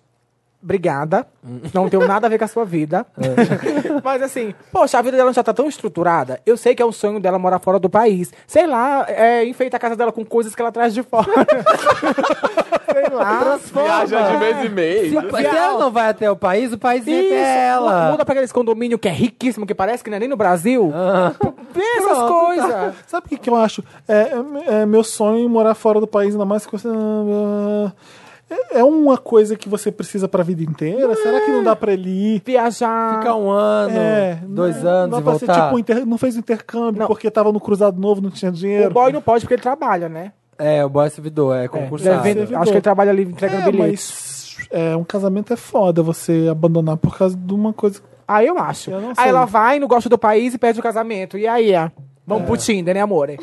Speaker 2: Obrigada. Não tenho nada a ver com a sua
Speaker 3: <laughs>
Speaker 2: vida. Mas assim, poxa, a vida dela já tá tão estruturada. Eu sei que é um sonho dela morar fora do país. Sei lá, é, enfeita a casa dela com coisas que ela traz de
Speaker 3: <laughs>
Speaker 2: fora. sei lá.
Speaker 4: Viaja de vez em mês.
Speaker 3: Se, o pa- se ela não vai até o país, o país
Speaker 2: Isso,
Speaker 3: ia até ela.
Speaker 2: Muda pra aqueles condomínio que é riquíssimo, que parece que não é nem no Brasil.
Speaker 3: Ah,
Speaker 1: Ah.
Speaker 2: Vê essas
Speaker 1: tá.
Speaker 2: coisas.
Speaker 1: Sabe o que, que eu acho? É, é- é meu sonho morar fora do país, ainda mais que você. É é uma coisa que você precisa pra vida inteira? Será que não dá pra ele ir?
Speaker 2: Viajar.
Speaker 3: Fica um ano,
Speaker 1: É,
Speaker 3: dois
Speaker 1: não-
Speaker 3: anos
Speaker 1: não
Speaker 3: e
Speaker 1: dá pra ser,
Speaker 3: voltar.
Speaker 2: um
Speaker 1: tipo, inter- não fez o intercâmbio
Speaker 2: Não.
Speaker 1: porque tava no Cruzado Novo, não tinha
Speaker 2: O
Speaker 1: dinheiro.
Speaker 2: boy não pode porque ele trabalha, né?
Speaker 3: É, o boy é servidor, é
Speaker 2: Ele
Speaker 3: concursado.
Speaker 2: vende-
Speaker 1: servidor.
Speaker 2: acho que ele trabalha ali
Speaker 1: é,
Speaker 2: entregando bilhete.
Speaker 1: mas é, um casamento é foda você abandonar por causa de uma coisa.
Speaker 2: Aí eu acho.
Speaker 1: Eu não sei.
Speaker 2: aí ela vai, não gosta do país e perde o casamento. E aí, é. Vamos pro Tinder, né, amor?
Speaker 3: É,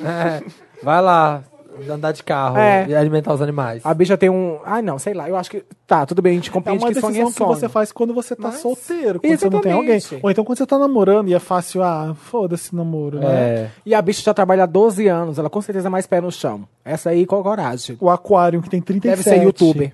Speaker 3: vai lá, andar de carro
Speaker 2: É.
Speaker 3: e alimentar os animais.
Speaker 2: A bicha tem um. Ai, não, sei lá. Eu acho que. Tá, tudo bem, a gente
Speaker 1: É
Speaker 2: compreende
Speaker 1: uma
Speaker 2: que sonho é
Speaker 1: decisão que
Speaker 2: sonho.
Speaker 1: você faz quando você tá solteiro, quando você não tem alguém.
Speaker 2: Exatamente.
Speaker 1: Ou então quando você tá namorando e é fácil, ah, foda-se namoro, né?
Speaker 3: É.
Speaker 2: E a bicha já trabalha há 12 anos, ela com certeza é mais pé no chão. Essa aí com coragem.
Speaker 1: O Aquarium, que tem 37.
Speaker 2: Deve ser youtuber.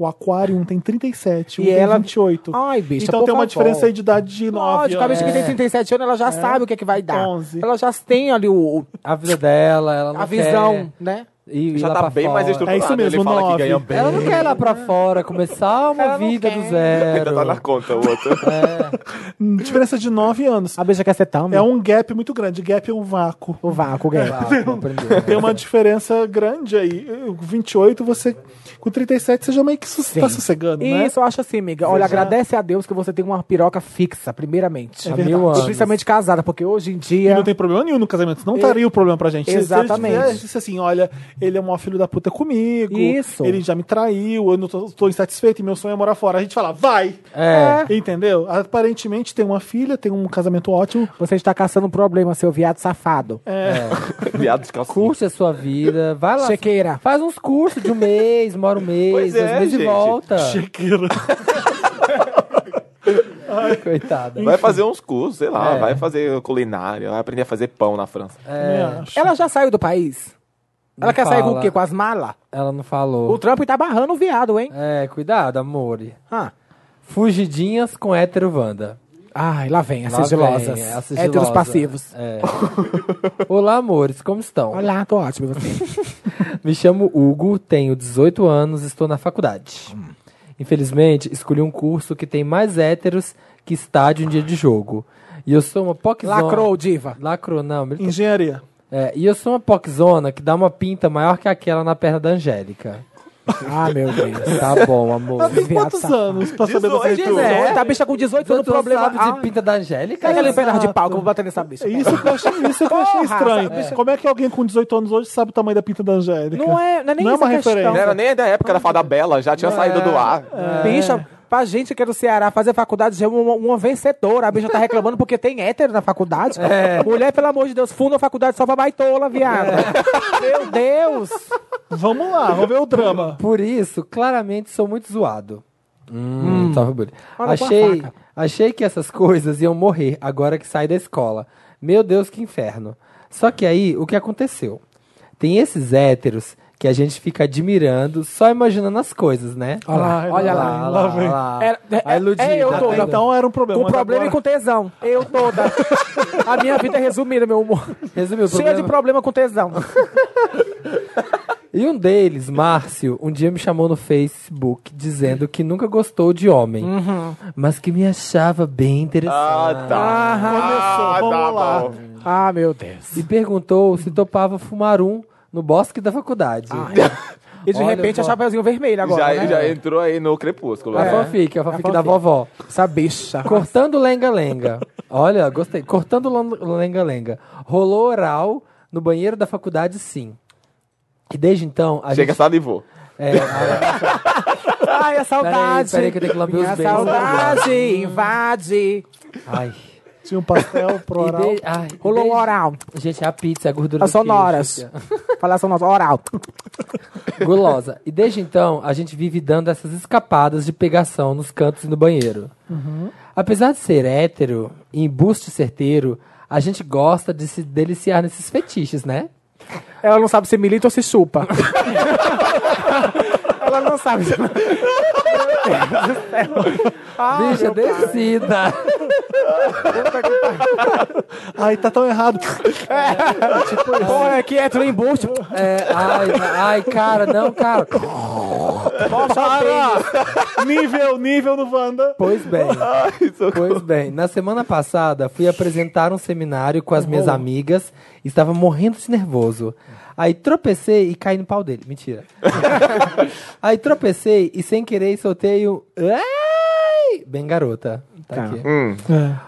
Speaker 1: O Aquarium tem 37,
Speaker 2: E
Speaker 1: um tem
Speaker 2: ela-
Speaker 1: 28.
Speaker 2: Ai, bicha,
Speaker 1: então
Speaker 2: por
Speaker 1: tem uma
Speaker 2: favor.
Speaker 1: diferença aí de idade de 9
Speaker 2: Lógico, a
Speaker 1: anos.
Speaker 2: bicha que tem 37 anos, ela já sabe o que, é que vai dar.
Speaker 1: 11.
Speaker 2: Ela já tem ali o, o-
Speaker 3: A vida dela, ela não
Speaker 2: a
Speaker 3: quer
Speaker 2: visão, né?
Speaker 3: ir- ir
Speaker 4: Já
Speaker 3: lá
Speaker 4: tá
Speaker 3: pra
Speaker 4: bem
Speaker 3: fora.
Speaker 4: mais estruturado.
Speaker 1: É isso mesmo,
Speaker 4: Ele fala
Speaker 1: nove.
Speaker 4: que ganha bem.
Speaker 3: Ela não quer ir lá pra fora, começar uma
Speaker 2: Ela não
Speaker 3: vida do
Speaker 2: quer.
Speaker 4: Ainda
Speaker 3: zero.
Speaker 4: tá na conta, o outro.
Speaker 1: Hum, Diferença de 9 anos.
Speaker 2: A bicha quer ser tão.
Speaker 1: É um gap muito grande. Gap é um vácuo.
Speaker 2: O É um vácuo, gay.
Speaker 3: Ah,
Speaker 2: <laughs>
Speaker 3: não aprendeu.
Speaker 1: Tem uma diferença grande aí. Com 28, você. Com 37, você já meio que su tá sossegando, né?
Speaker 2: Isso, eu acho assim, amiga. Olha, agradece a Deus que você tem uma piroca fixa, primeiramente.
Speaker 3: Há mil
Speaker 2: E
Speaker 3: anos.
Speaker 2: principalmente casada, porque hoje em dia.
Speaker 1: E não tem problema nenhum no casamento. Não estaria o problema pra gente. Se-
Speaker 2: Exatamente.
Speaker 1: Se ele tivesse, disse assim, olha, ele é um filho da puta comigo.
Speaker 2: Isso.
Speaker 1: Ele já me traiu, eu não tô, tô insatisfeito e meu sonho é morar fora. A gente fala, vai!
Speaker 2: <laughs>
Speaker 3: É.
Speaker 1: Entendeu? Aparentemente tem uma filha, tem um casamento ótimo.
Speaker 2: Você está caçando um problema, seu viado safado.
Speaker 4: Viado descalcinho.
Speaker 3: Curte a sua vida, vai lá.
Speaker 2: Chequeira.
Speaker 3: Faz uns cursos de um mês, mora um mês,
Speaker 4: Pois
Speaker 3: dois
Speaker 4: é,
Speaker 3: meses e
Speaker 4: gente.
Speaker 3: volta.
Speaker 1: Chequeira.
Speaker 3: Coitada.
Speaker 4: Vai fazer uns cursos, sei lá, vai fazer culinária, vai aprender a fazer pão na França.
Speaker 1: Também acho.
Speaker 2: É.
Speaker 1: é
Speaker 2: Ela já saiu do país.
Speaker 3: Não
Speaker 2: Ela quer sair com
Speaker 3: fala.
Speaker 2: o quê? Com as malas?
Speaker 3: Ela não
Speaker 2: O
Speaker 3: falou.
Speaker 2: Trump tá barrando o viado, hein?
Speaker 3: É, cuidado, amore.
Speaker 2: Ah.
Speaker 3: Fugidinhas com hétero Wanda.
Speaker 2: Ai, lá vem, as
Speaker 3: Lá
Speaker 2: sigilosas.
Speaker 3: vem, a sigilosa.
Speaker 2: Héteros passivos.
Speaker 3: É. Olá, amores, como estão?
Speaker 2: Olá, tô ótimo. e Você.
Speaker 3: Me chamo Hugo, tenho 18 anos, estou na faculdade.
Speaker 2: Hum.
Speaker 3: Infelizmente, escolhi um curso que tem mais héteros que estádio em dia de jogo. E eu sou uma poczona...
Speaker 2: Lacrou, diva.
Speaker 3: Lacrou, não. militou.
Speaker 1: Engenharia.
Speaker 3: É, e eu sou uma poczona que dá uma pinta maior que aquela na perna da Angélica.
Speaker 2: Ah, meu Deus.
Speaker 3: Tá bom,
Speaker 2: <laughs>
Speaker 3: amor.
Speaker 1: Ela tem
Speaker 2: Viado
Speaker 1: quantos
Speaker 2: safado.
Speaker 1: anos pra saber dessa
Speaker 4: Dezoito,
Speaker 1: leitura?
Speaker 2: É, tá a bicha com 18 anos,
Speaker 3: Tu
Speaker 2: problema.
Speaker 3: sabe
Speaker 2: Ah,
Speaker 3: de pinta da Angélica?
Speaker 2: Pega aquele
Speaker 3: Ela-
Speaker 2: pedaço de pau que eu vou bater nessa bicha.
Speaker 1: É Isso que eu achei, isso que eu achei
Speaker 2: Porra,
Speaker 1: estranho.
Speaker 2: sabe?
Speaker 1: Como é que alguém com 18 anos hoje sabe o tamanho da pinta da Angélica?
Speaker 2: Não é, não é nem
Speaker 1: Não é
Speaker 2: essa
Speaker 1: uma
Speaker 2: questão.
Speaker 1: referência.
Speaker 4: Não era nem da época da Fada Bela, já tinha saído do ar.
Speaker 2: É. Bicha, pra gente que é do Ceará, fazer faculdade já é uma, uma vencedora. A bicha tá reclamando porque tem hétero na faculdade. Mulher, pelo amor de Deus, funda a faculdade só pra baitola, viado. Meu Deus.
Speaker 1: Vamos lá, vamos ver o drama.
Speaker 3: Por isso, claramente sou muito zoado. Hum, tava bonito.
Speaker 2: Olha com a
Speaker 3: Achei,
Speaker 2: faca.
Speaker 3: achei que essas coisas iam morrer agora que saí da escola. Meu Deus, que inferno. Só que aí, o que aconteceu? Tem esses héteros que a gente fica admirando, só imaginando as coisas, né?
Speaker 2: Olha lá,
Speaker 1: Ai,
Speaker 2: olha lá.
Speaker 1: lá vem.
Speaker 2: Era- é-
Speaker 3: a
Speaker 2: é-
Speaker 3: iludida,
Speaker 2: é eu
Speaker 3: tá
Speaker 2: toda,
Speaker 1: Até
Speaker 3: vendo?
Speaker 1: então era um problema.
Speaker 2: Com
Speaker 1: mas
Speaker 2: problema é e
Speaker 1: agora-
Speaker 2: com tesão. Eu toda. A minha vida é resumida, meu humor.
Speaker 3: Resumiu, o
Speaker 2: Cheia de problema
Speaker 3: problema-
Speaker 2: com tesão.
Speaker 3: E um deles, Márcio, um dia me chamou no Facebook dizendo que nunca gostou de homem,
Speaker 2: Uhum.
Speaker 3: mas que me achava bem interessante.
Speaker 4: Ah, tá.
Speaker 1: Começou,
Speaker 4: Ah,
Speaker 1: vamos
Speaker 4: tá
Speaker 1: lá.
Speaker 4: bom.
Speaker 2: Ah, meu Deus.
Speaker 3: e perguntou se topava fumar um no bosque da faculdade.
Speaker 2: E de
Speaker 3: Olha,
Speaker 2: repente é
Speaker 3: vó.
Speaker 2: chapeuzinho vermelho agora.
Speaker 4: Já, é,
Speaker 2: né?
Speaker 4: já entrou aí no crepúsculo.
Speaker 3: A
Speaker 4: né?
Speaker 3: fanfic, é. a fanfic da vovó.
Speaker 2: Essa bicha.
Speaker 3: Cortando lenga-lenga. Olha, gostei. Cortando lon- lenga-lenga. Rolou oral no banheiro da faculdade, sim. E desde então, a
Speaker 4: Chega,
Speaker 3: gente...
Speaker 4: salivou.
Speaker 3: É, a-
Speaker 2: Ai, a saudade.
Speaker 3: Peraí, peraí que eu tenho que lamber os
Speaker 2: Minha
Speaker 3: beijos.
Speaker 2: saudade invade.
Speaker 3: ai.
Speaker 1: Tinha um pastel pro
Speaker 3: E
Speaker 1: oral.
Speaker 3: de- ai, e
Speaker 2: Rolou um
Speaker 3: desde-
Speaker 2: oral.
Speaker 3: Gente, é a pizza, a gordura
Speaker 2: As
Speaker 3: do queijo,
Speaker 2: sonoras.
Speaker 3: tia.
Speaker 2: Falar sonora. Oral.
Speaker 3: Gulosa. E desde então, a gente vive dando essas escapadas de pegação nos cantos e no banheiro. Apesar de ser hétero e embuste certeiro, a gente gosta de se deliciar nesses fetiches, né?
Speaker 2: Ela não sabe se milita ou se chupa.
Speaker 3: <laughs>
Speaker 2: Ela não sabe.
Speaker 3: Bicha, descida!
Speaker 1: Ai, tá tão errado.
Speaker 2: Porra, aqui é tudo embuste.
Speaker 3: É, ai, ai, cara, não, cara.
Speaker 1: nível, nível do Wanda.
Speaker 3: Pois bem. Pois bem. Na semana passada, fui apresentar um seminário com as minhas amigas. Estava morrendo de nervoso. Aí tropecei e caí no pau dele. Mentira. Aí tropecei e sem querer soltei um. Ai! Bem garota. Tá, aqui.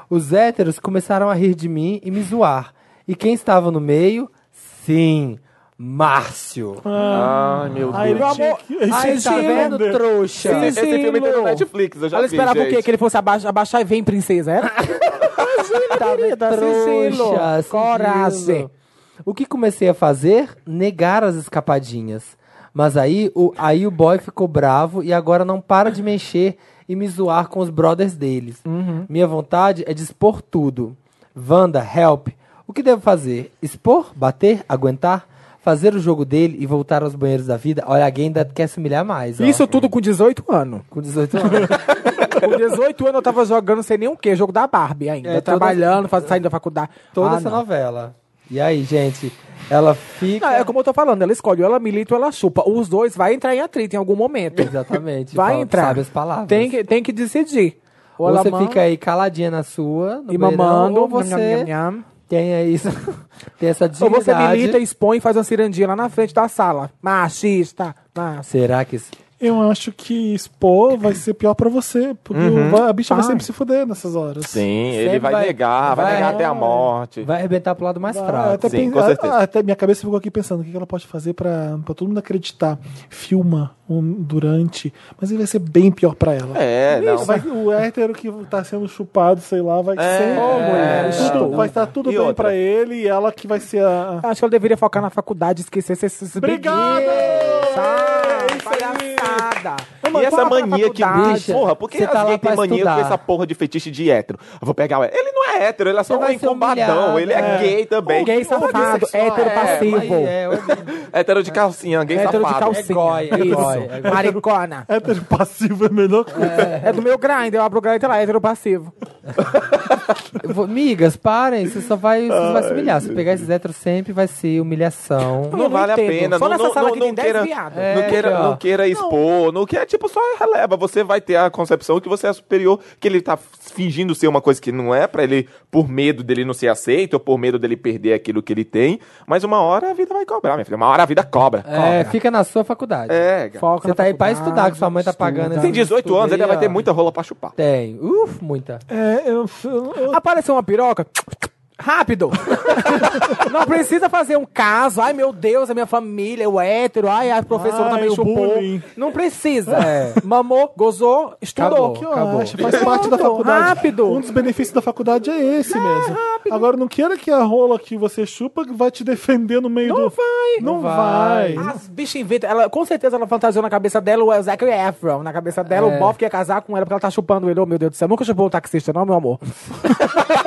Speaker 3: Os héteros começaram a rir de mim e me zoar. E quem estava no meio? Sim, Márcio.
Speaker 4: Ah, Ai, meu
Speaker 1: Ai, ele
Speaker 4: Deus.
Speaker 1: tinha que... ele tinha
Speaker 3: Ai,
Speaker 1: que
Speaker 3: tá vendo,
Speaker 1: entender.
Speaker 3: trouxa?
Speaker 2: Sim,
Speaker 4: Esse
Speaker 2: sim,
Speaker 4: filme tem
Speaker 2: Lu.
Speaker 4: no Netflix, eu já
Speaker 2: Ela
Speaker 4: vi,
Speaker 2: esperava o quê?
Speaker 4: gente.
Speaker 2: Que ele fosse abaixa- abaixar e vem, princesa. Era? Tá, né?
Speaker 3: Tava
Speaker 2: querida, sigilo,
Speaker 3: trouxa,
Speaker 2: Assim, coragem.
Speaker 3: sigilo. O que comecei a fazer? Negar as escapadinhas. Mas aí o, aí o boy ficou bravo e agora não para de mexer e me zoar com os brothers deles.
Speaker 2: Uhum.
Speaker 3: Minha vontade é de expor tudo. Wanda, help. O que devo fazer? Expor? Bater? Aguentar? Fazer o jogo dele e voltar aos banheiros da vida? Olha, alguém ainda quer se humilhar mais. ó.
Speaker 2: Isso tudo com 18 anos.
Speaker 3: com
Speaker 2: <laughs>
Speaker 3: 18 anos.
Speaker 2: Com 18 anos eu tava jogando sei nem o quê, jogo da Barbie ainda.
Speaker 3: É, toda-
Speaker 2: trabalhando, faz- saindo da faculdade.
Speaker 3: Toda
Speaker 2: Ah,
Speaker 3: essa
Speaker 2: não.
Speaker 3: novela. E aí, gente? Ela fica.
Speaker 2: Não, é como eu tô falando, ela escolhe, ou ela milita ou ela chupa. Os dois vai entrar em atrito em algum momento.
Speaker 3: <laughs> Exatamente.
Speaker 2: Vai
Speaker 3: Fala-
Speaker 2: entrar.
Speaker 3: Sabe as palavras.
Speaker 2: Tem que, tem que decidir.
Speaker 3: Ou,
Speaker 2: ela
Speaker 3: você
Speaker 2: manda
Speaker 3: fica aí caladinha na sua, no
Speaker 2: e
Speaker 3: beirão,
Speaker 2: mamando,
Speaker 3: ou você
Speaker 2: nham, nham, nham.
Speaker 3: tem aí isso, <laughs> tem essa
Speaker 2: Ou
Speaker 3: dignidade.
Speaker 2: você milita, expõe, faz uma cirandinha lá na frente da sala. Machista, machista.
Speaker 3: Será que isso...
Speaker 1: Eu acho que expor vai ser pior pra você, porque
Speaker 2: Uhum.
Speaker 1: o- a bicha
Speaker 2: Ah.
Speaker 1: vai sempre se fuder nessas horas.
Speaker 4: Sim,
Speaker 3: Sempre
Speaker 4: ele vai,
Speaker 3: vai-
Speaker 4: negar, vai,
Speaker 3: vai-
Speaker 4: negar até a morte.
Speaker 3: vai arrebentar pro lado mais fraco? É,
Speaker 1: até,
Speaker 4: Sim,
Speaker 1: pen-
Speaker 4: com
Speaker 1: a-
Speaker 4: certeza.
Speaker 1: a- até minha cabeça ficou aqui pensando o que que ela pode fazer pra pra todo mundo acreditar. Filma um, durante, mas ele vai ser bem pior pra ela.
Speaker 4: É, não. É,
Speaker 1: Vai- o hétero que tá sendo chupado, sei lá, vai ser.
Speaker 2: mulher,
Speaker 1: tudo,
Speaker 2: não.
Speaker 1: vai estar tudo
Speaker 4: E
Speaker 1: bem
Speaker 4: outra?
Speaker 1: pra ele e ela que vai ser a.
Speaker 2: Acho que ela deveria focar na faculdade, esquecer esses esses
Speaker 1: Obrigado!
Speaker 2: briguinhos. Ah, palhaçada.
Speaker 4: E essa mania que
Speaker 3: faculdade.
Speaker 4: porra, por que
Speaker 3: Você tá
Speaker 4: alguém
Speaker 3: lá
Speaker 4: tem
Speaker 3: pra
Speaker 4: mania com
Speaker 3: estudar.
Speaker 4: essa porra de fetiche de hétero? Eu vou pegar o hétero. Ele não é hétero, ele é só
Speaker 3: Você
Speaker 4: um
Speaker 3: vai ser
Speaker 4: incombadão.
Speaker 3: humilhado,
Speaker 4: Ele é
Speaker 3: é.
Speaker 4: gay também.
Speaker 2: Gay safado, hétero passivo.
Speaker 3: Aí é, horrível.
Speaker 4: Hétero de calcinha, gay
Speaker 2: Hétero de
Speaker 4: safado.
Speaker 2: calcinha.
Speaker 3: É gói, é
Speaker 2: Isso.
Speaker 3: gói, é gói.
Speaker 2: Maricona.
Speaker 1: Hétero <laughs> passivo é a melhor coisa.
Speaker 2: É do meu grind, eu abro o grind e tá lá, hétero passivo.
Speaker 3: Eu vou- Migas, parem, você só vai, você só vai se humilhar. Se pegar esses héteros sempre vai ser
Speaker 4: <laughs>
Speaker 3: humilhação.
Speaker 4: Não
Speaker 2: Eu não
Speaker 4: vale a
Speaker 2: entendo.
Speaker 4: pena.
Speaker 2: Só
Speaker 4: não,
Speaker 2: nessa
Speaker 4: não,
Speaker 2: sala
Speaker 4: não,
Speaker 2: aqui
Speaker 4: não
Speaker 2: tem dez
Speaker 4: queira,
Speaker 2: viado.
Speaker 4: Não
Speaker 3: É,
Speaker 4: queira,
Speaker 3: aqui, ó.
Speaker 4: não queira expor, não. queira, tipo, só releva. Você vai ter a concepção que você é superior, que ele tá fingindo ser uma coisa que não é, pra ele, por medo dele não ser aceito, ou por medo dele perder aquilo que ele tem. Mas uma hora a vida vai cobrar, minha filha. Uma hora a vida cobra.
Speaker 3: É, fica na sua faculdade.
Speaker 4: É, cara.
Speaker 2: Foca
Speaker 3: Você
Speaker 2: na
Speaker 3: tá aí pra
Speaker 2: faculdade,
Speaker 3: estudar, que sua mãe tá pagando.
Speaker 2: estuda.
Speaker 4: Tem
Speaker 3: esse
Speaker 4: 18
Speaker 3: estudo
Speaker 4: anos,
Speaker 3: aí,
Speaker 4: ainda vai
Speaker 3: ó.
Speaker 4: ter muita rola
Speaker 2: <laughs>
Speaker 4: pra chupar.
Speaker 3: Tem. Uf, muita.
Speaker 1: É, eu, eu- eu-
Speaker 2: Apareceu uma piroca.
Speaker 3: <laughs>
Speaker 2: Rápido! não precisa fazer um caso. Ai, meu Deus, a minha família, o hétero, ai, a professora
Speaker 1: Ai,
Speaker 2: também
Speaker 1: o
Speaker 2: chupou.
Speaker 1: bullying.
Speaker 2: Não precisa. Mamou, gozou, estudou.
Speaker 3: É. Acabou.
Speaker 1: que eu
Speaker 3: Acabou.
Speaker 1: acho, faz parte da
Speaker 2: Pronto,
Speaker 1: faculdade.
Speaker 2: rápido.
Speaker 1: Um dos benefícios da faculdade é esse mesmo. Agora, não queira que a rola que você chupa vai te defender no meio do.
Speaker 2: Não vai.
Speaker 1: Não,
Speaker 3: Não
Speaker 1: vai.
Speaker 3: vai.
Speaker 2: As bichas inventam. Ela, com certeza ela fantasiou na cabeça dela o Zachary Efron. Na cabeça dela,
Speaker 3: É.
Speaker 2: o Bob que ia casar com ela porque ela tá chupando ele. Oh, meu Deus do céu. Nunca chupou um taxista, não, meu amor.
Speaker 3: <laughs>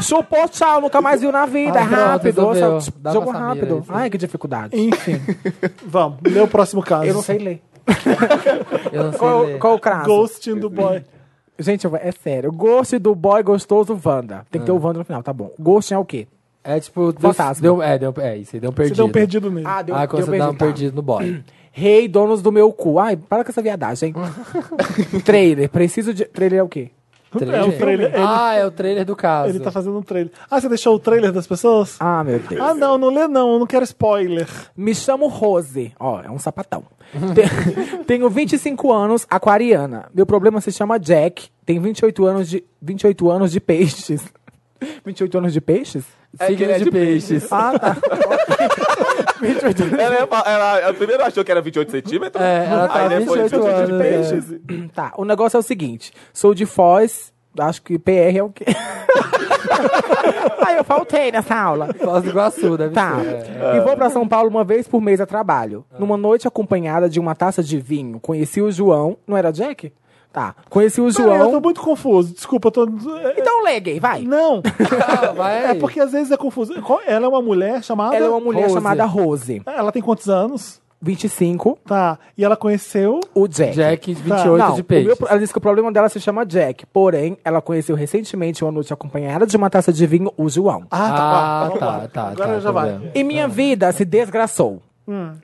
Speaker 2: Chupou, tchau. Nunca mais viu na vida. é
Speaker 3: Ah, pronto,
Speaker 2: rápido.
Speaker 3: resolveu.
Speaker 2: sabe?
Speaker 3: Dá
Speaker 2: Jogou
Speaker 3: pra né? Samira
Speaker 2: rápido.
Speaker 3: isso.
Speaker 2: Ai, que dificuldade.
Speaker 1: Enfim. Vamos, lê o próximo caso.
Speaker 2: Eu não sei ler.
Speaker 3: Eu não sei
Speaker 2: Qual,
Speaker 3: ler.
Speaker 2: qual o caso?
Speaker 1: Ghosting do boy.
Speaker 2: Gente, eu- é sério. Ghost do boy gostoso Wanda. Tem que ter o Wanda no final, tá bom. Ghost é o quê?
Speaker 3: É tipo... Deu,
Speaker 2: Fantasma.
Speaker 3: deu, é, deu, é, isso aí, deu um
Speaker 1: Você
Speaker 3: perdido.
Speaker 1: deu um perdido nele.
Speaker 2: deu,
Speaker 3: Ah, quando
Speaker 2: deu
Speaker 3: você dá um
Speaker 2: tá.
Speaker 3: perdido no boy.
Speaker 2: Rei, donos do meu cu. Ai, para com essa <laughs> viadagem. trailer. Preciso de... Trailer é o quê?
Speaker 1: É o trailer. Ele,
Speaker 3: Ah, é o trailer do caso.
Speaker 1: ele tá fazendo um trailer. Ah, você deixou o trailer das pessoas?
Speaker 2: Ah, meu Deus.
Speaker 1: Ah, não, não lê não, eu não quero spoiler.
Speaker 2: Me chamo Rose. Ó, é um sapatão. Te- <laughs> Tenho 25 anos, aquariana. Meu problema se chama Jack. Tem 28 anos de 28 anos de peixes. <laughs> 28 anos de peixes?
Speaker 3: Signo
Speaker 4: ele é
Speaker 3: de,
Speaker 4: de
Speaker 3: peixes.
Speaker 2: Ah, tá. 28 anos.
Speaker 4: Ela, ia fa- ela, ela primeiro achou que era 28 centímetros.
Speaker 3: É, ela tá
Speaker 4: aí depois
Speaker 3: 28
Speaker 4: 28 de
Speaker 3: anos,
Speaker 4: peixes.
Speaker 2: Tá, o negócio é o seguinte. Sou de Foz, acho que PR é o <laughs> quê? Ai, eu faltei nessa aula.
Speaker 3: <laughs> Foz do Iguaçu, deve
Speaker 2: Tá.
Speaker 3: ser.
Speaker 2: E vou pra São Paulo uma vez por mês a trabalho.
Speaker 3: Ah.
Speaker 2: Numa noite acompanhada de uma taça de vinho, conheci o João. Não era Jack? Tá. Conheci o
Speaker 1: Peraí, eu tô
Speaker 2: João.
Speaker 1: muito confuso. Desculpa, eu tô. é, é,
Speaker 2: Então lê, gay, vai.
Speaker 1: Não!
Speaker 3: Ah, <laughs> vai
Speaker 1: É
Speaker 3: aí.
Speaker 1: porque às vezes é confuso. Qual- Ela é uma mulher chamada.
Speaker 2: Ela é uma mulher
Speaker 3: Rose.
Speaker 2: chamada Rose.
Speaker 1: Ela tem quantos anos?
Speaker 2: 25,
Speaker 1: Tá. E ela conheceu.
Speaker 2: o Jack.
Speaker 3: Jack, 28
Speaker 2: Não,
Speaker 3: de
Speaker 2: o meu
Speaker 3: peixes.
Speaker 2: pro- Ah, ela disse que o problema dela se chama Jack. Porém, ela conheceu recentemente uma noite acompanhada de uma taça de vinho, o João.
Speaker 3: Ah,
Speaker 1: vamos lá.
Speaker 3: tá, tá,
Speaker 1: Agora
Speaker 3: tá,
Speaker 1: já
Speaker 3: tá
Speaker 1: vai.
Speaker 3: vendo.
Speaker 2: E minha vida se desgraçou.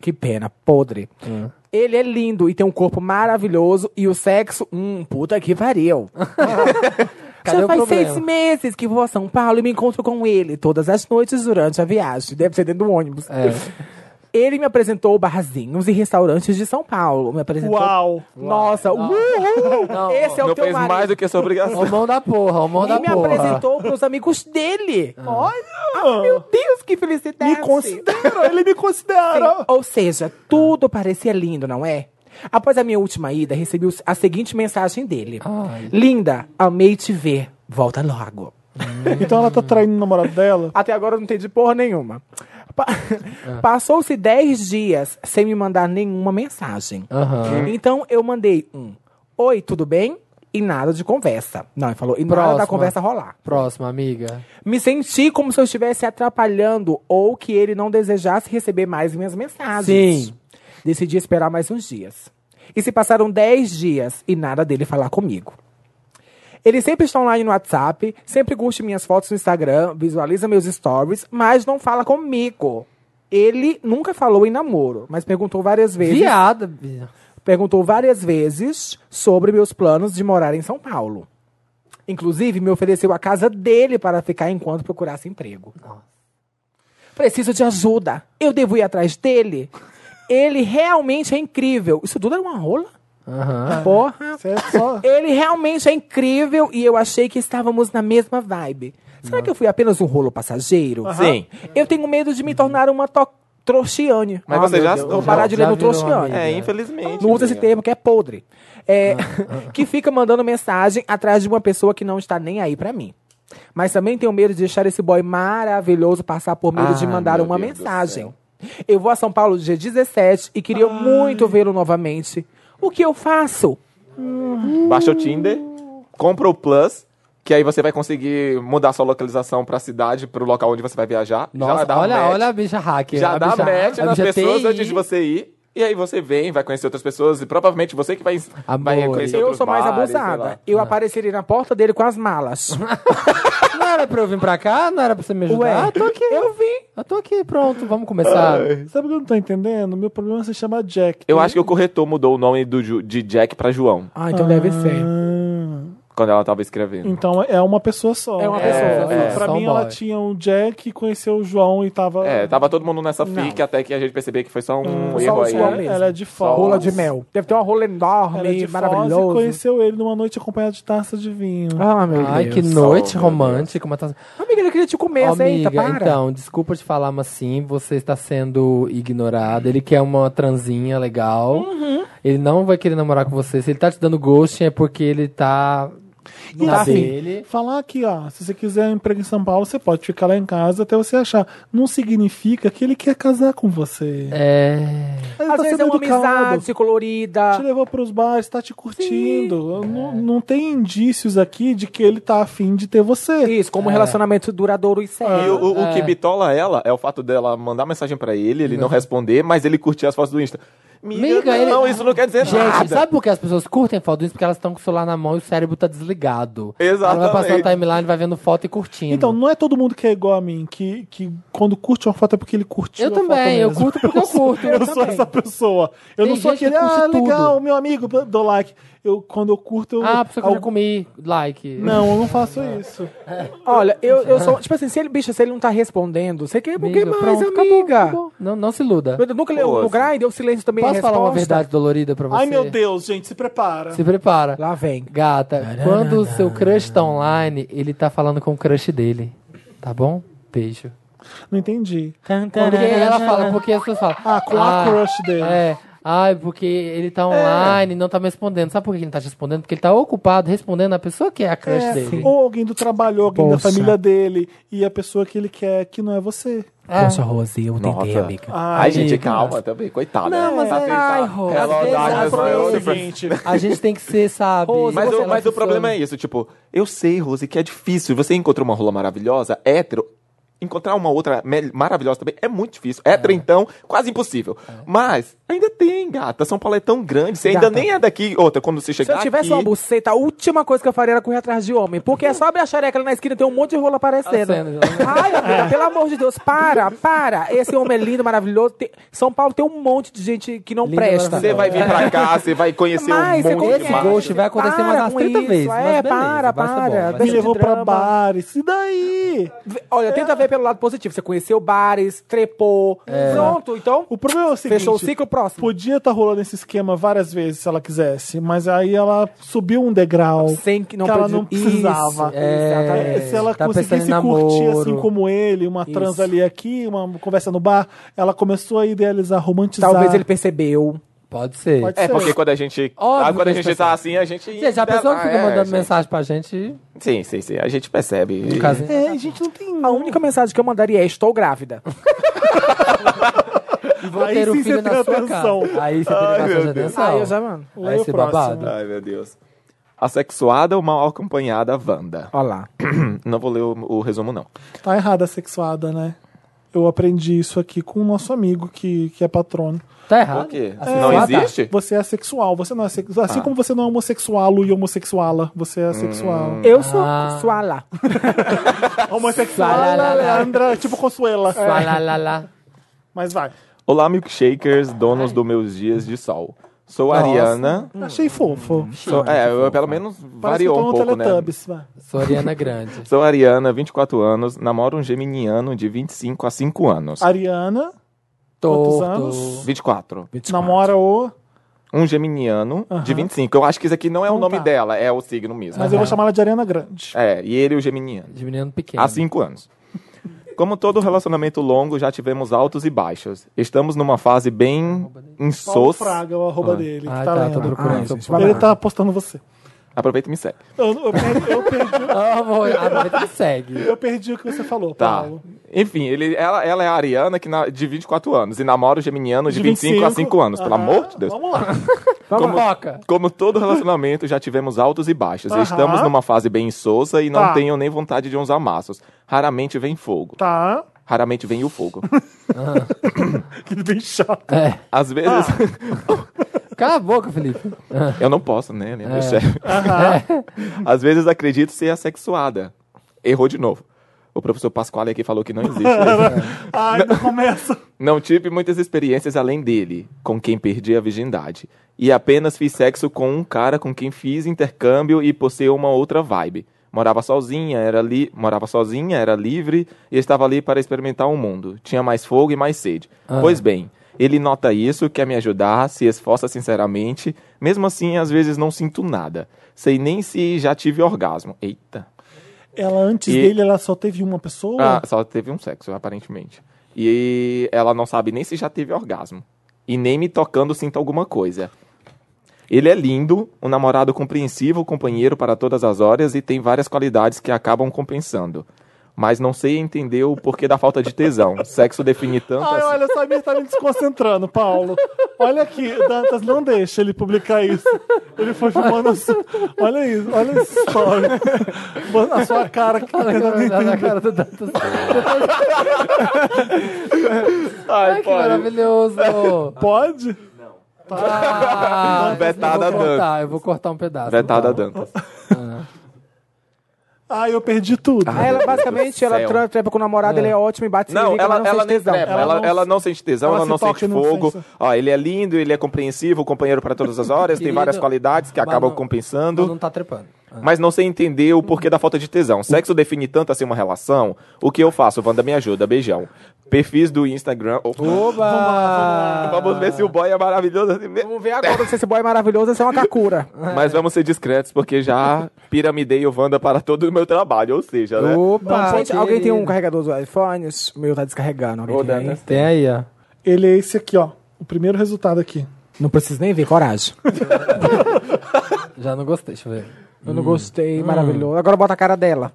Speaker 2: Que pena, podre.
Speaker 3: Hum.
Speaker 2: Ele é lindo e tem um corpo maravilhoso e o sexo, hum, puta que
Speaker 3: <laughs>
Speaker 2: pariu.
Speaker 3: Cadê
Speaker 2: Já
Speaker 3: o
Speaker 2: faz
Speaker 3: problema?
Speaker 2: seis meses que vou a São Paulo e me encontro com ele todas as noites durante a viagem. Deve ser dentro do ônibus.
Speaker 3: É.
Speaker 2: Ele me apresentou barzinhos e restaurantes de São Paulo. Me apresentou.
Speaker 1: Uau!
Speaker 2: Nossa, uhul!
Speaker 3: Não,
Speaker 2: Esse é o
Speaker 4: Não
Speaker 2: teu
Speaker 4: fez
Speaker 2: marido.
Speaker 4: mais do que essa
Speaker 2: <laughs>
Speaker 3: Ó,
Speaker 4: obrigação.
Speaker 3: mão da porra, ó, mão
Speaker 2: E
Speaker 3: da
Speaker 2: me
Speaker 3: porra.
Speaker 2: apresentou pros amigos dele. Olha! ah, Meu Deus, que felicidade!
Speaker 1: Me considera! Ele me considera!
Speaker 2: Sim, Ou seja, tudo parecia lindo, não é? Após a minha última ida, recebi o- a seguinte mensagem dele:
Speaker 3: Ai.
Speaker 2: Linda, amei te ver. Volta logo.
Speaker 1: Então ela tá traindo o namorado dela.
Speaker 2: Até agora eu não entendi porra nenhuma. <laughs> Pa- É. Passou-se 10 dias sem me mandar nenhuma mensagem.
Speaker 3: Aham.
Speaker 2: Então eu mandei um: Oi, tudo bem? E nada de conversa. Não, ele falou: e nada da
Speaker 3: Próxima.
Speaker 2: conversa rolar.
Speaker 3: Próxima, amiga.
Speaker 2: Me senti como se eu estivesse atrapalhando ou que ele não desejasse receber mais minhas mensagens.
Speaker 3: Sim.
Speaker 2: Decidi esperar mais uns dias. E se passaram 10 dias e nada dele falar comigo. Ele sempre está online no WhatsApp, sempre curte minhas fotos no Instagram, visualiza meus stories, mas não fala comigo. Ele nunca falou em namoro, mas perguntou várias vezes.
Speaker 3: Viada. Bia.
Speaker 2: Perguntou várias vezes sobre meus planos de morar em São Paulo. Inclusive, me ofereceu a casa dele para ficar enquanto procurasse emprego. Preciso de ajuda. Eu devo ir atrás dele. Ele realmente é incrível. Isso tudo era uma rola?
Speaker 3: Aham.
Speaker 2: Porra.
Speaker 1: Você é só.
Speaker 2: Ele realmente é incrível e eu achei que estávamos na mesma vibe. Será que eu fui apenas um rolo passageiro?
Speaker 4: Sim.
Speaker 3: Uhum.
Speaker 2: Eu tenho medo de me tornar uma to- trouxiane.
Speaker 4: Mas você já-
Speaker 2: Vou parar de
Speaker 3: Ah, já
Speaker 2: ler no
Speaker 3: virou
Speaker 2: trouxiane.
Speaker 3: amiga.
Speaker 4: É, infelizmente.
Speaker 2: Não usa esse
Speaker 4: amiga.
Speaker 2: termo que é podre. É, <laughs> que fica mandando mensagem atrás de uma pessoa que não está nem aí pra mim. Mas também tenho medo de deixar esse boy maravilhoso passar por medo
Speaker 3: Ah,
Speaker 2: de mandar
Speaker 4: meu
Speaker 2: uma
Speaker 4: Deus do
Speaker 2: mensagem. Eu vou a São Paulo dia 17 e queria muito vê-lo novamente. O que eu faço?
Speaker 4: Baixa o Tinder, compra o Plus, que aí você vai conseguir mudar sua localização pra cidade, pro local onde você vai viajar.
Speaker 3: Nossa,
Speaker 4: dá
Speaker 3: olha,
Speaker 4: match.
Speaker 3: olha a bicha hacker.
Speaker 4: Já
Speaker 3: a
Speaker 4: dá
Speaker 3: bicha,
Speaker 4: match
Speaker 3: a
Speaker 4: nas
Speaker 3: bicha
Speaker 4: pessoas
Speaker 3: TI.
Speaker 4: antes de você ir. E aí você vem, vai conhecer outras pessoas e provavelmente você que vai, vai
Speaker 3: Amor,
Speaker 4: conhecer
Speaker 2: Eu
Speaker 4: outros
Speaker 2: sou mais
Speaker 4: bares, sei
Speaker 2: abusada.
Speaker 4: lá.
Speaker 2: Eu apareceria na porta dele com as malas.
Speaker 3: Não era pra eu vir pra cá? Não era pra você me ajudar?
Speaker 2: Ué,
Speaker 3: Ah, tô aqui.
Speaker 2: eu vim.
Speaker 3: Eu tô aqui, pronto, vamos começar.
Speaker 1: Sabe o que eu não tô entendendo? Meu problema é se chamar Jack.
Speaker 4: Eu acho que o corretor mudou o nome do Ju- de Jack pra João,
Speaker 2: Ah, então deve ser.
Speaker 1: Ah,
Speaker 4: quando ela tava escrevendo.
Speaker 1: então é uma pessoa só.
Speaker 2: É uma
Speaker 1: né?
Speaker 2: pessoa
Speaker 1: É,
Speaker 3: só.
Speaker 1: Pra mim,
Speaker 3: Só um
Speaker 1: ela
Speaker 3: boy.
Speaker 1: tinha o Jack e conheceu o João e tava.
Speaker 4: É, tava todo mundo nessa fic até que a gente percebeu que foi só um
Speaker 2: Só
Speaker 4: erro
Speaker 2: o
Speaker 4: aí.
Speaker 2: João
Speaker 1: Ela,
Speaker 2: mesmo.
Speaker 1: ela é de fora.
Speaker 2: Rola de mel. Deve ter uma rola
Speaker 1: Ela é
Speaker 2: enorme,
Speaker 1: de
Speaker 2: maravilhosa.
Speaker 1: Foz e conheceu ele numa noite acompanhada de taça de vinho.
Speaker 2: Ah, meu
Speaker 3: Ai,
Speaker 2: Deus.
Speaker 3: que noite
Speaker 4: meu
Speaker 3: romântica. Uma taça...
Speaker 2: Amiga, ele queria te comer,
Speaker 3: Ó,
Speaker 2: aceita,
Speaker 3: amiga,
Speaker 2: para.
Speaker 3: então, desculpa te falar, mas sim, você está sendo ignorado. Ele quer uma transinha legal. Ele não vai querer namorar com você. Se ele tá te dando ghosting, é porque ele tá.
Speaker 1: E
Speaker 3: na
Speaker 1: assim,
Speaker 3: dele.
Speaker 1: Falar que, ó, se você quiser um emprego em São Paulo, você pode ficar lá em casa até você achar. Não significa que ele quer casar com você.
Speaker 3: É.
Speaker 1: Ele
Speaker 2: Às
Speaker 1: tá
Speaker 2: vezes
Speaker 1: sendo
Speaker 2: é uma
Speaker 1: educado,
Speaker 2: amizade
Speaker 1: Te
Speaker 2: colorida.
Speaker 1: levou pros bares, tá te curtindo. Não, não tem indícios aqui de que ele tá afim de ter você.
Speaker 2: Isso,
Speaker 3: É.
Speaker 2: como um relacionamento duradouro e
Speaker 4: E
Speaker 2: sério.
Speaker 4: o,
Speaker 3: Ah,
Speaker 4: o- o que bitola ela é o fato dela mandar mensagem pra ele, ele não, responder, mas ele curtir as fotos do Insta. Miga,
Speaker 3: Uhum. Miga, ele-
Speaker 4: não, isso não quer dizer
Speaker 3: Gente, é
Speaker 4: nada.
Speaker 3: sabe por que as pessoas curtem foto disso? Porque elas estão com o celular na mão e o cérebro tá desligado. Ela vai passando
Speaker 4: Exatamente.
Speaker 3: o timeline, vai vendo foto e curtindo.
Speaker 1: Então, não é todo mundo que é igual a mim, que, que quando curte uma foto é porque ele curtiu
Speaker 3: eu
Speaker 1: a foto
Speaker 3: também, eu
Speaker 1: mesmo.
Speaker 3: curto porque eu curto.
Speaker 1: <laughs> Eu, sou essa pessoa. Eu
Speaker 3: Tem
Speaker 1: não sou
Speaker 3: gente que
Speaker 1: aquele, ah,
Speaker 3: curte
Speaker 1: legal,
Speaker 3: tudo."
Speaker 1: meu amigo, dou like. Eu, quando eu curto, eu.
Speaker 3: Ah, a pessoa que eu já Ah. É
Speaker 1: algu-
Speaker 3: comi, like.
Speaker 1: Não, eu não faço isso.
Speaker 2: Olha, eu, eu sou. Tipo assim, se ele, bicha, se ele não tá respondendo, você quer por que
Speaker 3: Uhum. Amiga,
Speaker 2: mais,
Speaker 3: pronto, acabou,
Speaker 2: amiga?
Speaker 3: acabou. Não, não se iluda.
Speaker 2: Eu nunca leio
Speaker 4: Pô,
Speaker 2: no
Speaker 4: assim.
Speaker 2: grind, o silêncio também é
Speaker 3: Posso falar uma
Speaker 2: resposta?
Speaker 3: verdade dolorida pra você?
Speaker 1: Ai, meu Deus, gente, se prepara.
Speaker 3: Se prepara.
Speaker 2: Lá vem.
Speaker 3: Gata, quando o seu crush tá online, ele tá falando com o crush dele. Tá bom? Beijo.
Speaker 1: Não entendi.
Speaker 3: Porque ela fala, porque as pessoas falam.
Speaker 1: Ah, com a crush dele. É.
Speaker 3: É. Ai, porque ele tá online, não tá me respondendo. Sabe por que ele não tá te respondendo? Porque ele tá ocupado respondendo a pessoa que é a crush dele.
Speaker 1: Ou alguém do trabalho, alguém
Speaker 2: Poxa.
Speaker 1: da família dele, e a pessoa que ele quer que não é você.
Speaker 3: É.
Speaker 2: Poxa, Rose, eu tentei,
Speaker 4: Nossa. Ah,
Speaker 2: amiga.
Speaker 4: Ai, gente, calma também, coitada. Tá
Speaker 3: Não, mas é- ai, Rô,
Speaker 4: Ela
Speaker 3: às vezes
Speaker 4: dá-
Speaker 1: é
Speaker 3: ela
Speaker 4: mas
Speaker 3: fala
Speaker 4: eu-
Speaker 3: o
Speaker 4: eu-
Speaker 1: seguinte,
Speaker 3: A gente tem que ser, sabe?
Speaker 2: Rose,
Speaker 4: Mas,
Speaker 2: você
Speaker 4: o-
Speaker 2: não
Speaker 4: mas o problema é isso, tipo, eu sei, Rose, que é difícil. Você encontrou uma rola maravilhosa, hétero. Encontrar uma outra me- maravilhosa também é muito difícil. Hétero, então, quase impossível.
Speaker 3: É.
Speaker 4: Mas ainda tem, gata. São Paulo é tão grande. Você ainda
Speaker 2: Gata.
Speaker 4: nem é daqui. Outra, quando você
Speaker 2: Se
Speaker 4: chegar
Speaker 2: eu tivesse
Speaker 4: aqui...
Speaker 2: uma buceta, a última coisa que eu faria era correr atrás de homem. Porque é só abrir a xareca ali na esquina tem um monte de rola aparecendo.
Speaker 3: Acendo.
Speaker 2: Ai,
Speaker 3: É.
Speaker 2: amiga, pelo amor de Deus, para, para. Esse homem é lindo, maravilhoso. Tem- São Paulo tem um monte de gente que não
Speaker 3: Lindo,
Speaker 2: presta.
Speaker 4: Você vai vir pra cá, você vai conhecer
Speaker 2: Mas
Speaker 4: um
Speaker 2: você
Speaker 4: monte de
Speaker 2: conhece.
Speaker 3: Esse
Speaker 4: mar-
Speaker 3: ghost vai acontecer
Speaker 2: Para
Speaker 3: mais umas
Speaker 2: com
Speaker 3: 30
Speaker 2: isso,
Speaker 3: vezes.
Speaker 2: é,
Speaker 3: mas beleza,
Speaker 2: para,
Speaker 3: vai ser bom,
Speaker 2: para. é,
Speaker 1: Me
Speaker 3: vai ser
Speaker 2: Deixa-
Speaker 1: levou pra
Speaker 2: drama. É.
Speaker 1: bares. E daí?
Speaker 2: Vê- Olha, tenta ver pelo lado positivo. Você conheceu bares, trepou. Pronto, então.
Speaker 1: É. O problema é o seguinte.
Speaker 2: Fechou o ciclo próximo.
Speaker 1: Podia estar rolando esse esquema várias vezes se ela quisesse, mas aí ela subiu um degrau
Speaker 2: Sem que não
Speaker 1: que ela
Speaker 2: pedi-
Speaker 1: não precisava.
Speaker 2: Isso, é. exatamente.
Speaker 1: se ela
Speaker 3: tá pensando
Speaker 1: conseguisse
Speaker 3: em
Speaker 1: curtir
Speaker 3: namoro.
Speaker 1: assim como ele, uma trans ali aqui, uma conversa no bar, ela começou a idealizar, romantizar.
Speaker 2: Talvez ele percebeu.
Speaker 3: Pode ser.
Speaker 1: Pode
Speaker 4: É,
Speaker 1: ser.
Speaker 4: porque quando a gente.
Speaker 3: Óbvio
Speaker 4: sabe, quando a
Speaker 3: que a gente
Speaker 4: gente tá assim, a gente.
Speaker 3: Gente, a pessoa que fica
Speaker 4: É,
Speaker 3: mandando
Speaker 4: gente.
Speaker 3: mensagem Um pra gente,
Speaker 4: Sim, sim, sim. A gente percebe.
Speaker 3: no caso,
Speaker 1: É, gente, não tem.
Speaker 2: A única mensagem que eu mandaria é: estou grávida.
Speaker 3: vou
Speaker 1: Aí
Speaker 3: ter um
Speaker 1: sim você
Speaker 3: filho na
Speaker 1: tem
Speaker 3: sua
Speaker 1: atenção.
Speaker 3: cara. Aí você teria
Speaker 4: Ai, meu
Speaker 3: bastante
Speaker 4: Deus.
Speaker 3: atenção.
Speaker 2: Aí Ah, eu já mando.
Speaker 1: Leia
Speaker 3: Vai
Speaker 1: o
Speaker 3: ser
Speaker 1: próximo.
Speaker 3: babado.
Speaker 4: Ai, meu Deus. Assexuada ou mal acompanhada Wanda?
Speaker 2: Olha lá.
Speaker 4: Não vou ler o, o resumo, não.
Speaker 1: Tá errada a sexuada, né? Eu aprendi isso aqui com o nosso amigo que, que é patrono.
Speaker 3: Tá errado.
Speaker 4: Por quê?
Speaker 3: Assim,
Speaker 4: não
Speaker 3: tá.
Speaker 4: existe?
Speaker 1: Você é assexual, você não é sexual.
Speaker 4: Ah.
Speaker 1: Assim como você não é homossexualo e homossexuala, você é assexual.
Speaker 4: Hum.
Speaker 2: Eu sou
Speaker 3: Ah.
Speaker 2: Suala.
Speaker 1: <laughs> Homossexual,
Speaker 3: Suala,
Speaker 1: Leandra, é tipo Consuela.
Speaker 3: Lá, lá, lá, lá.
Speaker 1: Mas vai.
Speaker 4: Olá, milkshakers, donos dos meus dias de sol. Sou a
Speaker 3: Nossa.
Speaker 4: Ariana.
Speaker 1: Achei fofo.
Speaker 4: Sou- é, eu, pelo menos
Speaker 1: Parece que eu
Speaker 4: variou
Speaker 1: tô
Speaker 4: um
Speaker 1: no
Speaker 4: pouco, né?
Speaker 1: Teletubbies. vai.
Speaker 3: Sou
Speaker 2: <laughs>
Speaker 3: Ariana Grande.
Speaker 4: Sou a Ariana, 24 anos, namoro um geminiano de 25 a 5 anos.
Speaker 1: Ariana Quantos anos?
Speaker 3: Torto.
Speaker 4: 24.
Speaker 1: namora o...
Speaker 4: Um geminiano de 25. Eu acho que isso aqui não é o
Speaker 1: Então
Speaker 4: nome
Speaker 1: tá.
Speaker 4: dela, é o signo mesmo.
Speaker 1: Mas eu vou chamar ela de Ariana Grande.
Speaker 4: É, e ele o geminiano.
Speaker 3: De menino pequeno.
Speaker 4: Há cinco anos. Como todo relacionamento longo, já tivemos altos e baixos. Estamos numa fase bem
Speaker 1: Paulo
Speaker 4: insossa.
Speaker 1: Fraga, o arroba dele. que
Speaker 3: Ah,
Speaker 1: tá
Speaker 3: tá, tô
Speaker 1: lendo.
Speaker 3: procurando.
Speaker 2: Ai,
Speaker 3: tô
Speaker 2: gente,
Speaker 1: tá
Speaker 3: procurando.
Speaker 1: Ele tá postando você.
Speaker 4: Aproveita e me segue.
Speaker 1: Eu, eu perdi, eu perdi-
Speaker 3: Amo, aproveita e segue.
Speaker 1: eu perdi o que você falou,
Speaker 4: Tá.
Speaker 1: Paulo.
Speaker 4: Enfim, ele, ela, ela é a Ariana que na- de 24 anos e namora o geminiano de, 25, a 5 anos. Pelo
Speaker 1: Aham,
Speaker 4: amor de Deus.
Speaker 1: Vamos lá.
Speaker 3: Vamos, foca.
Speaker 4: <laughs> Como todo relacionamento, já tivemos altos e baixos.
Speaker 1: Aham.
Speaker 4: Estamos numa fase bem insossa e não
Speaker 1: Tá.
Speaker 4: tenho nem vontade de uns amassos. Raramente vem fogo. <laughs>
Speaker 1: Tá.
Speaker 4: Raramente vem o fogo.
Speaker 1: Que bem chato.
Speaker 3: É.
Speaker 4: Às vezes.
Speaker 3: Cala a boca, Felipe.
Speaker 4: <laughs> Eu não posso, né? né, meu chefe?
Speaker 3: É.
Speaker 4: Às vezes acredito ser assexuada. Errou de novo. O professor Pasquale aqui falou que não existe. né?
Speaker 1: Ai, não começa.
Speaker 4: não tive muitas experiências além dele, com quem perdi a virgindade. E apenas fiz sexo com um cara com quem fiz intercâmbio e por ser uma outra vibe. Morava sozinha, era li... morava sozinha, era livre e estava ali para experimentar o mundo. Tinha mais fogo e mais sede. Pois bem, ele nota isso, quer me ajudar, se esforça sinceramente. Mesmo assim, às vezes não sinto nada. Sei nem se já tive orgasmo. Eita.
Speaker 1: Ela antes
Speaker 4: E-
Speaker 1: dele, ela só teve uma pessoa.
Speaker 4: Ah, só teve um sexo, aparentemente. E ela não sabe nem se já teve orgasmo. E nem me tocando sinto alguma coisa. Ele é lindo, um namorado compreensivo, companheiro para todas as horas e tem várias qualidades que acabam compensando. Mas não sei entender o porquê da falta de tesão. Sexo define tanto
Speaker 1: Ai,
Speaker 4: assim.
Speaker 1: olha, o Samir tá me desconcentrando, Paulo. Olha aqui, Dantas, não deixa ele publicar isso. Ele foi filmando. a sua- Olha isso, olha essa história. A sua cara que tá
Speaker 3: Olha
Speaker 1: tentando
Speaker 3: que maravilha,
Speaker 1: entender.
Speaker 3: a cara do
Speaker 4: <laughs>
Speaker 3: Dantas. Ai, que
Speaker 4: pode.
Speaker 3: maravilhoso.
Speaker 1: Pode?
Speaker 3: Ah,
Speaker 4: Betada
Speaker 3: eu vou cortar,
Speaker 4: Dantas.
Speaker 3: Eu vou cortar um pedaço.
Speaker 4: Vetada
Speaker 3: tá?
Speaker 4: Dantas.
Speaker 1: Ai, Ah, eu perdi tudo.
Speaker 2: Aí ela,
Speaker 4: Meu Deus do
Speaker 2: basicamente, ela
Speaker 4: céu.
Speaker 2: tra- trepa com o namorado, ele é ótimo e bate
Speaker 4: Não,
Speaker 2: significa,
Speaker 4: ela,
Speaker 2: mas
Speaker 4: ela
Speaker 2: sente
Speaker 4: nem
Speaker 2: tesão.
Speaker 4: trepa, ela,
Speaker 1: não-
Speaker 4: ela não sente tesão,
Speaker 1: ela
Speaker 4: ela,
Speaker 1: se
Speaker 4: não
Speaker 1: toca
Speaker 4: sente
Speaker 1: e não
Speaker 4: fogo.
Speaker 1: sente.
Speaker 4: Ó, ele é lindo, ele é compreensivo, companheiro para todas as horas, tem
Speaker 3: Querido,
Speaker 4: várias qualidades que
Speaker 3: mas
Speaker 4: acabam
Speaker 3: não-
Speaker 4: compensando.
Speaker 3: Ela não tá trepando.
Speaker 4: Mas não sei entender o porquê da falta de tesão. Sexo define tanto assim uma relação. O que eu faço? Wanda me ajuda. Beijão. Perfis do Instagram. Opa.
Speaker 3: Oba!
Speaker 4: Vamos ver se o boy é maravilhoso assim mesmo.
Speaker 2: Vamos ver agora se esse boy maravilhoso esse é uma kakura.
Speaker 4: <laughs> Mas vamos ser discretos, porque já piramidei o Wanda para todo o meu trabalho. Ou seja, né?
Speaker 2: Opa!
Speaker 3: Não,
Speaker 2: Gente, alguém tem um
Speaker 3: querido.
Speaker 2: carregador do iPhone? O meu tá descarregando. Alguém
Speaker 4: Ô,
Speaker 2: tem aí?
Speaker 4: Dantas.
Speaker 3: Tem aí, ó.
Speaker 1: Ele é esse aqui, ó. O primeiro resultado aqui.
Speaker 2: Não preciso nem ver, coragem.
Speaker 3: Já não gostei, deixa eu ver.
Speaker 2: Eu não gostei, maravilhoso. Agora bota a cara dela.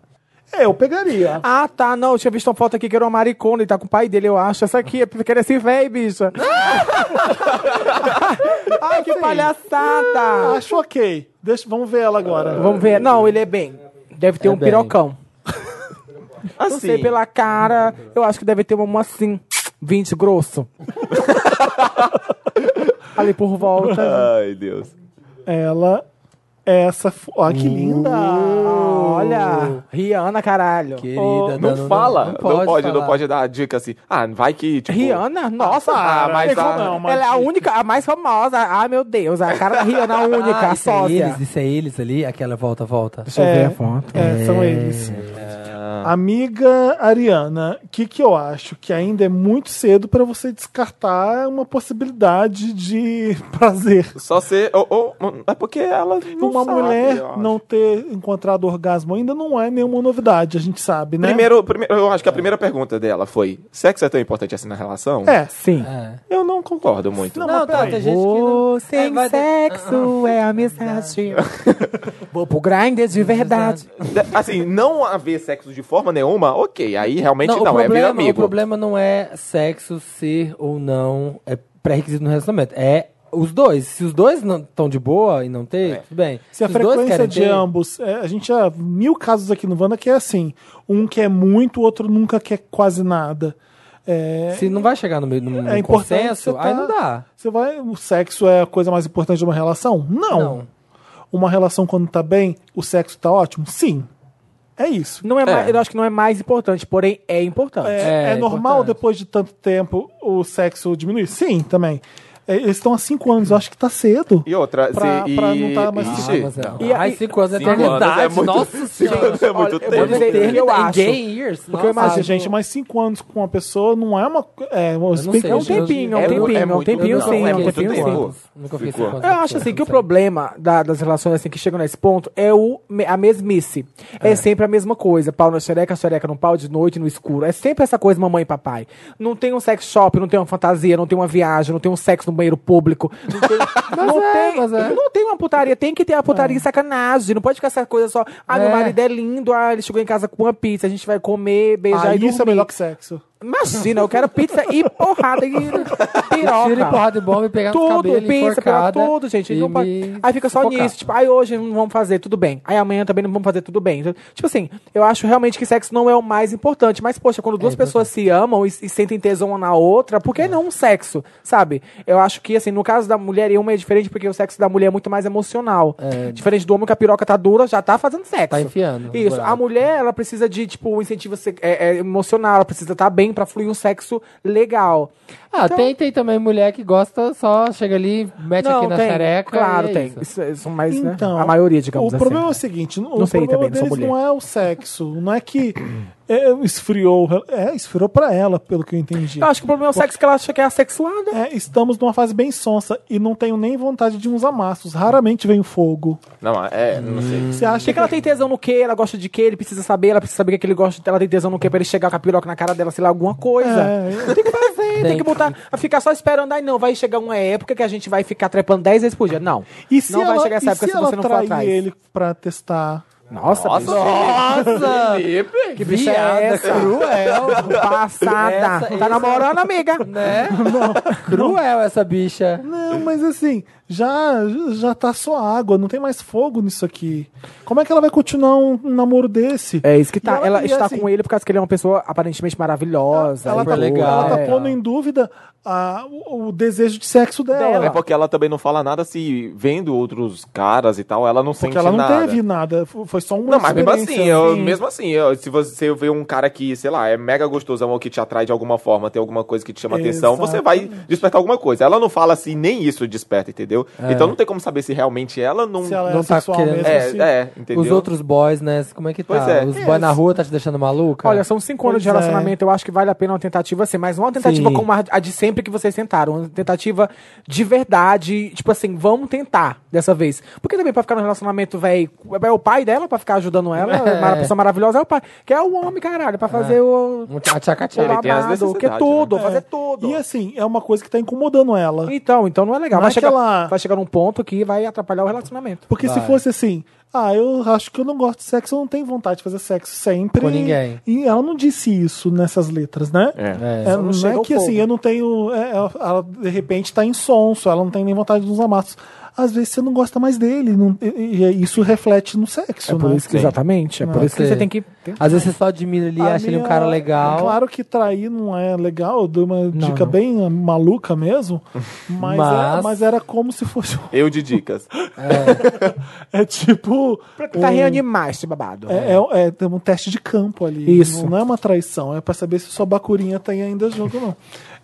Speaker 1: É, eu pegaria.
Speaker 2: Ah, tá, não. Eu tinha visto uma foto aqui que era uma maricona e tá com o pai dele, eu acho. Essa aqui é porque era assim, véi, bicha. <laughs> Ai, que palhaçada!
Speaker 1: Ah, Acho ok. Deixa, vamos ver ela agora.
Speaker 2: Vamos ver. Não, ele é bem. Deve ter
Speaker 3: É
Speaker 2: um
Speaker 3: bem. <laughs>
Speaker 2: pirocão. Não sei,
Speaker 4: Assim,
Speaker 2: pela cara, eu acho que deve ter um assim, 20
Speaker 3: <laughs>
Speaker 2: grosso. Ali por volta.
Speaker 4: Ai, Deus.
Speaker 1: Ela. é Essa. fo- Ó, que linda!
Speaker 2: Olha, Rihanna, caralho.
Speaker 3: Querida,
Speaker 4: Não, fala. Não pode, não pode,
Speaker 3: falar.
Speaker 4: dar dica assim. Ah, vai que, tipo...
Speaker 2: Rihanna? Nossa,
Speaker 4: Ah, mas
Speaker 1: Não,
Speaker 4: a...
Speaker 1: não, mas-
Speaker 2: ela é a única, a mais famosa. Ah, meu Deus, a cara da Rihanna, a única,
Speaker 3: <laughs> Ah,
Speaker 2: a
Speaker 3: isso é
Speaker 2: sósia.
Speaker 3: eles, isso é eles ali, aquela volta, volta.
Speaker 2: Tá Deixa
Speaker 1: É.
Speaker 2: foto.
Speaker 1: É, são eles. Amiga Ariana, o que, que eu acho? Que ainda é muito cedo pra você descartar uma possibilidade de <laughs> prazer.
Speaker 4: Só ser... Ou, ou- é porque ela não
Speaker 1: uma
Speaker 4: sabe,
Speaker 1: mulher
Speaker 4: eu acho.
Speaker 1: não ter encontrado orgasmo ainda não é nenhuma novidade, a gente sabe, né?
Speaker 4: Primeiro, primeiro, eu acho que a primeira pergunta dela foi: sexo é tão importante assim na relação?
Speaker 1: É.
Speaker 2: Sim.
Speaker 3: É. tá,
Speaker 4: Eu não concordo muito.
Speaker 1: Não, mas peraí.
Speaker 3: gente
Speaker 2: Oh,
Speaker 3: Aí
Speaker 2: sem
Speaker 3: vai Ah, ter-
Speaker 2: sexo
Speaker 3: <laughs>
Speaker 2: é amizade. Vou pro grinder de verdade.
Speaker 4: De- Assim, não haver sexo de forma nenhuma, ok. Aí realmente
Speaker 3: Não,
Speaker 4: não,
Speaker 3: o,
Speaker 4: é vir
Speaker 3: problema, o
Speaker 4: amigo.
Speaker 3: problema não é sexo ser ou não é pré-requisito no relacionamento. É os dois. Se os dois não estão de boa e não ter,
Speaker 4: É.
Speaker 3: tudo bem.
Speaker 1: Se a
Speaker 3: os dois
Speaker 1: frequência
Speaker 3: querem
Speaker 1: de
Speaker 3: ter,
Speaker 1: ambos. é, a gente já. Mil casos aqui no Wanda que é assim: um quer muito, o outro nunca quer quase nada. É,
Speaker 3: Se não vai chegar no meio no,
Speaker 1: é
Speaker 3: no
Speaker 1: importante. você
Speaker 3: um consenso,
Speaker 1: tá-
Speaker 3: aí não dá.
Speaker 1: Você vai. O sexo é a coisa mais importante de uma relação? Não.
Speaker 3: Não.
Speaker 1: Uma relação quando tá bem, o sexo tá ótimo? Sim. É isso.
Speaker 2: Não é,
Speaker 4: É.
Speaker 2: mais- eu acho que não é mais importante, porém é importante.
Speaker 1: É,
Speaker 3: É,
Speaker 1: é normal
Speaker 3: importante.
Speaker 1: depois de tanto tempo o sexo diminuir? Sim, também. É, eles estão há cinco anos, eu acho que tá cedo.
Speaker 4: E outra,
Speaker 1: Pra-
Speaker 4: se,
Speaker 1: pra
Speaker 4: e,
Speaker 1: não tá mais-
Speaker 4: Ixi,
Speaker 3: Ah,
Speaker 4: <laughs>
Speaker 3: mas é.
Speaker 4: não.
Speaker 2: E
Speaker 3: Ai,
Speaker 2: aí-
Speaker 3: cinco anos é
Speaker 4: Cinco anos é
Speaker 3: eternidade.
Speaker 4: muito-
Speaker 3: Nossa
Speaker 4: Cinco
Speaker 3: senhora.
Speaker 4: anos é muito
Speaker 2: olha, eu
Speaker 4: tempo.
Speaker 2: vou dizer-
Speaker 3: Eternidade,
Speaker 2: eu acho.
Speaker 3: Gay years.
Speaker 2: Porque eu
Speaker 3: nossa.
Speaker 1: Mas,
Speaker 2: imagino-
Speaker 1: gente, mais cinco anos com uma pessoa não é uma. É, uma
Speaker 3: Eu não sei,
Speaker 2: É um
Speaker 3: gente, eu-
Speaker 2: tempinho, é um
Speaker 3: é
Speaker 2: tempinho,
Speaker 3: muito-
Speaker 2: é um
Speaker 4: muito-
Speaker 2: tempinho
Speaker 4: não,
Speaker 2: sim,
Speaker 4: é
Speaker 2: é um
Speaker 4: muito
Speaker 2: tempinho
Speaker 4: tempo.
Speaker 2: sim.
Speaker 3: Nunca fiquei
Speaker 4: Ficou.
Speaker 3: cinco anos.
Speaker 2: Eu acho assim que o
Speaker 3: Não sei.
Speaker 2: problema da- das relações assim que chegam nesse ponto é o, me- a mesmice. É. sempre a mesma coisa. Pau na xereca, xereca no pau, de noite, no escuro. É sempre essa coisa, mamãe e papai. Não tem um sex shop, não tem uma fantasia, não tem uma viagem, não tem um sexo no um banheiro público. Não tem,
Speaker 3: <laughs>
Speaker 2: não,
Speaker 3: é,
Speaker 2: tem
Speaker 3: mas é.
Speaker 2: não tem uma putaria, tem que ter a putaria e sacanagem. Não pode ficar essa coisa só, ah, meu
Speaker 3: É.
Speaker 2: marido é lindo, ah, ele chegou em casa com uma pizza, a gente vai comer, beijar
Speaker 1: Aí
Speaker 2: e
Speaker 1: isso é
Speaker 2: dormir.
Speaker 1: melhor que sexo.
Speaker 2: Imagina, eu quero pizza e porrada e
Speaker 3: <laughs>
Speaker 2: piroca.
Speaker 3: Tira e porra de bomba e pegar no
Speaker 2: é Tudo,
Speaker 3: cabelo,
Speaker 2: pizza, piroca,
Speaker 3: enforcada
Speaker 2: tudo, gente.
Speaker 3: e
Speaker 2: Não pode...
Speaker 3: me
Speaker 2: Aí fica só
Speaker 3: sufocar.
Speaker 2: nisso, tipo, aí hoje não vamos fazer, tudo bem. Aí amanhã também não vamos fazer, tudo bem. Então, Tipo assim, eu acho realmente que sexo não é o mais importante. Mas, poxa, quando
Speaker 3: É
Speaker 2: duas pessoas se amam e, e sentem tesão uma na outra, por que não um sexo, sabe? Eu acho que, assim, no caso da mulher e uma é diferente, porque o sexo da mulher é muito mais emocional. Diferente do homem que a piroca tá dura, já tá fazendo sexo.
Speaker 3: É. Tá enfiando no
Speaker 2: Isso.
Speaker 3: buraco.
Speaker 2: A mulher, ela precisa de, tipo, um incentivo se- é, é, emocional, ela precisa estar bem pra fluir um sexo legal.
Speaker 3: Ah,
Speaker 2: Então-
Speaker 3: tem, tem também mulher que gosta, só chega ali, mete aqui na xereca.
Speaker 2: Claro,
Speaker 3: e é
Speaker 2: tem.
Speaker 3: isso.
Speaker 2: Isso, isso, mas, né,
Speaker 1: Então,
Speaker 2: a maioria, digamos
Speaker 1: o
Speaker 2: assim.
Speaker 1: problema é o seguinte, o
Speaker 2: Não sei
Speaker 1: problema
Speaker 2: também, não sou
Speaker 1: deles
Speaker 2: mulher.
Speaker 1: não é o sexo, não é que <clears throat> é, esfriou, é, esfriou pra ela, pelo que eu entendi.
Speaker 2: Eu acho que o problema é o sexo que ela acha que é assexuada.
Speaker 1: É, estamos numa fase bem sonsa e não tenho nem vontade de uns amassos, raramente vem fogo.
Speaker 4: Não, é, não sei.
Speaker 1: Você acha
Speaker 2: Achei que ela tem tesão no quê? Ela gosta de quê? Ele precisa saber, ela precisa saber o que, é que ele gosta. Ela tem tesão no quê? Pra ele chegar com a piroca na cara dela, sei lá, alguma coisa.
Speaker 1: É,
Speaker 2: Tem que fazer, tem,
Speaker 3: Tem
Speaker 2: que botar. Ficar só esperando, aí não, vai chegar uma época que a gente vai ficar trepando 10 vezes por dia. Não.
Speaker 1: E se
Speaker 2: não
Speaker 1: ela,
Speaker 2: vai chegar essa
Speaker 1: e
Speaker 2: época se,
Speaker 1: se ela
Speaker 2: você não for
Speaker 1: trair
Speaker 2: atrás.
Speaker 1: ele pra testar?
Speaker 2: Nossa,
Speaker 3: Nossa!
Speaker 4: Felipe!
Speaker 2: que bicha é
Speaker 3: Viada,
Speaker 2: essa?
Speaker 3: cruel.
Speaker 2: Passada.
Speaker 3: Essa-
Speaker 2: tá
Speaker 3: essa-
Speaker 1: é
Speaker 2: namorando, amiga?
Speaker 3: Né? Cruel essa bicha.
Speaker 1: Não, mas assim, já, já tá só água, não tem mais fogo nisso aqui. Como é que ela vai continuar um, um namoro desse?
Speaker 2: É isso que tá.
Speaker 1: E ela-
Speaker 2: Ela,
Speaker 1: e
Speaker 2: está
Speaker 1: assim-
Speaker 2: com ele por causa que ele é uma pessoa aparentemente maravilhosa.
Speaker 1: ela,
Speaker 2: e
Speaker 1: tá,
Speaker 2: boa.
Speaker 3: super legal.
Speaker 1: ela tá
Speaker 2: É.
Speaker 1: pondo em dúvida a- o, o desejo de sexo dela.
Speaker 2: Dela.
Speaker 4: É porque ela também não fala nada se vendo outros caras e tal, ela não
Speaker 1: Porque
Speaker 4: sente
Speaker 1: ela não
Speaker 4: nada.
Speaker 1: teve nada, f- foi só uma
Speaker 4: Não, mas mesmo assim,
Speaker 1: experiência,
Speaker 4: eu- mesmo assim, eu- se você vê um cara que, sei lá, é mega gostosão ou que te atrai de alguma forma, tem alguma coisa que te chama atenção, você vai despertar alguma coisa. Ela não fala assim, nem isso desperta, entendeu? Então não tem como saber se realmente ela não.
Speaker 1: se ela é
Speaker 3: não tá
Speaker 1: sexual
Speaker 3: querendo-
Speaker 1: mesmo. assim.
Speaker 4: é,
Speaker 1: se-
Speaker 4: é, entendeu?
Speaker 3: Os outros boys, né? Como é que tá?
Speaker 4: Pois é.
Speaker 3: Os boys na rua tá te deixando maluca?
Speaker 2: Olha, são cinco anos de
Speaker 1: Pois é.
Speaker 2: relacionamento. Eu acho que vale a pena uma tentativa assim, mas não uma tentativa
Speaker 3: Sim.
Speaker 2: como a a de sempre que vocês tentaram. Uma tentativa de verdade. Tipo assim, vamos tentar dessa vez. Porque também pra ficar no relacionamento, velho, é o pai dela pra ficar ajudando ela.
Speaker 3: É.
Speaker 2: Uma pessoa maravilhosa é o pai. Que é o homem, caralho, pra fazer o.
Speaker 3: Um tchaca tchaca.
Speaker 2: O
Speaker 4: tem as
Speaker 2: babado, que é
Speaker 4: necessidades,
Speaker 2: tudo,
Speaker 1: é.
Speaker 2: fazer tudo.
Speaker 1: E assim, é uma coisa que tá incomodando ela.
Speaker 2: Então, então não é legal.
Speaker 1: Não
Speaker 2: Vai,
Speaker 1: é que
Speaker 2: chegar,
Speaker 1: ela-
Speaker 2: vai chegar num ponto que vai atrapalhar o relacionamento.
Speaker 1: Porque se
Speaker 3: Vai.
Speaker 1: fosse assim, ah, eu acho que eu não gosto de sexo, eu não tenho vontade de fazer sexo sempre.
Speaker 3: Com ninguém.
Speaker 1: E ela não disse isso nessas letras, né?
Speaker 4: É.
Speaker 3: É.
Speaker 1: É,
Speaker 2: não
Speaker 1: não
Speaker 2: chega
Speaker 1: é
Speaker 2: ao
Speaker 1: que
Speaker 2: fogo.
Speaker 1: assim, eu não tenho. é, ela, ela, de repente tá em sonso, ela não tem nem vontade de usar amassos. Às vezes você não gosta mais dele, não- e, e- e isso reflete no sexo,
Speaker 2: É por
Speaker 1: né?
Speaker 2: isso que, exatamente. É por
Speaker 3: Não,
Speaker 2: isso que
Speaker 3: sei.
Speaker 2: você tem que. tem-
Speaker 3: Às vezes você só admira ele,
Speaker 1: A
Speaker 3: acha ele um
Speaker 1: minha- é
Speaker 3: cara legal.
Speaker 1: Claro que trair não é legal, eu dei uma dica
Speaker 2: não.
Speaker 1: bem maluca mesmo, mas,
Speaker 3: Mas-
Speaker 1: Era, mas era como se fosse. um-
Speaker 4: Eu de dicas.
Speaker 1: <laughs> É tipo.
Speaker 2: Tá reanimar esse babado.
Speaker 1: É, é- é, tem um teste de campo ali.
Speaker 2: Então, Isso.
Speaker 1: Não, não é uma traição, é pra saber se sua bacurinha tem ainda jogo, não.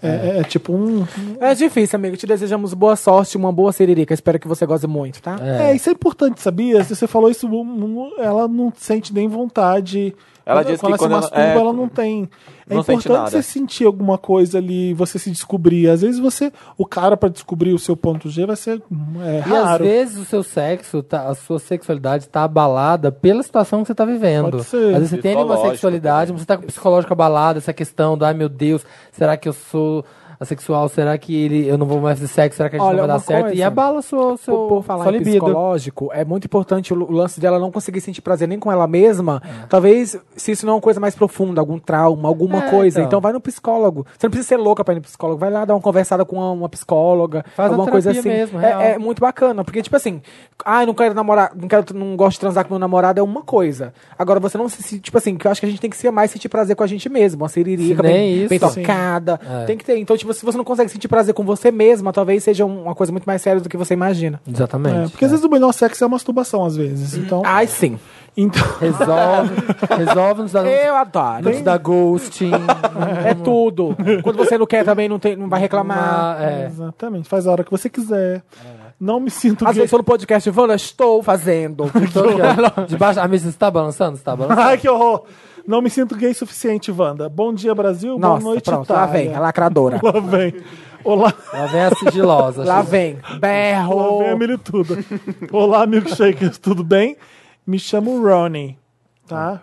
Speaker 1: É, é tipo um.
Speaker 2: É difícil, amigo. Te desejamos boa sorte, uma boa seririca. Espero que você goze muito, tá?
Speaker 1: É. isso é importante, sabia? Se Você falou isso, um- um- ela não sente nem vontade.
Speaker 4: Ela
Speaker 1: quando,
Speaker 4: disse
Speaker 1: quando
Speaker 4: que
Speaker 1: ela
Speaker 4: quando
Speaker 1: se
Speaker 4: ela-
Speaker 1: masturba,
Speaker 4: é,
Speaker 1: ela não tem. É
Speaker 4: não sente
Speaker 1: importante você
Speaker 4: nada.
Speaker 1: sentir alguma coisa ali, você se descobrir. Às vezes você. O cara, pra descobrir o seu ponto G, vai ser hum, é,
Speaker 3: E às
Speaker 1: raro.
Speaker 3: vezes o seu sexo, tá- a sua sexualidade tá abalada pela situação que você tá vivendo.
Speaker 1: Pode ser.
Speaker 3: Às vezes você tem ali uma
Speaker 4: Psicológico
Speaker 3: sexualidade, mas você tá com o psicológico abalado, essa questão do ai meu Deus, será que eu sou assexual? Será que ele eu não vou mais fazer sexo? Será que a gente
Speaker 2: Olha,
Speaker 3: não vai
Speaker 2: uma
Speaker 3: dar certo?
Speaker 2: coisa.
Speaker 3: E abala o seu, seu,
Speaker 2: Por, por falar
Speaker 3: sua
Speaker 2: em
Speaker 3: libido.
Speaker 2: psicológico, é muito importante o, o lance dela não conseguir sentir prazer nem com ela mesma. Talvez, se isso não é uma coisa mais profunda, algum trauma, alguma
Speaker 3: É,
Speaker 2: coisa,
Speaker 3: então.
Speaker 2: então. vai no psicólogo. Você não precisa ser louca pra ir no psicólogo. Vai lá dar uma conversada com uma, uma psicóloga,
Speaker 3: Faz uma
Speaker 2: alguma coisa assim.
Speaker 3: terapia mesmo, real.
Speaker 2: é, é muito bacana, porque, tipo assim, ah, eu não quero namorar, não quero, não gosto de transar com meu namorado, é uma coisa. Agora, você não se se- tipo assim, que eu acho que a gente tem que ser mais sentir prazer com a gente mesmo. Uma
Speaker 3: Se
Speaker 2: siririca,
Speaker 3: nem
Speaker 2: bem, bem
Speaker 3: isso.
Speaker 2: tocada.
Speaker 3: É.
Speaker 2: Tem que ter. Então, tipo, se você não consegue sentir prazer com você mesma, talvez seja um, uma coisa muito mais séria do que você imagina.
Speaker 3: Exatamente.
Speaker 1: É, porque às vezes o melhor sexo é a masturbação, às vezes. Então.
Speaker 2: Ai, sim.
Speaker 1: então...
Speaker 3: Resolve, resolve nos dar,
Speaker 2: Eu
Speaker 3: não
Speaker 2: adoro.
Speaker 3: te dar ghosting.
Speaker 2: É tudo. Quando você não quer também, não, tem, não vai reclamar.
Speaker 3: uma- é.
Speaker 1: <laughs> Exatamente, faz a hora que você quiser. Não me sinto
Speaker 2: Às
Speaker 1: gay.
Speaker 2: vezes eu no podcast, Ivana, estou fazendo.
Speaker 3: <laughs> Tô aqui, ó. Debaixo, a mesa está balançando? Está
Speaker 1: <laughs>
Speaker 3: balançando?
Speaker 1: Ai, que horror! Não me sinto gay o suficiente, Wanda. Bom dia, Brasil.
Speaker 2: Nossa,
Speaker 1: Boa noite,
Speaker 2: pronto. Lá
Speaker 1: Itália.
Speaker 2: vem, a lacradora.
Speaker 1: <laughs> Lá vem. Olá,
Speaker 3: Lá vem a sigilosa.
Speaker 2: Lá vem.
Speaker 1: lá vem a
Speaker 2: Berro.
Speaker 1: milituda. Olá, milkshakers, tudo bem? Me chamo Ronnie, tá?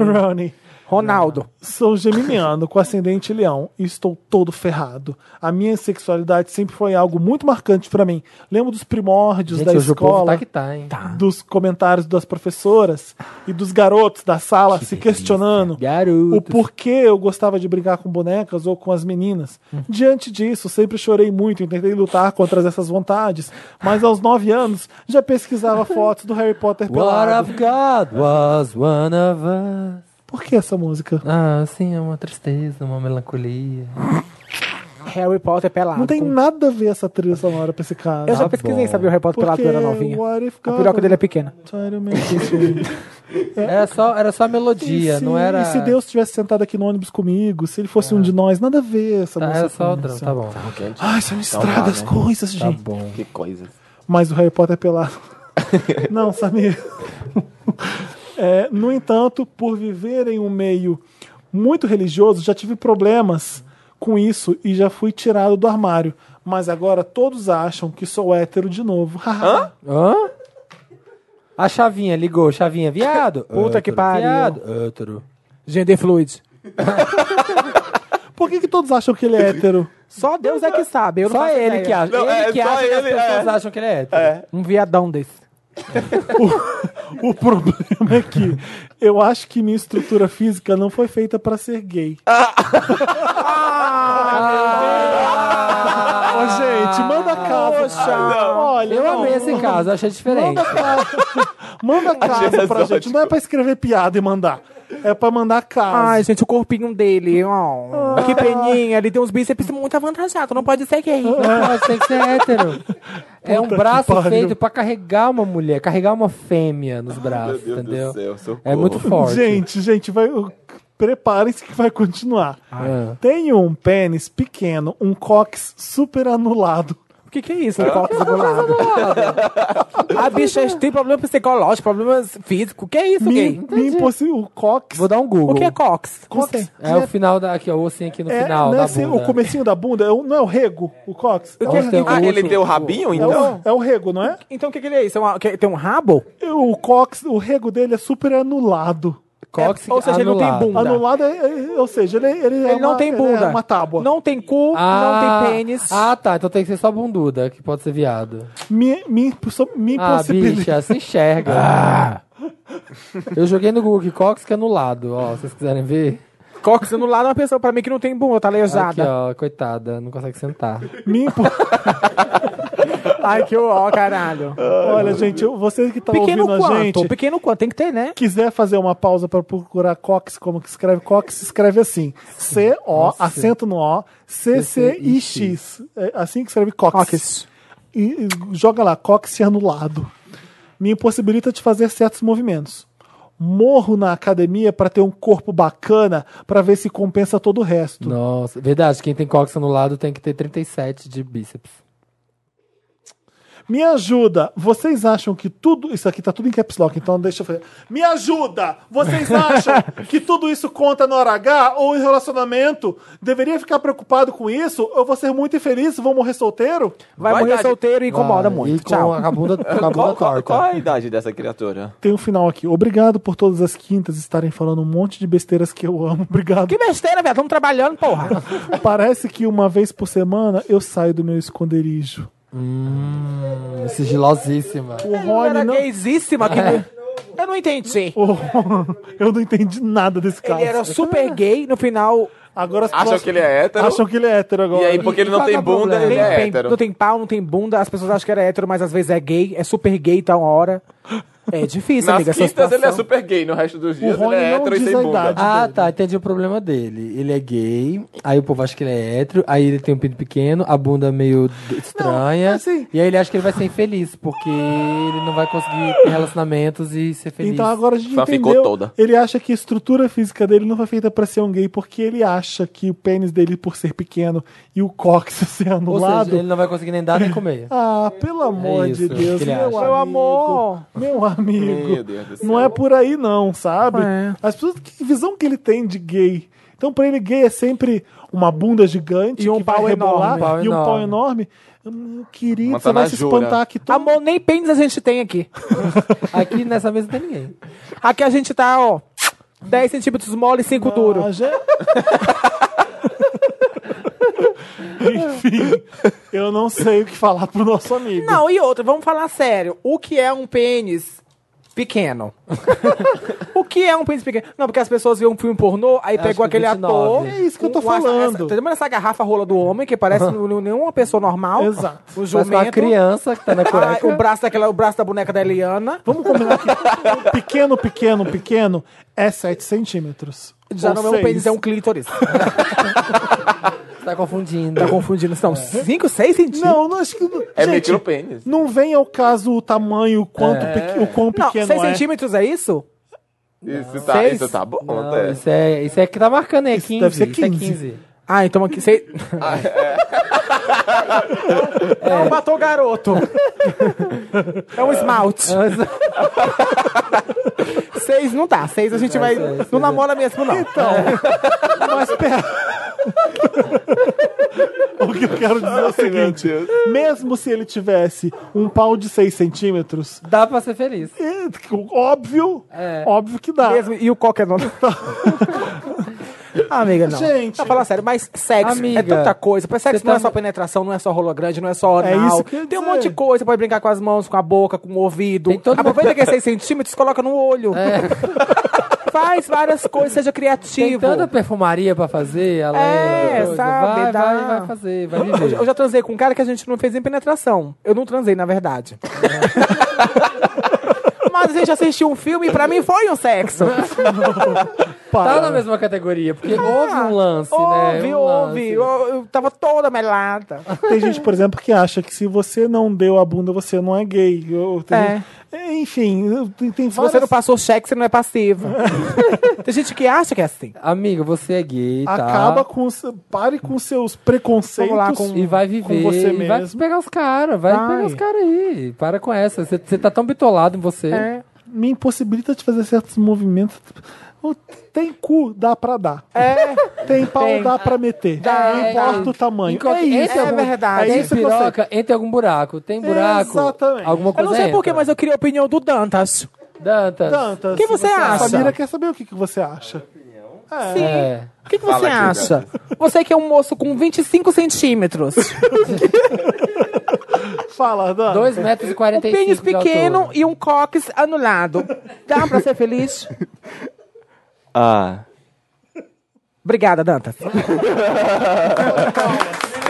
Speaker 1: <laughs> Ronnie.
Speaker 2: Ronaldo.
Speaker 1: Sou geminiano com ascendente leão e estou todo ferrado. A minha sexualidade sempre foi algo muito marcante pra mim. Lembro dos primórdios
Speaker 3: Gente,
Speaker 1: da
Speaker 3: hoje o povo
Speaker 1: escola,
Speaker 3: tá que tá, hein?
Speaker 1: dos comentários das professoras e dos garotos da sala se questionando
Speaker 2: Garoto.
Speaker 1: o porquê eu gostava de brincar com bonecas ou com as meninas. Diante disso, sempre chorei muito e tentei lutar contra essas vontades, mas aos nove anos já pesquisava fotos do Harry Potter
Speaker 3: What
Speaker 1: pelado.
Speaker 3: of God was one of us.
Speaker 1: Por que essa música?
Speaker 3: Ah, sim, é uma tristeza, uma melancolia.
Speaker 2: Harry Potter pelado.
Speaker 1: Não tem
Speaker 2: Com-
Speaker 1: nada a ver essa trilha sonora pra esse cara.
Speaker 2: Eu já
Speaker 3: Tá
Speaker 2: pesquisei,
Speaker 3: bom.
Speaker 2: sabe, o Harry Potter pelado
Speaker 1: Porque
Speaker 2: quando era novinha.
Speaker 1: what if
Speaker 2: A
Speaker 1: God-
Speaker 2: piroca dele é pequena.
Speaker 1: Try to make
Speaker 2: <laughs>
Speaker 1: it rain.
Speaker 3: Era só, era só
Speaker 1: E
Speaker 3: melodia,
Speaker 1: se-
Speaker 3: não era.
Speaker 1: E se Deus tivesse sentado aqui no ônibus comigo, se ele fosse um de nós, nada a ver essa
Speaker 3: Tá,
Speaker 1: música.
Speaker 3: era só o
Speaker 1: com
Speaker 3: drama,
Speaker 1: isso.
Speaker 3: tá bom.
Speaker 4: Gente,
Speaker 1: Ai, você me estraga
Speaker 4: tá,
Speaker 1: as
Speaker 4: né?
Speaker 1: coisas,
Speaker 3: Tá
Speaker 1: gente.
Speaker 3: bom.
Speaker 4: que coisa.
Speaker 1: Mas o Harry Potter é
Speaker 3: <laughs>
Speaker 1: pelado. Não, Samir. É, no entanto, por viver em um meio muito religioso, já tive problemas com isso e já fui tirado do armário. Mas agora todos acham que sou hétero de novo. <laughs> Hã?
Speaker 3: Hã? A chavinha ligou, chavinha, viado.
Speaker 2: Puta que
Speaker 3: Hétero,
Speaker 2: pariu.
Speaker 3: Viado. É. Hétero.
Speaker 2: Gender fluid.
Speaker 1: Por que, que todos acham que ele é hétero?
Speaker 2: Só Deus é que sabe. Eu não
Speaker 3: Só
Speaker 2: faço
Speaker 3: ele
Speaker 2: ideia.
Speaker 3: que acha.
Speaker 4: Não,
Speaker 3: ele
Speaker 4: é,
Speaker 3: que
Speaker 4: só
Speaker 3: acha que as
Speaker 4: ele,
Speaker 3: pessoas
Speaker 4: é.
Speaker 3: acham que ele é hétero.
Speaker 2: Um viadão desse.
Speaker 1: O problema é que eu acho que minha estrutura física não foi feita pra ser gay. Ô, gente, manda casa. Olha,
Speaker 3: Eu
Speaker 1: não,
Speaker 3: amei esse caso, achei diferente.
Speaker 1: Manda casa, manda casa
Speaker 4: Achei
Speaker 1: pra gente.
Speaker 4: exótico.
Speaker 1: Não é pra escrever piada e mandar. É pra mandar casa.
Speaker 2: Ai, gente, o corpinho dele, ó. Que peninha. Ele tem uns bíceps muito avantajados. Não pode ser gay.
Speaker 3: Não, tem que ser hétero. É um
Speaker 1: Puta que
Speaker 3: braço
Speaker 1: pariu.
Speaker 3: feito pra carregar uma mulher, carregar uma fêmea nos braços,
Speaker 4: Meu Deus
Speaker 3: entendeu?
Speaker 4: do céu, socorro.
Speaker 3: É muito forte.
Speaker 1: Gente, gente, vai. Preparem-se que vai continuar.
Speaker 3: É.
Speaker 1: Tem um pênis pequeno, um cox super anulado.
Speaker 2: O que, que é isso? De cóccix anulado. A bicha tem problema psicológico, problemas físicos. O que é isso,
Speaker 1: Me,
Speaker 2: gay?
Speaker 1: me impossi- o cox.
Speaker 3: Vou dar um Google.
Speaker 2: O que é cóccix?
Speaker 1: cox
Speaker 3: É
Speaker 2: Né?
Speaker 3: o final da. Aqui, ó, o ossinho aqui no
Speaker 1: É,
Speaker 3: final.
Speaker 1: né,
Speaker 3: Da
Speaker 1: assim,
Speaker 3: bunda.
Speaker 1: o comecinho da bunda, é o- não é o rego, o cox? É
Speaker 3: É
Speaker 1: o,
Speaker 3: o osso-
Speaker 4: Ah,
Speaker 3: o
Speaker 4: ele
Speaker 3: osso-
Speaker 4: deu o rabinho,
Speaker 1: é
Speaker 4: então?
Speaker 1: o- é o rego, não é?
Speaker 2: Então o que, que ele é isso? É uma- que- tem um rabo?
Speaker 1: O cox, o rego dele é super anulado.
Speaker 3: cóccix
Speaker 2: é, ou seja, ele não tem
Speaker 3: anulado.
Speaker 2: bunda.
Speaker 1: Anulado, é, é- ou seja, ele, ele, é,
Speaker 2: Ele
Speaker 1: uma,
Speaker 2: não tem
Speaker 1: ele é
Speaker 2: bunda.
Speaker 1: uma tábua.
Speaker 2: Não tem cu, não tem pênis.
Speaker 3: Ah, tá. Então tem que ser só bunduda, que pode ser viado.
Speaker 1: Me, me, imposs- me
Speaker 3: Ah,
Speaker 1: impossibilita.
Speaker 3: bicha,
Speaker 2: <laughs>
Speaker 3: se enxerga.
Speaker 2: Ah.
Speaker 3: Eu joguei no Google que Cox que é anulado, ó. Se vocês quiserem ver.
Speaker 2: Cóccix anulado é uma pessoa pra mim que não tem bunda, tá
Speaker 3: Aqui,
Speaker 2: lesada.
Speaker 3: ó, coitada, não consegue sentar.
Speaker 1: me impo-
Speaker 2: Ai, que ó, caralho.
Speaker 1: Olha, gente, eu- você que <laughs> tá
Speaker 2: Pequeno
Speaker 1: ouvindo a gente,
Speaker 2: quanto? Pequeno quanto? Tem que ter, né?
Speaker 1: quiser fazer uma pausa pra procurar cox, como que escreve cox, escreve assim: C-O,
Speaker 3: Nossa.
Speaker 1: acento no O, C-C-I-X. É assim que escreve cox.
Speaker 2: Cóccix.
Speaker 1: e, e joga lá, cóccix anulado. Me impossibilita de fazer certos movimentos. Morro na academia pra ter um corpo bacana, pra ver se compensa todo o resto.
Speaker 3: Nossa, verdade, quem tem Cox anulado tem que ter 37 de bíceps.
Speaker 1: Me ajuda, vocês acham que tudo. Isso aqui tá tudo em caps lock, então deixa eu fazer. Me ajuda! Vocês acham que tudo isso conta na hora H ou em relacionamento? Deveria ficar preocupado com isso? Eu vou ser muito infeliz, vou morrer solteiro?
Speaker 2: Vai,
Speaker 4: Vai,
Speaker 2: morrer
Speaker 4: Dade.
Speaker 2: solteiro e incomoda
Speaker 3: Vai,
Speaker 2: muito.
Speaker 3: Ah, E com
Speaker 2: Tchau. <laughs>
Speaker 3: a bunda, com a bunda
Speaker 4: Qual, qual,
Speaker 3: torta.
Speaker 4: qual é a idade dessa criatura?
Speaker 1: Tem um final aqui. Obrigado por todas as quintas estarem falando um monte de besteiras que eu amo. <laughs> Obrigado.
Speaker 2: Que besteira, velho. Tamo
Speaker 1: <laughs>
Speaker 2: trabalhando, porra.
Speaker 1: Parece que uma vez por semana eu saio do meu esconderijo.
Speaker 3: Hum, sigilosíssima.
Speaker 1: O
Speaker 2: Eu
Speaker 1: Rony
Speaker 2: era
Speaker 1: não. É.
Speaker 2: gaysíssima. que- Eu não entendi.
Speaker 1: O Rony- Eu não entendi nada desse caso.
Speaker 2: Ele era super gay, no final
Speaker 1: Agora as
Speaker 4: Acham
Speaker 1: próximas-
Speaker 4: que ele é hétero?
Speaker 1: Acham que ele é hétero agora.
Speaker 4: E aí, porque
Speaker 3: E-
Speaker 4: ele
Speaker 3: e
Speaker 4: não
Speaker 3: qual
Speaker 4: tem
Speaker 3: que é o
Speaker 4: bunda,
Speaker 3: problema?
Speaker 4: ele
Speaker 2: tem
Speaker 4: é
Speaker 2: pem- não
Speaker 4: hétero.
Speaker 2: tem pau, não tem bunda, as pessoas acham que era hétero, mas às vezes é gay, é super gay, tá uma hora. É difícil,
Speaker 4: Nas
Speaker 2: amiga, essa
Speaker 4: quintas ele é
Speaker 2: situação.
Speaker 4: super gay, no resto dos dias ele
Speaker 1: Rony
Speaker 4: é
Speaker 1: não
Speaker 4: hétero e
Speaker 1: diz
Speaker 4: sem
Speaker 1: a
Speaker 4: bunda.
Speaker 1: idade.
Speaker 3: Ah,
Speaker 1: dele.
Speaker 3: tá, entendi o problema dele. Ele é gay, aí o povo acha que ele é hétero, aí ele tem um pinto pequeno, a bunda meio d- estranha.
Speaker 1: assim-
Speaker 3: E aí ele acha que ele vai ser infeliz, porque ele não vai conseguir ter relacionamentos e ser feliz.
Speaker 1: Então agora a gente
Speaker 4: é Só
Speaker 1: entendeu.
Speaker 4: ficou toda.
Speaker 1: Ele acha que a estrutura física dele não foi feita pra ser um gay, porque ele acha que o pênis dele, por ser pequeno, e o cóccix <laughs> ser
Speaker 3: Ou
Speaker 1: anulado.
Speaker 3: seja, ele não vai conseguir nem dar nem comer.
Speaker 1: <laughs> Ah, pelo amor
Speaker 3: isso
Speaker 1: de Deus,
Speaker 3: que ele
Speaker 1: meu,
Speaker 3: acha.
Speaker 1: amigo,
Speaker 2: Meu amor.
Speaker 1: <laughs> Meu amigo.
Speaker 4: Meu Deus do céu.
Speaker 1: Não é por aí, não, sabe?
Speaker 2: É.
Speaker 1: As pessoas, que visão que ele tem de gay? Então, pra ele, gay é sempre uma bunda gigante
Speaker 2: E um
Speaker 1: que vai
Speaker 2: pau
Speaker 1: rebolar
Speaker 3: enorme. Um
Speaker 1: e um
Speaker 3: pau
Speaker 1: pau enorme. Hum, Querido,
Speaker 4: Uma
Speaker 1: você vai se
Speaker 4: tanajura.
Speaker 1: espantar que todo
Speaker 2: Amor, nem pênis a gente tem <laughs> aqui.
Speaker 3: Aqui nessa mesa não tem ninguém.
Speaker 2: Aqui a gente tá, ó, 10 centímetros mole e 5 duro.
Speaker 1: Ah, já- <laughs> Enfim, eu não sei o que falar pro nosso amigo.
Speaker 2: Não, e outra, vamos falar sério. O que é um pênis pequeno? o que é um pênis pequeno? Não, porque as pessoas viam um filme pornô, aí
Speaker 3: acho que
Speaker 2: pegou aquele
Speaker 3: 29.
Speaker 2: ator.
Speaker 1: É isso que eu tô
Speaker 2: o- essa-
Speaker 1: falando.
Speaker 2: Essa, tá lembrando essa garrafa rola do homem, que parece n- nenhuma pessoa normal?
Speaker 1: Exato.
Speaker 2: O
Speaker 3: Mas com a
Speaker 2: jumento.
Speaker 3: criança que tá na
Speaker 2: Ah,
Speaker 3: cueca.
Speaker 2: o, braço daquela, o braço da boneca da Eliana.
Speaker 1: Vamos combinar que pequeno, pequeno, pequeno é 7 centímetros.
Speaker 2: Já
Speaker 1: Ou
Speaker 2: não é um
Speaker 1: seis.
Speaker 2: pênis, é um clítoris.
Speaker 3: Tá confundindo.
Speaker 2: tá confundindo. São 5, 6 centímetros.
Speaker 1: Não, não acho que.
Speaker 4: É
Speaker 1: gente,
Speaker 4: micropênis.
Speaker 1: Não vem ao caso o tamanho, o quanto
Speaker 3: É.
Speaker 1: pequ- o quão
Speaker 2: Não,
Speaker 1: pequeno
Speaker 2: 6
Speaker 1: é.
Speaker 2: centímetros é isso?
Speaker 4: Isso tá,
Speaker 2: Seis?
Speaker 4: isso tá bom,
Speaker 3: Não,
Speaker 4: né?
Speaker 3: isso, é, isso é que tá marcando, é 15.
Speaker 1: deve ser
Speaker 3: isso é
Speaker 1: 15.
Speaker 3: 15.
Speaker 2: Ah, então aqui. Cê...
Speaker 3: Ah, é.
Speaker 2: <laughs> Não matou o
Speaker 3: <laughs>
Speaker 2: garoto. É um esmalte. Seis não dá. Seis a gente vai.
Speaker 3: seis, é. Então.
Speaker 2: não
Speaker 3: seis,
Speaker 2: namora mesmo, não.
Speaker 1: Mas pera. o que eu quero dizer é o
Speaker 4: Ai, meu
Speaker 1: seguinte:
Speaker 4: Deus.
Speaker 1: mesmo se ele tivesse um pau de 6 centímetros,
Speaker 3: Dá pra ser feliz.
Speaker 1: é, óbvio,
Speaker 3: É.
Speaker 1: óbvio que dá.
Speaker 2: Mesmo, e o qualquer
Speaker 3: <laughs>
Speaker 2: nome. Ah, Amiga, não.
Speaker 1: Gente.
Speaker 2: Tá falar sério, mas sexo
Speaker 3: Amiga,
Speaker 2: é tanta coisa. Pra
Speaker 3: cê
Speaker 2: Sexo não é
Speaker 3: tá-
Speaker 2: só penetração, não é só rolo grande, não é só
Speaker 1: É
Speaker 2: oral.
Speaker 1: isso que eu ia
Speaker 2: Tem um
Speaker 1: dizer.
Speaker 2: monte de coisa. Pode brincar com as mãos, com a boca, com o ouvido.
Speaker 3: Tem todo mundo- É.
Speaker 2: Aproveita que é 6 centímetros, coloca no olho. <laughs> Faz várias coisas, seja
Speaker 3: Tem
Speaker 2: criativo.
Speaker 3: tanta perfumaria pra fazer, além
Speaker 2: Tipo- É,
Speaker 3: coisa.
Speaker 2: sabe,
Speaker 3: Vai,
Speaker 2: dá-
Speaker 3: vai, vai fazer, vai
Speaker 2: Eu já- <laughs>
Speaker 3: viver.
Speaker 2: Eu já transei com um cara que a gente não fez nem penetração. Eu não transei, na verdade.
Speaker 3: É.
Speaker 2: <laughs> Mas a gente assistiu um filme e pra mim foi um sexo.
Speaker 3: Tá na mesma categoria, porque houve um lance,
Speaker 2: Ah, Houve,
Speaker 3: né? Um
Speaker 2: houve.
Speaker 3: lance.
Speaker 2: Eu, eu tava toda
Speaker 3: <laughs>
Speaker 2: melada.
Speaker 1: Tem gente, por exemplo, que acha que se você não deu a bunda, você não é gay. Eu- tem
Speaker 2: É.
Speaker 1: gente- é, enfim, eu- tem, tem
Speaker 2: Se você
Speaker 1: várias...
Speaker 2: não passou o cheque, você não é
Speaker 3: <laughs>
Speaker 2: passivo. Tem gente que acha que é assim.
Speaker 3: Amigo, você é gay, tá?
Speaker 1: Acaba com os, pare com os seus preconceitos.
Speaker 2: Vamos lá, com-
Speaker 3: E vai viver,
Speaker 1: com você
Speaker 3: e vai
Speaker 1: mesmo.
Speaker 3: pegar os caras, vai
Speaker 2: Vai.
Speaker 3: pegar os caras aí. Para com essa, você você tá tão bitolado em você.
Speaker 2: É.
Speaker 1: Me impossibilita de fazer certos movimentos. Tipo, Tem cu, dá pra dar.
Speaker 2: É.
Speaker 1: Tem pau,
Speaker 2: Tem.
Speaker 1: dá pra meter. não
Speaker 3: é,
Speaker 1: importa
Speaker 3: é.
Speaker 1: o tamanho.
Speaker 3: Em qualquer-
Speaker 1: É isso.
Speaker 3: entre
Speaker 2: é verdade.
Speaker 1: É
Speaker 3: Tem
Speaker 1: isso que você...
Speaker 3: piroca, entre algum buraco. Tem buraco,
Speaker 1: Exatamente.
Speaker 3: alguma
Speaker 2: Eu
Speaker 3: coisa
Speaker 2: não sei porquê,
Speaker 3: entra.
Speaker 2: mas eu queria a opinião do Dantas.
Speaker 3: Dantas.
Speaker 1: Dantas,
Speaker 2: O que você acha?
Speaker 1: A Samira quer saber o que, que você acha.
Speaker 2: Sim.
Speaker 3: É.
Speaker 2: O que, que
Speaker 4: Fala
Speaker 2: você
Speaker 4: aqui,
Speaker 2: acha? Você que é um moço com 25 centímetros.
Speaker 1: Fala, Dantas.
Speaker 3: 2 metros e
Speaker 2: Um
Speaker 3: 45
Speaker 2: pênis
Speaker 3: de
Speaker 2: pequeno
Speaker 3: altura.
Speaker 2: e um cox anulado. Dá pra ser
Speaker 3: <laughs>
Speaker 2: feliz?
Speaker 4: Ah,
Speaker 2: Obrigada, Dantas.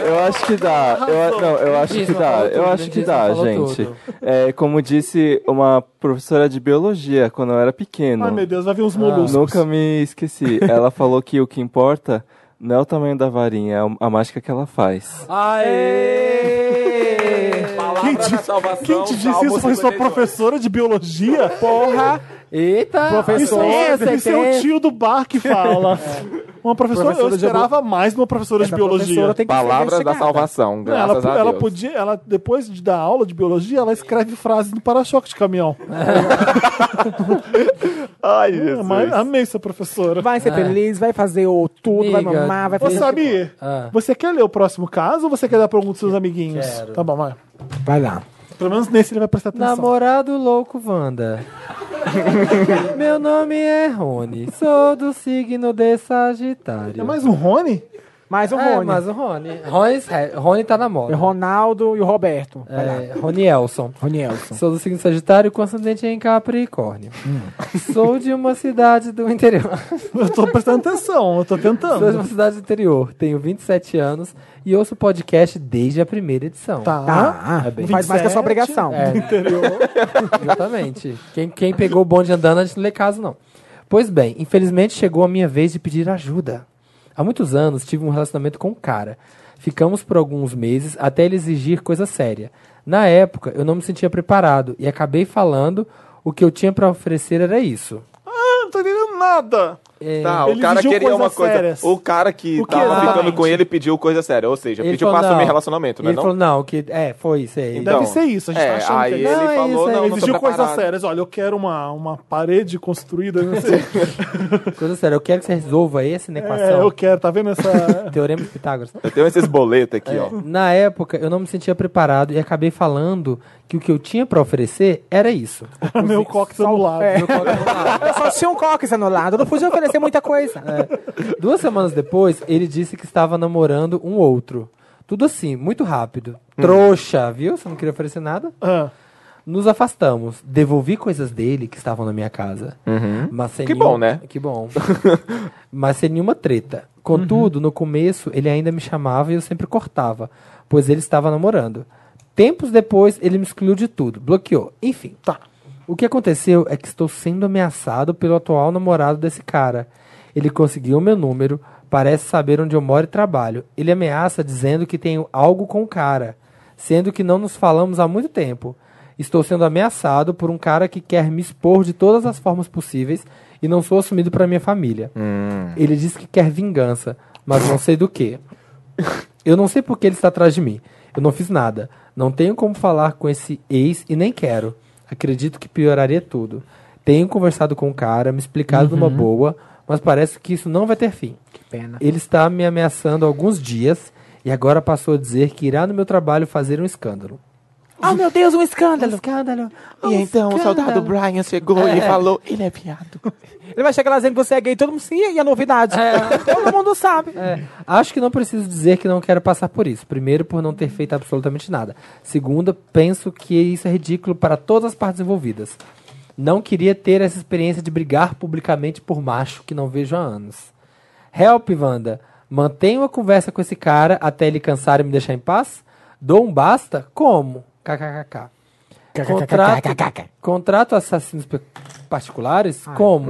Speaker 9: Eu acho que dá. Eu, não, eu acho que
Speaker 3: Grandíssimo,
Speaker 9: dá.
Speaker 3: falou
Speaker 9: Eu
Speaker 3: tudo, né?
Speaker 9: acho que
Speaker 3: grandíssimo,
Speaker 9: dá,
Speaker 3: falou
Speaker 9: gente.
Speaker 3: tudo.
Speaker 9: É, como disse uma professora de biologia quando eu era pequeno.
Speaker 1: Ai, meu Deus, vai vir uns moluscos.
Speaker 9: Nunca me esqueci. Ela falou que o que importa não é o tamanho da varinha, é a mágica que ela faz.
Speaker 3: Aê!
Speaker 1: Quem
Speaker 4: palavra
Speaker 1: te-
Speaker 4: da salvação.
Speaker 1: Quem te disse
Speaker 4: Salmo
Speaker 1: isso foi sua
Speaker 4: 58.
Speaker 1: professora de biologia? Porra!
Speaker 3: Eita!
Speaker 1: Isso,
Speaker 3: Professor,
Speaker 1: é,
Speaker 3: você
Speaker 1: isso é o
Speaker 3: tem...
Speaker 1: tio do bar que fala. Uma professora,
Speaker 2: Professora
Speaker 1: eu
Speaker 2: de
Speaker 1: esperava mais de uma professora de
Speaker 2: Essa
Speaker 1: biologia.
Speaker 2: professora tem que ser
Speaker 4: Palavras da
Speaker 2: investigada.
Speaker 4: salvação,
Speaker 1: Não,
Speaker 4: graças
Speaker 1: ela,
Speaker 4: a Deus.
Speaker 1: ela podia, ela depois de dar aula de biologia, ela escreve frases no para-choque de caminhão.
Speaker 4: Ai,
Speaker 1: É, mas amei sua professora.
Speaker 2: Vai ser feliz, vai fazer o tudo, vai
Speaker 3: É. Amiga,
Speaker 2: mamar, vai
Speaker 1: Ô,
Speaker 2: fazer.
Speaker 1: Samir,
Speaker 3: Ah.
Speaker 1: você quer ler o próximo caso ou você quer dar pra algum dos seus amiguinhos?
Speaker 3: Quero.
Speaker 1: Tá bom, vai.
Speaker 2: Vai lá.
Speaker 1: Pelo menos nesse ele vai prestar atenção.
Speaker 3: Namorado louco <laughs> Wanda. Meu nome é Rony, sou do signo de Sagitário.
Speaker 1: É mais um Rony?
Speaker 2: Mais um
Speaker 3: É,
Speaker 2: Rony.
Speaker 3: mas o Rony. Rony, Rony tá na moda.
Speaker 2: O Ronaldo e o Roberto. Vai lá.
Speaker 3: É, Rony Elson.
Speaker 2: Rony Elson.
Speaker 3: Sou do signo Sagitário, com ascendente em Capricórnio. Sou de uma cidade do interior. <laughs>
Speaker 1: Eu tô prestando atenção, eu tô
Speaker 3: Sou de
Speaker 1: tentando.
Speaker 3: uma cidade do interior. Tenho 27 anos e ouço podcast desde a primeira edição.
Speaker 1: Tá.
Speaker 2: Tá.
Speaker 3: É bem.
Speaker 2: Não faz mais que a sua obrigação.
Speaker 3: É, Exatamente. Quem, quem pegou o bonde andando, a gente não lê caso, não. Pois bem, infelizmente chegou a minha vez de pedir ajuda. Há muitos anos tive um relacionamento com um cara. Ficamos por alguns meses até ele exigir coisa séria. Na época, eu não me sentia preparado e acabei falando o que eu tinha pra oferecer era isso.
Speaker 1: Ah, não tô entendendo nada.
Speaker 4: Tá,
Speaker 1: Ele
Speaker 4: o cara
Speaker 1: exigiu
Speaker 4: queria uma
Speaker 1: coisas
Speaker 4: coisa.
Speaker 1: sérias.
Speaker 4: O cara que
Speaker 1: O que
Speaker 4: tava ficando
Speaker 1: exatamente?
Speaker 4: com ele pediu coisa séria. Ou seja,
Speaker 3: Ele
Speaker 4: pediu
Speaker 3: falou,
Speaker 4: pra
Speaker 3: não.
Speaker 4: assumir relacionamento, não é
Speaker 3: Ele
Speaker 4: não?
Speaker 3: falou, não, que. É, foi isso aí.
Speaker 4: Então,
Speaker 1: Deve ser isso, a gente
Speaker 4: é,
Speaker 1: tá achando
Speaker 4: aí
Speaker 1: que é
Speaker 4: ele
Speaker 1: isso.
Speaker 3: Não, é isso,
Speaker 4: falou,
Speaker 3: é
Speaker 4: não, não
Speaker 1: Exigiu
Speaker 4: tô
Speaker 1: coisas
Speaker 4: preparado.
Speaker 1: sérias. Olha, eu quero uma, uma parede construída. Não sei.
Speaker 3: Coisa séria, eu quero que você resolva esse na
Speaker 1: é,
Speaker 3: equação.
Speaker 1: eu quero, tá vendo
Speaker 4: <laughs>
Speaker 1: essa.
Speaker 3: Teorema de Pitágoras.
Speaker 4: Eu tenho esses boletos aqui, ó.
Speaker 3: Na época, eu não me sentia preparado e acabei falando que o que eu tinha pra oferecer era
Speaker 4: <laughs>
Speaker 3: isso.
Speaker 1: meu cox anulado.
Speaker 3: Meu colega falou, "Ah,
Speaker 2: Eu só tinha um cox anulado, não podia oferecer muita coisa.
Speaker 3: É. Duas semanas depois, ele disse que estava namorando um outro. Tudo assim, muito rápido.
Speaker 4: Uhum.
Speaker 3: Trouxa, viu? Você não queria oferecer nada?
Speaker 1: Ah,
Speaker 3: Nos afastamos. Devolvi coisas dele que estavam na minha casa. Mas sem
Speaker 4: Que
Speaker 3: nenhum-
Speaker 4: bom, né?
Speaker 3: Que
Speaker 4: <laughs>
Speaker 3: bom. Mas sem nenhuma treta. Contudo, no começo, ele ainda me chamava e eu sempre cortava, pois ele estava namorando. Tempos depois, ele me excluiu de tudo, bloqueou. Enfim. Tá. O que aconteceu é que estou sendo ameaçado pelo atual namorado desse cara. Ele conseguiu meu número, parece saber onde eu moro e trabalho. Ele ameaça dizendo que tenho algo com o cara, sendo que não nos falamos há muito tempo. Estou sendo ameaçado por um cara que quer me expor de todas as formas possíveis e não sou assumido para minha família.
Speaker 2: Hum.
Speaker 3: Ele diz que quer vingança, mas não sei do que. Eu não sei por que ele está atrás de mim. Eu não fiz nada. Não tenho como falar com esse ex e nem quero. Acredito que pioraria tudo. Tenho conversado com o cara, me explicado numa boa, mas parece que isso não vai ter fim.
Speaker 2: Uhum. Que pena.
Speaker 3: Ele está me ameaçando há alguns dias e agora passou a dizer que irá no meu trabalho fazer um escândalo.
Speaker 2: Ah, meu Deus, um escândalo. Um
Speaker 3: escândalo!
Speaker 4: E então o soldado Brian chegou e falou: ele é viado.
Speaker 2: Ele vai chegar lá dizendo que você é gay, todo mundo sim, e a novidade. Todo mundo sabe.
Speaker 3: É, acho que não preciso dizer que não quero passar por isso. Primeiro, por não ter feito absolutamente nada. Segunda, penso que isso é ridículo para todas as partes envolvidas. Não queria ter essa experiência de brigar publicamente por macho que não vejo há anos. Help, Wanda. Mantenho a conversa com esse cara até ele cansar e me deixar em paz? Dou um basta? Como? KKKK. Contrato, contrato assassinos pe- particulares? Como?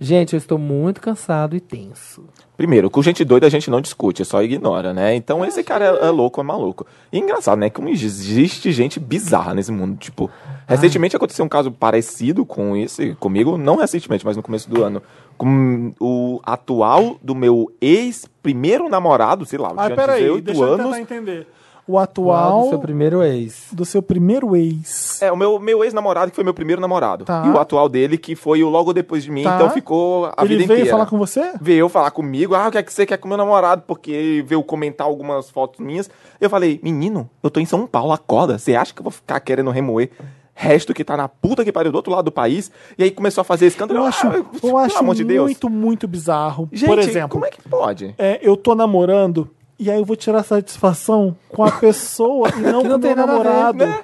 Speaker 3: Gente, eu estou muito cansado e tenso.
Speaker 4: Primeiro, com gente doida a gente não discute, só ignora, né? Então esse cara é, é louco, é maluco. E engraçado, né? Como existe gente bizarra nesse mundo. Tipo,
Speaker 1: Ah.
Speaker 4: recentemente aconteceu um caso parecido com esse, comigo, não recentemente, mas no começo do ano. Com o atual do meu ex-primeiro namorado, sei lá, eu
Speaker 1: ah
Speaker 4: tinha
Speaker 1: peraí,
Speaker 4: 18
Speaker 1: deixa eu
Speaker 4: anos.
Speaker 1: tentar entender. O
Speaker 3: Qual do
Speaker 1: atual
Speaker 3: seu primeiro ex.
Speaker 1: do seu primeiro ex.
Speaker 4: É, o meu, meu ex-namorado, que foi meu primeiro namorado.
Speaker 1: Tá.
Speaker 4: E o atual dele, que foi o logo depois de mim,
Speaker 1: Tá.
Speaker 4: então ficou a
Speaker 1: Ele
Speaker 4: vida
Speaker 1: veio
Speaker 4: inteira.
Speaker 1: falar com você?
Speaker 4: Veio falar comigo, ah, o que é que você quer com meu namorado? Porque veio comentar algumas fotos minhas. Eu falei, menino, eu tô em São Paulo, acorda. Você acha que eu vou ficar querendo remoer resto que tá na puta que pariu do outro lado do país? E aí começou a fazer escândalo.
Speaker 1: Eu acho,
Speaker 4: ah,
Speaker 1: eu
Speaker 4: pelo
Speaker 1: acho
Speaker 4: amor de Deus.
Speaker 1: muito, muito bizarro.
Speaker 4: Gente,
Speaker 1: Por exemplo,
Speaker 4: como é que pode?
Speaker 1: é, eu tô namorando e aí eu vou tirar satisfação com a pessoa e não,
Speaker 3: Que não
Speaker 1: com o
Speaker 3: tem
Speaker 1: meu
Speaker 3: nada a ver,
Speaker 1: namorado.
Speaker 4: né?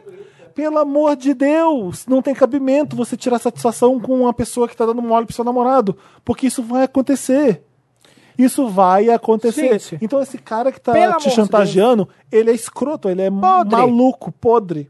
Speaker 1: Pelo amor de Deus, não tem cabimento você tirar satisfação com uma pessoa que tá dando mole pro seu namorado, porque isso vai acontecer. Isso vai acontecer.
Speaker 2: Gente.
Speaker 1: então esse cara que tá
Speaker 2: Pelo amor
Speaker 1: te
Speaker 2: de
Speaker 1: chantageando, ele é escroto, ele é
Speaker 2: Podre.
Speaker 1: maluco, podre.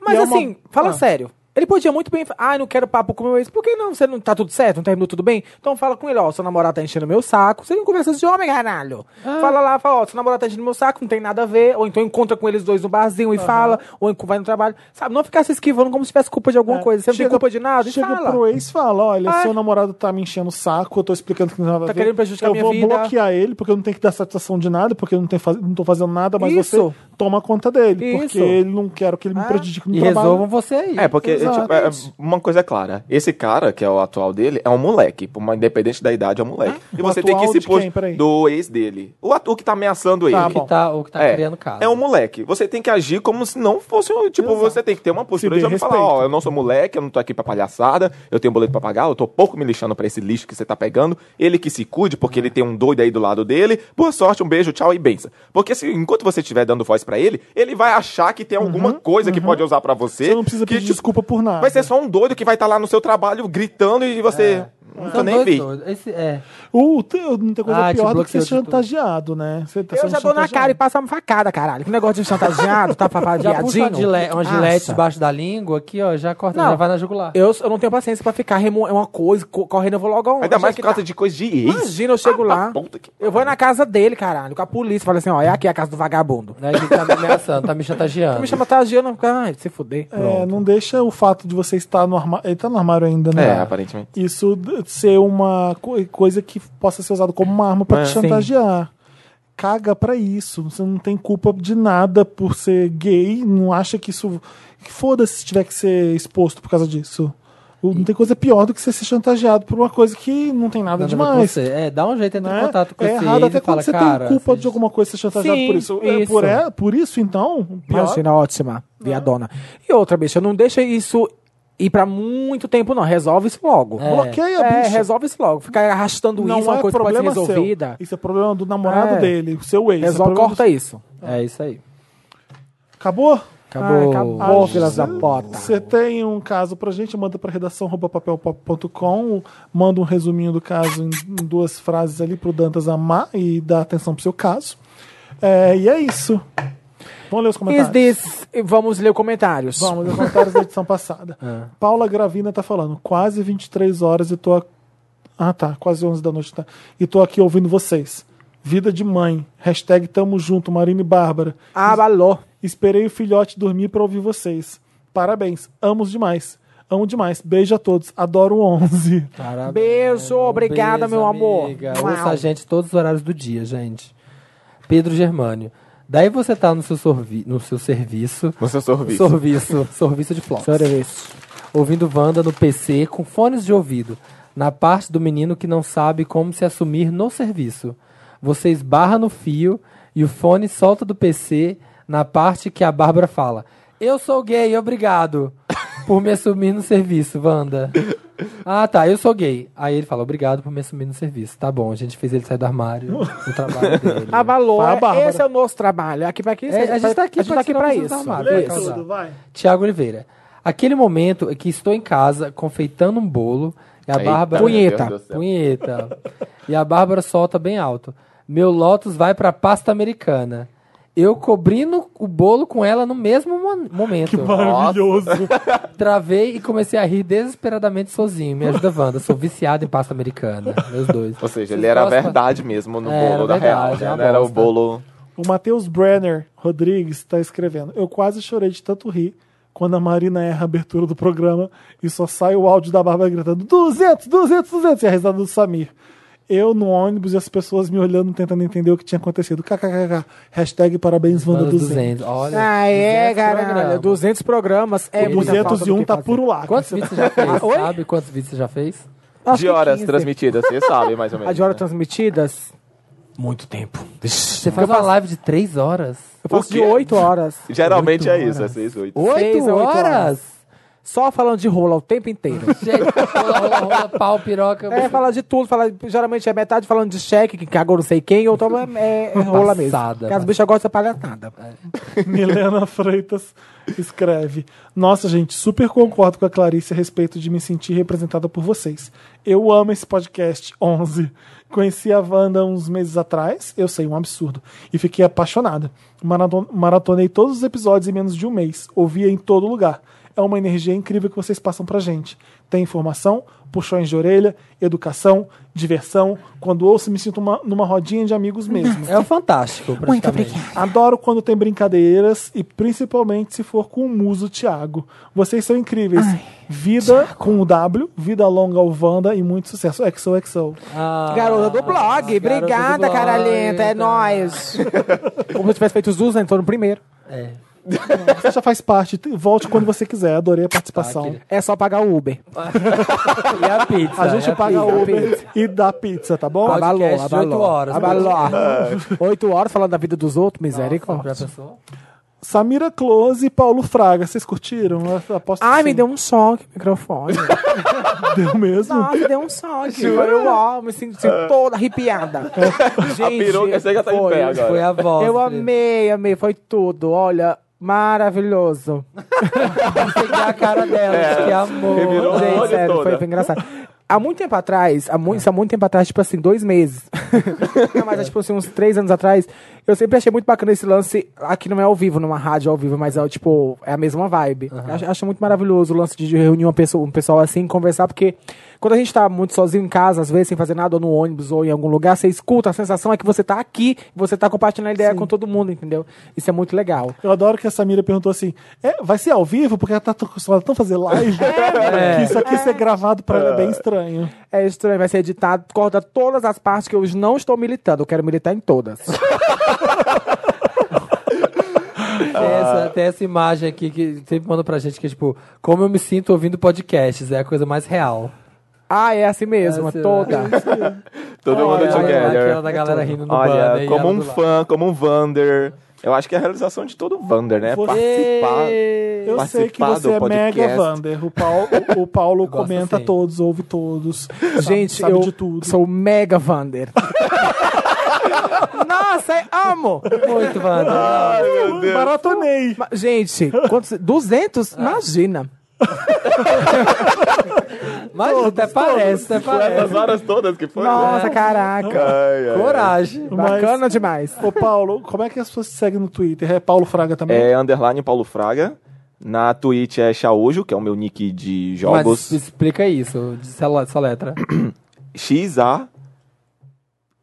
Speaker 2: Mas
Speaker 1: E é uma-
Speaker 2: assim, fala
Speaker 1: Ah.
Speaker 2: sério. Ele podia muito bem. fa- Ah, eu não quero papo com meu ex. Por que não? Você não tá tudo certo? Não terminou tudo bem? Então fala com ele, ó. Seu namorado tá enchendo meu saco. Você não conversa de homem, caralho.
Speaker 1: Ah.
Speaker 2: Fala lá, fala, ó. Seu namorado tá enchendo meu saco, não tem nada a ver. Ou então encontra com eles dois no barzinho e fala. Ou enco- vai no trabalho. Sabe? Não ficar se esquivando como se tivesse culpa de alguma
Speaker 1: É.
Speaker 2: coisa. Você não
Speaker 1: Chega-
Speaker 2: tem culpa de nada? E
Speaker 1: Chega
Speaker 2: fala.
Speaker 1: pro ex e fala: olha,
Speaker 2: É.
Speaker 1: seu namorado tá me enchendo o saco, eu tô explicando que não tem nada a
Speaker 2: Tá
Speaker 1: ver.
Speaker 2: querendo prejudicar
Speaker 1: Eu
Speaker 2: minha
Speaker 1: vou
Speaker 2: vida."
Speaker 1: bloquear ele, porque eu não tenho que dar satisfação de nada, porque eu não, tenho faz... não tô fazendo nada, mas
Speaker 2: Isso.
Speaker 1: você toma conta dele, porque
Speaker 2: Isso.
Speaker 1: ele não quero que ele me
Speaker 2: É.
Speaker 1: prejudique no
Speaker 3: E
Speaker 1: trabalho.
Speaker 3: resolvam você aí.
Speaker 4: É, porque
Speaker 1: Exato.
Speaker 4: tipo, é, uma coisa é clara. Esse cara, que é o atual dele, é um moleque. por uma- Independente da idade, é um moleque. e
Speaker 1: O
Speaker 4: você
Speaker 1: atual
Speaker 4: tem que se
Speaker 1: de
Speaker 4: pôr
Speaker 1: quem? Peraí.
Speaker 4: do ex dele. O, atu- o que tá ameaçando ele.
Speaker 1: Tá
Speaker 3: que
Speaker 1: bom.
Speaker 3: tá, o que tá
Speaker 4: é,
Speaker 3: criando caso.
Speaker 4: é um moleque. Você tem que agir como se não fosse. um- Tipo, você tem que ter uma postura
Speaker 1: Se
Speaker 4: de
Speaker 1: dê
Speaker 4: homem e falar:
Speaker 1: respeito.
Speaker 4: Ó, eu não sou moleque, eu não tô aqui pra palhaçada, eu tenho boleto pra pagar, eu tô pouco me lixando pra esse lixo que você tá pegando. Ele que se cuide, porque ele tem um doido aí do lado dele. Boa sorte, um beijo, tchau e benção. Porque se, enquanto você estiver dando voz pra ele, ele vai achar que tem alguma
Speaker 3: Uhum.
Speaker 4: coisa que pode usar pra você.
Speaker 1: Você não precisa
Speaker 4: que,
Speaker 1: pedir
Speaker 4: tipo,
Speaker 1: desculpa por nada.
Speaker 4: Vai ser só um doido que vai estar lá no seu trabalho gritando e você. Não
Speaker 3: É.
Speaker 4: tô
Speaker 3: São
Speaker 4: nem
Speaker 3: dois
Speaker 4: vi.
Speaker 3: doidos. Esse- é.
Speaker 1: Uh, te- não tem coisa
Speaker 3: Ah, te
Speaker 1: pior do que ser
Speaker 3: bloqueou de tudo.
Speaker 1: chantageado, né? Você tá
Speaker 2: Eu
Speaker 1: sendo
Speaker 2: já dou na
Speaker 1: chantageado.
Speaker 2: cara e passo uma facada, caralho. Que negócio de chantageado,
Speaker 1: <laughs>
Speaker 2: tá
Speaker 3: Já puxa uma
Speaker 2: viadinho.
Speaker 3: gile- uma gilete
Speaker 2: Acha.
Speaker 3: debaixo da língua aqui, ó, já corta,
Speaker 2: Não.
Speaker 3: já vai na jugular.
Speaker 2: Eu, eu não tenho paciência pra ficar remo... É uma coisa, co- correndo eu vou logo aonde
Speaker 4: Ainda
Speaker 2: é
Speaker 4: mais por
Speaker 2: que
Speaker 4: causa Ah, tá
Speaker 2: tá.
Speaker 4: de coisa de ex.
Speaker 2: Imagina, eu chego
Speaker 3: tá.
Speaker 2: lá.
Speaker 4: puta que
Speaker 2: Eu vou na casa dele, caralho, com a polícia. Falo assim, ó, é aqui a casa do vagabundo.
Speaker 3: Né, que tá me ameaçando, tá me chantageando.
Speaker 2: Me chama Tagiana, ai, "Ah, se fuder.
Speaker 1: É, não deixa o fato de você estar no armário. Ele tá no armário ainda, né?
Speaker 4: É, aparentemente.
Speaker 1: Isso d- de ser uma co- coisa que possa ser usada como uma arma pra te
Speaker 3: É, Sim.
Speaker 1: chantagear. Caga pra isso. Você não tem culpa de nada por ser gay. Não acha que isso. que Foda-se se tiver que ser exposto por causa disso. O- Não tem coisa pior do que você ser chantageado por uma coisa que não tem nada,
Speaker 3: Nada a ver com
Speaker 1: demais.
Speaker 3: Tá você. É, dá um jeito, entra
Speaker 1: né?
Speaker 3: em contato com
Speaker 1: é
Speaker 3: esse
Speaker 1: errado
Speaker 3: ex
Speaker 1: até
Speaker 3: e
Speaker 1: quando
Speaker 3: fala,
Speaker 1: você
Speaker 3: cara...
Speaker 1: tem culpa
Speaker 3: vocês-
Speaker 1: de alguma coisa ser chantageado
Speaker 2: Sim,
Speaker 1: por isso. É,
Speaker 2: isso.
Speaker 1: Por, é, por isso, então, pior.
Speaker 2: Imagina, ótima, viadona. E outra, bicha, não deixa isso ir pra muito tempo, não. Resolve isso logo.
Speaker 3: É.
Speaker 1: Bloqueia,
Speaker 2: É,
Speaker 1: bicha.
Speaker 2: resolve isso logo. Ficar arrastando
Speaker 1: Não
Speaker 2: isso, é uma
Speaker 1: é
Speaker 2: coisa que pode ser
Speaker 1: problema seu.
Speaker 2: resolvida.
Speaker 1: Isso é problema do namorado
Speaker 2: É.
Speaker 1: dele, o seu ex. é
Speaker 2: Resolve,
Speaker 1: problema
Speaker 2: corta isso.
Speaker 3: É isso aí.
Speaker 1: do- Acabou?
Speaker 3: Acabou.
Speaker 2: acabou.
Speaker 1: Ah,
Speaker 2: Ô, filhas
Speaker 1: você-
Speaker 2: da puta.
Speaker 1: Você tem um caso pra gente, manda pra redação arroba papelpop.com, manda um resuminho do caso em em duas frases ali pro Dantas amar e dar atenção pro seu caso. É, e é isso. Vamos ler os
Speaker 2: Is
Speaker 1: comentários.
Speaker 2: this... Vamos ler comentários.
Speaker 1: Vamos ler os comentários da edição passada. Paula Gravina tá falando, quase 23 horas e tô... a- Ah, tá, quase 11 da noite, tá? E tô aqui ouvindo vocês. Vida de mãe. Hashtag tamo junto, Marina e Bárbara.
Speaker 2: Abalou.
Speaker 1: Esperei o filhote dormir pra ouvir vocês. Parabéns, amo demais. Amo demais. Beijo a todos. Adoro o 11.
Speaker 3: Parabéns,
Speaker 2: Beijo, obrigada,
Speaker 3: Um beijo,
Speaker 2: meu amor.
Speaker 3: amiga.
Speaker 2: Uau.
Speaker 3: Ouça a gente todos os horários do dia, gente. Pedro Germânio. Daí você tá no seu, sorvi no seu serviço.
Speaker 4: No seu sorvete.
Speaker 3: Serviço. Serviço
Speaker 4: <laughs>
Speaker 3: de flocos.
Speaker 2: Sorvete.
Speaker 3: Ouvindo Wanda no PC com fones de ouvido. Na parte do menino que não sabe como se assumir no serviço. Você esbarra no fio e o fone solta do PC na parte que a Bárbara fala. Eu sou gay, obrigado por me assumir no serviço, Wanda. Ah, tá, eu sou gay. Aí ele fala, obrigado por me assumir no serviço. Tá bom, a gente fez ele sair do armário, do trabalho dele.
Speaker 2: Abalou.
Speaker 1: Fala, Bárbara.
Speaker 2: Esse é o nosso trabalho. Aqui pra quem?
Speaker 3: É, a gente tá aqui
Speaker 2: a gente
Speaker 3: pra
Speaker 2: tá aqui
Speaker 3: tirar
Speaker 2: pra
Speaker 3: vocês
Speaker 2: isso.
Speaker 3: do armário.
Speaker 1: Lê
Speaker 3: vai causar.
Speaker 1: tudo, vai.
Speaker 3: Tiago Oliveira. Aquele momento em que estou em casa confeitando um bolo e a
Speaker 4: Eita,
Speaker 3: Bárbara.
Speaker 4: meu Deus
Speaker 2: Punheta.
Speaker 4: do céu.
Speaker 3: Punheta. e a Bárbara solta bem alto. Meu Lotus vai pra pasta americana. Eu cobrindo o bolo com ela no mesmo mo- momento.
Speaker 1: Que maravilhoso.
Speaker 3: Travei e comecei a rir desesperadamente sozinho. Me ajuda, Wanda. Sou viciado em pasta americana. Meus dois.
Speaker 4: Ou seja,
Speaker 3: Vocês
Speaker 4: ele era a
Speaker 3: gostam?
Speaker 4: verdade mesmo no
Speaker 3: É,
Speaker 4: bolo
Speaker 3: era
Speaker 4: da real.
Speaker 3: verdade, é uma
Speaker 4: né? Era o
Speaker 3: bosta.
Speaker 4: bolo.
Speaker 1: O Matheus Brenner Rodrigues tá escrevendo. Eu quase chorei de tanto rir quando a Marina erra a abertura do programa e só sai o áudio da Bárbara gritando 200, 200, 200 e a risada do Samir. Eu no ônibus e as pessoas me olhando tentando entender o que tinha acontecido. KKKK. Hashtag parabéns, Wanda
Speaker 3: Manda
Speaker 1: 200.
Speaker 3: 200. Olha.
Speaker 2: Ah, é,
Speaker 3: 200
Speaker 2: caralho.
Speaker 3: programas.
Speaker 2: 200 programas é
Speaker 1: O
Speaker 2: muita falta do
Speaker 1: 201
Speaker 2: que
Speaker 1: tá
Speaker 2: fazer.
Speaker 1: puro lá.
Speaker 3: Quantos vídeos você já fez?
Speaker 2: Oi?
Speaker 3: Sabe quantos vídeos você já fez?
Speaker 2: Acho
Speaker 4: De
Speaker 2: que
Speaker 4: horas
Speaker 2: 15.
Speaker 4: transmitidas, vocês sabem mais ou menos.
Speaker 2: A Ah, de horas
Speaker 4: né?
Speaker 2: transmitidas? Muito tempo.
Speaker 3: Você faz uma live de três horas?
Speaker 2: Eu faço
Speaker 4: O
Speaker 2: de
Speaker 4: quê?
Speaker 2: 8 horas.
Speaker 4: Geralmente
Speaker 3: Oito
Speaker 4: é isso, é
Speaker 3: horas.
Speaker 4: 6, 8.
Speaker 2: Seis
Speaker 3: Oito
Speaker 2: a oito
Speaker 3: horas?
Speaker 2: Só falando de rola o tempo
Speaker 3: <laughs>
Speaker 2: inteiro.
Speaker 3: Gente, rola, rola, rola, pau, piroca.
Speaker 2: É, fala de tudo, fala, geralmente é metade falando de cheque, que cagou não sei quem, ou toma é, é rola mesmo.
Speaker 3: Passada,
Speaker 2: Porque as
Speaker 3: né?
Speaker 2: bichas gostam de palhaçada.
Speaker 1: <laughs> Milena Freitas escreve: Nossa, gente, super concordo com a Clarice a respeito de me sentir representada por vocês. Eu amo esse podcast 11. Conheci a Wanda uns meses atrás, eu sei, um absurdo, e fiquei apaixonada. Maraton- maratonei todos os episódios em menos de um mês, ouvia em todo lugar. É uma energia incrível que vocês passam pra gente. Tem informação, puxões de orelha, educação, diversão. Quando ouço, me sinto uma- numa rodinha de amigos mesmo.
Speaker 3: É o fantástico, praticamente.
Speaker 1: Adoro quando tem brincadeiras e principalmente se for com o muso Thiago. Vocês são incríveis. vida com o W, vida longa ao Wanda e muito sucesso. XOXO.
Speaker 3: Ah,
Speaker 2: garota do blog,
Speaker 3: garota do
Speaker 2: obrigada,
Speaker 3: blog,
Speaker 2: caralhenta, é
Speaker 3: tá. <laughs>
Speaker 2: nóis. Como se eu tivesse feito os 200 então, no primeiro.
Speaker 3: É,
Speaker 1: Você já faz parte. Te- Volte quando você quiser. Adorei a
Speaker 3: tá,
Speaker 1: participação.
Speaker 3: querida.
Speaker 2: É só pagar o Uber.
Speaker 3: <laughs> E a pizza?
Speaker 1: a gente
Speaker 3: é
Speaker 1: paga
Speaker 3: pizza.
Speaker 1: o Uber e dá pizza, tá bom?
Speaker 3: Pode-
Speaker 2: Abalou,
Speaker 3: Podcast de
Speaker 2: abalou.
Speaker 3: oito horas. né?
Speaker 2: Abalou.
Speaker 4: É.
Speaker 2: Oito horas falando da vida dos outros,
Speaker 3: Já
Speaker 2: misericórdia.
Speaker 3: pensou?
Speaker 1: Samira Close e Paulo Fraga. Vocês curtiram? Eu Aposto que
Speaker 2: Ai,
Speaker 1: sim.
Speaker 2: me deu um choque o
Speaker 3: <laughs>
Speaker 2: microfone.
Speaker 1: Deu mesmo?
Speaker 2: Nossa, deu um choque. Eu ó, me senti toda arrepiada. Gente,
Speaker 4: É. <laughs> A peruca, você já tá em
Speaker 2: foi-
Speaker 4: pé agora.
Speaker 3: Foi a voz.
Speaker 2: Eu amei, amei, foi tudo. Olha,
Speaker 3: <laughs>
Speaker 2: maravilhoso.
Speaker 3: Peguei a cara dela,
Speaker 4: É,
Speaker 3: que amor.
Speaker 4: Revirou a
Speaker 2: Gente,
Speaker 4: olho
Speaker 2: sério,
Speaker 4: toda.
Speaker 2: foi, foi engraçado. Há muito tempo atrás, há muito, isso há muito tempo atrás, tipo assim, dois meses. <laughs> Não, mas é tipo assim, uns três anos atrás, eu sempre achei muito bacana esse lance. Aqui não é ao vivo, numa rádio ao vivo, mas é tipo, é a mesma vibe. Acho, acho muito maravilhoso o lance de reunir uma pessoa, um pessoal assim e conversar, porque Quando a gente tá muito sozinho em casa, às vezes sem fazer nada, ou no ônibus, ou em algum lugar, você escuta, a sensação é que você tá aqui, você tá compartilhando a ideia com todo mundo, entendeu? Isso é muito legal.
Speaker 1: Eu adoro que a Samira perguntou assim: "É, vai ser ao vivo? Porque ela tá tão acostumada a tão fazer live. <laughs> que isso aqui ser gravado pra ela é bem estranho.
Speaker 2: É estranho, vai ser editado, corta todas as partes que eu não estou militando, eu quero militar em todas.
Speaker 4: Ah.
Speaker 3: Tem essa, tem essa imagem aqui que sempre manda pra gente, que é tipo, como eu me sinto ouvindo podcasts, é a coisa mais real.
Speaker 2: ah, é assim mesmo,
Speaker 3: Essa-
Speaker 2: toda.
Speaker 4: Todo mundo
Speaker 3: Olha, olha lá,
Speaker 4: together.
Speaker 3: aquela da galera rindo no
Speaker 4: Olha,
Speaker 3: banner e
Speaker 4: como
Speaker 3: ela
Speaker 4: um
Speaker 3: do lado.
Speaker 4: fã, como um Vander. Eu acho que é a realização de todo Vander, né?
Speaker 1: Você-
Speaker 4: Participar.
Speaker 1: Eu sei que
Speaker 4: participar
Speaker 1: você
Speaker 4: do
Speaker 1: é
Speaker 4: podcast.
Speaker 1: mega Vander. O Paulo, o Paulo
Speaker 3: gosto
Speaker 1: comenta
Speaker 3: assim.
Speaker 1: todos, ouve todos. sabe-
Speaker 2: Gente,
Speaker 1: sabe
Speaker 2: eu
Speaker 1: de tudo.
Speaker 2: sou mega Vander. Nossa, eu amo!
Speaker 3: é Muito, Wanda.
Speaker 4: Ai,
Speaker 3: é
Speaker 4: meu Deus.
Speaker 1: Maratonei.
Speaker 2: Ma- Gente, quantos, 200? Imagina.
Speaker 3: Mas até parece, até
Speaker 4: Com essas
Speaker 3: parece.
Speaker 4: horas todas que foi. né?
Speaker 2: Nossa, caraca.
Speaker 4: Ai, ai. um
Speaker 3: Coragem.
Speaker 2: Bacana demais.
Speaker 1: Ô, Paulo, como é que as pessoas te seguem no Twitter? É Paulo Fraga também?
Speaker 4: É underline Paulo Fraga. Na Twitch é Chaújo, que é o meu nick de
Speaker 3: Mas
Speaker 4: jogos.
Speaker 3: explica isso, de celo- essa letra.
Speaker 4: X-A.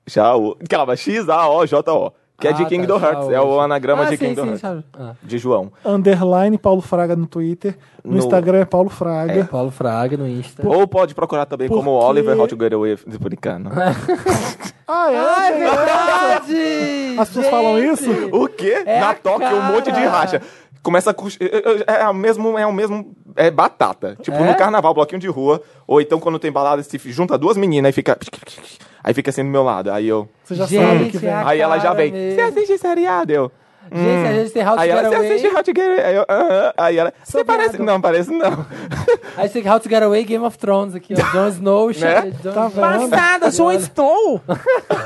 Speaker 4: Chaú. Calma, X-A-O-J-O. Que é de
Speaker 3: Ah,
Speaker 4: Kingdom
Speaker 3: tá,
Speaker 4: Hearts. É o
Speaker 3: Chaújo.
Speaker 4: anagrama
Speaker 3: Ah,
Speaker 4: de
Speaker 3: sim,
Speaker 4: Kingdom
Speaker 3: sim,
Speaker 4: Hearts.
Speaker 3: sabe. Ah,
Speaker 4: De João.
Speaker 1: Underline Paulo Fraga no Twitter. No,
Speaker 4: No-
Speaker 1: Instagram é Paulo Fraga.
Speaker 3: Paulo Fraga no Insta.
Speaker 4: Ou pode procurar também como
Speaker 1: Porque-
Speaker 4: Oliver How to Get Away with- brincando.
Speaker 3: É.
Speaker 1: Ah, é? gente?
Speaker 3: verdade!
Speaker 1: As pessoas falam isso?
Speaker 4: O quê?
Speaker 3: É
Speaker 4: Na
Speaker 3: a
Speaker 4: Tóquio, um
Speaker 3: cara.
Speaker 4: monte de racha. Começa a. cus- eu- eu- É o mesmo. É o mesmo. É batata. Tipo,
Speaker 3: É?
Speaker 4: no carnaval, bloquinho de rua. Ou então, quando tem balada, se junta duas meninas e fica. Aí fica assim do meu lado. Aí eu.
Speaker 1: Você já
Speaker 3: Gente,
Speaker 1: sabe que vem.
Speaker 3: é a-
Speaker 4: aí ela já
Speaker 3: cara
Speaker 4: vem.
Speaker 3: mesmo. Hum.
Speaker 4: Você assiste seriado? Eu.
Speaker 3: Gente, a gente tem How to
Speaker 4: Aí
Speaker 3: Get
Speaker 4: ela, você
Speaker 3: Away.
Speaker 4: assiste How to Get Aí eu, "Aham." Aí ela, você
Speaker 3: Sou
Speaker 4: parece.
Speaker 3: viado.
Speaker 4: Não, parece não. <laughs>
Speaker 3: Aí tem How to Get Away Game of Thrones aqui, ó. Jon Snow,
Speaker 4: Né?
Speaker 3: Jon
Speaker 1: Tá vendo?
Speaker 2: Passada, João Snow!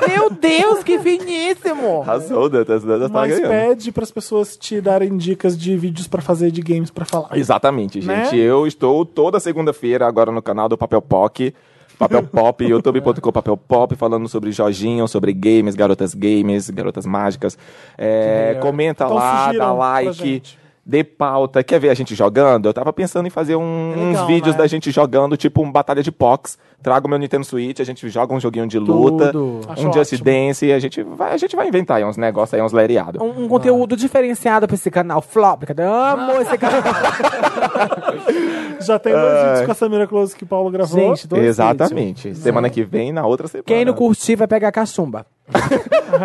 Speaker 2: Meu Deus, que finíssimo!
Speaker 4: Arrasou, Dantas. Dantas tava
Speaker 1: Mas
Speaker 4: ganhando.
Speaker 1: pede pras pessoas te darem dicas de vídeos pra fazer de games pra falar.
Speaker 4: Exatamente,
Speaker 1: Né?
Speaker 4: gente. Eu estou toda segunda-feira agora no canal do Papel Poc.
Speaker 1: <laughs>
Speaker 4: Papel Pop, youtube.com Papel Pop, falando sobre Jorginho, sobre games, garotas games, garotas mágicas. É, comenta
Speaker 1: Então
Speaker 4: lá,
Speaker 1: sugiram
Speaker 4: dá
Speaker 1: pra
Speaker 4: like,
Speaker 1: gente.
Speaker 4: dê pauta. Quer ver a gente jogando? Eu tava pensando em fazer um-
Speaker 1: É legal,
Speaker 4: uns vídeos
Speaker 1: né?
Speaker 4: da gente jogando, tipo um Batalha de Pox. Trago meu Nintendo Switch, a gente joga um joguinho de luta,
Speaker 3: Tudo.
Speaker 1: Acho
Speaker 4: um Just
Speaker 1: ótimo.
Speaker 4: Dance, a gente, vai, a gente vai inventar aí uns negócios aí, uns lereados.
Speaker 2: Um, um conteúdo diferenciado pra esse canal. Flop, cadê? Amo esse canal.
Speaker 1: Já tem dois vídeos com a Samira Close que o Paulo gravou.
Speaker 2: Gente, dois
Speaker 4: Exatamente.
Speaker 1: Né?
Speaker 4: Semana que vem, na outra semana.
Speaker 2: Quem não curtir vai pegar cachumba.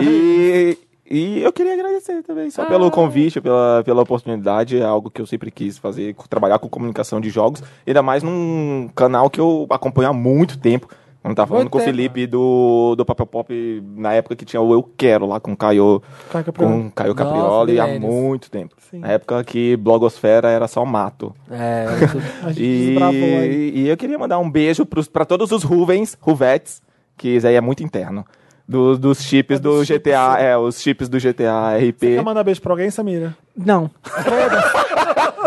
Speaker 4: E, e eu queria agradecer também, só
Speaker 1: Ah.
Speaker 4: pelo convite, pela, pela oportunidade. É algo que eu sempre quis fazer, co- trabalhar com comunicação de jogos. Ainda mais num canal que eu acompanho há muito tempo. Não tá falando
Speaker 3: Muito
Speaker 4: com o
Speaker 3: tempo.
Speaker 4: Felipe do, do Papel Pop na época que tinha o Eu Quero lá com o Caio,
Speaker 1: Caio Caprioli.
Speaker 4: com o Caio
Speaker 3: Nossa,
Speaker 4: Caprioli há
Speaker 3: milênios.
Speaker 4: muito tempo. Na época que Blogosfera era só mato.
Speaker 3: É,
Speaker 1: A gente desbravou aí.
Speaker 4: E, e eu queria mandar um beijo pros, pra todos os Ruvens, Ruvetes, que isso aí é muito interno. do- dos chips do
Speaker 1: dos chips,
Speaker 4: GTA, é, os chips do GTA
Speaker 1: Quer
Speaker 4: RP.
Speaker 1: mandar beijo pra alguém, Samira?
Speaker 2: <laughs> Não. Foda-se.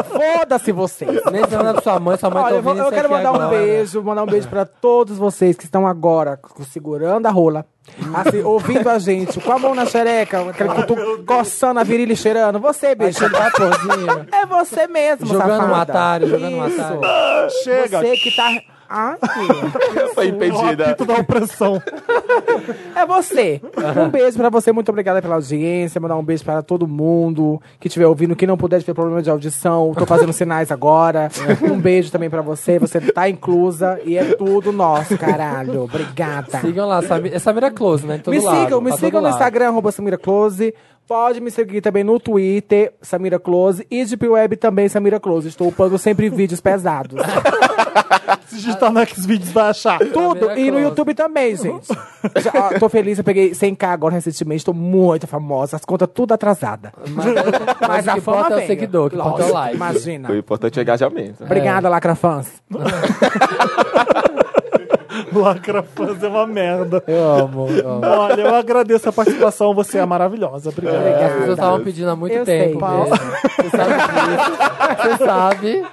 Speaker 2: Foda-se vocês.
Speaker 3: mencionando pra sua mãe, sua mãe tá
Speaker 2: Olha, eu, vou-
Speaker 3: ouvindo
Speaker 2: eu
Speaker 3: isso
Speaker 2: quero
Speaker 3: aqui
Speaker 2: mandar um
Speaker 3: agora.
Speaker 2: beijo, mandar um beijo pra todos vocês que estão agora co- segurando a rola, assim, ouvindo a gente, com a mão na xereca, aquele cutu, coçando a virilha e cheirando. Você, bicho.
Speaker 3: Tá cozinha.
Speaker 2: É você mesmo,
Speaker 3: Jogando um
Speaker 2: safada.
Speaker 3: atário, jogando um
Speaker 2: Isso.
Speaker 3: atário.
Speaker 1: Chega!
Speaker 2: Você que tá. Ah,
Speaker 4: Foi impedida.
Speaker 1: Apito da opressão.
Speaker 2: é você. Um beijo pra você, muito obrigada pela audiência. Mandar um beijo para todo mundo que estiver ouvindo, que não puder tiver problema de audição. Tô fazendo sinais agora. Um beijo também pra você. Você tá inclusa e é tudo nosso, caralho. Obrigada.
Speaker 3: Sigam lá, Samira, é Samira Close, né? em todo
Speaker 2: me
Speaker 3: lado,
Speaker 2: sigam, me
Speaker 3: pra todo
Speaker 2: sigam no
Speaker 3: lado.
Speaker 2: Instagram, arroba Samira Close. Pode me seguir também no Twitter, Samira Close. E Deep Web também, Samira Close. Estou upando sempre vídeos pesados.
Speaker 1: Se digitar no Xvideos vai achar.
Speaker 2: Tudo.
Speaker 3: Samira
Speaker 2: E no
Speaker 3: Close.
Speaker 2: YouTube também, gente.
Speaker 3: Uhum.
Speaker 2: Já, ó, tô feliz, eu peguei 100k agora recentemente. Tô muito famosa. As contas tudo atrasada.
Speaker 3: Mas, mas,
Speaker 2: <laughs> Mas a
Speaker 3: o que
Speaker 2: fama
Speaker 3: importa é o
Speaker 2: vem.
Speaker 3: seguidor, o que importa é o
Speaker 2: Lógico,
Speaker 3: like. É.
Speaker 2: Imagina.
Speaker 4: O importante é engajamento.
Speaker 2: Obrigada, Lacrafans.
Speaker 1: <laughs> Lacra fãs é uma merda.
Speaker 3: Eu amo, eu amo.
Speaker 1: Olha, eu agradeço a participação, você é maravilhosa. Obrigado.
Speaker 3: As pessoas estavam pedindo há muito
Speaker 2: Eu
Speaker 3: tempo.
Speaker 2: sei.
Speaker 3: mesmo.
Speaker 2: tá
Speaker 3: Você sabe disso. Você sabe.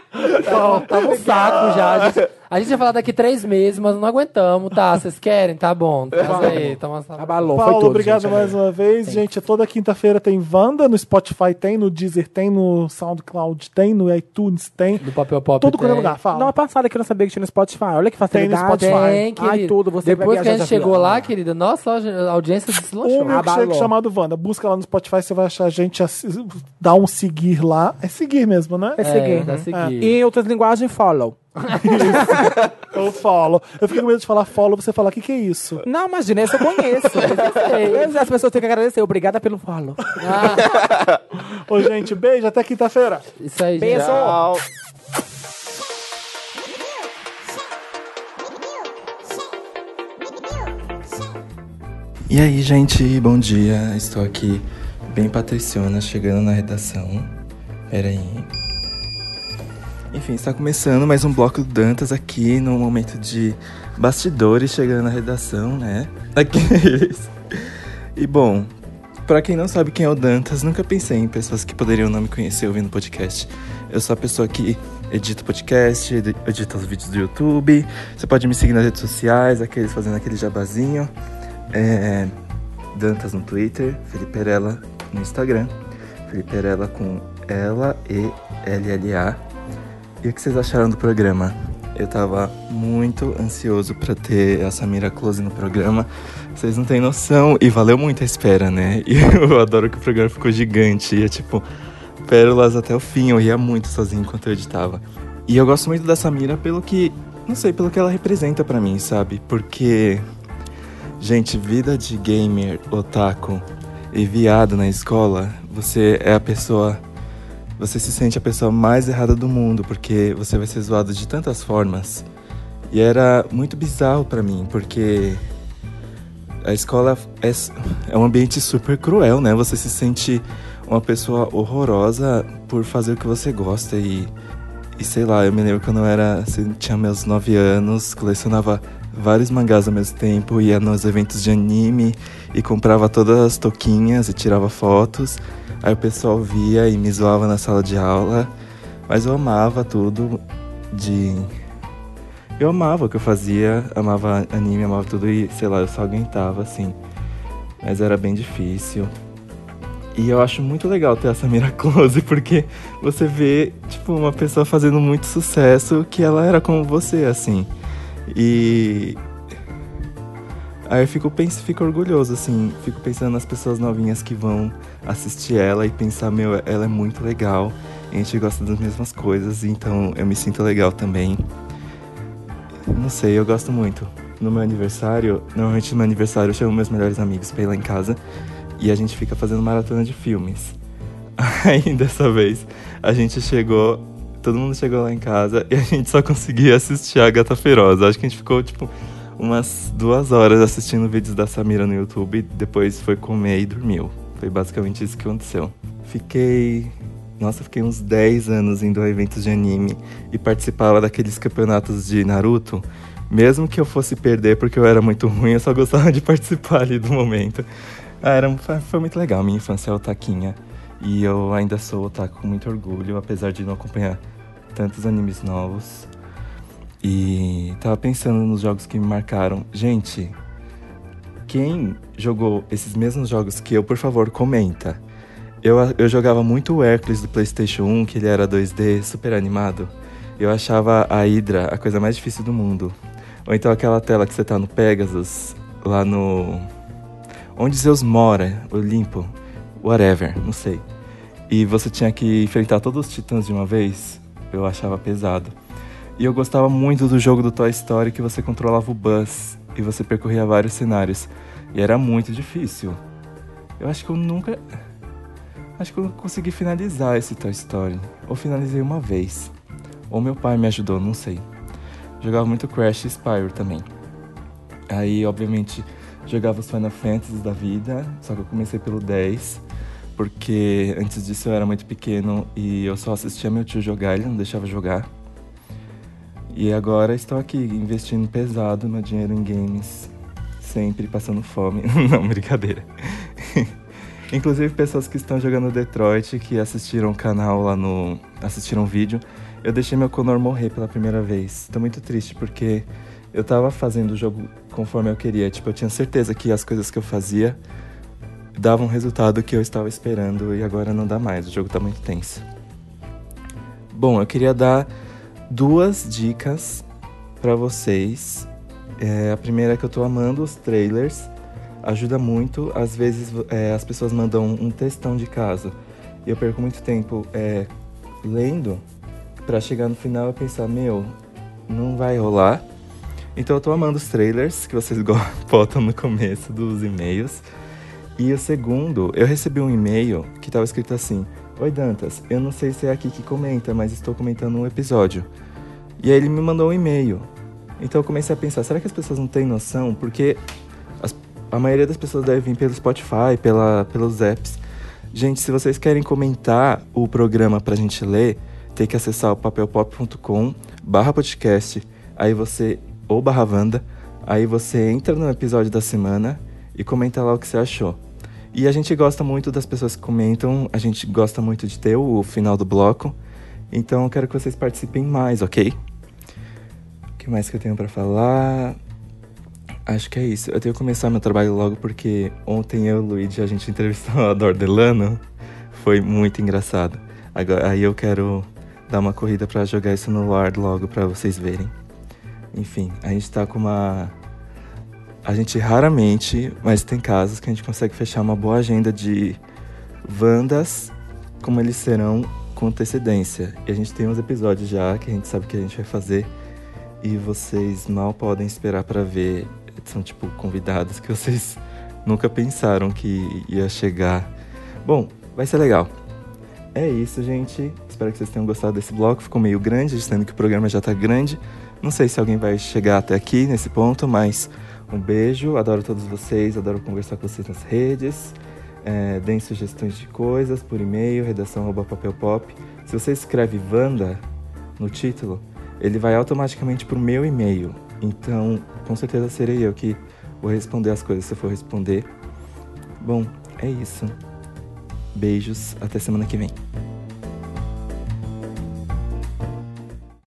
Speaker 3: Tava, tava um saco já. gente. A gente ia falar daqui três meses, mas não aguentamos, tá? Vocês querem? Tá bom. Traz aí, toma essa-
Speaker 2: Abalou, foi
Speaker 1: Paulo,
Speaker 2: tudo,
Speaker 1: obrigado
Speaker 2: gente.
Speaker 3: um
Speaker 2: é.
Speaker 1: mais uma vez. Gente, é toda quinta-feira tem Wanda, no Spotify tem, no Deezer tem, no SoundCloud tem, no iTunes tem.
Speaker 3: Do papel pop.
Speaker 1: Todo
Speaker 3: tem.
Speaker 1: quanto é lugar, fala.
Speaker 2: Não, é passada que eu não sabia que tinha no Spotify. Olha que
Speaker 1: Tem no
Speaker 2: facilidade.
Speaker 1: Spotify.
Speaker 3: Tem,
Speaker 2: Ai,
Speaker 3: querida.
Speaker 2: tudo, você vai
Speaker 3: Depois que a
Speaker 2: viajar
Speaker 3: gente
Speaker 2: de
Speaker 3: chegou
Speaker 2: avião.
Speaker 3: lá, querida, nossa, a audiência
Speaker 1: um
Speaker 3: deslanchou.
Speaker 1: milkshake
Speaker 2: Abalou.
Speaker 1: chamado Wanda. Busca lá no Spotify, você vai achar a gente, assi- dá um seguir lá. É seguir mesmo, né?
Speaker 2: É seguir.
Speaker 3: dá seguir.
Speaker 2: E em outras linguagens, follow.
Speaker 1: Eu follow. Eu fico com medo de falar follow, você falar, o que, que é isso?
Speaker 2: Não, imagina, essa eu
Speaker 3: <laughs>
Speaker 2: conheço. eu sei. As pessoas têm que agradecer. Obrigada pelo follow.
Speaker 1: Ô, gente, beijo, até quinta-feira.
Speaker 3: Isso aí, gente.
Speaker 2: Beijo.
Speaker 4: Tchau.
Speaker 9: E aí, gente, bom dia. Estou aqui, bem patriciana, chegando na redação. Pera aí. Enfim, está começando mais um bloco do Dantas aqui, no momento de bastidores, chegando na redação, né? Daqueles. E bom, pra quem não sabe quem é o Dantas, nunca pensei em pessoas que poderiam não me conhecer ouvindo podcast. Eu sou a pessoa que edita podcast, edi- edita os vídeos do YouTube. Você pode me seguir nas redes sociais, aqueles fazendo aquele jabazinho. É, Dantas no Twitter, Felipe Perella no Instagram. Felipe Perella com ela e LLA. E o que vocês acharam do programa? Eu tava muito ansioso pra ter a Samira Close no programa. Vocês não têm noção. E valeu muito a espera, né? <laughs> E eu adoro que o programa ficou gigante. E é tipo, pérolas até o fim. Eu ria muito sozinho enquanto eu editava. E eu gosto muito da Samira pelo que. Não sei, pelo que ela representa pra mim, sabe? Porque Gente, vida de gamer, otaku e viado na escola, você é a pessoa. Você se sente a pessoa mais errada do mundo, porque você vai ser zoado de tantas formas. E era muito bizarro pra mim, porque a escola é, s- é um ambiente super cruel, né? Você se sente uma pessoa horrorosa por fazer o que você gosta e. E sei lá, eu me lembro quando eu era. assim, tinha meus 9 anos, colecionava vários mangás ao mesmo tempo, ia nos eventos de anime e comprava todas as toquinhas e tirava fotos. Aí o pessoal via e me zoava na sala de aula. Mas eu amava tudo de. Eu amava o que eu fazia, amava anime, amava tudo e sei lá, eu só aguentava assim. Mas era bem difícil. E eu acho muito legal ter essa Samira Close, <laughs> porque você vê, tipo, uma pessoa fazendo muito sucesso que ela era como você, assim. E. Aí eu fico, penso, fico orgulhoso, assim. Fico pensando nas pessoas novinhas que vão assistir ela e pensar: meu, ela é muito legal. A gente gosta das mesmas coisas, então eu me sinto legal também. Não sei, eu gosto muito. No meu aniversário, normalmente no meu aniversário eu chamo meus melhores amigos pra ir lá em casa e a gente fica fazendo maratona de filmes. <laughs> Aí dessa vez a gente chegou, todo mundo chegou lá em casa e a gente só conseguia assistir a Gata Feroz. Acho que a gente ficou tipo umas duas horas assistindo vídeos da Samira no YouTube, depois foi comer e dormiu. Foi basicamente isso que aconteceu. Fiquei. Nossa, fiquei uns 10 anos indo a eventos de anime e participava daqueles campeonatos de Naruto. Mesmo que eu fosse perder porque eu era muito ruim, eu só gostava de <laughs> participar ali do momento. Ah, era, foi- foi muito legal, minha infância é otaquinha. E eu ainda sou otaku com muito orgulho, apesar de não acompanhar tantos animes novos. E tava pensando nos jogos que me marcaram. Gente, quem jogou esses mesmos jogos que eu, por favor, comenta. Eu, eu jogava muito o Hércules do PlayStation 1, que ele era 2D, super animado. Eu achava a Hydra a coisa mais difícil do mundo. Ou então aquela tela que você tá no Pegasus, lá no. Onde Zeus mora, Olimpo, whatever, não sei. E você tinha que enfrentar todos os titãs de uma vez, eu achava pesado. E eu gostava muito do jogo do Toy Story que você controlava o Buzz e você percorria vários cenários. E era muito difícil. Eu acho que eu nunca. Acho que eu não consegui finalizar esse Toy Story. Ou finalizei uma vez. Ou meu pai me ajudou, não sei. Jogava muito Crash e Spyro também. Aí, obviamente, jogava os Final Fantasy da vida, só que eu comecei pelo 10, porque antes disso eu era muito pequeno e eu só assistia meu tio jogar, ele não deixava jogar. E agora estou aqui investindo pesado meu dinheiro em games, sempre passando fome. <laughs> não, brincadeira. <laughs> Inclusive pessoas que estão jogando Detroit, que assistiram o canal lá no. assistiram o vídeo, Eu deixei meu Connor morrer pela primeira vez. Tô muito triste porque eu tava fazendo o jogo conforme eu queria. Tipo, eu tinha certeza que as coisas que eu fazia davam o resultado que eu estava esperando e agora não dá mais. O jogo tá muito tenso. Bom, eu queria dar duas dicas pra vocês. É, a primeira é que eu tô amando os trailers. Ajuda muito. Às vezes vo- é, as pessoas mandam um textão de casa. E eu perco muito tempo é, lendo pra chegar no final e pensar, meu, não vai rolar. Então eu tô amando os trailers que vocês <laughs> go- botam no começo dos e-mails. E o segundo, eu recebi um e-mail que tava escrito assim: Oi Dantas, eu não sei se é aqui que comenta, mas estou comentando um episódio. E aí ele me mandou um e-mail. Então eu comecei a pensar, será que as pessoas não têm noção? Porque as- a maioria das pessoas deve vir pelo Spotify, pela, pelos apps. Gente, se vocês querem comentar o programa pra gente ler, tem que acessar o papelpop.com barra podcast, aí você, ou barra Wanda, aí você entra no episódio da semana e comenta lá o que você achou. E a gente gosta muito das pessoas que comentam, a gente gosta muito de ter o final do bloco, então eu quero que vocês participem mais, ok? O que mais que eu tenho pra falar? Acho que é isso. Eu tenho que começar meu trabalho logo porque ontem eu e o Luigi a gente entrevistou a Dor Delano. Foi muito engraçado. Agora, aí eu quero dar uma corrida pra jogar isso no ar logo pra vocês verem. Enfim, a gente tá com uma. A gente raramente, mas tem casos que a gente consegue fechar uma boa agenda de Wandas, como eles serão com antecedência. E a gente tem uns episódios já que a gente sabe que a gente vai fazer e vocês mal podem esperar pra ver. São tipo convidados que vocês <laughs> nunca pensaram que ia chegar. Bom, vai ser legal. É isso, gente. Espero que vocês tenham gostado desse bloco. Ficou meio grande, sendo que o programa já tá grande. Não sei se alguém vai chegar até aqui nesse ponto, mas um beijo. Adoro todos vocês, adoro conversar com vocês nas redes. É, deem sugestões de coisas por e-mail, redação arroba papelpop. Se você escreve Wanda no título, ele vai automaticamente pro meu e-mail. Então, com certeza serei eu que vou responder as coisas se eu for responder. Bom, é isso. Beijos, até semana que vem.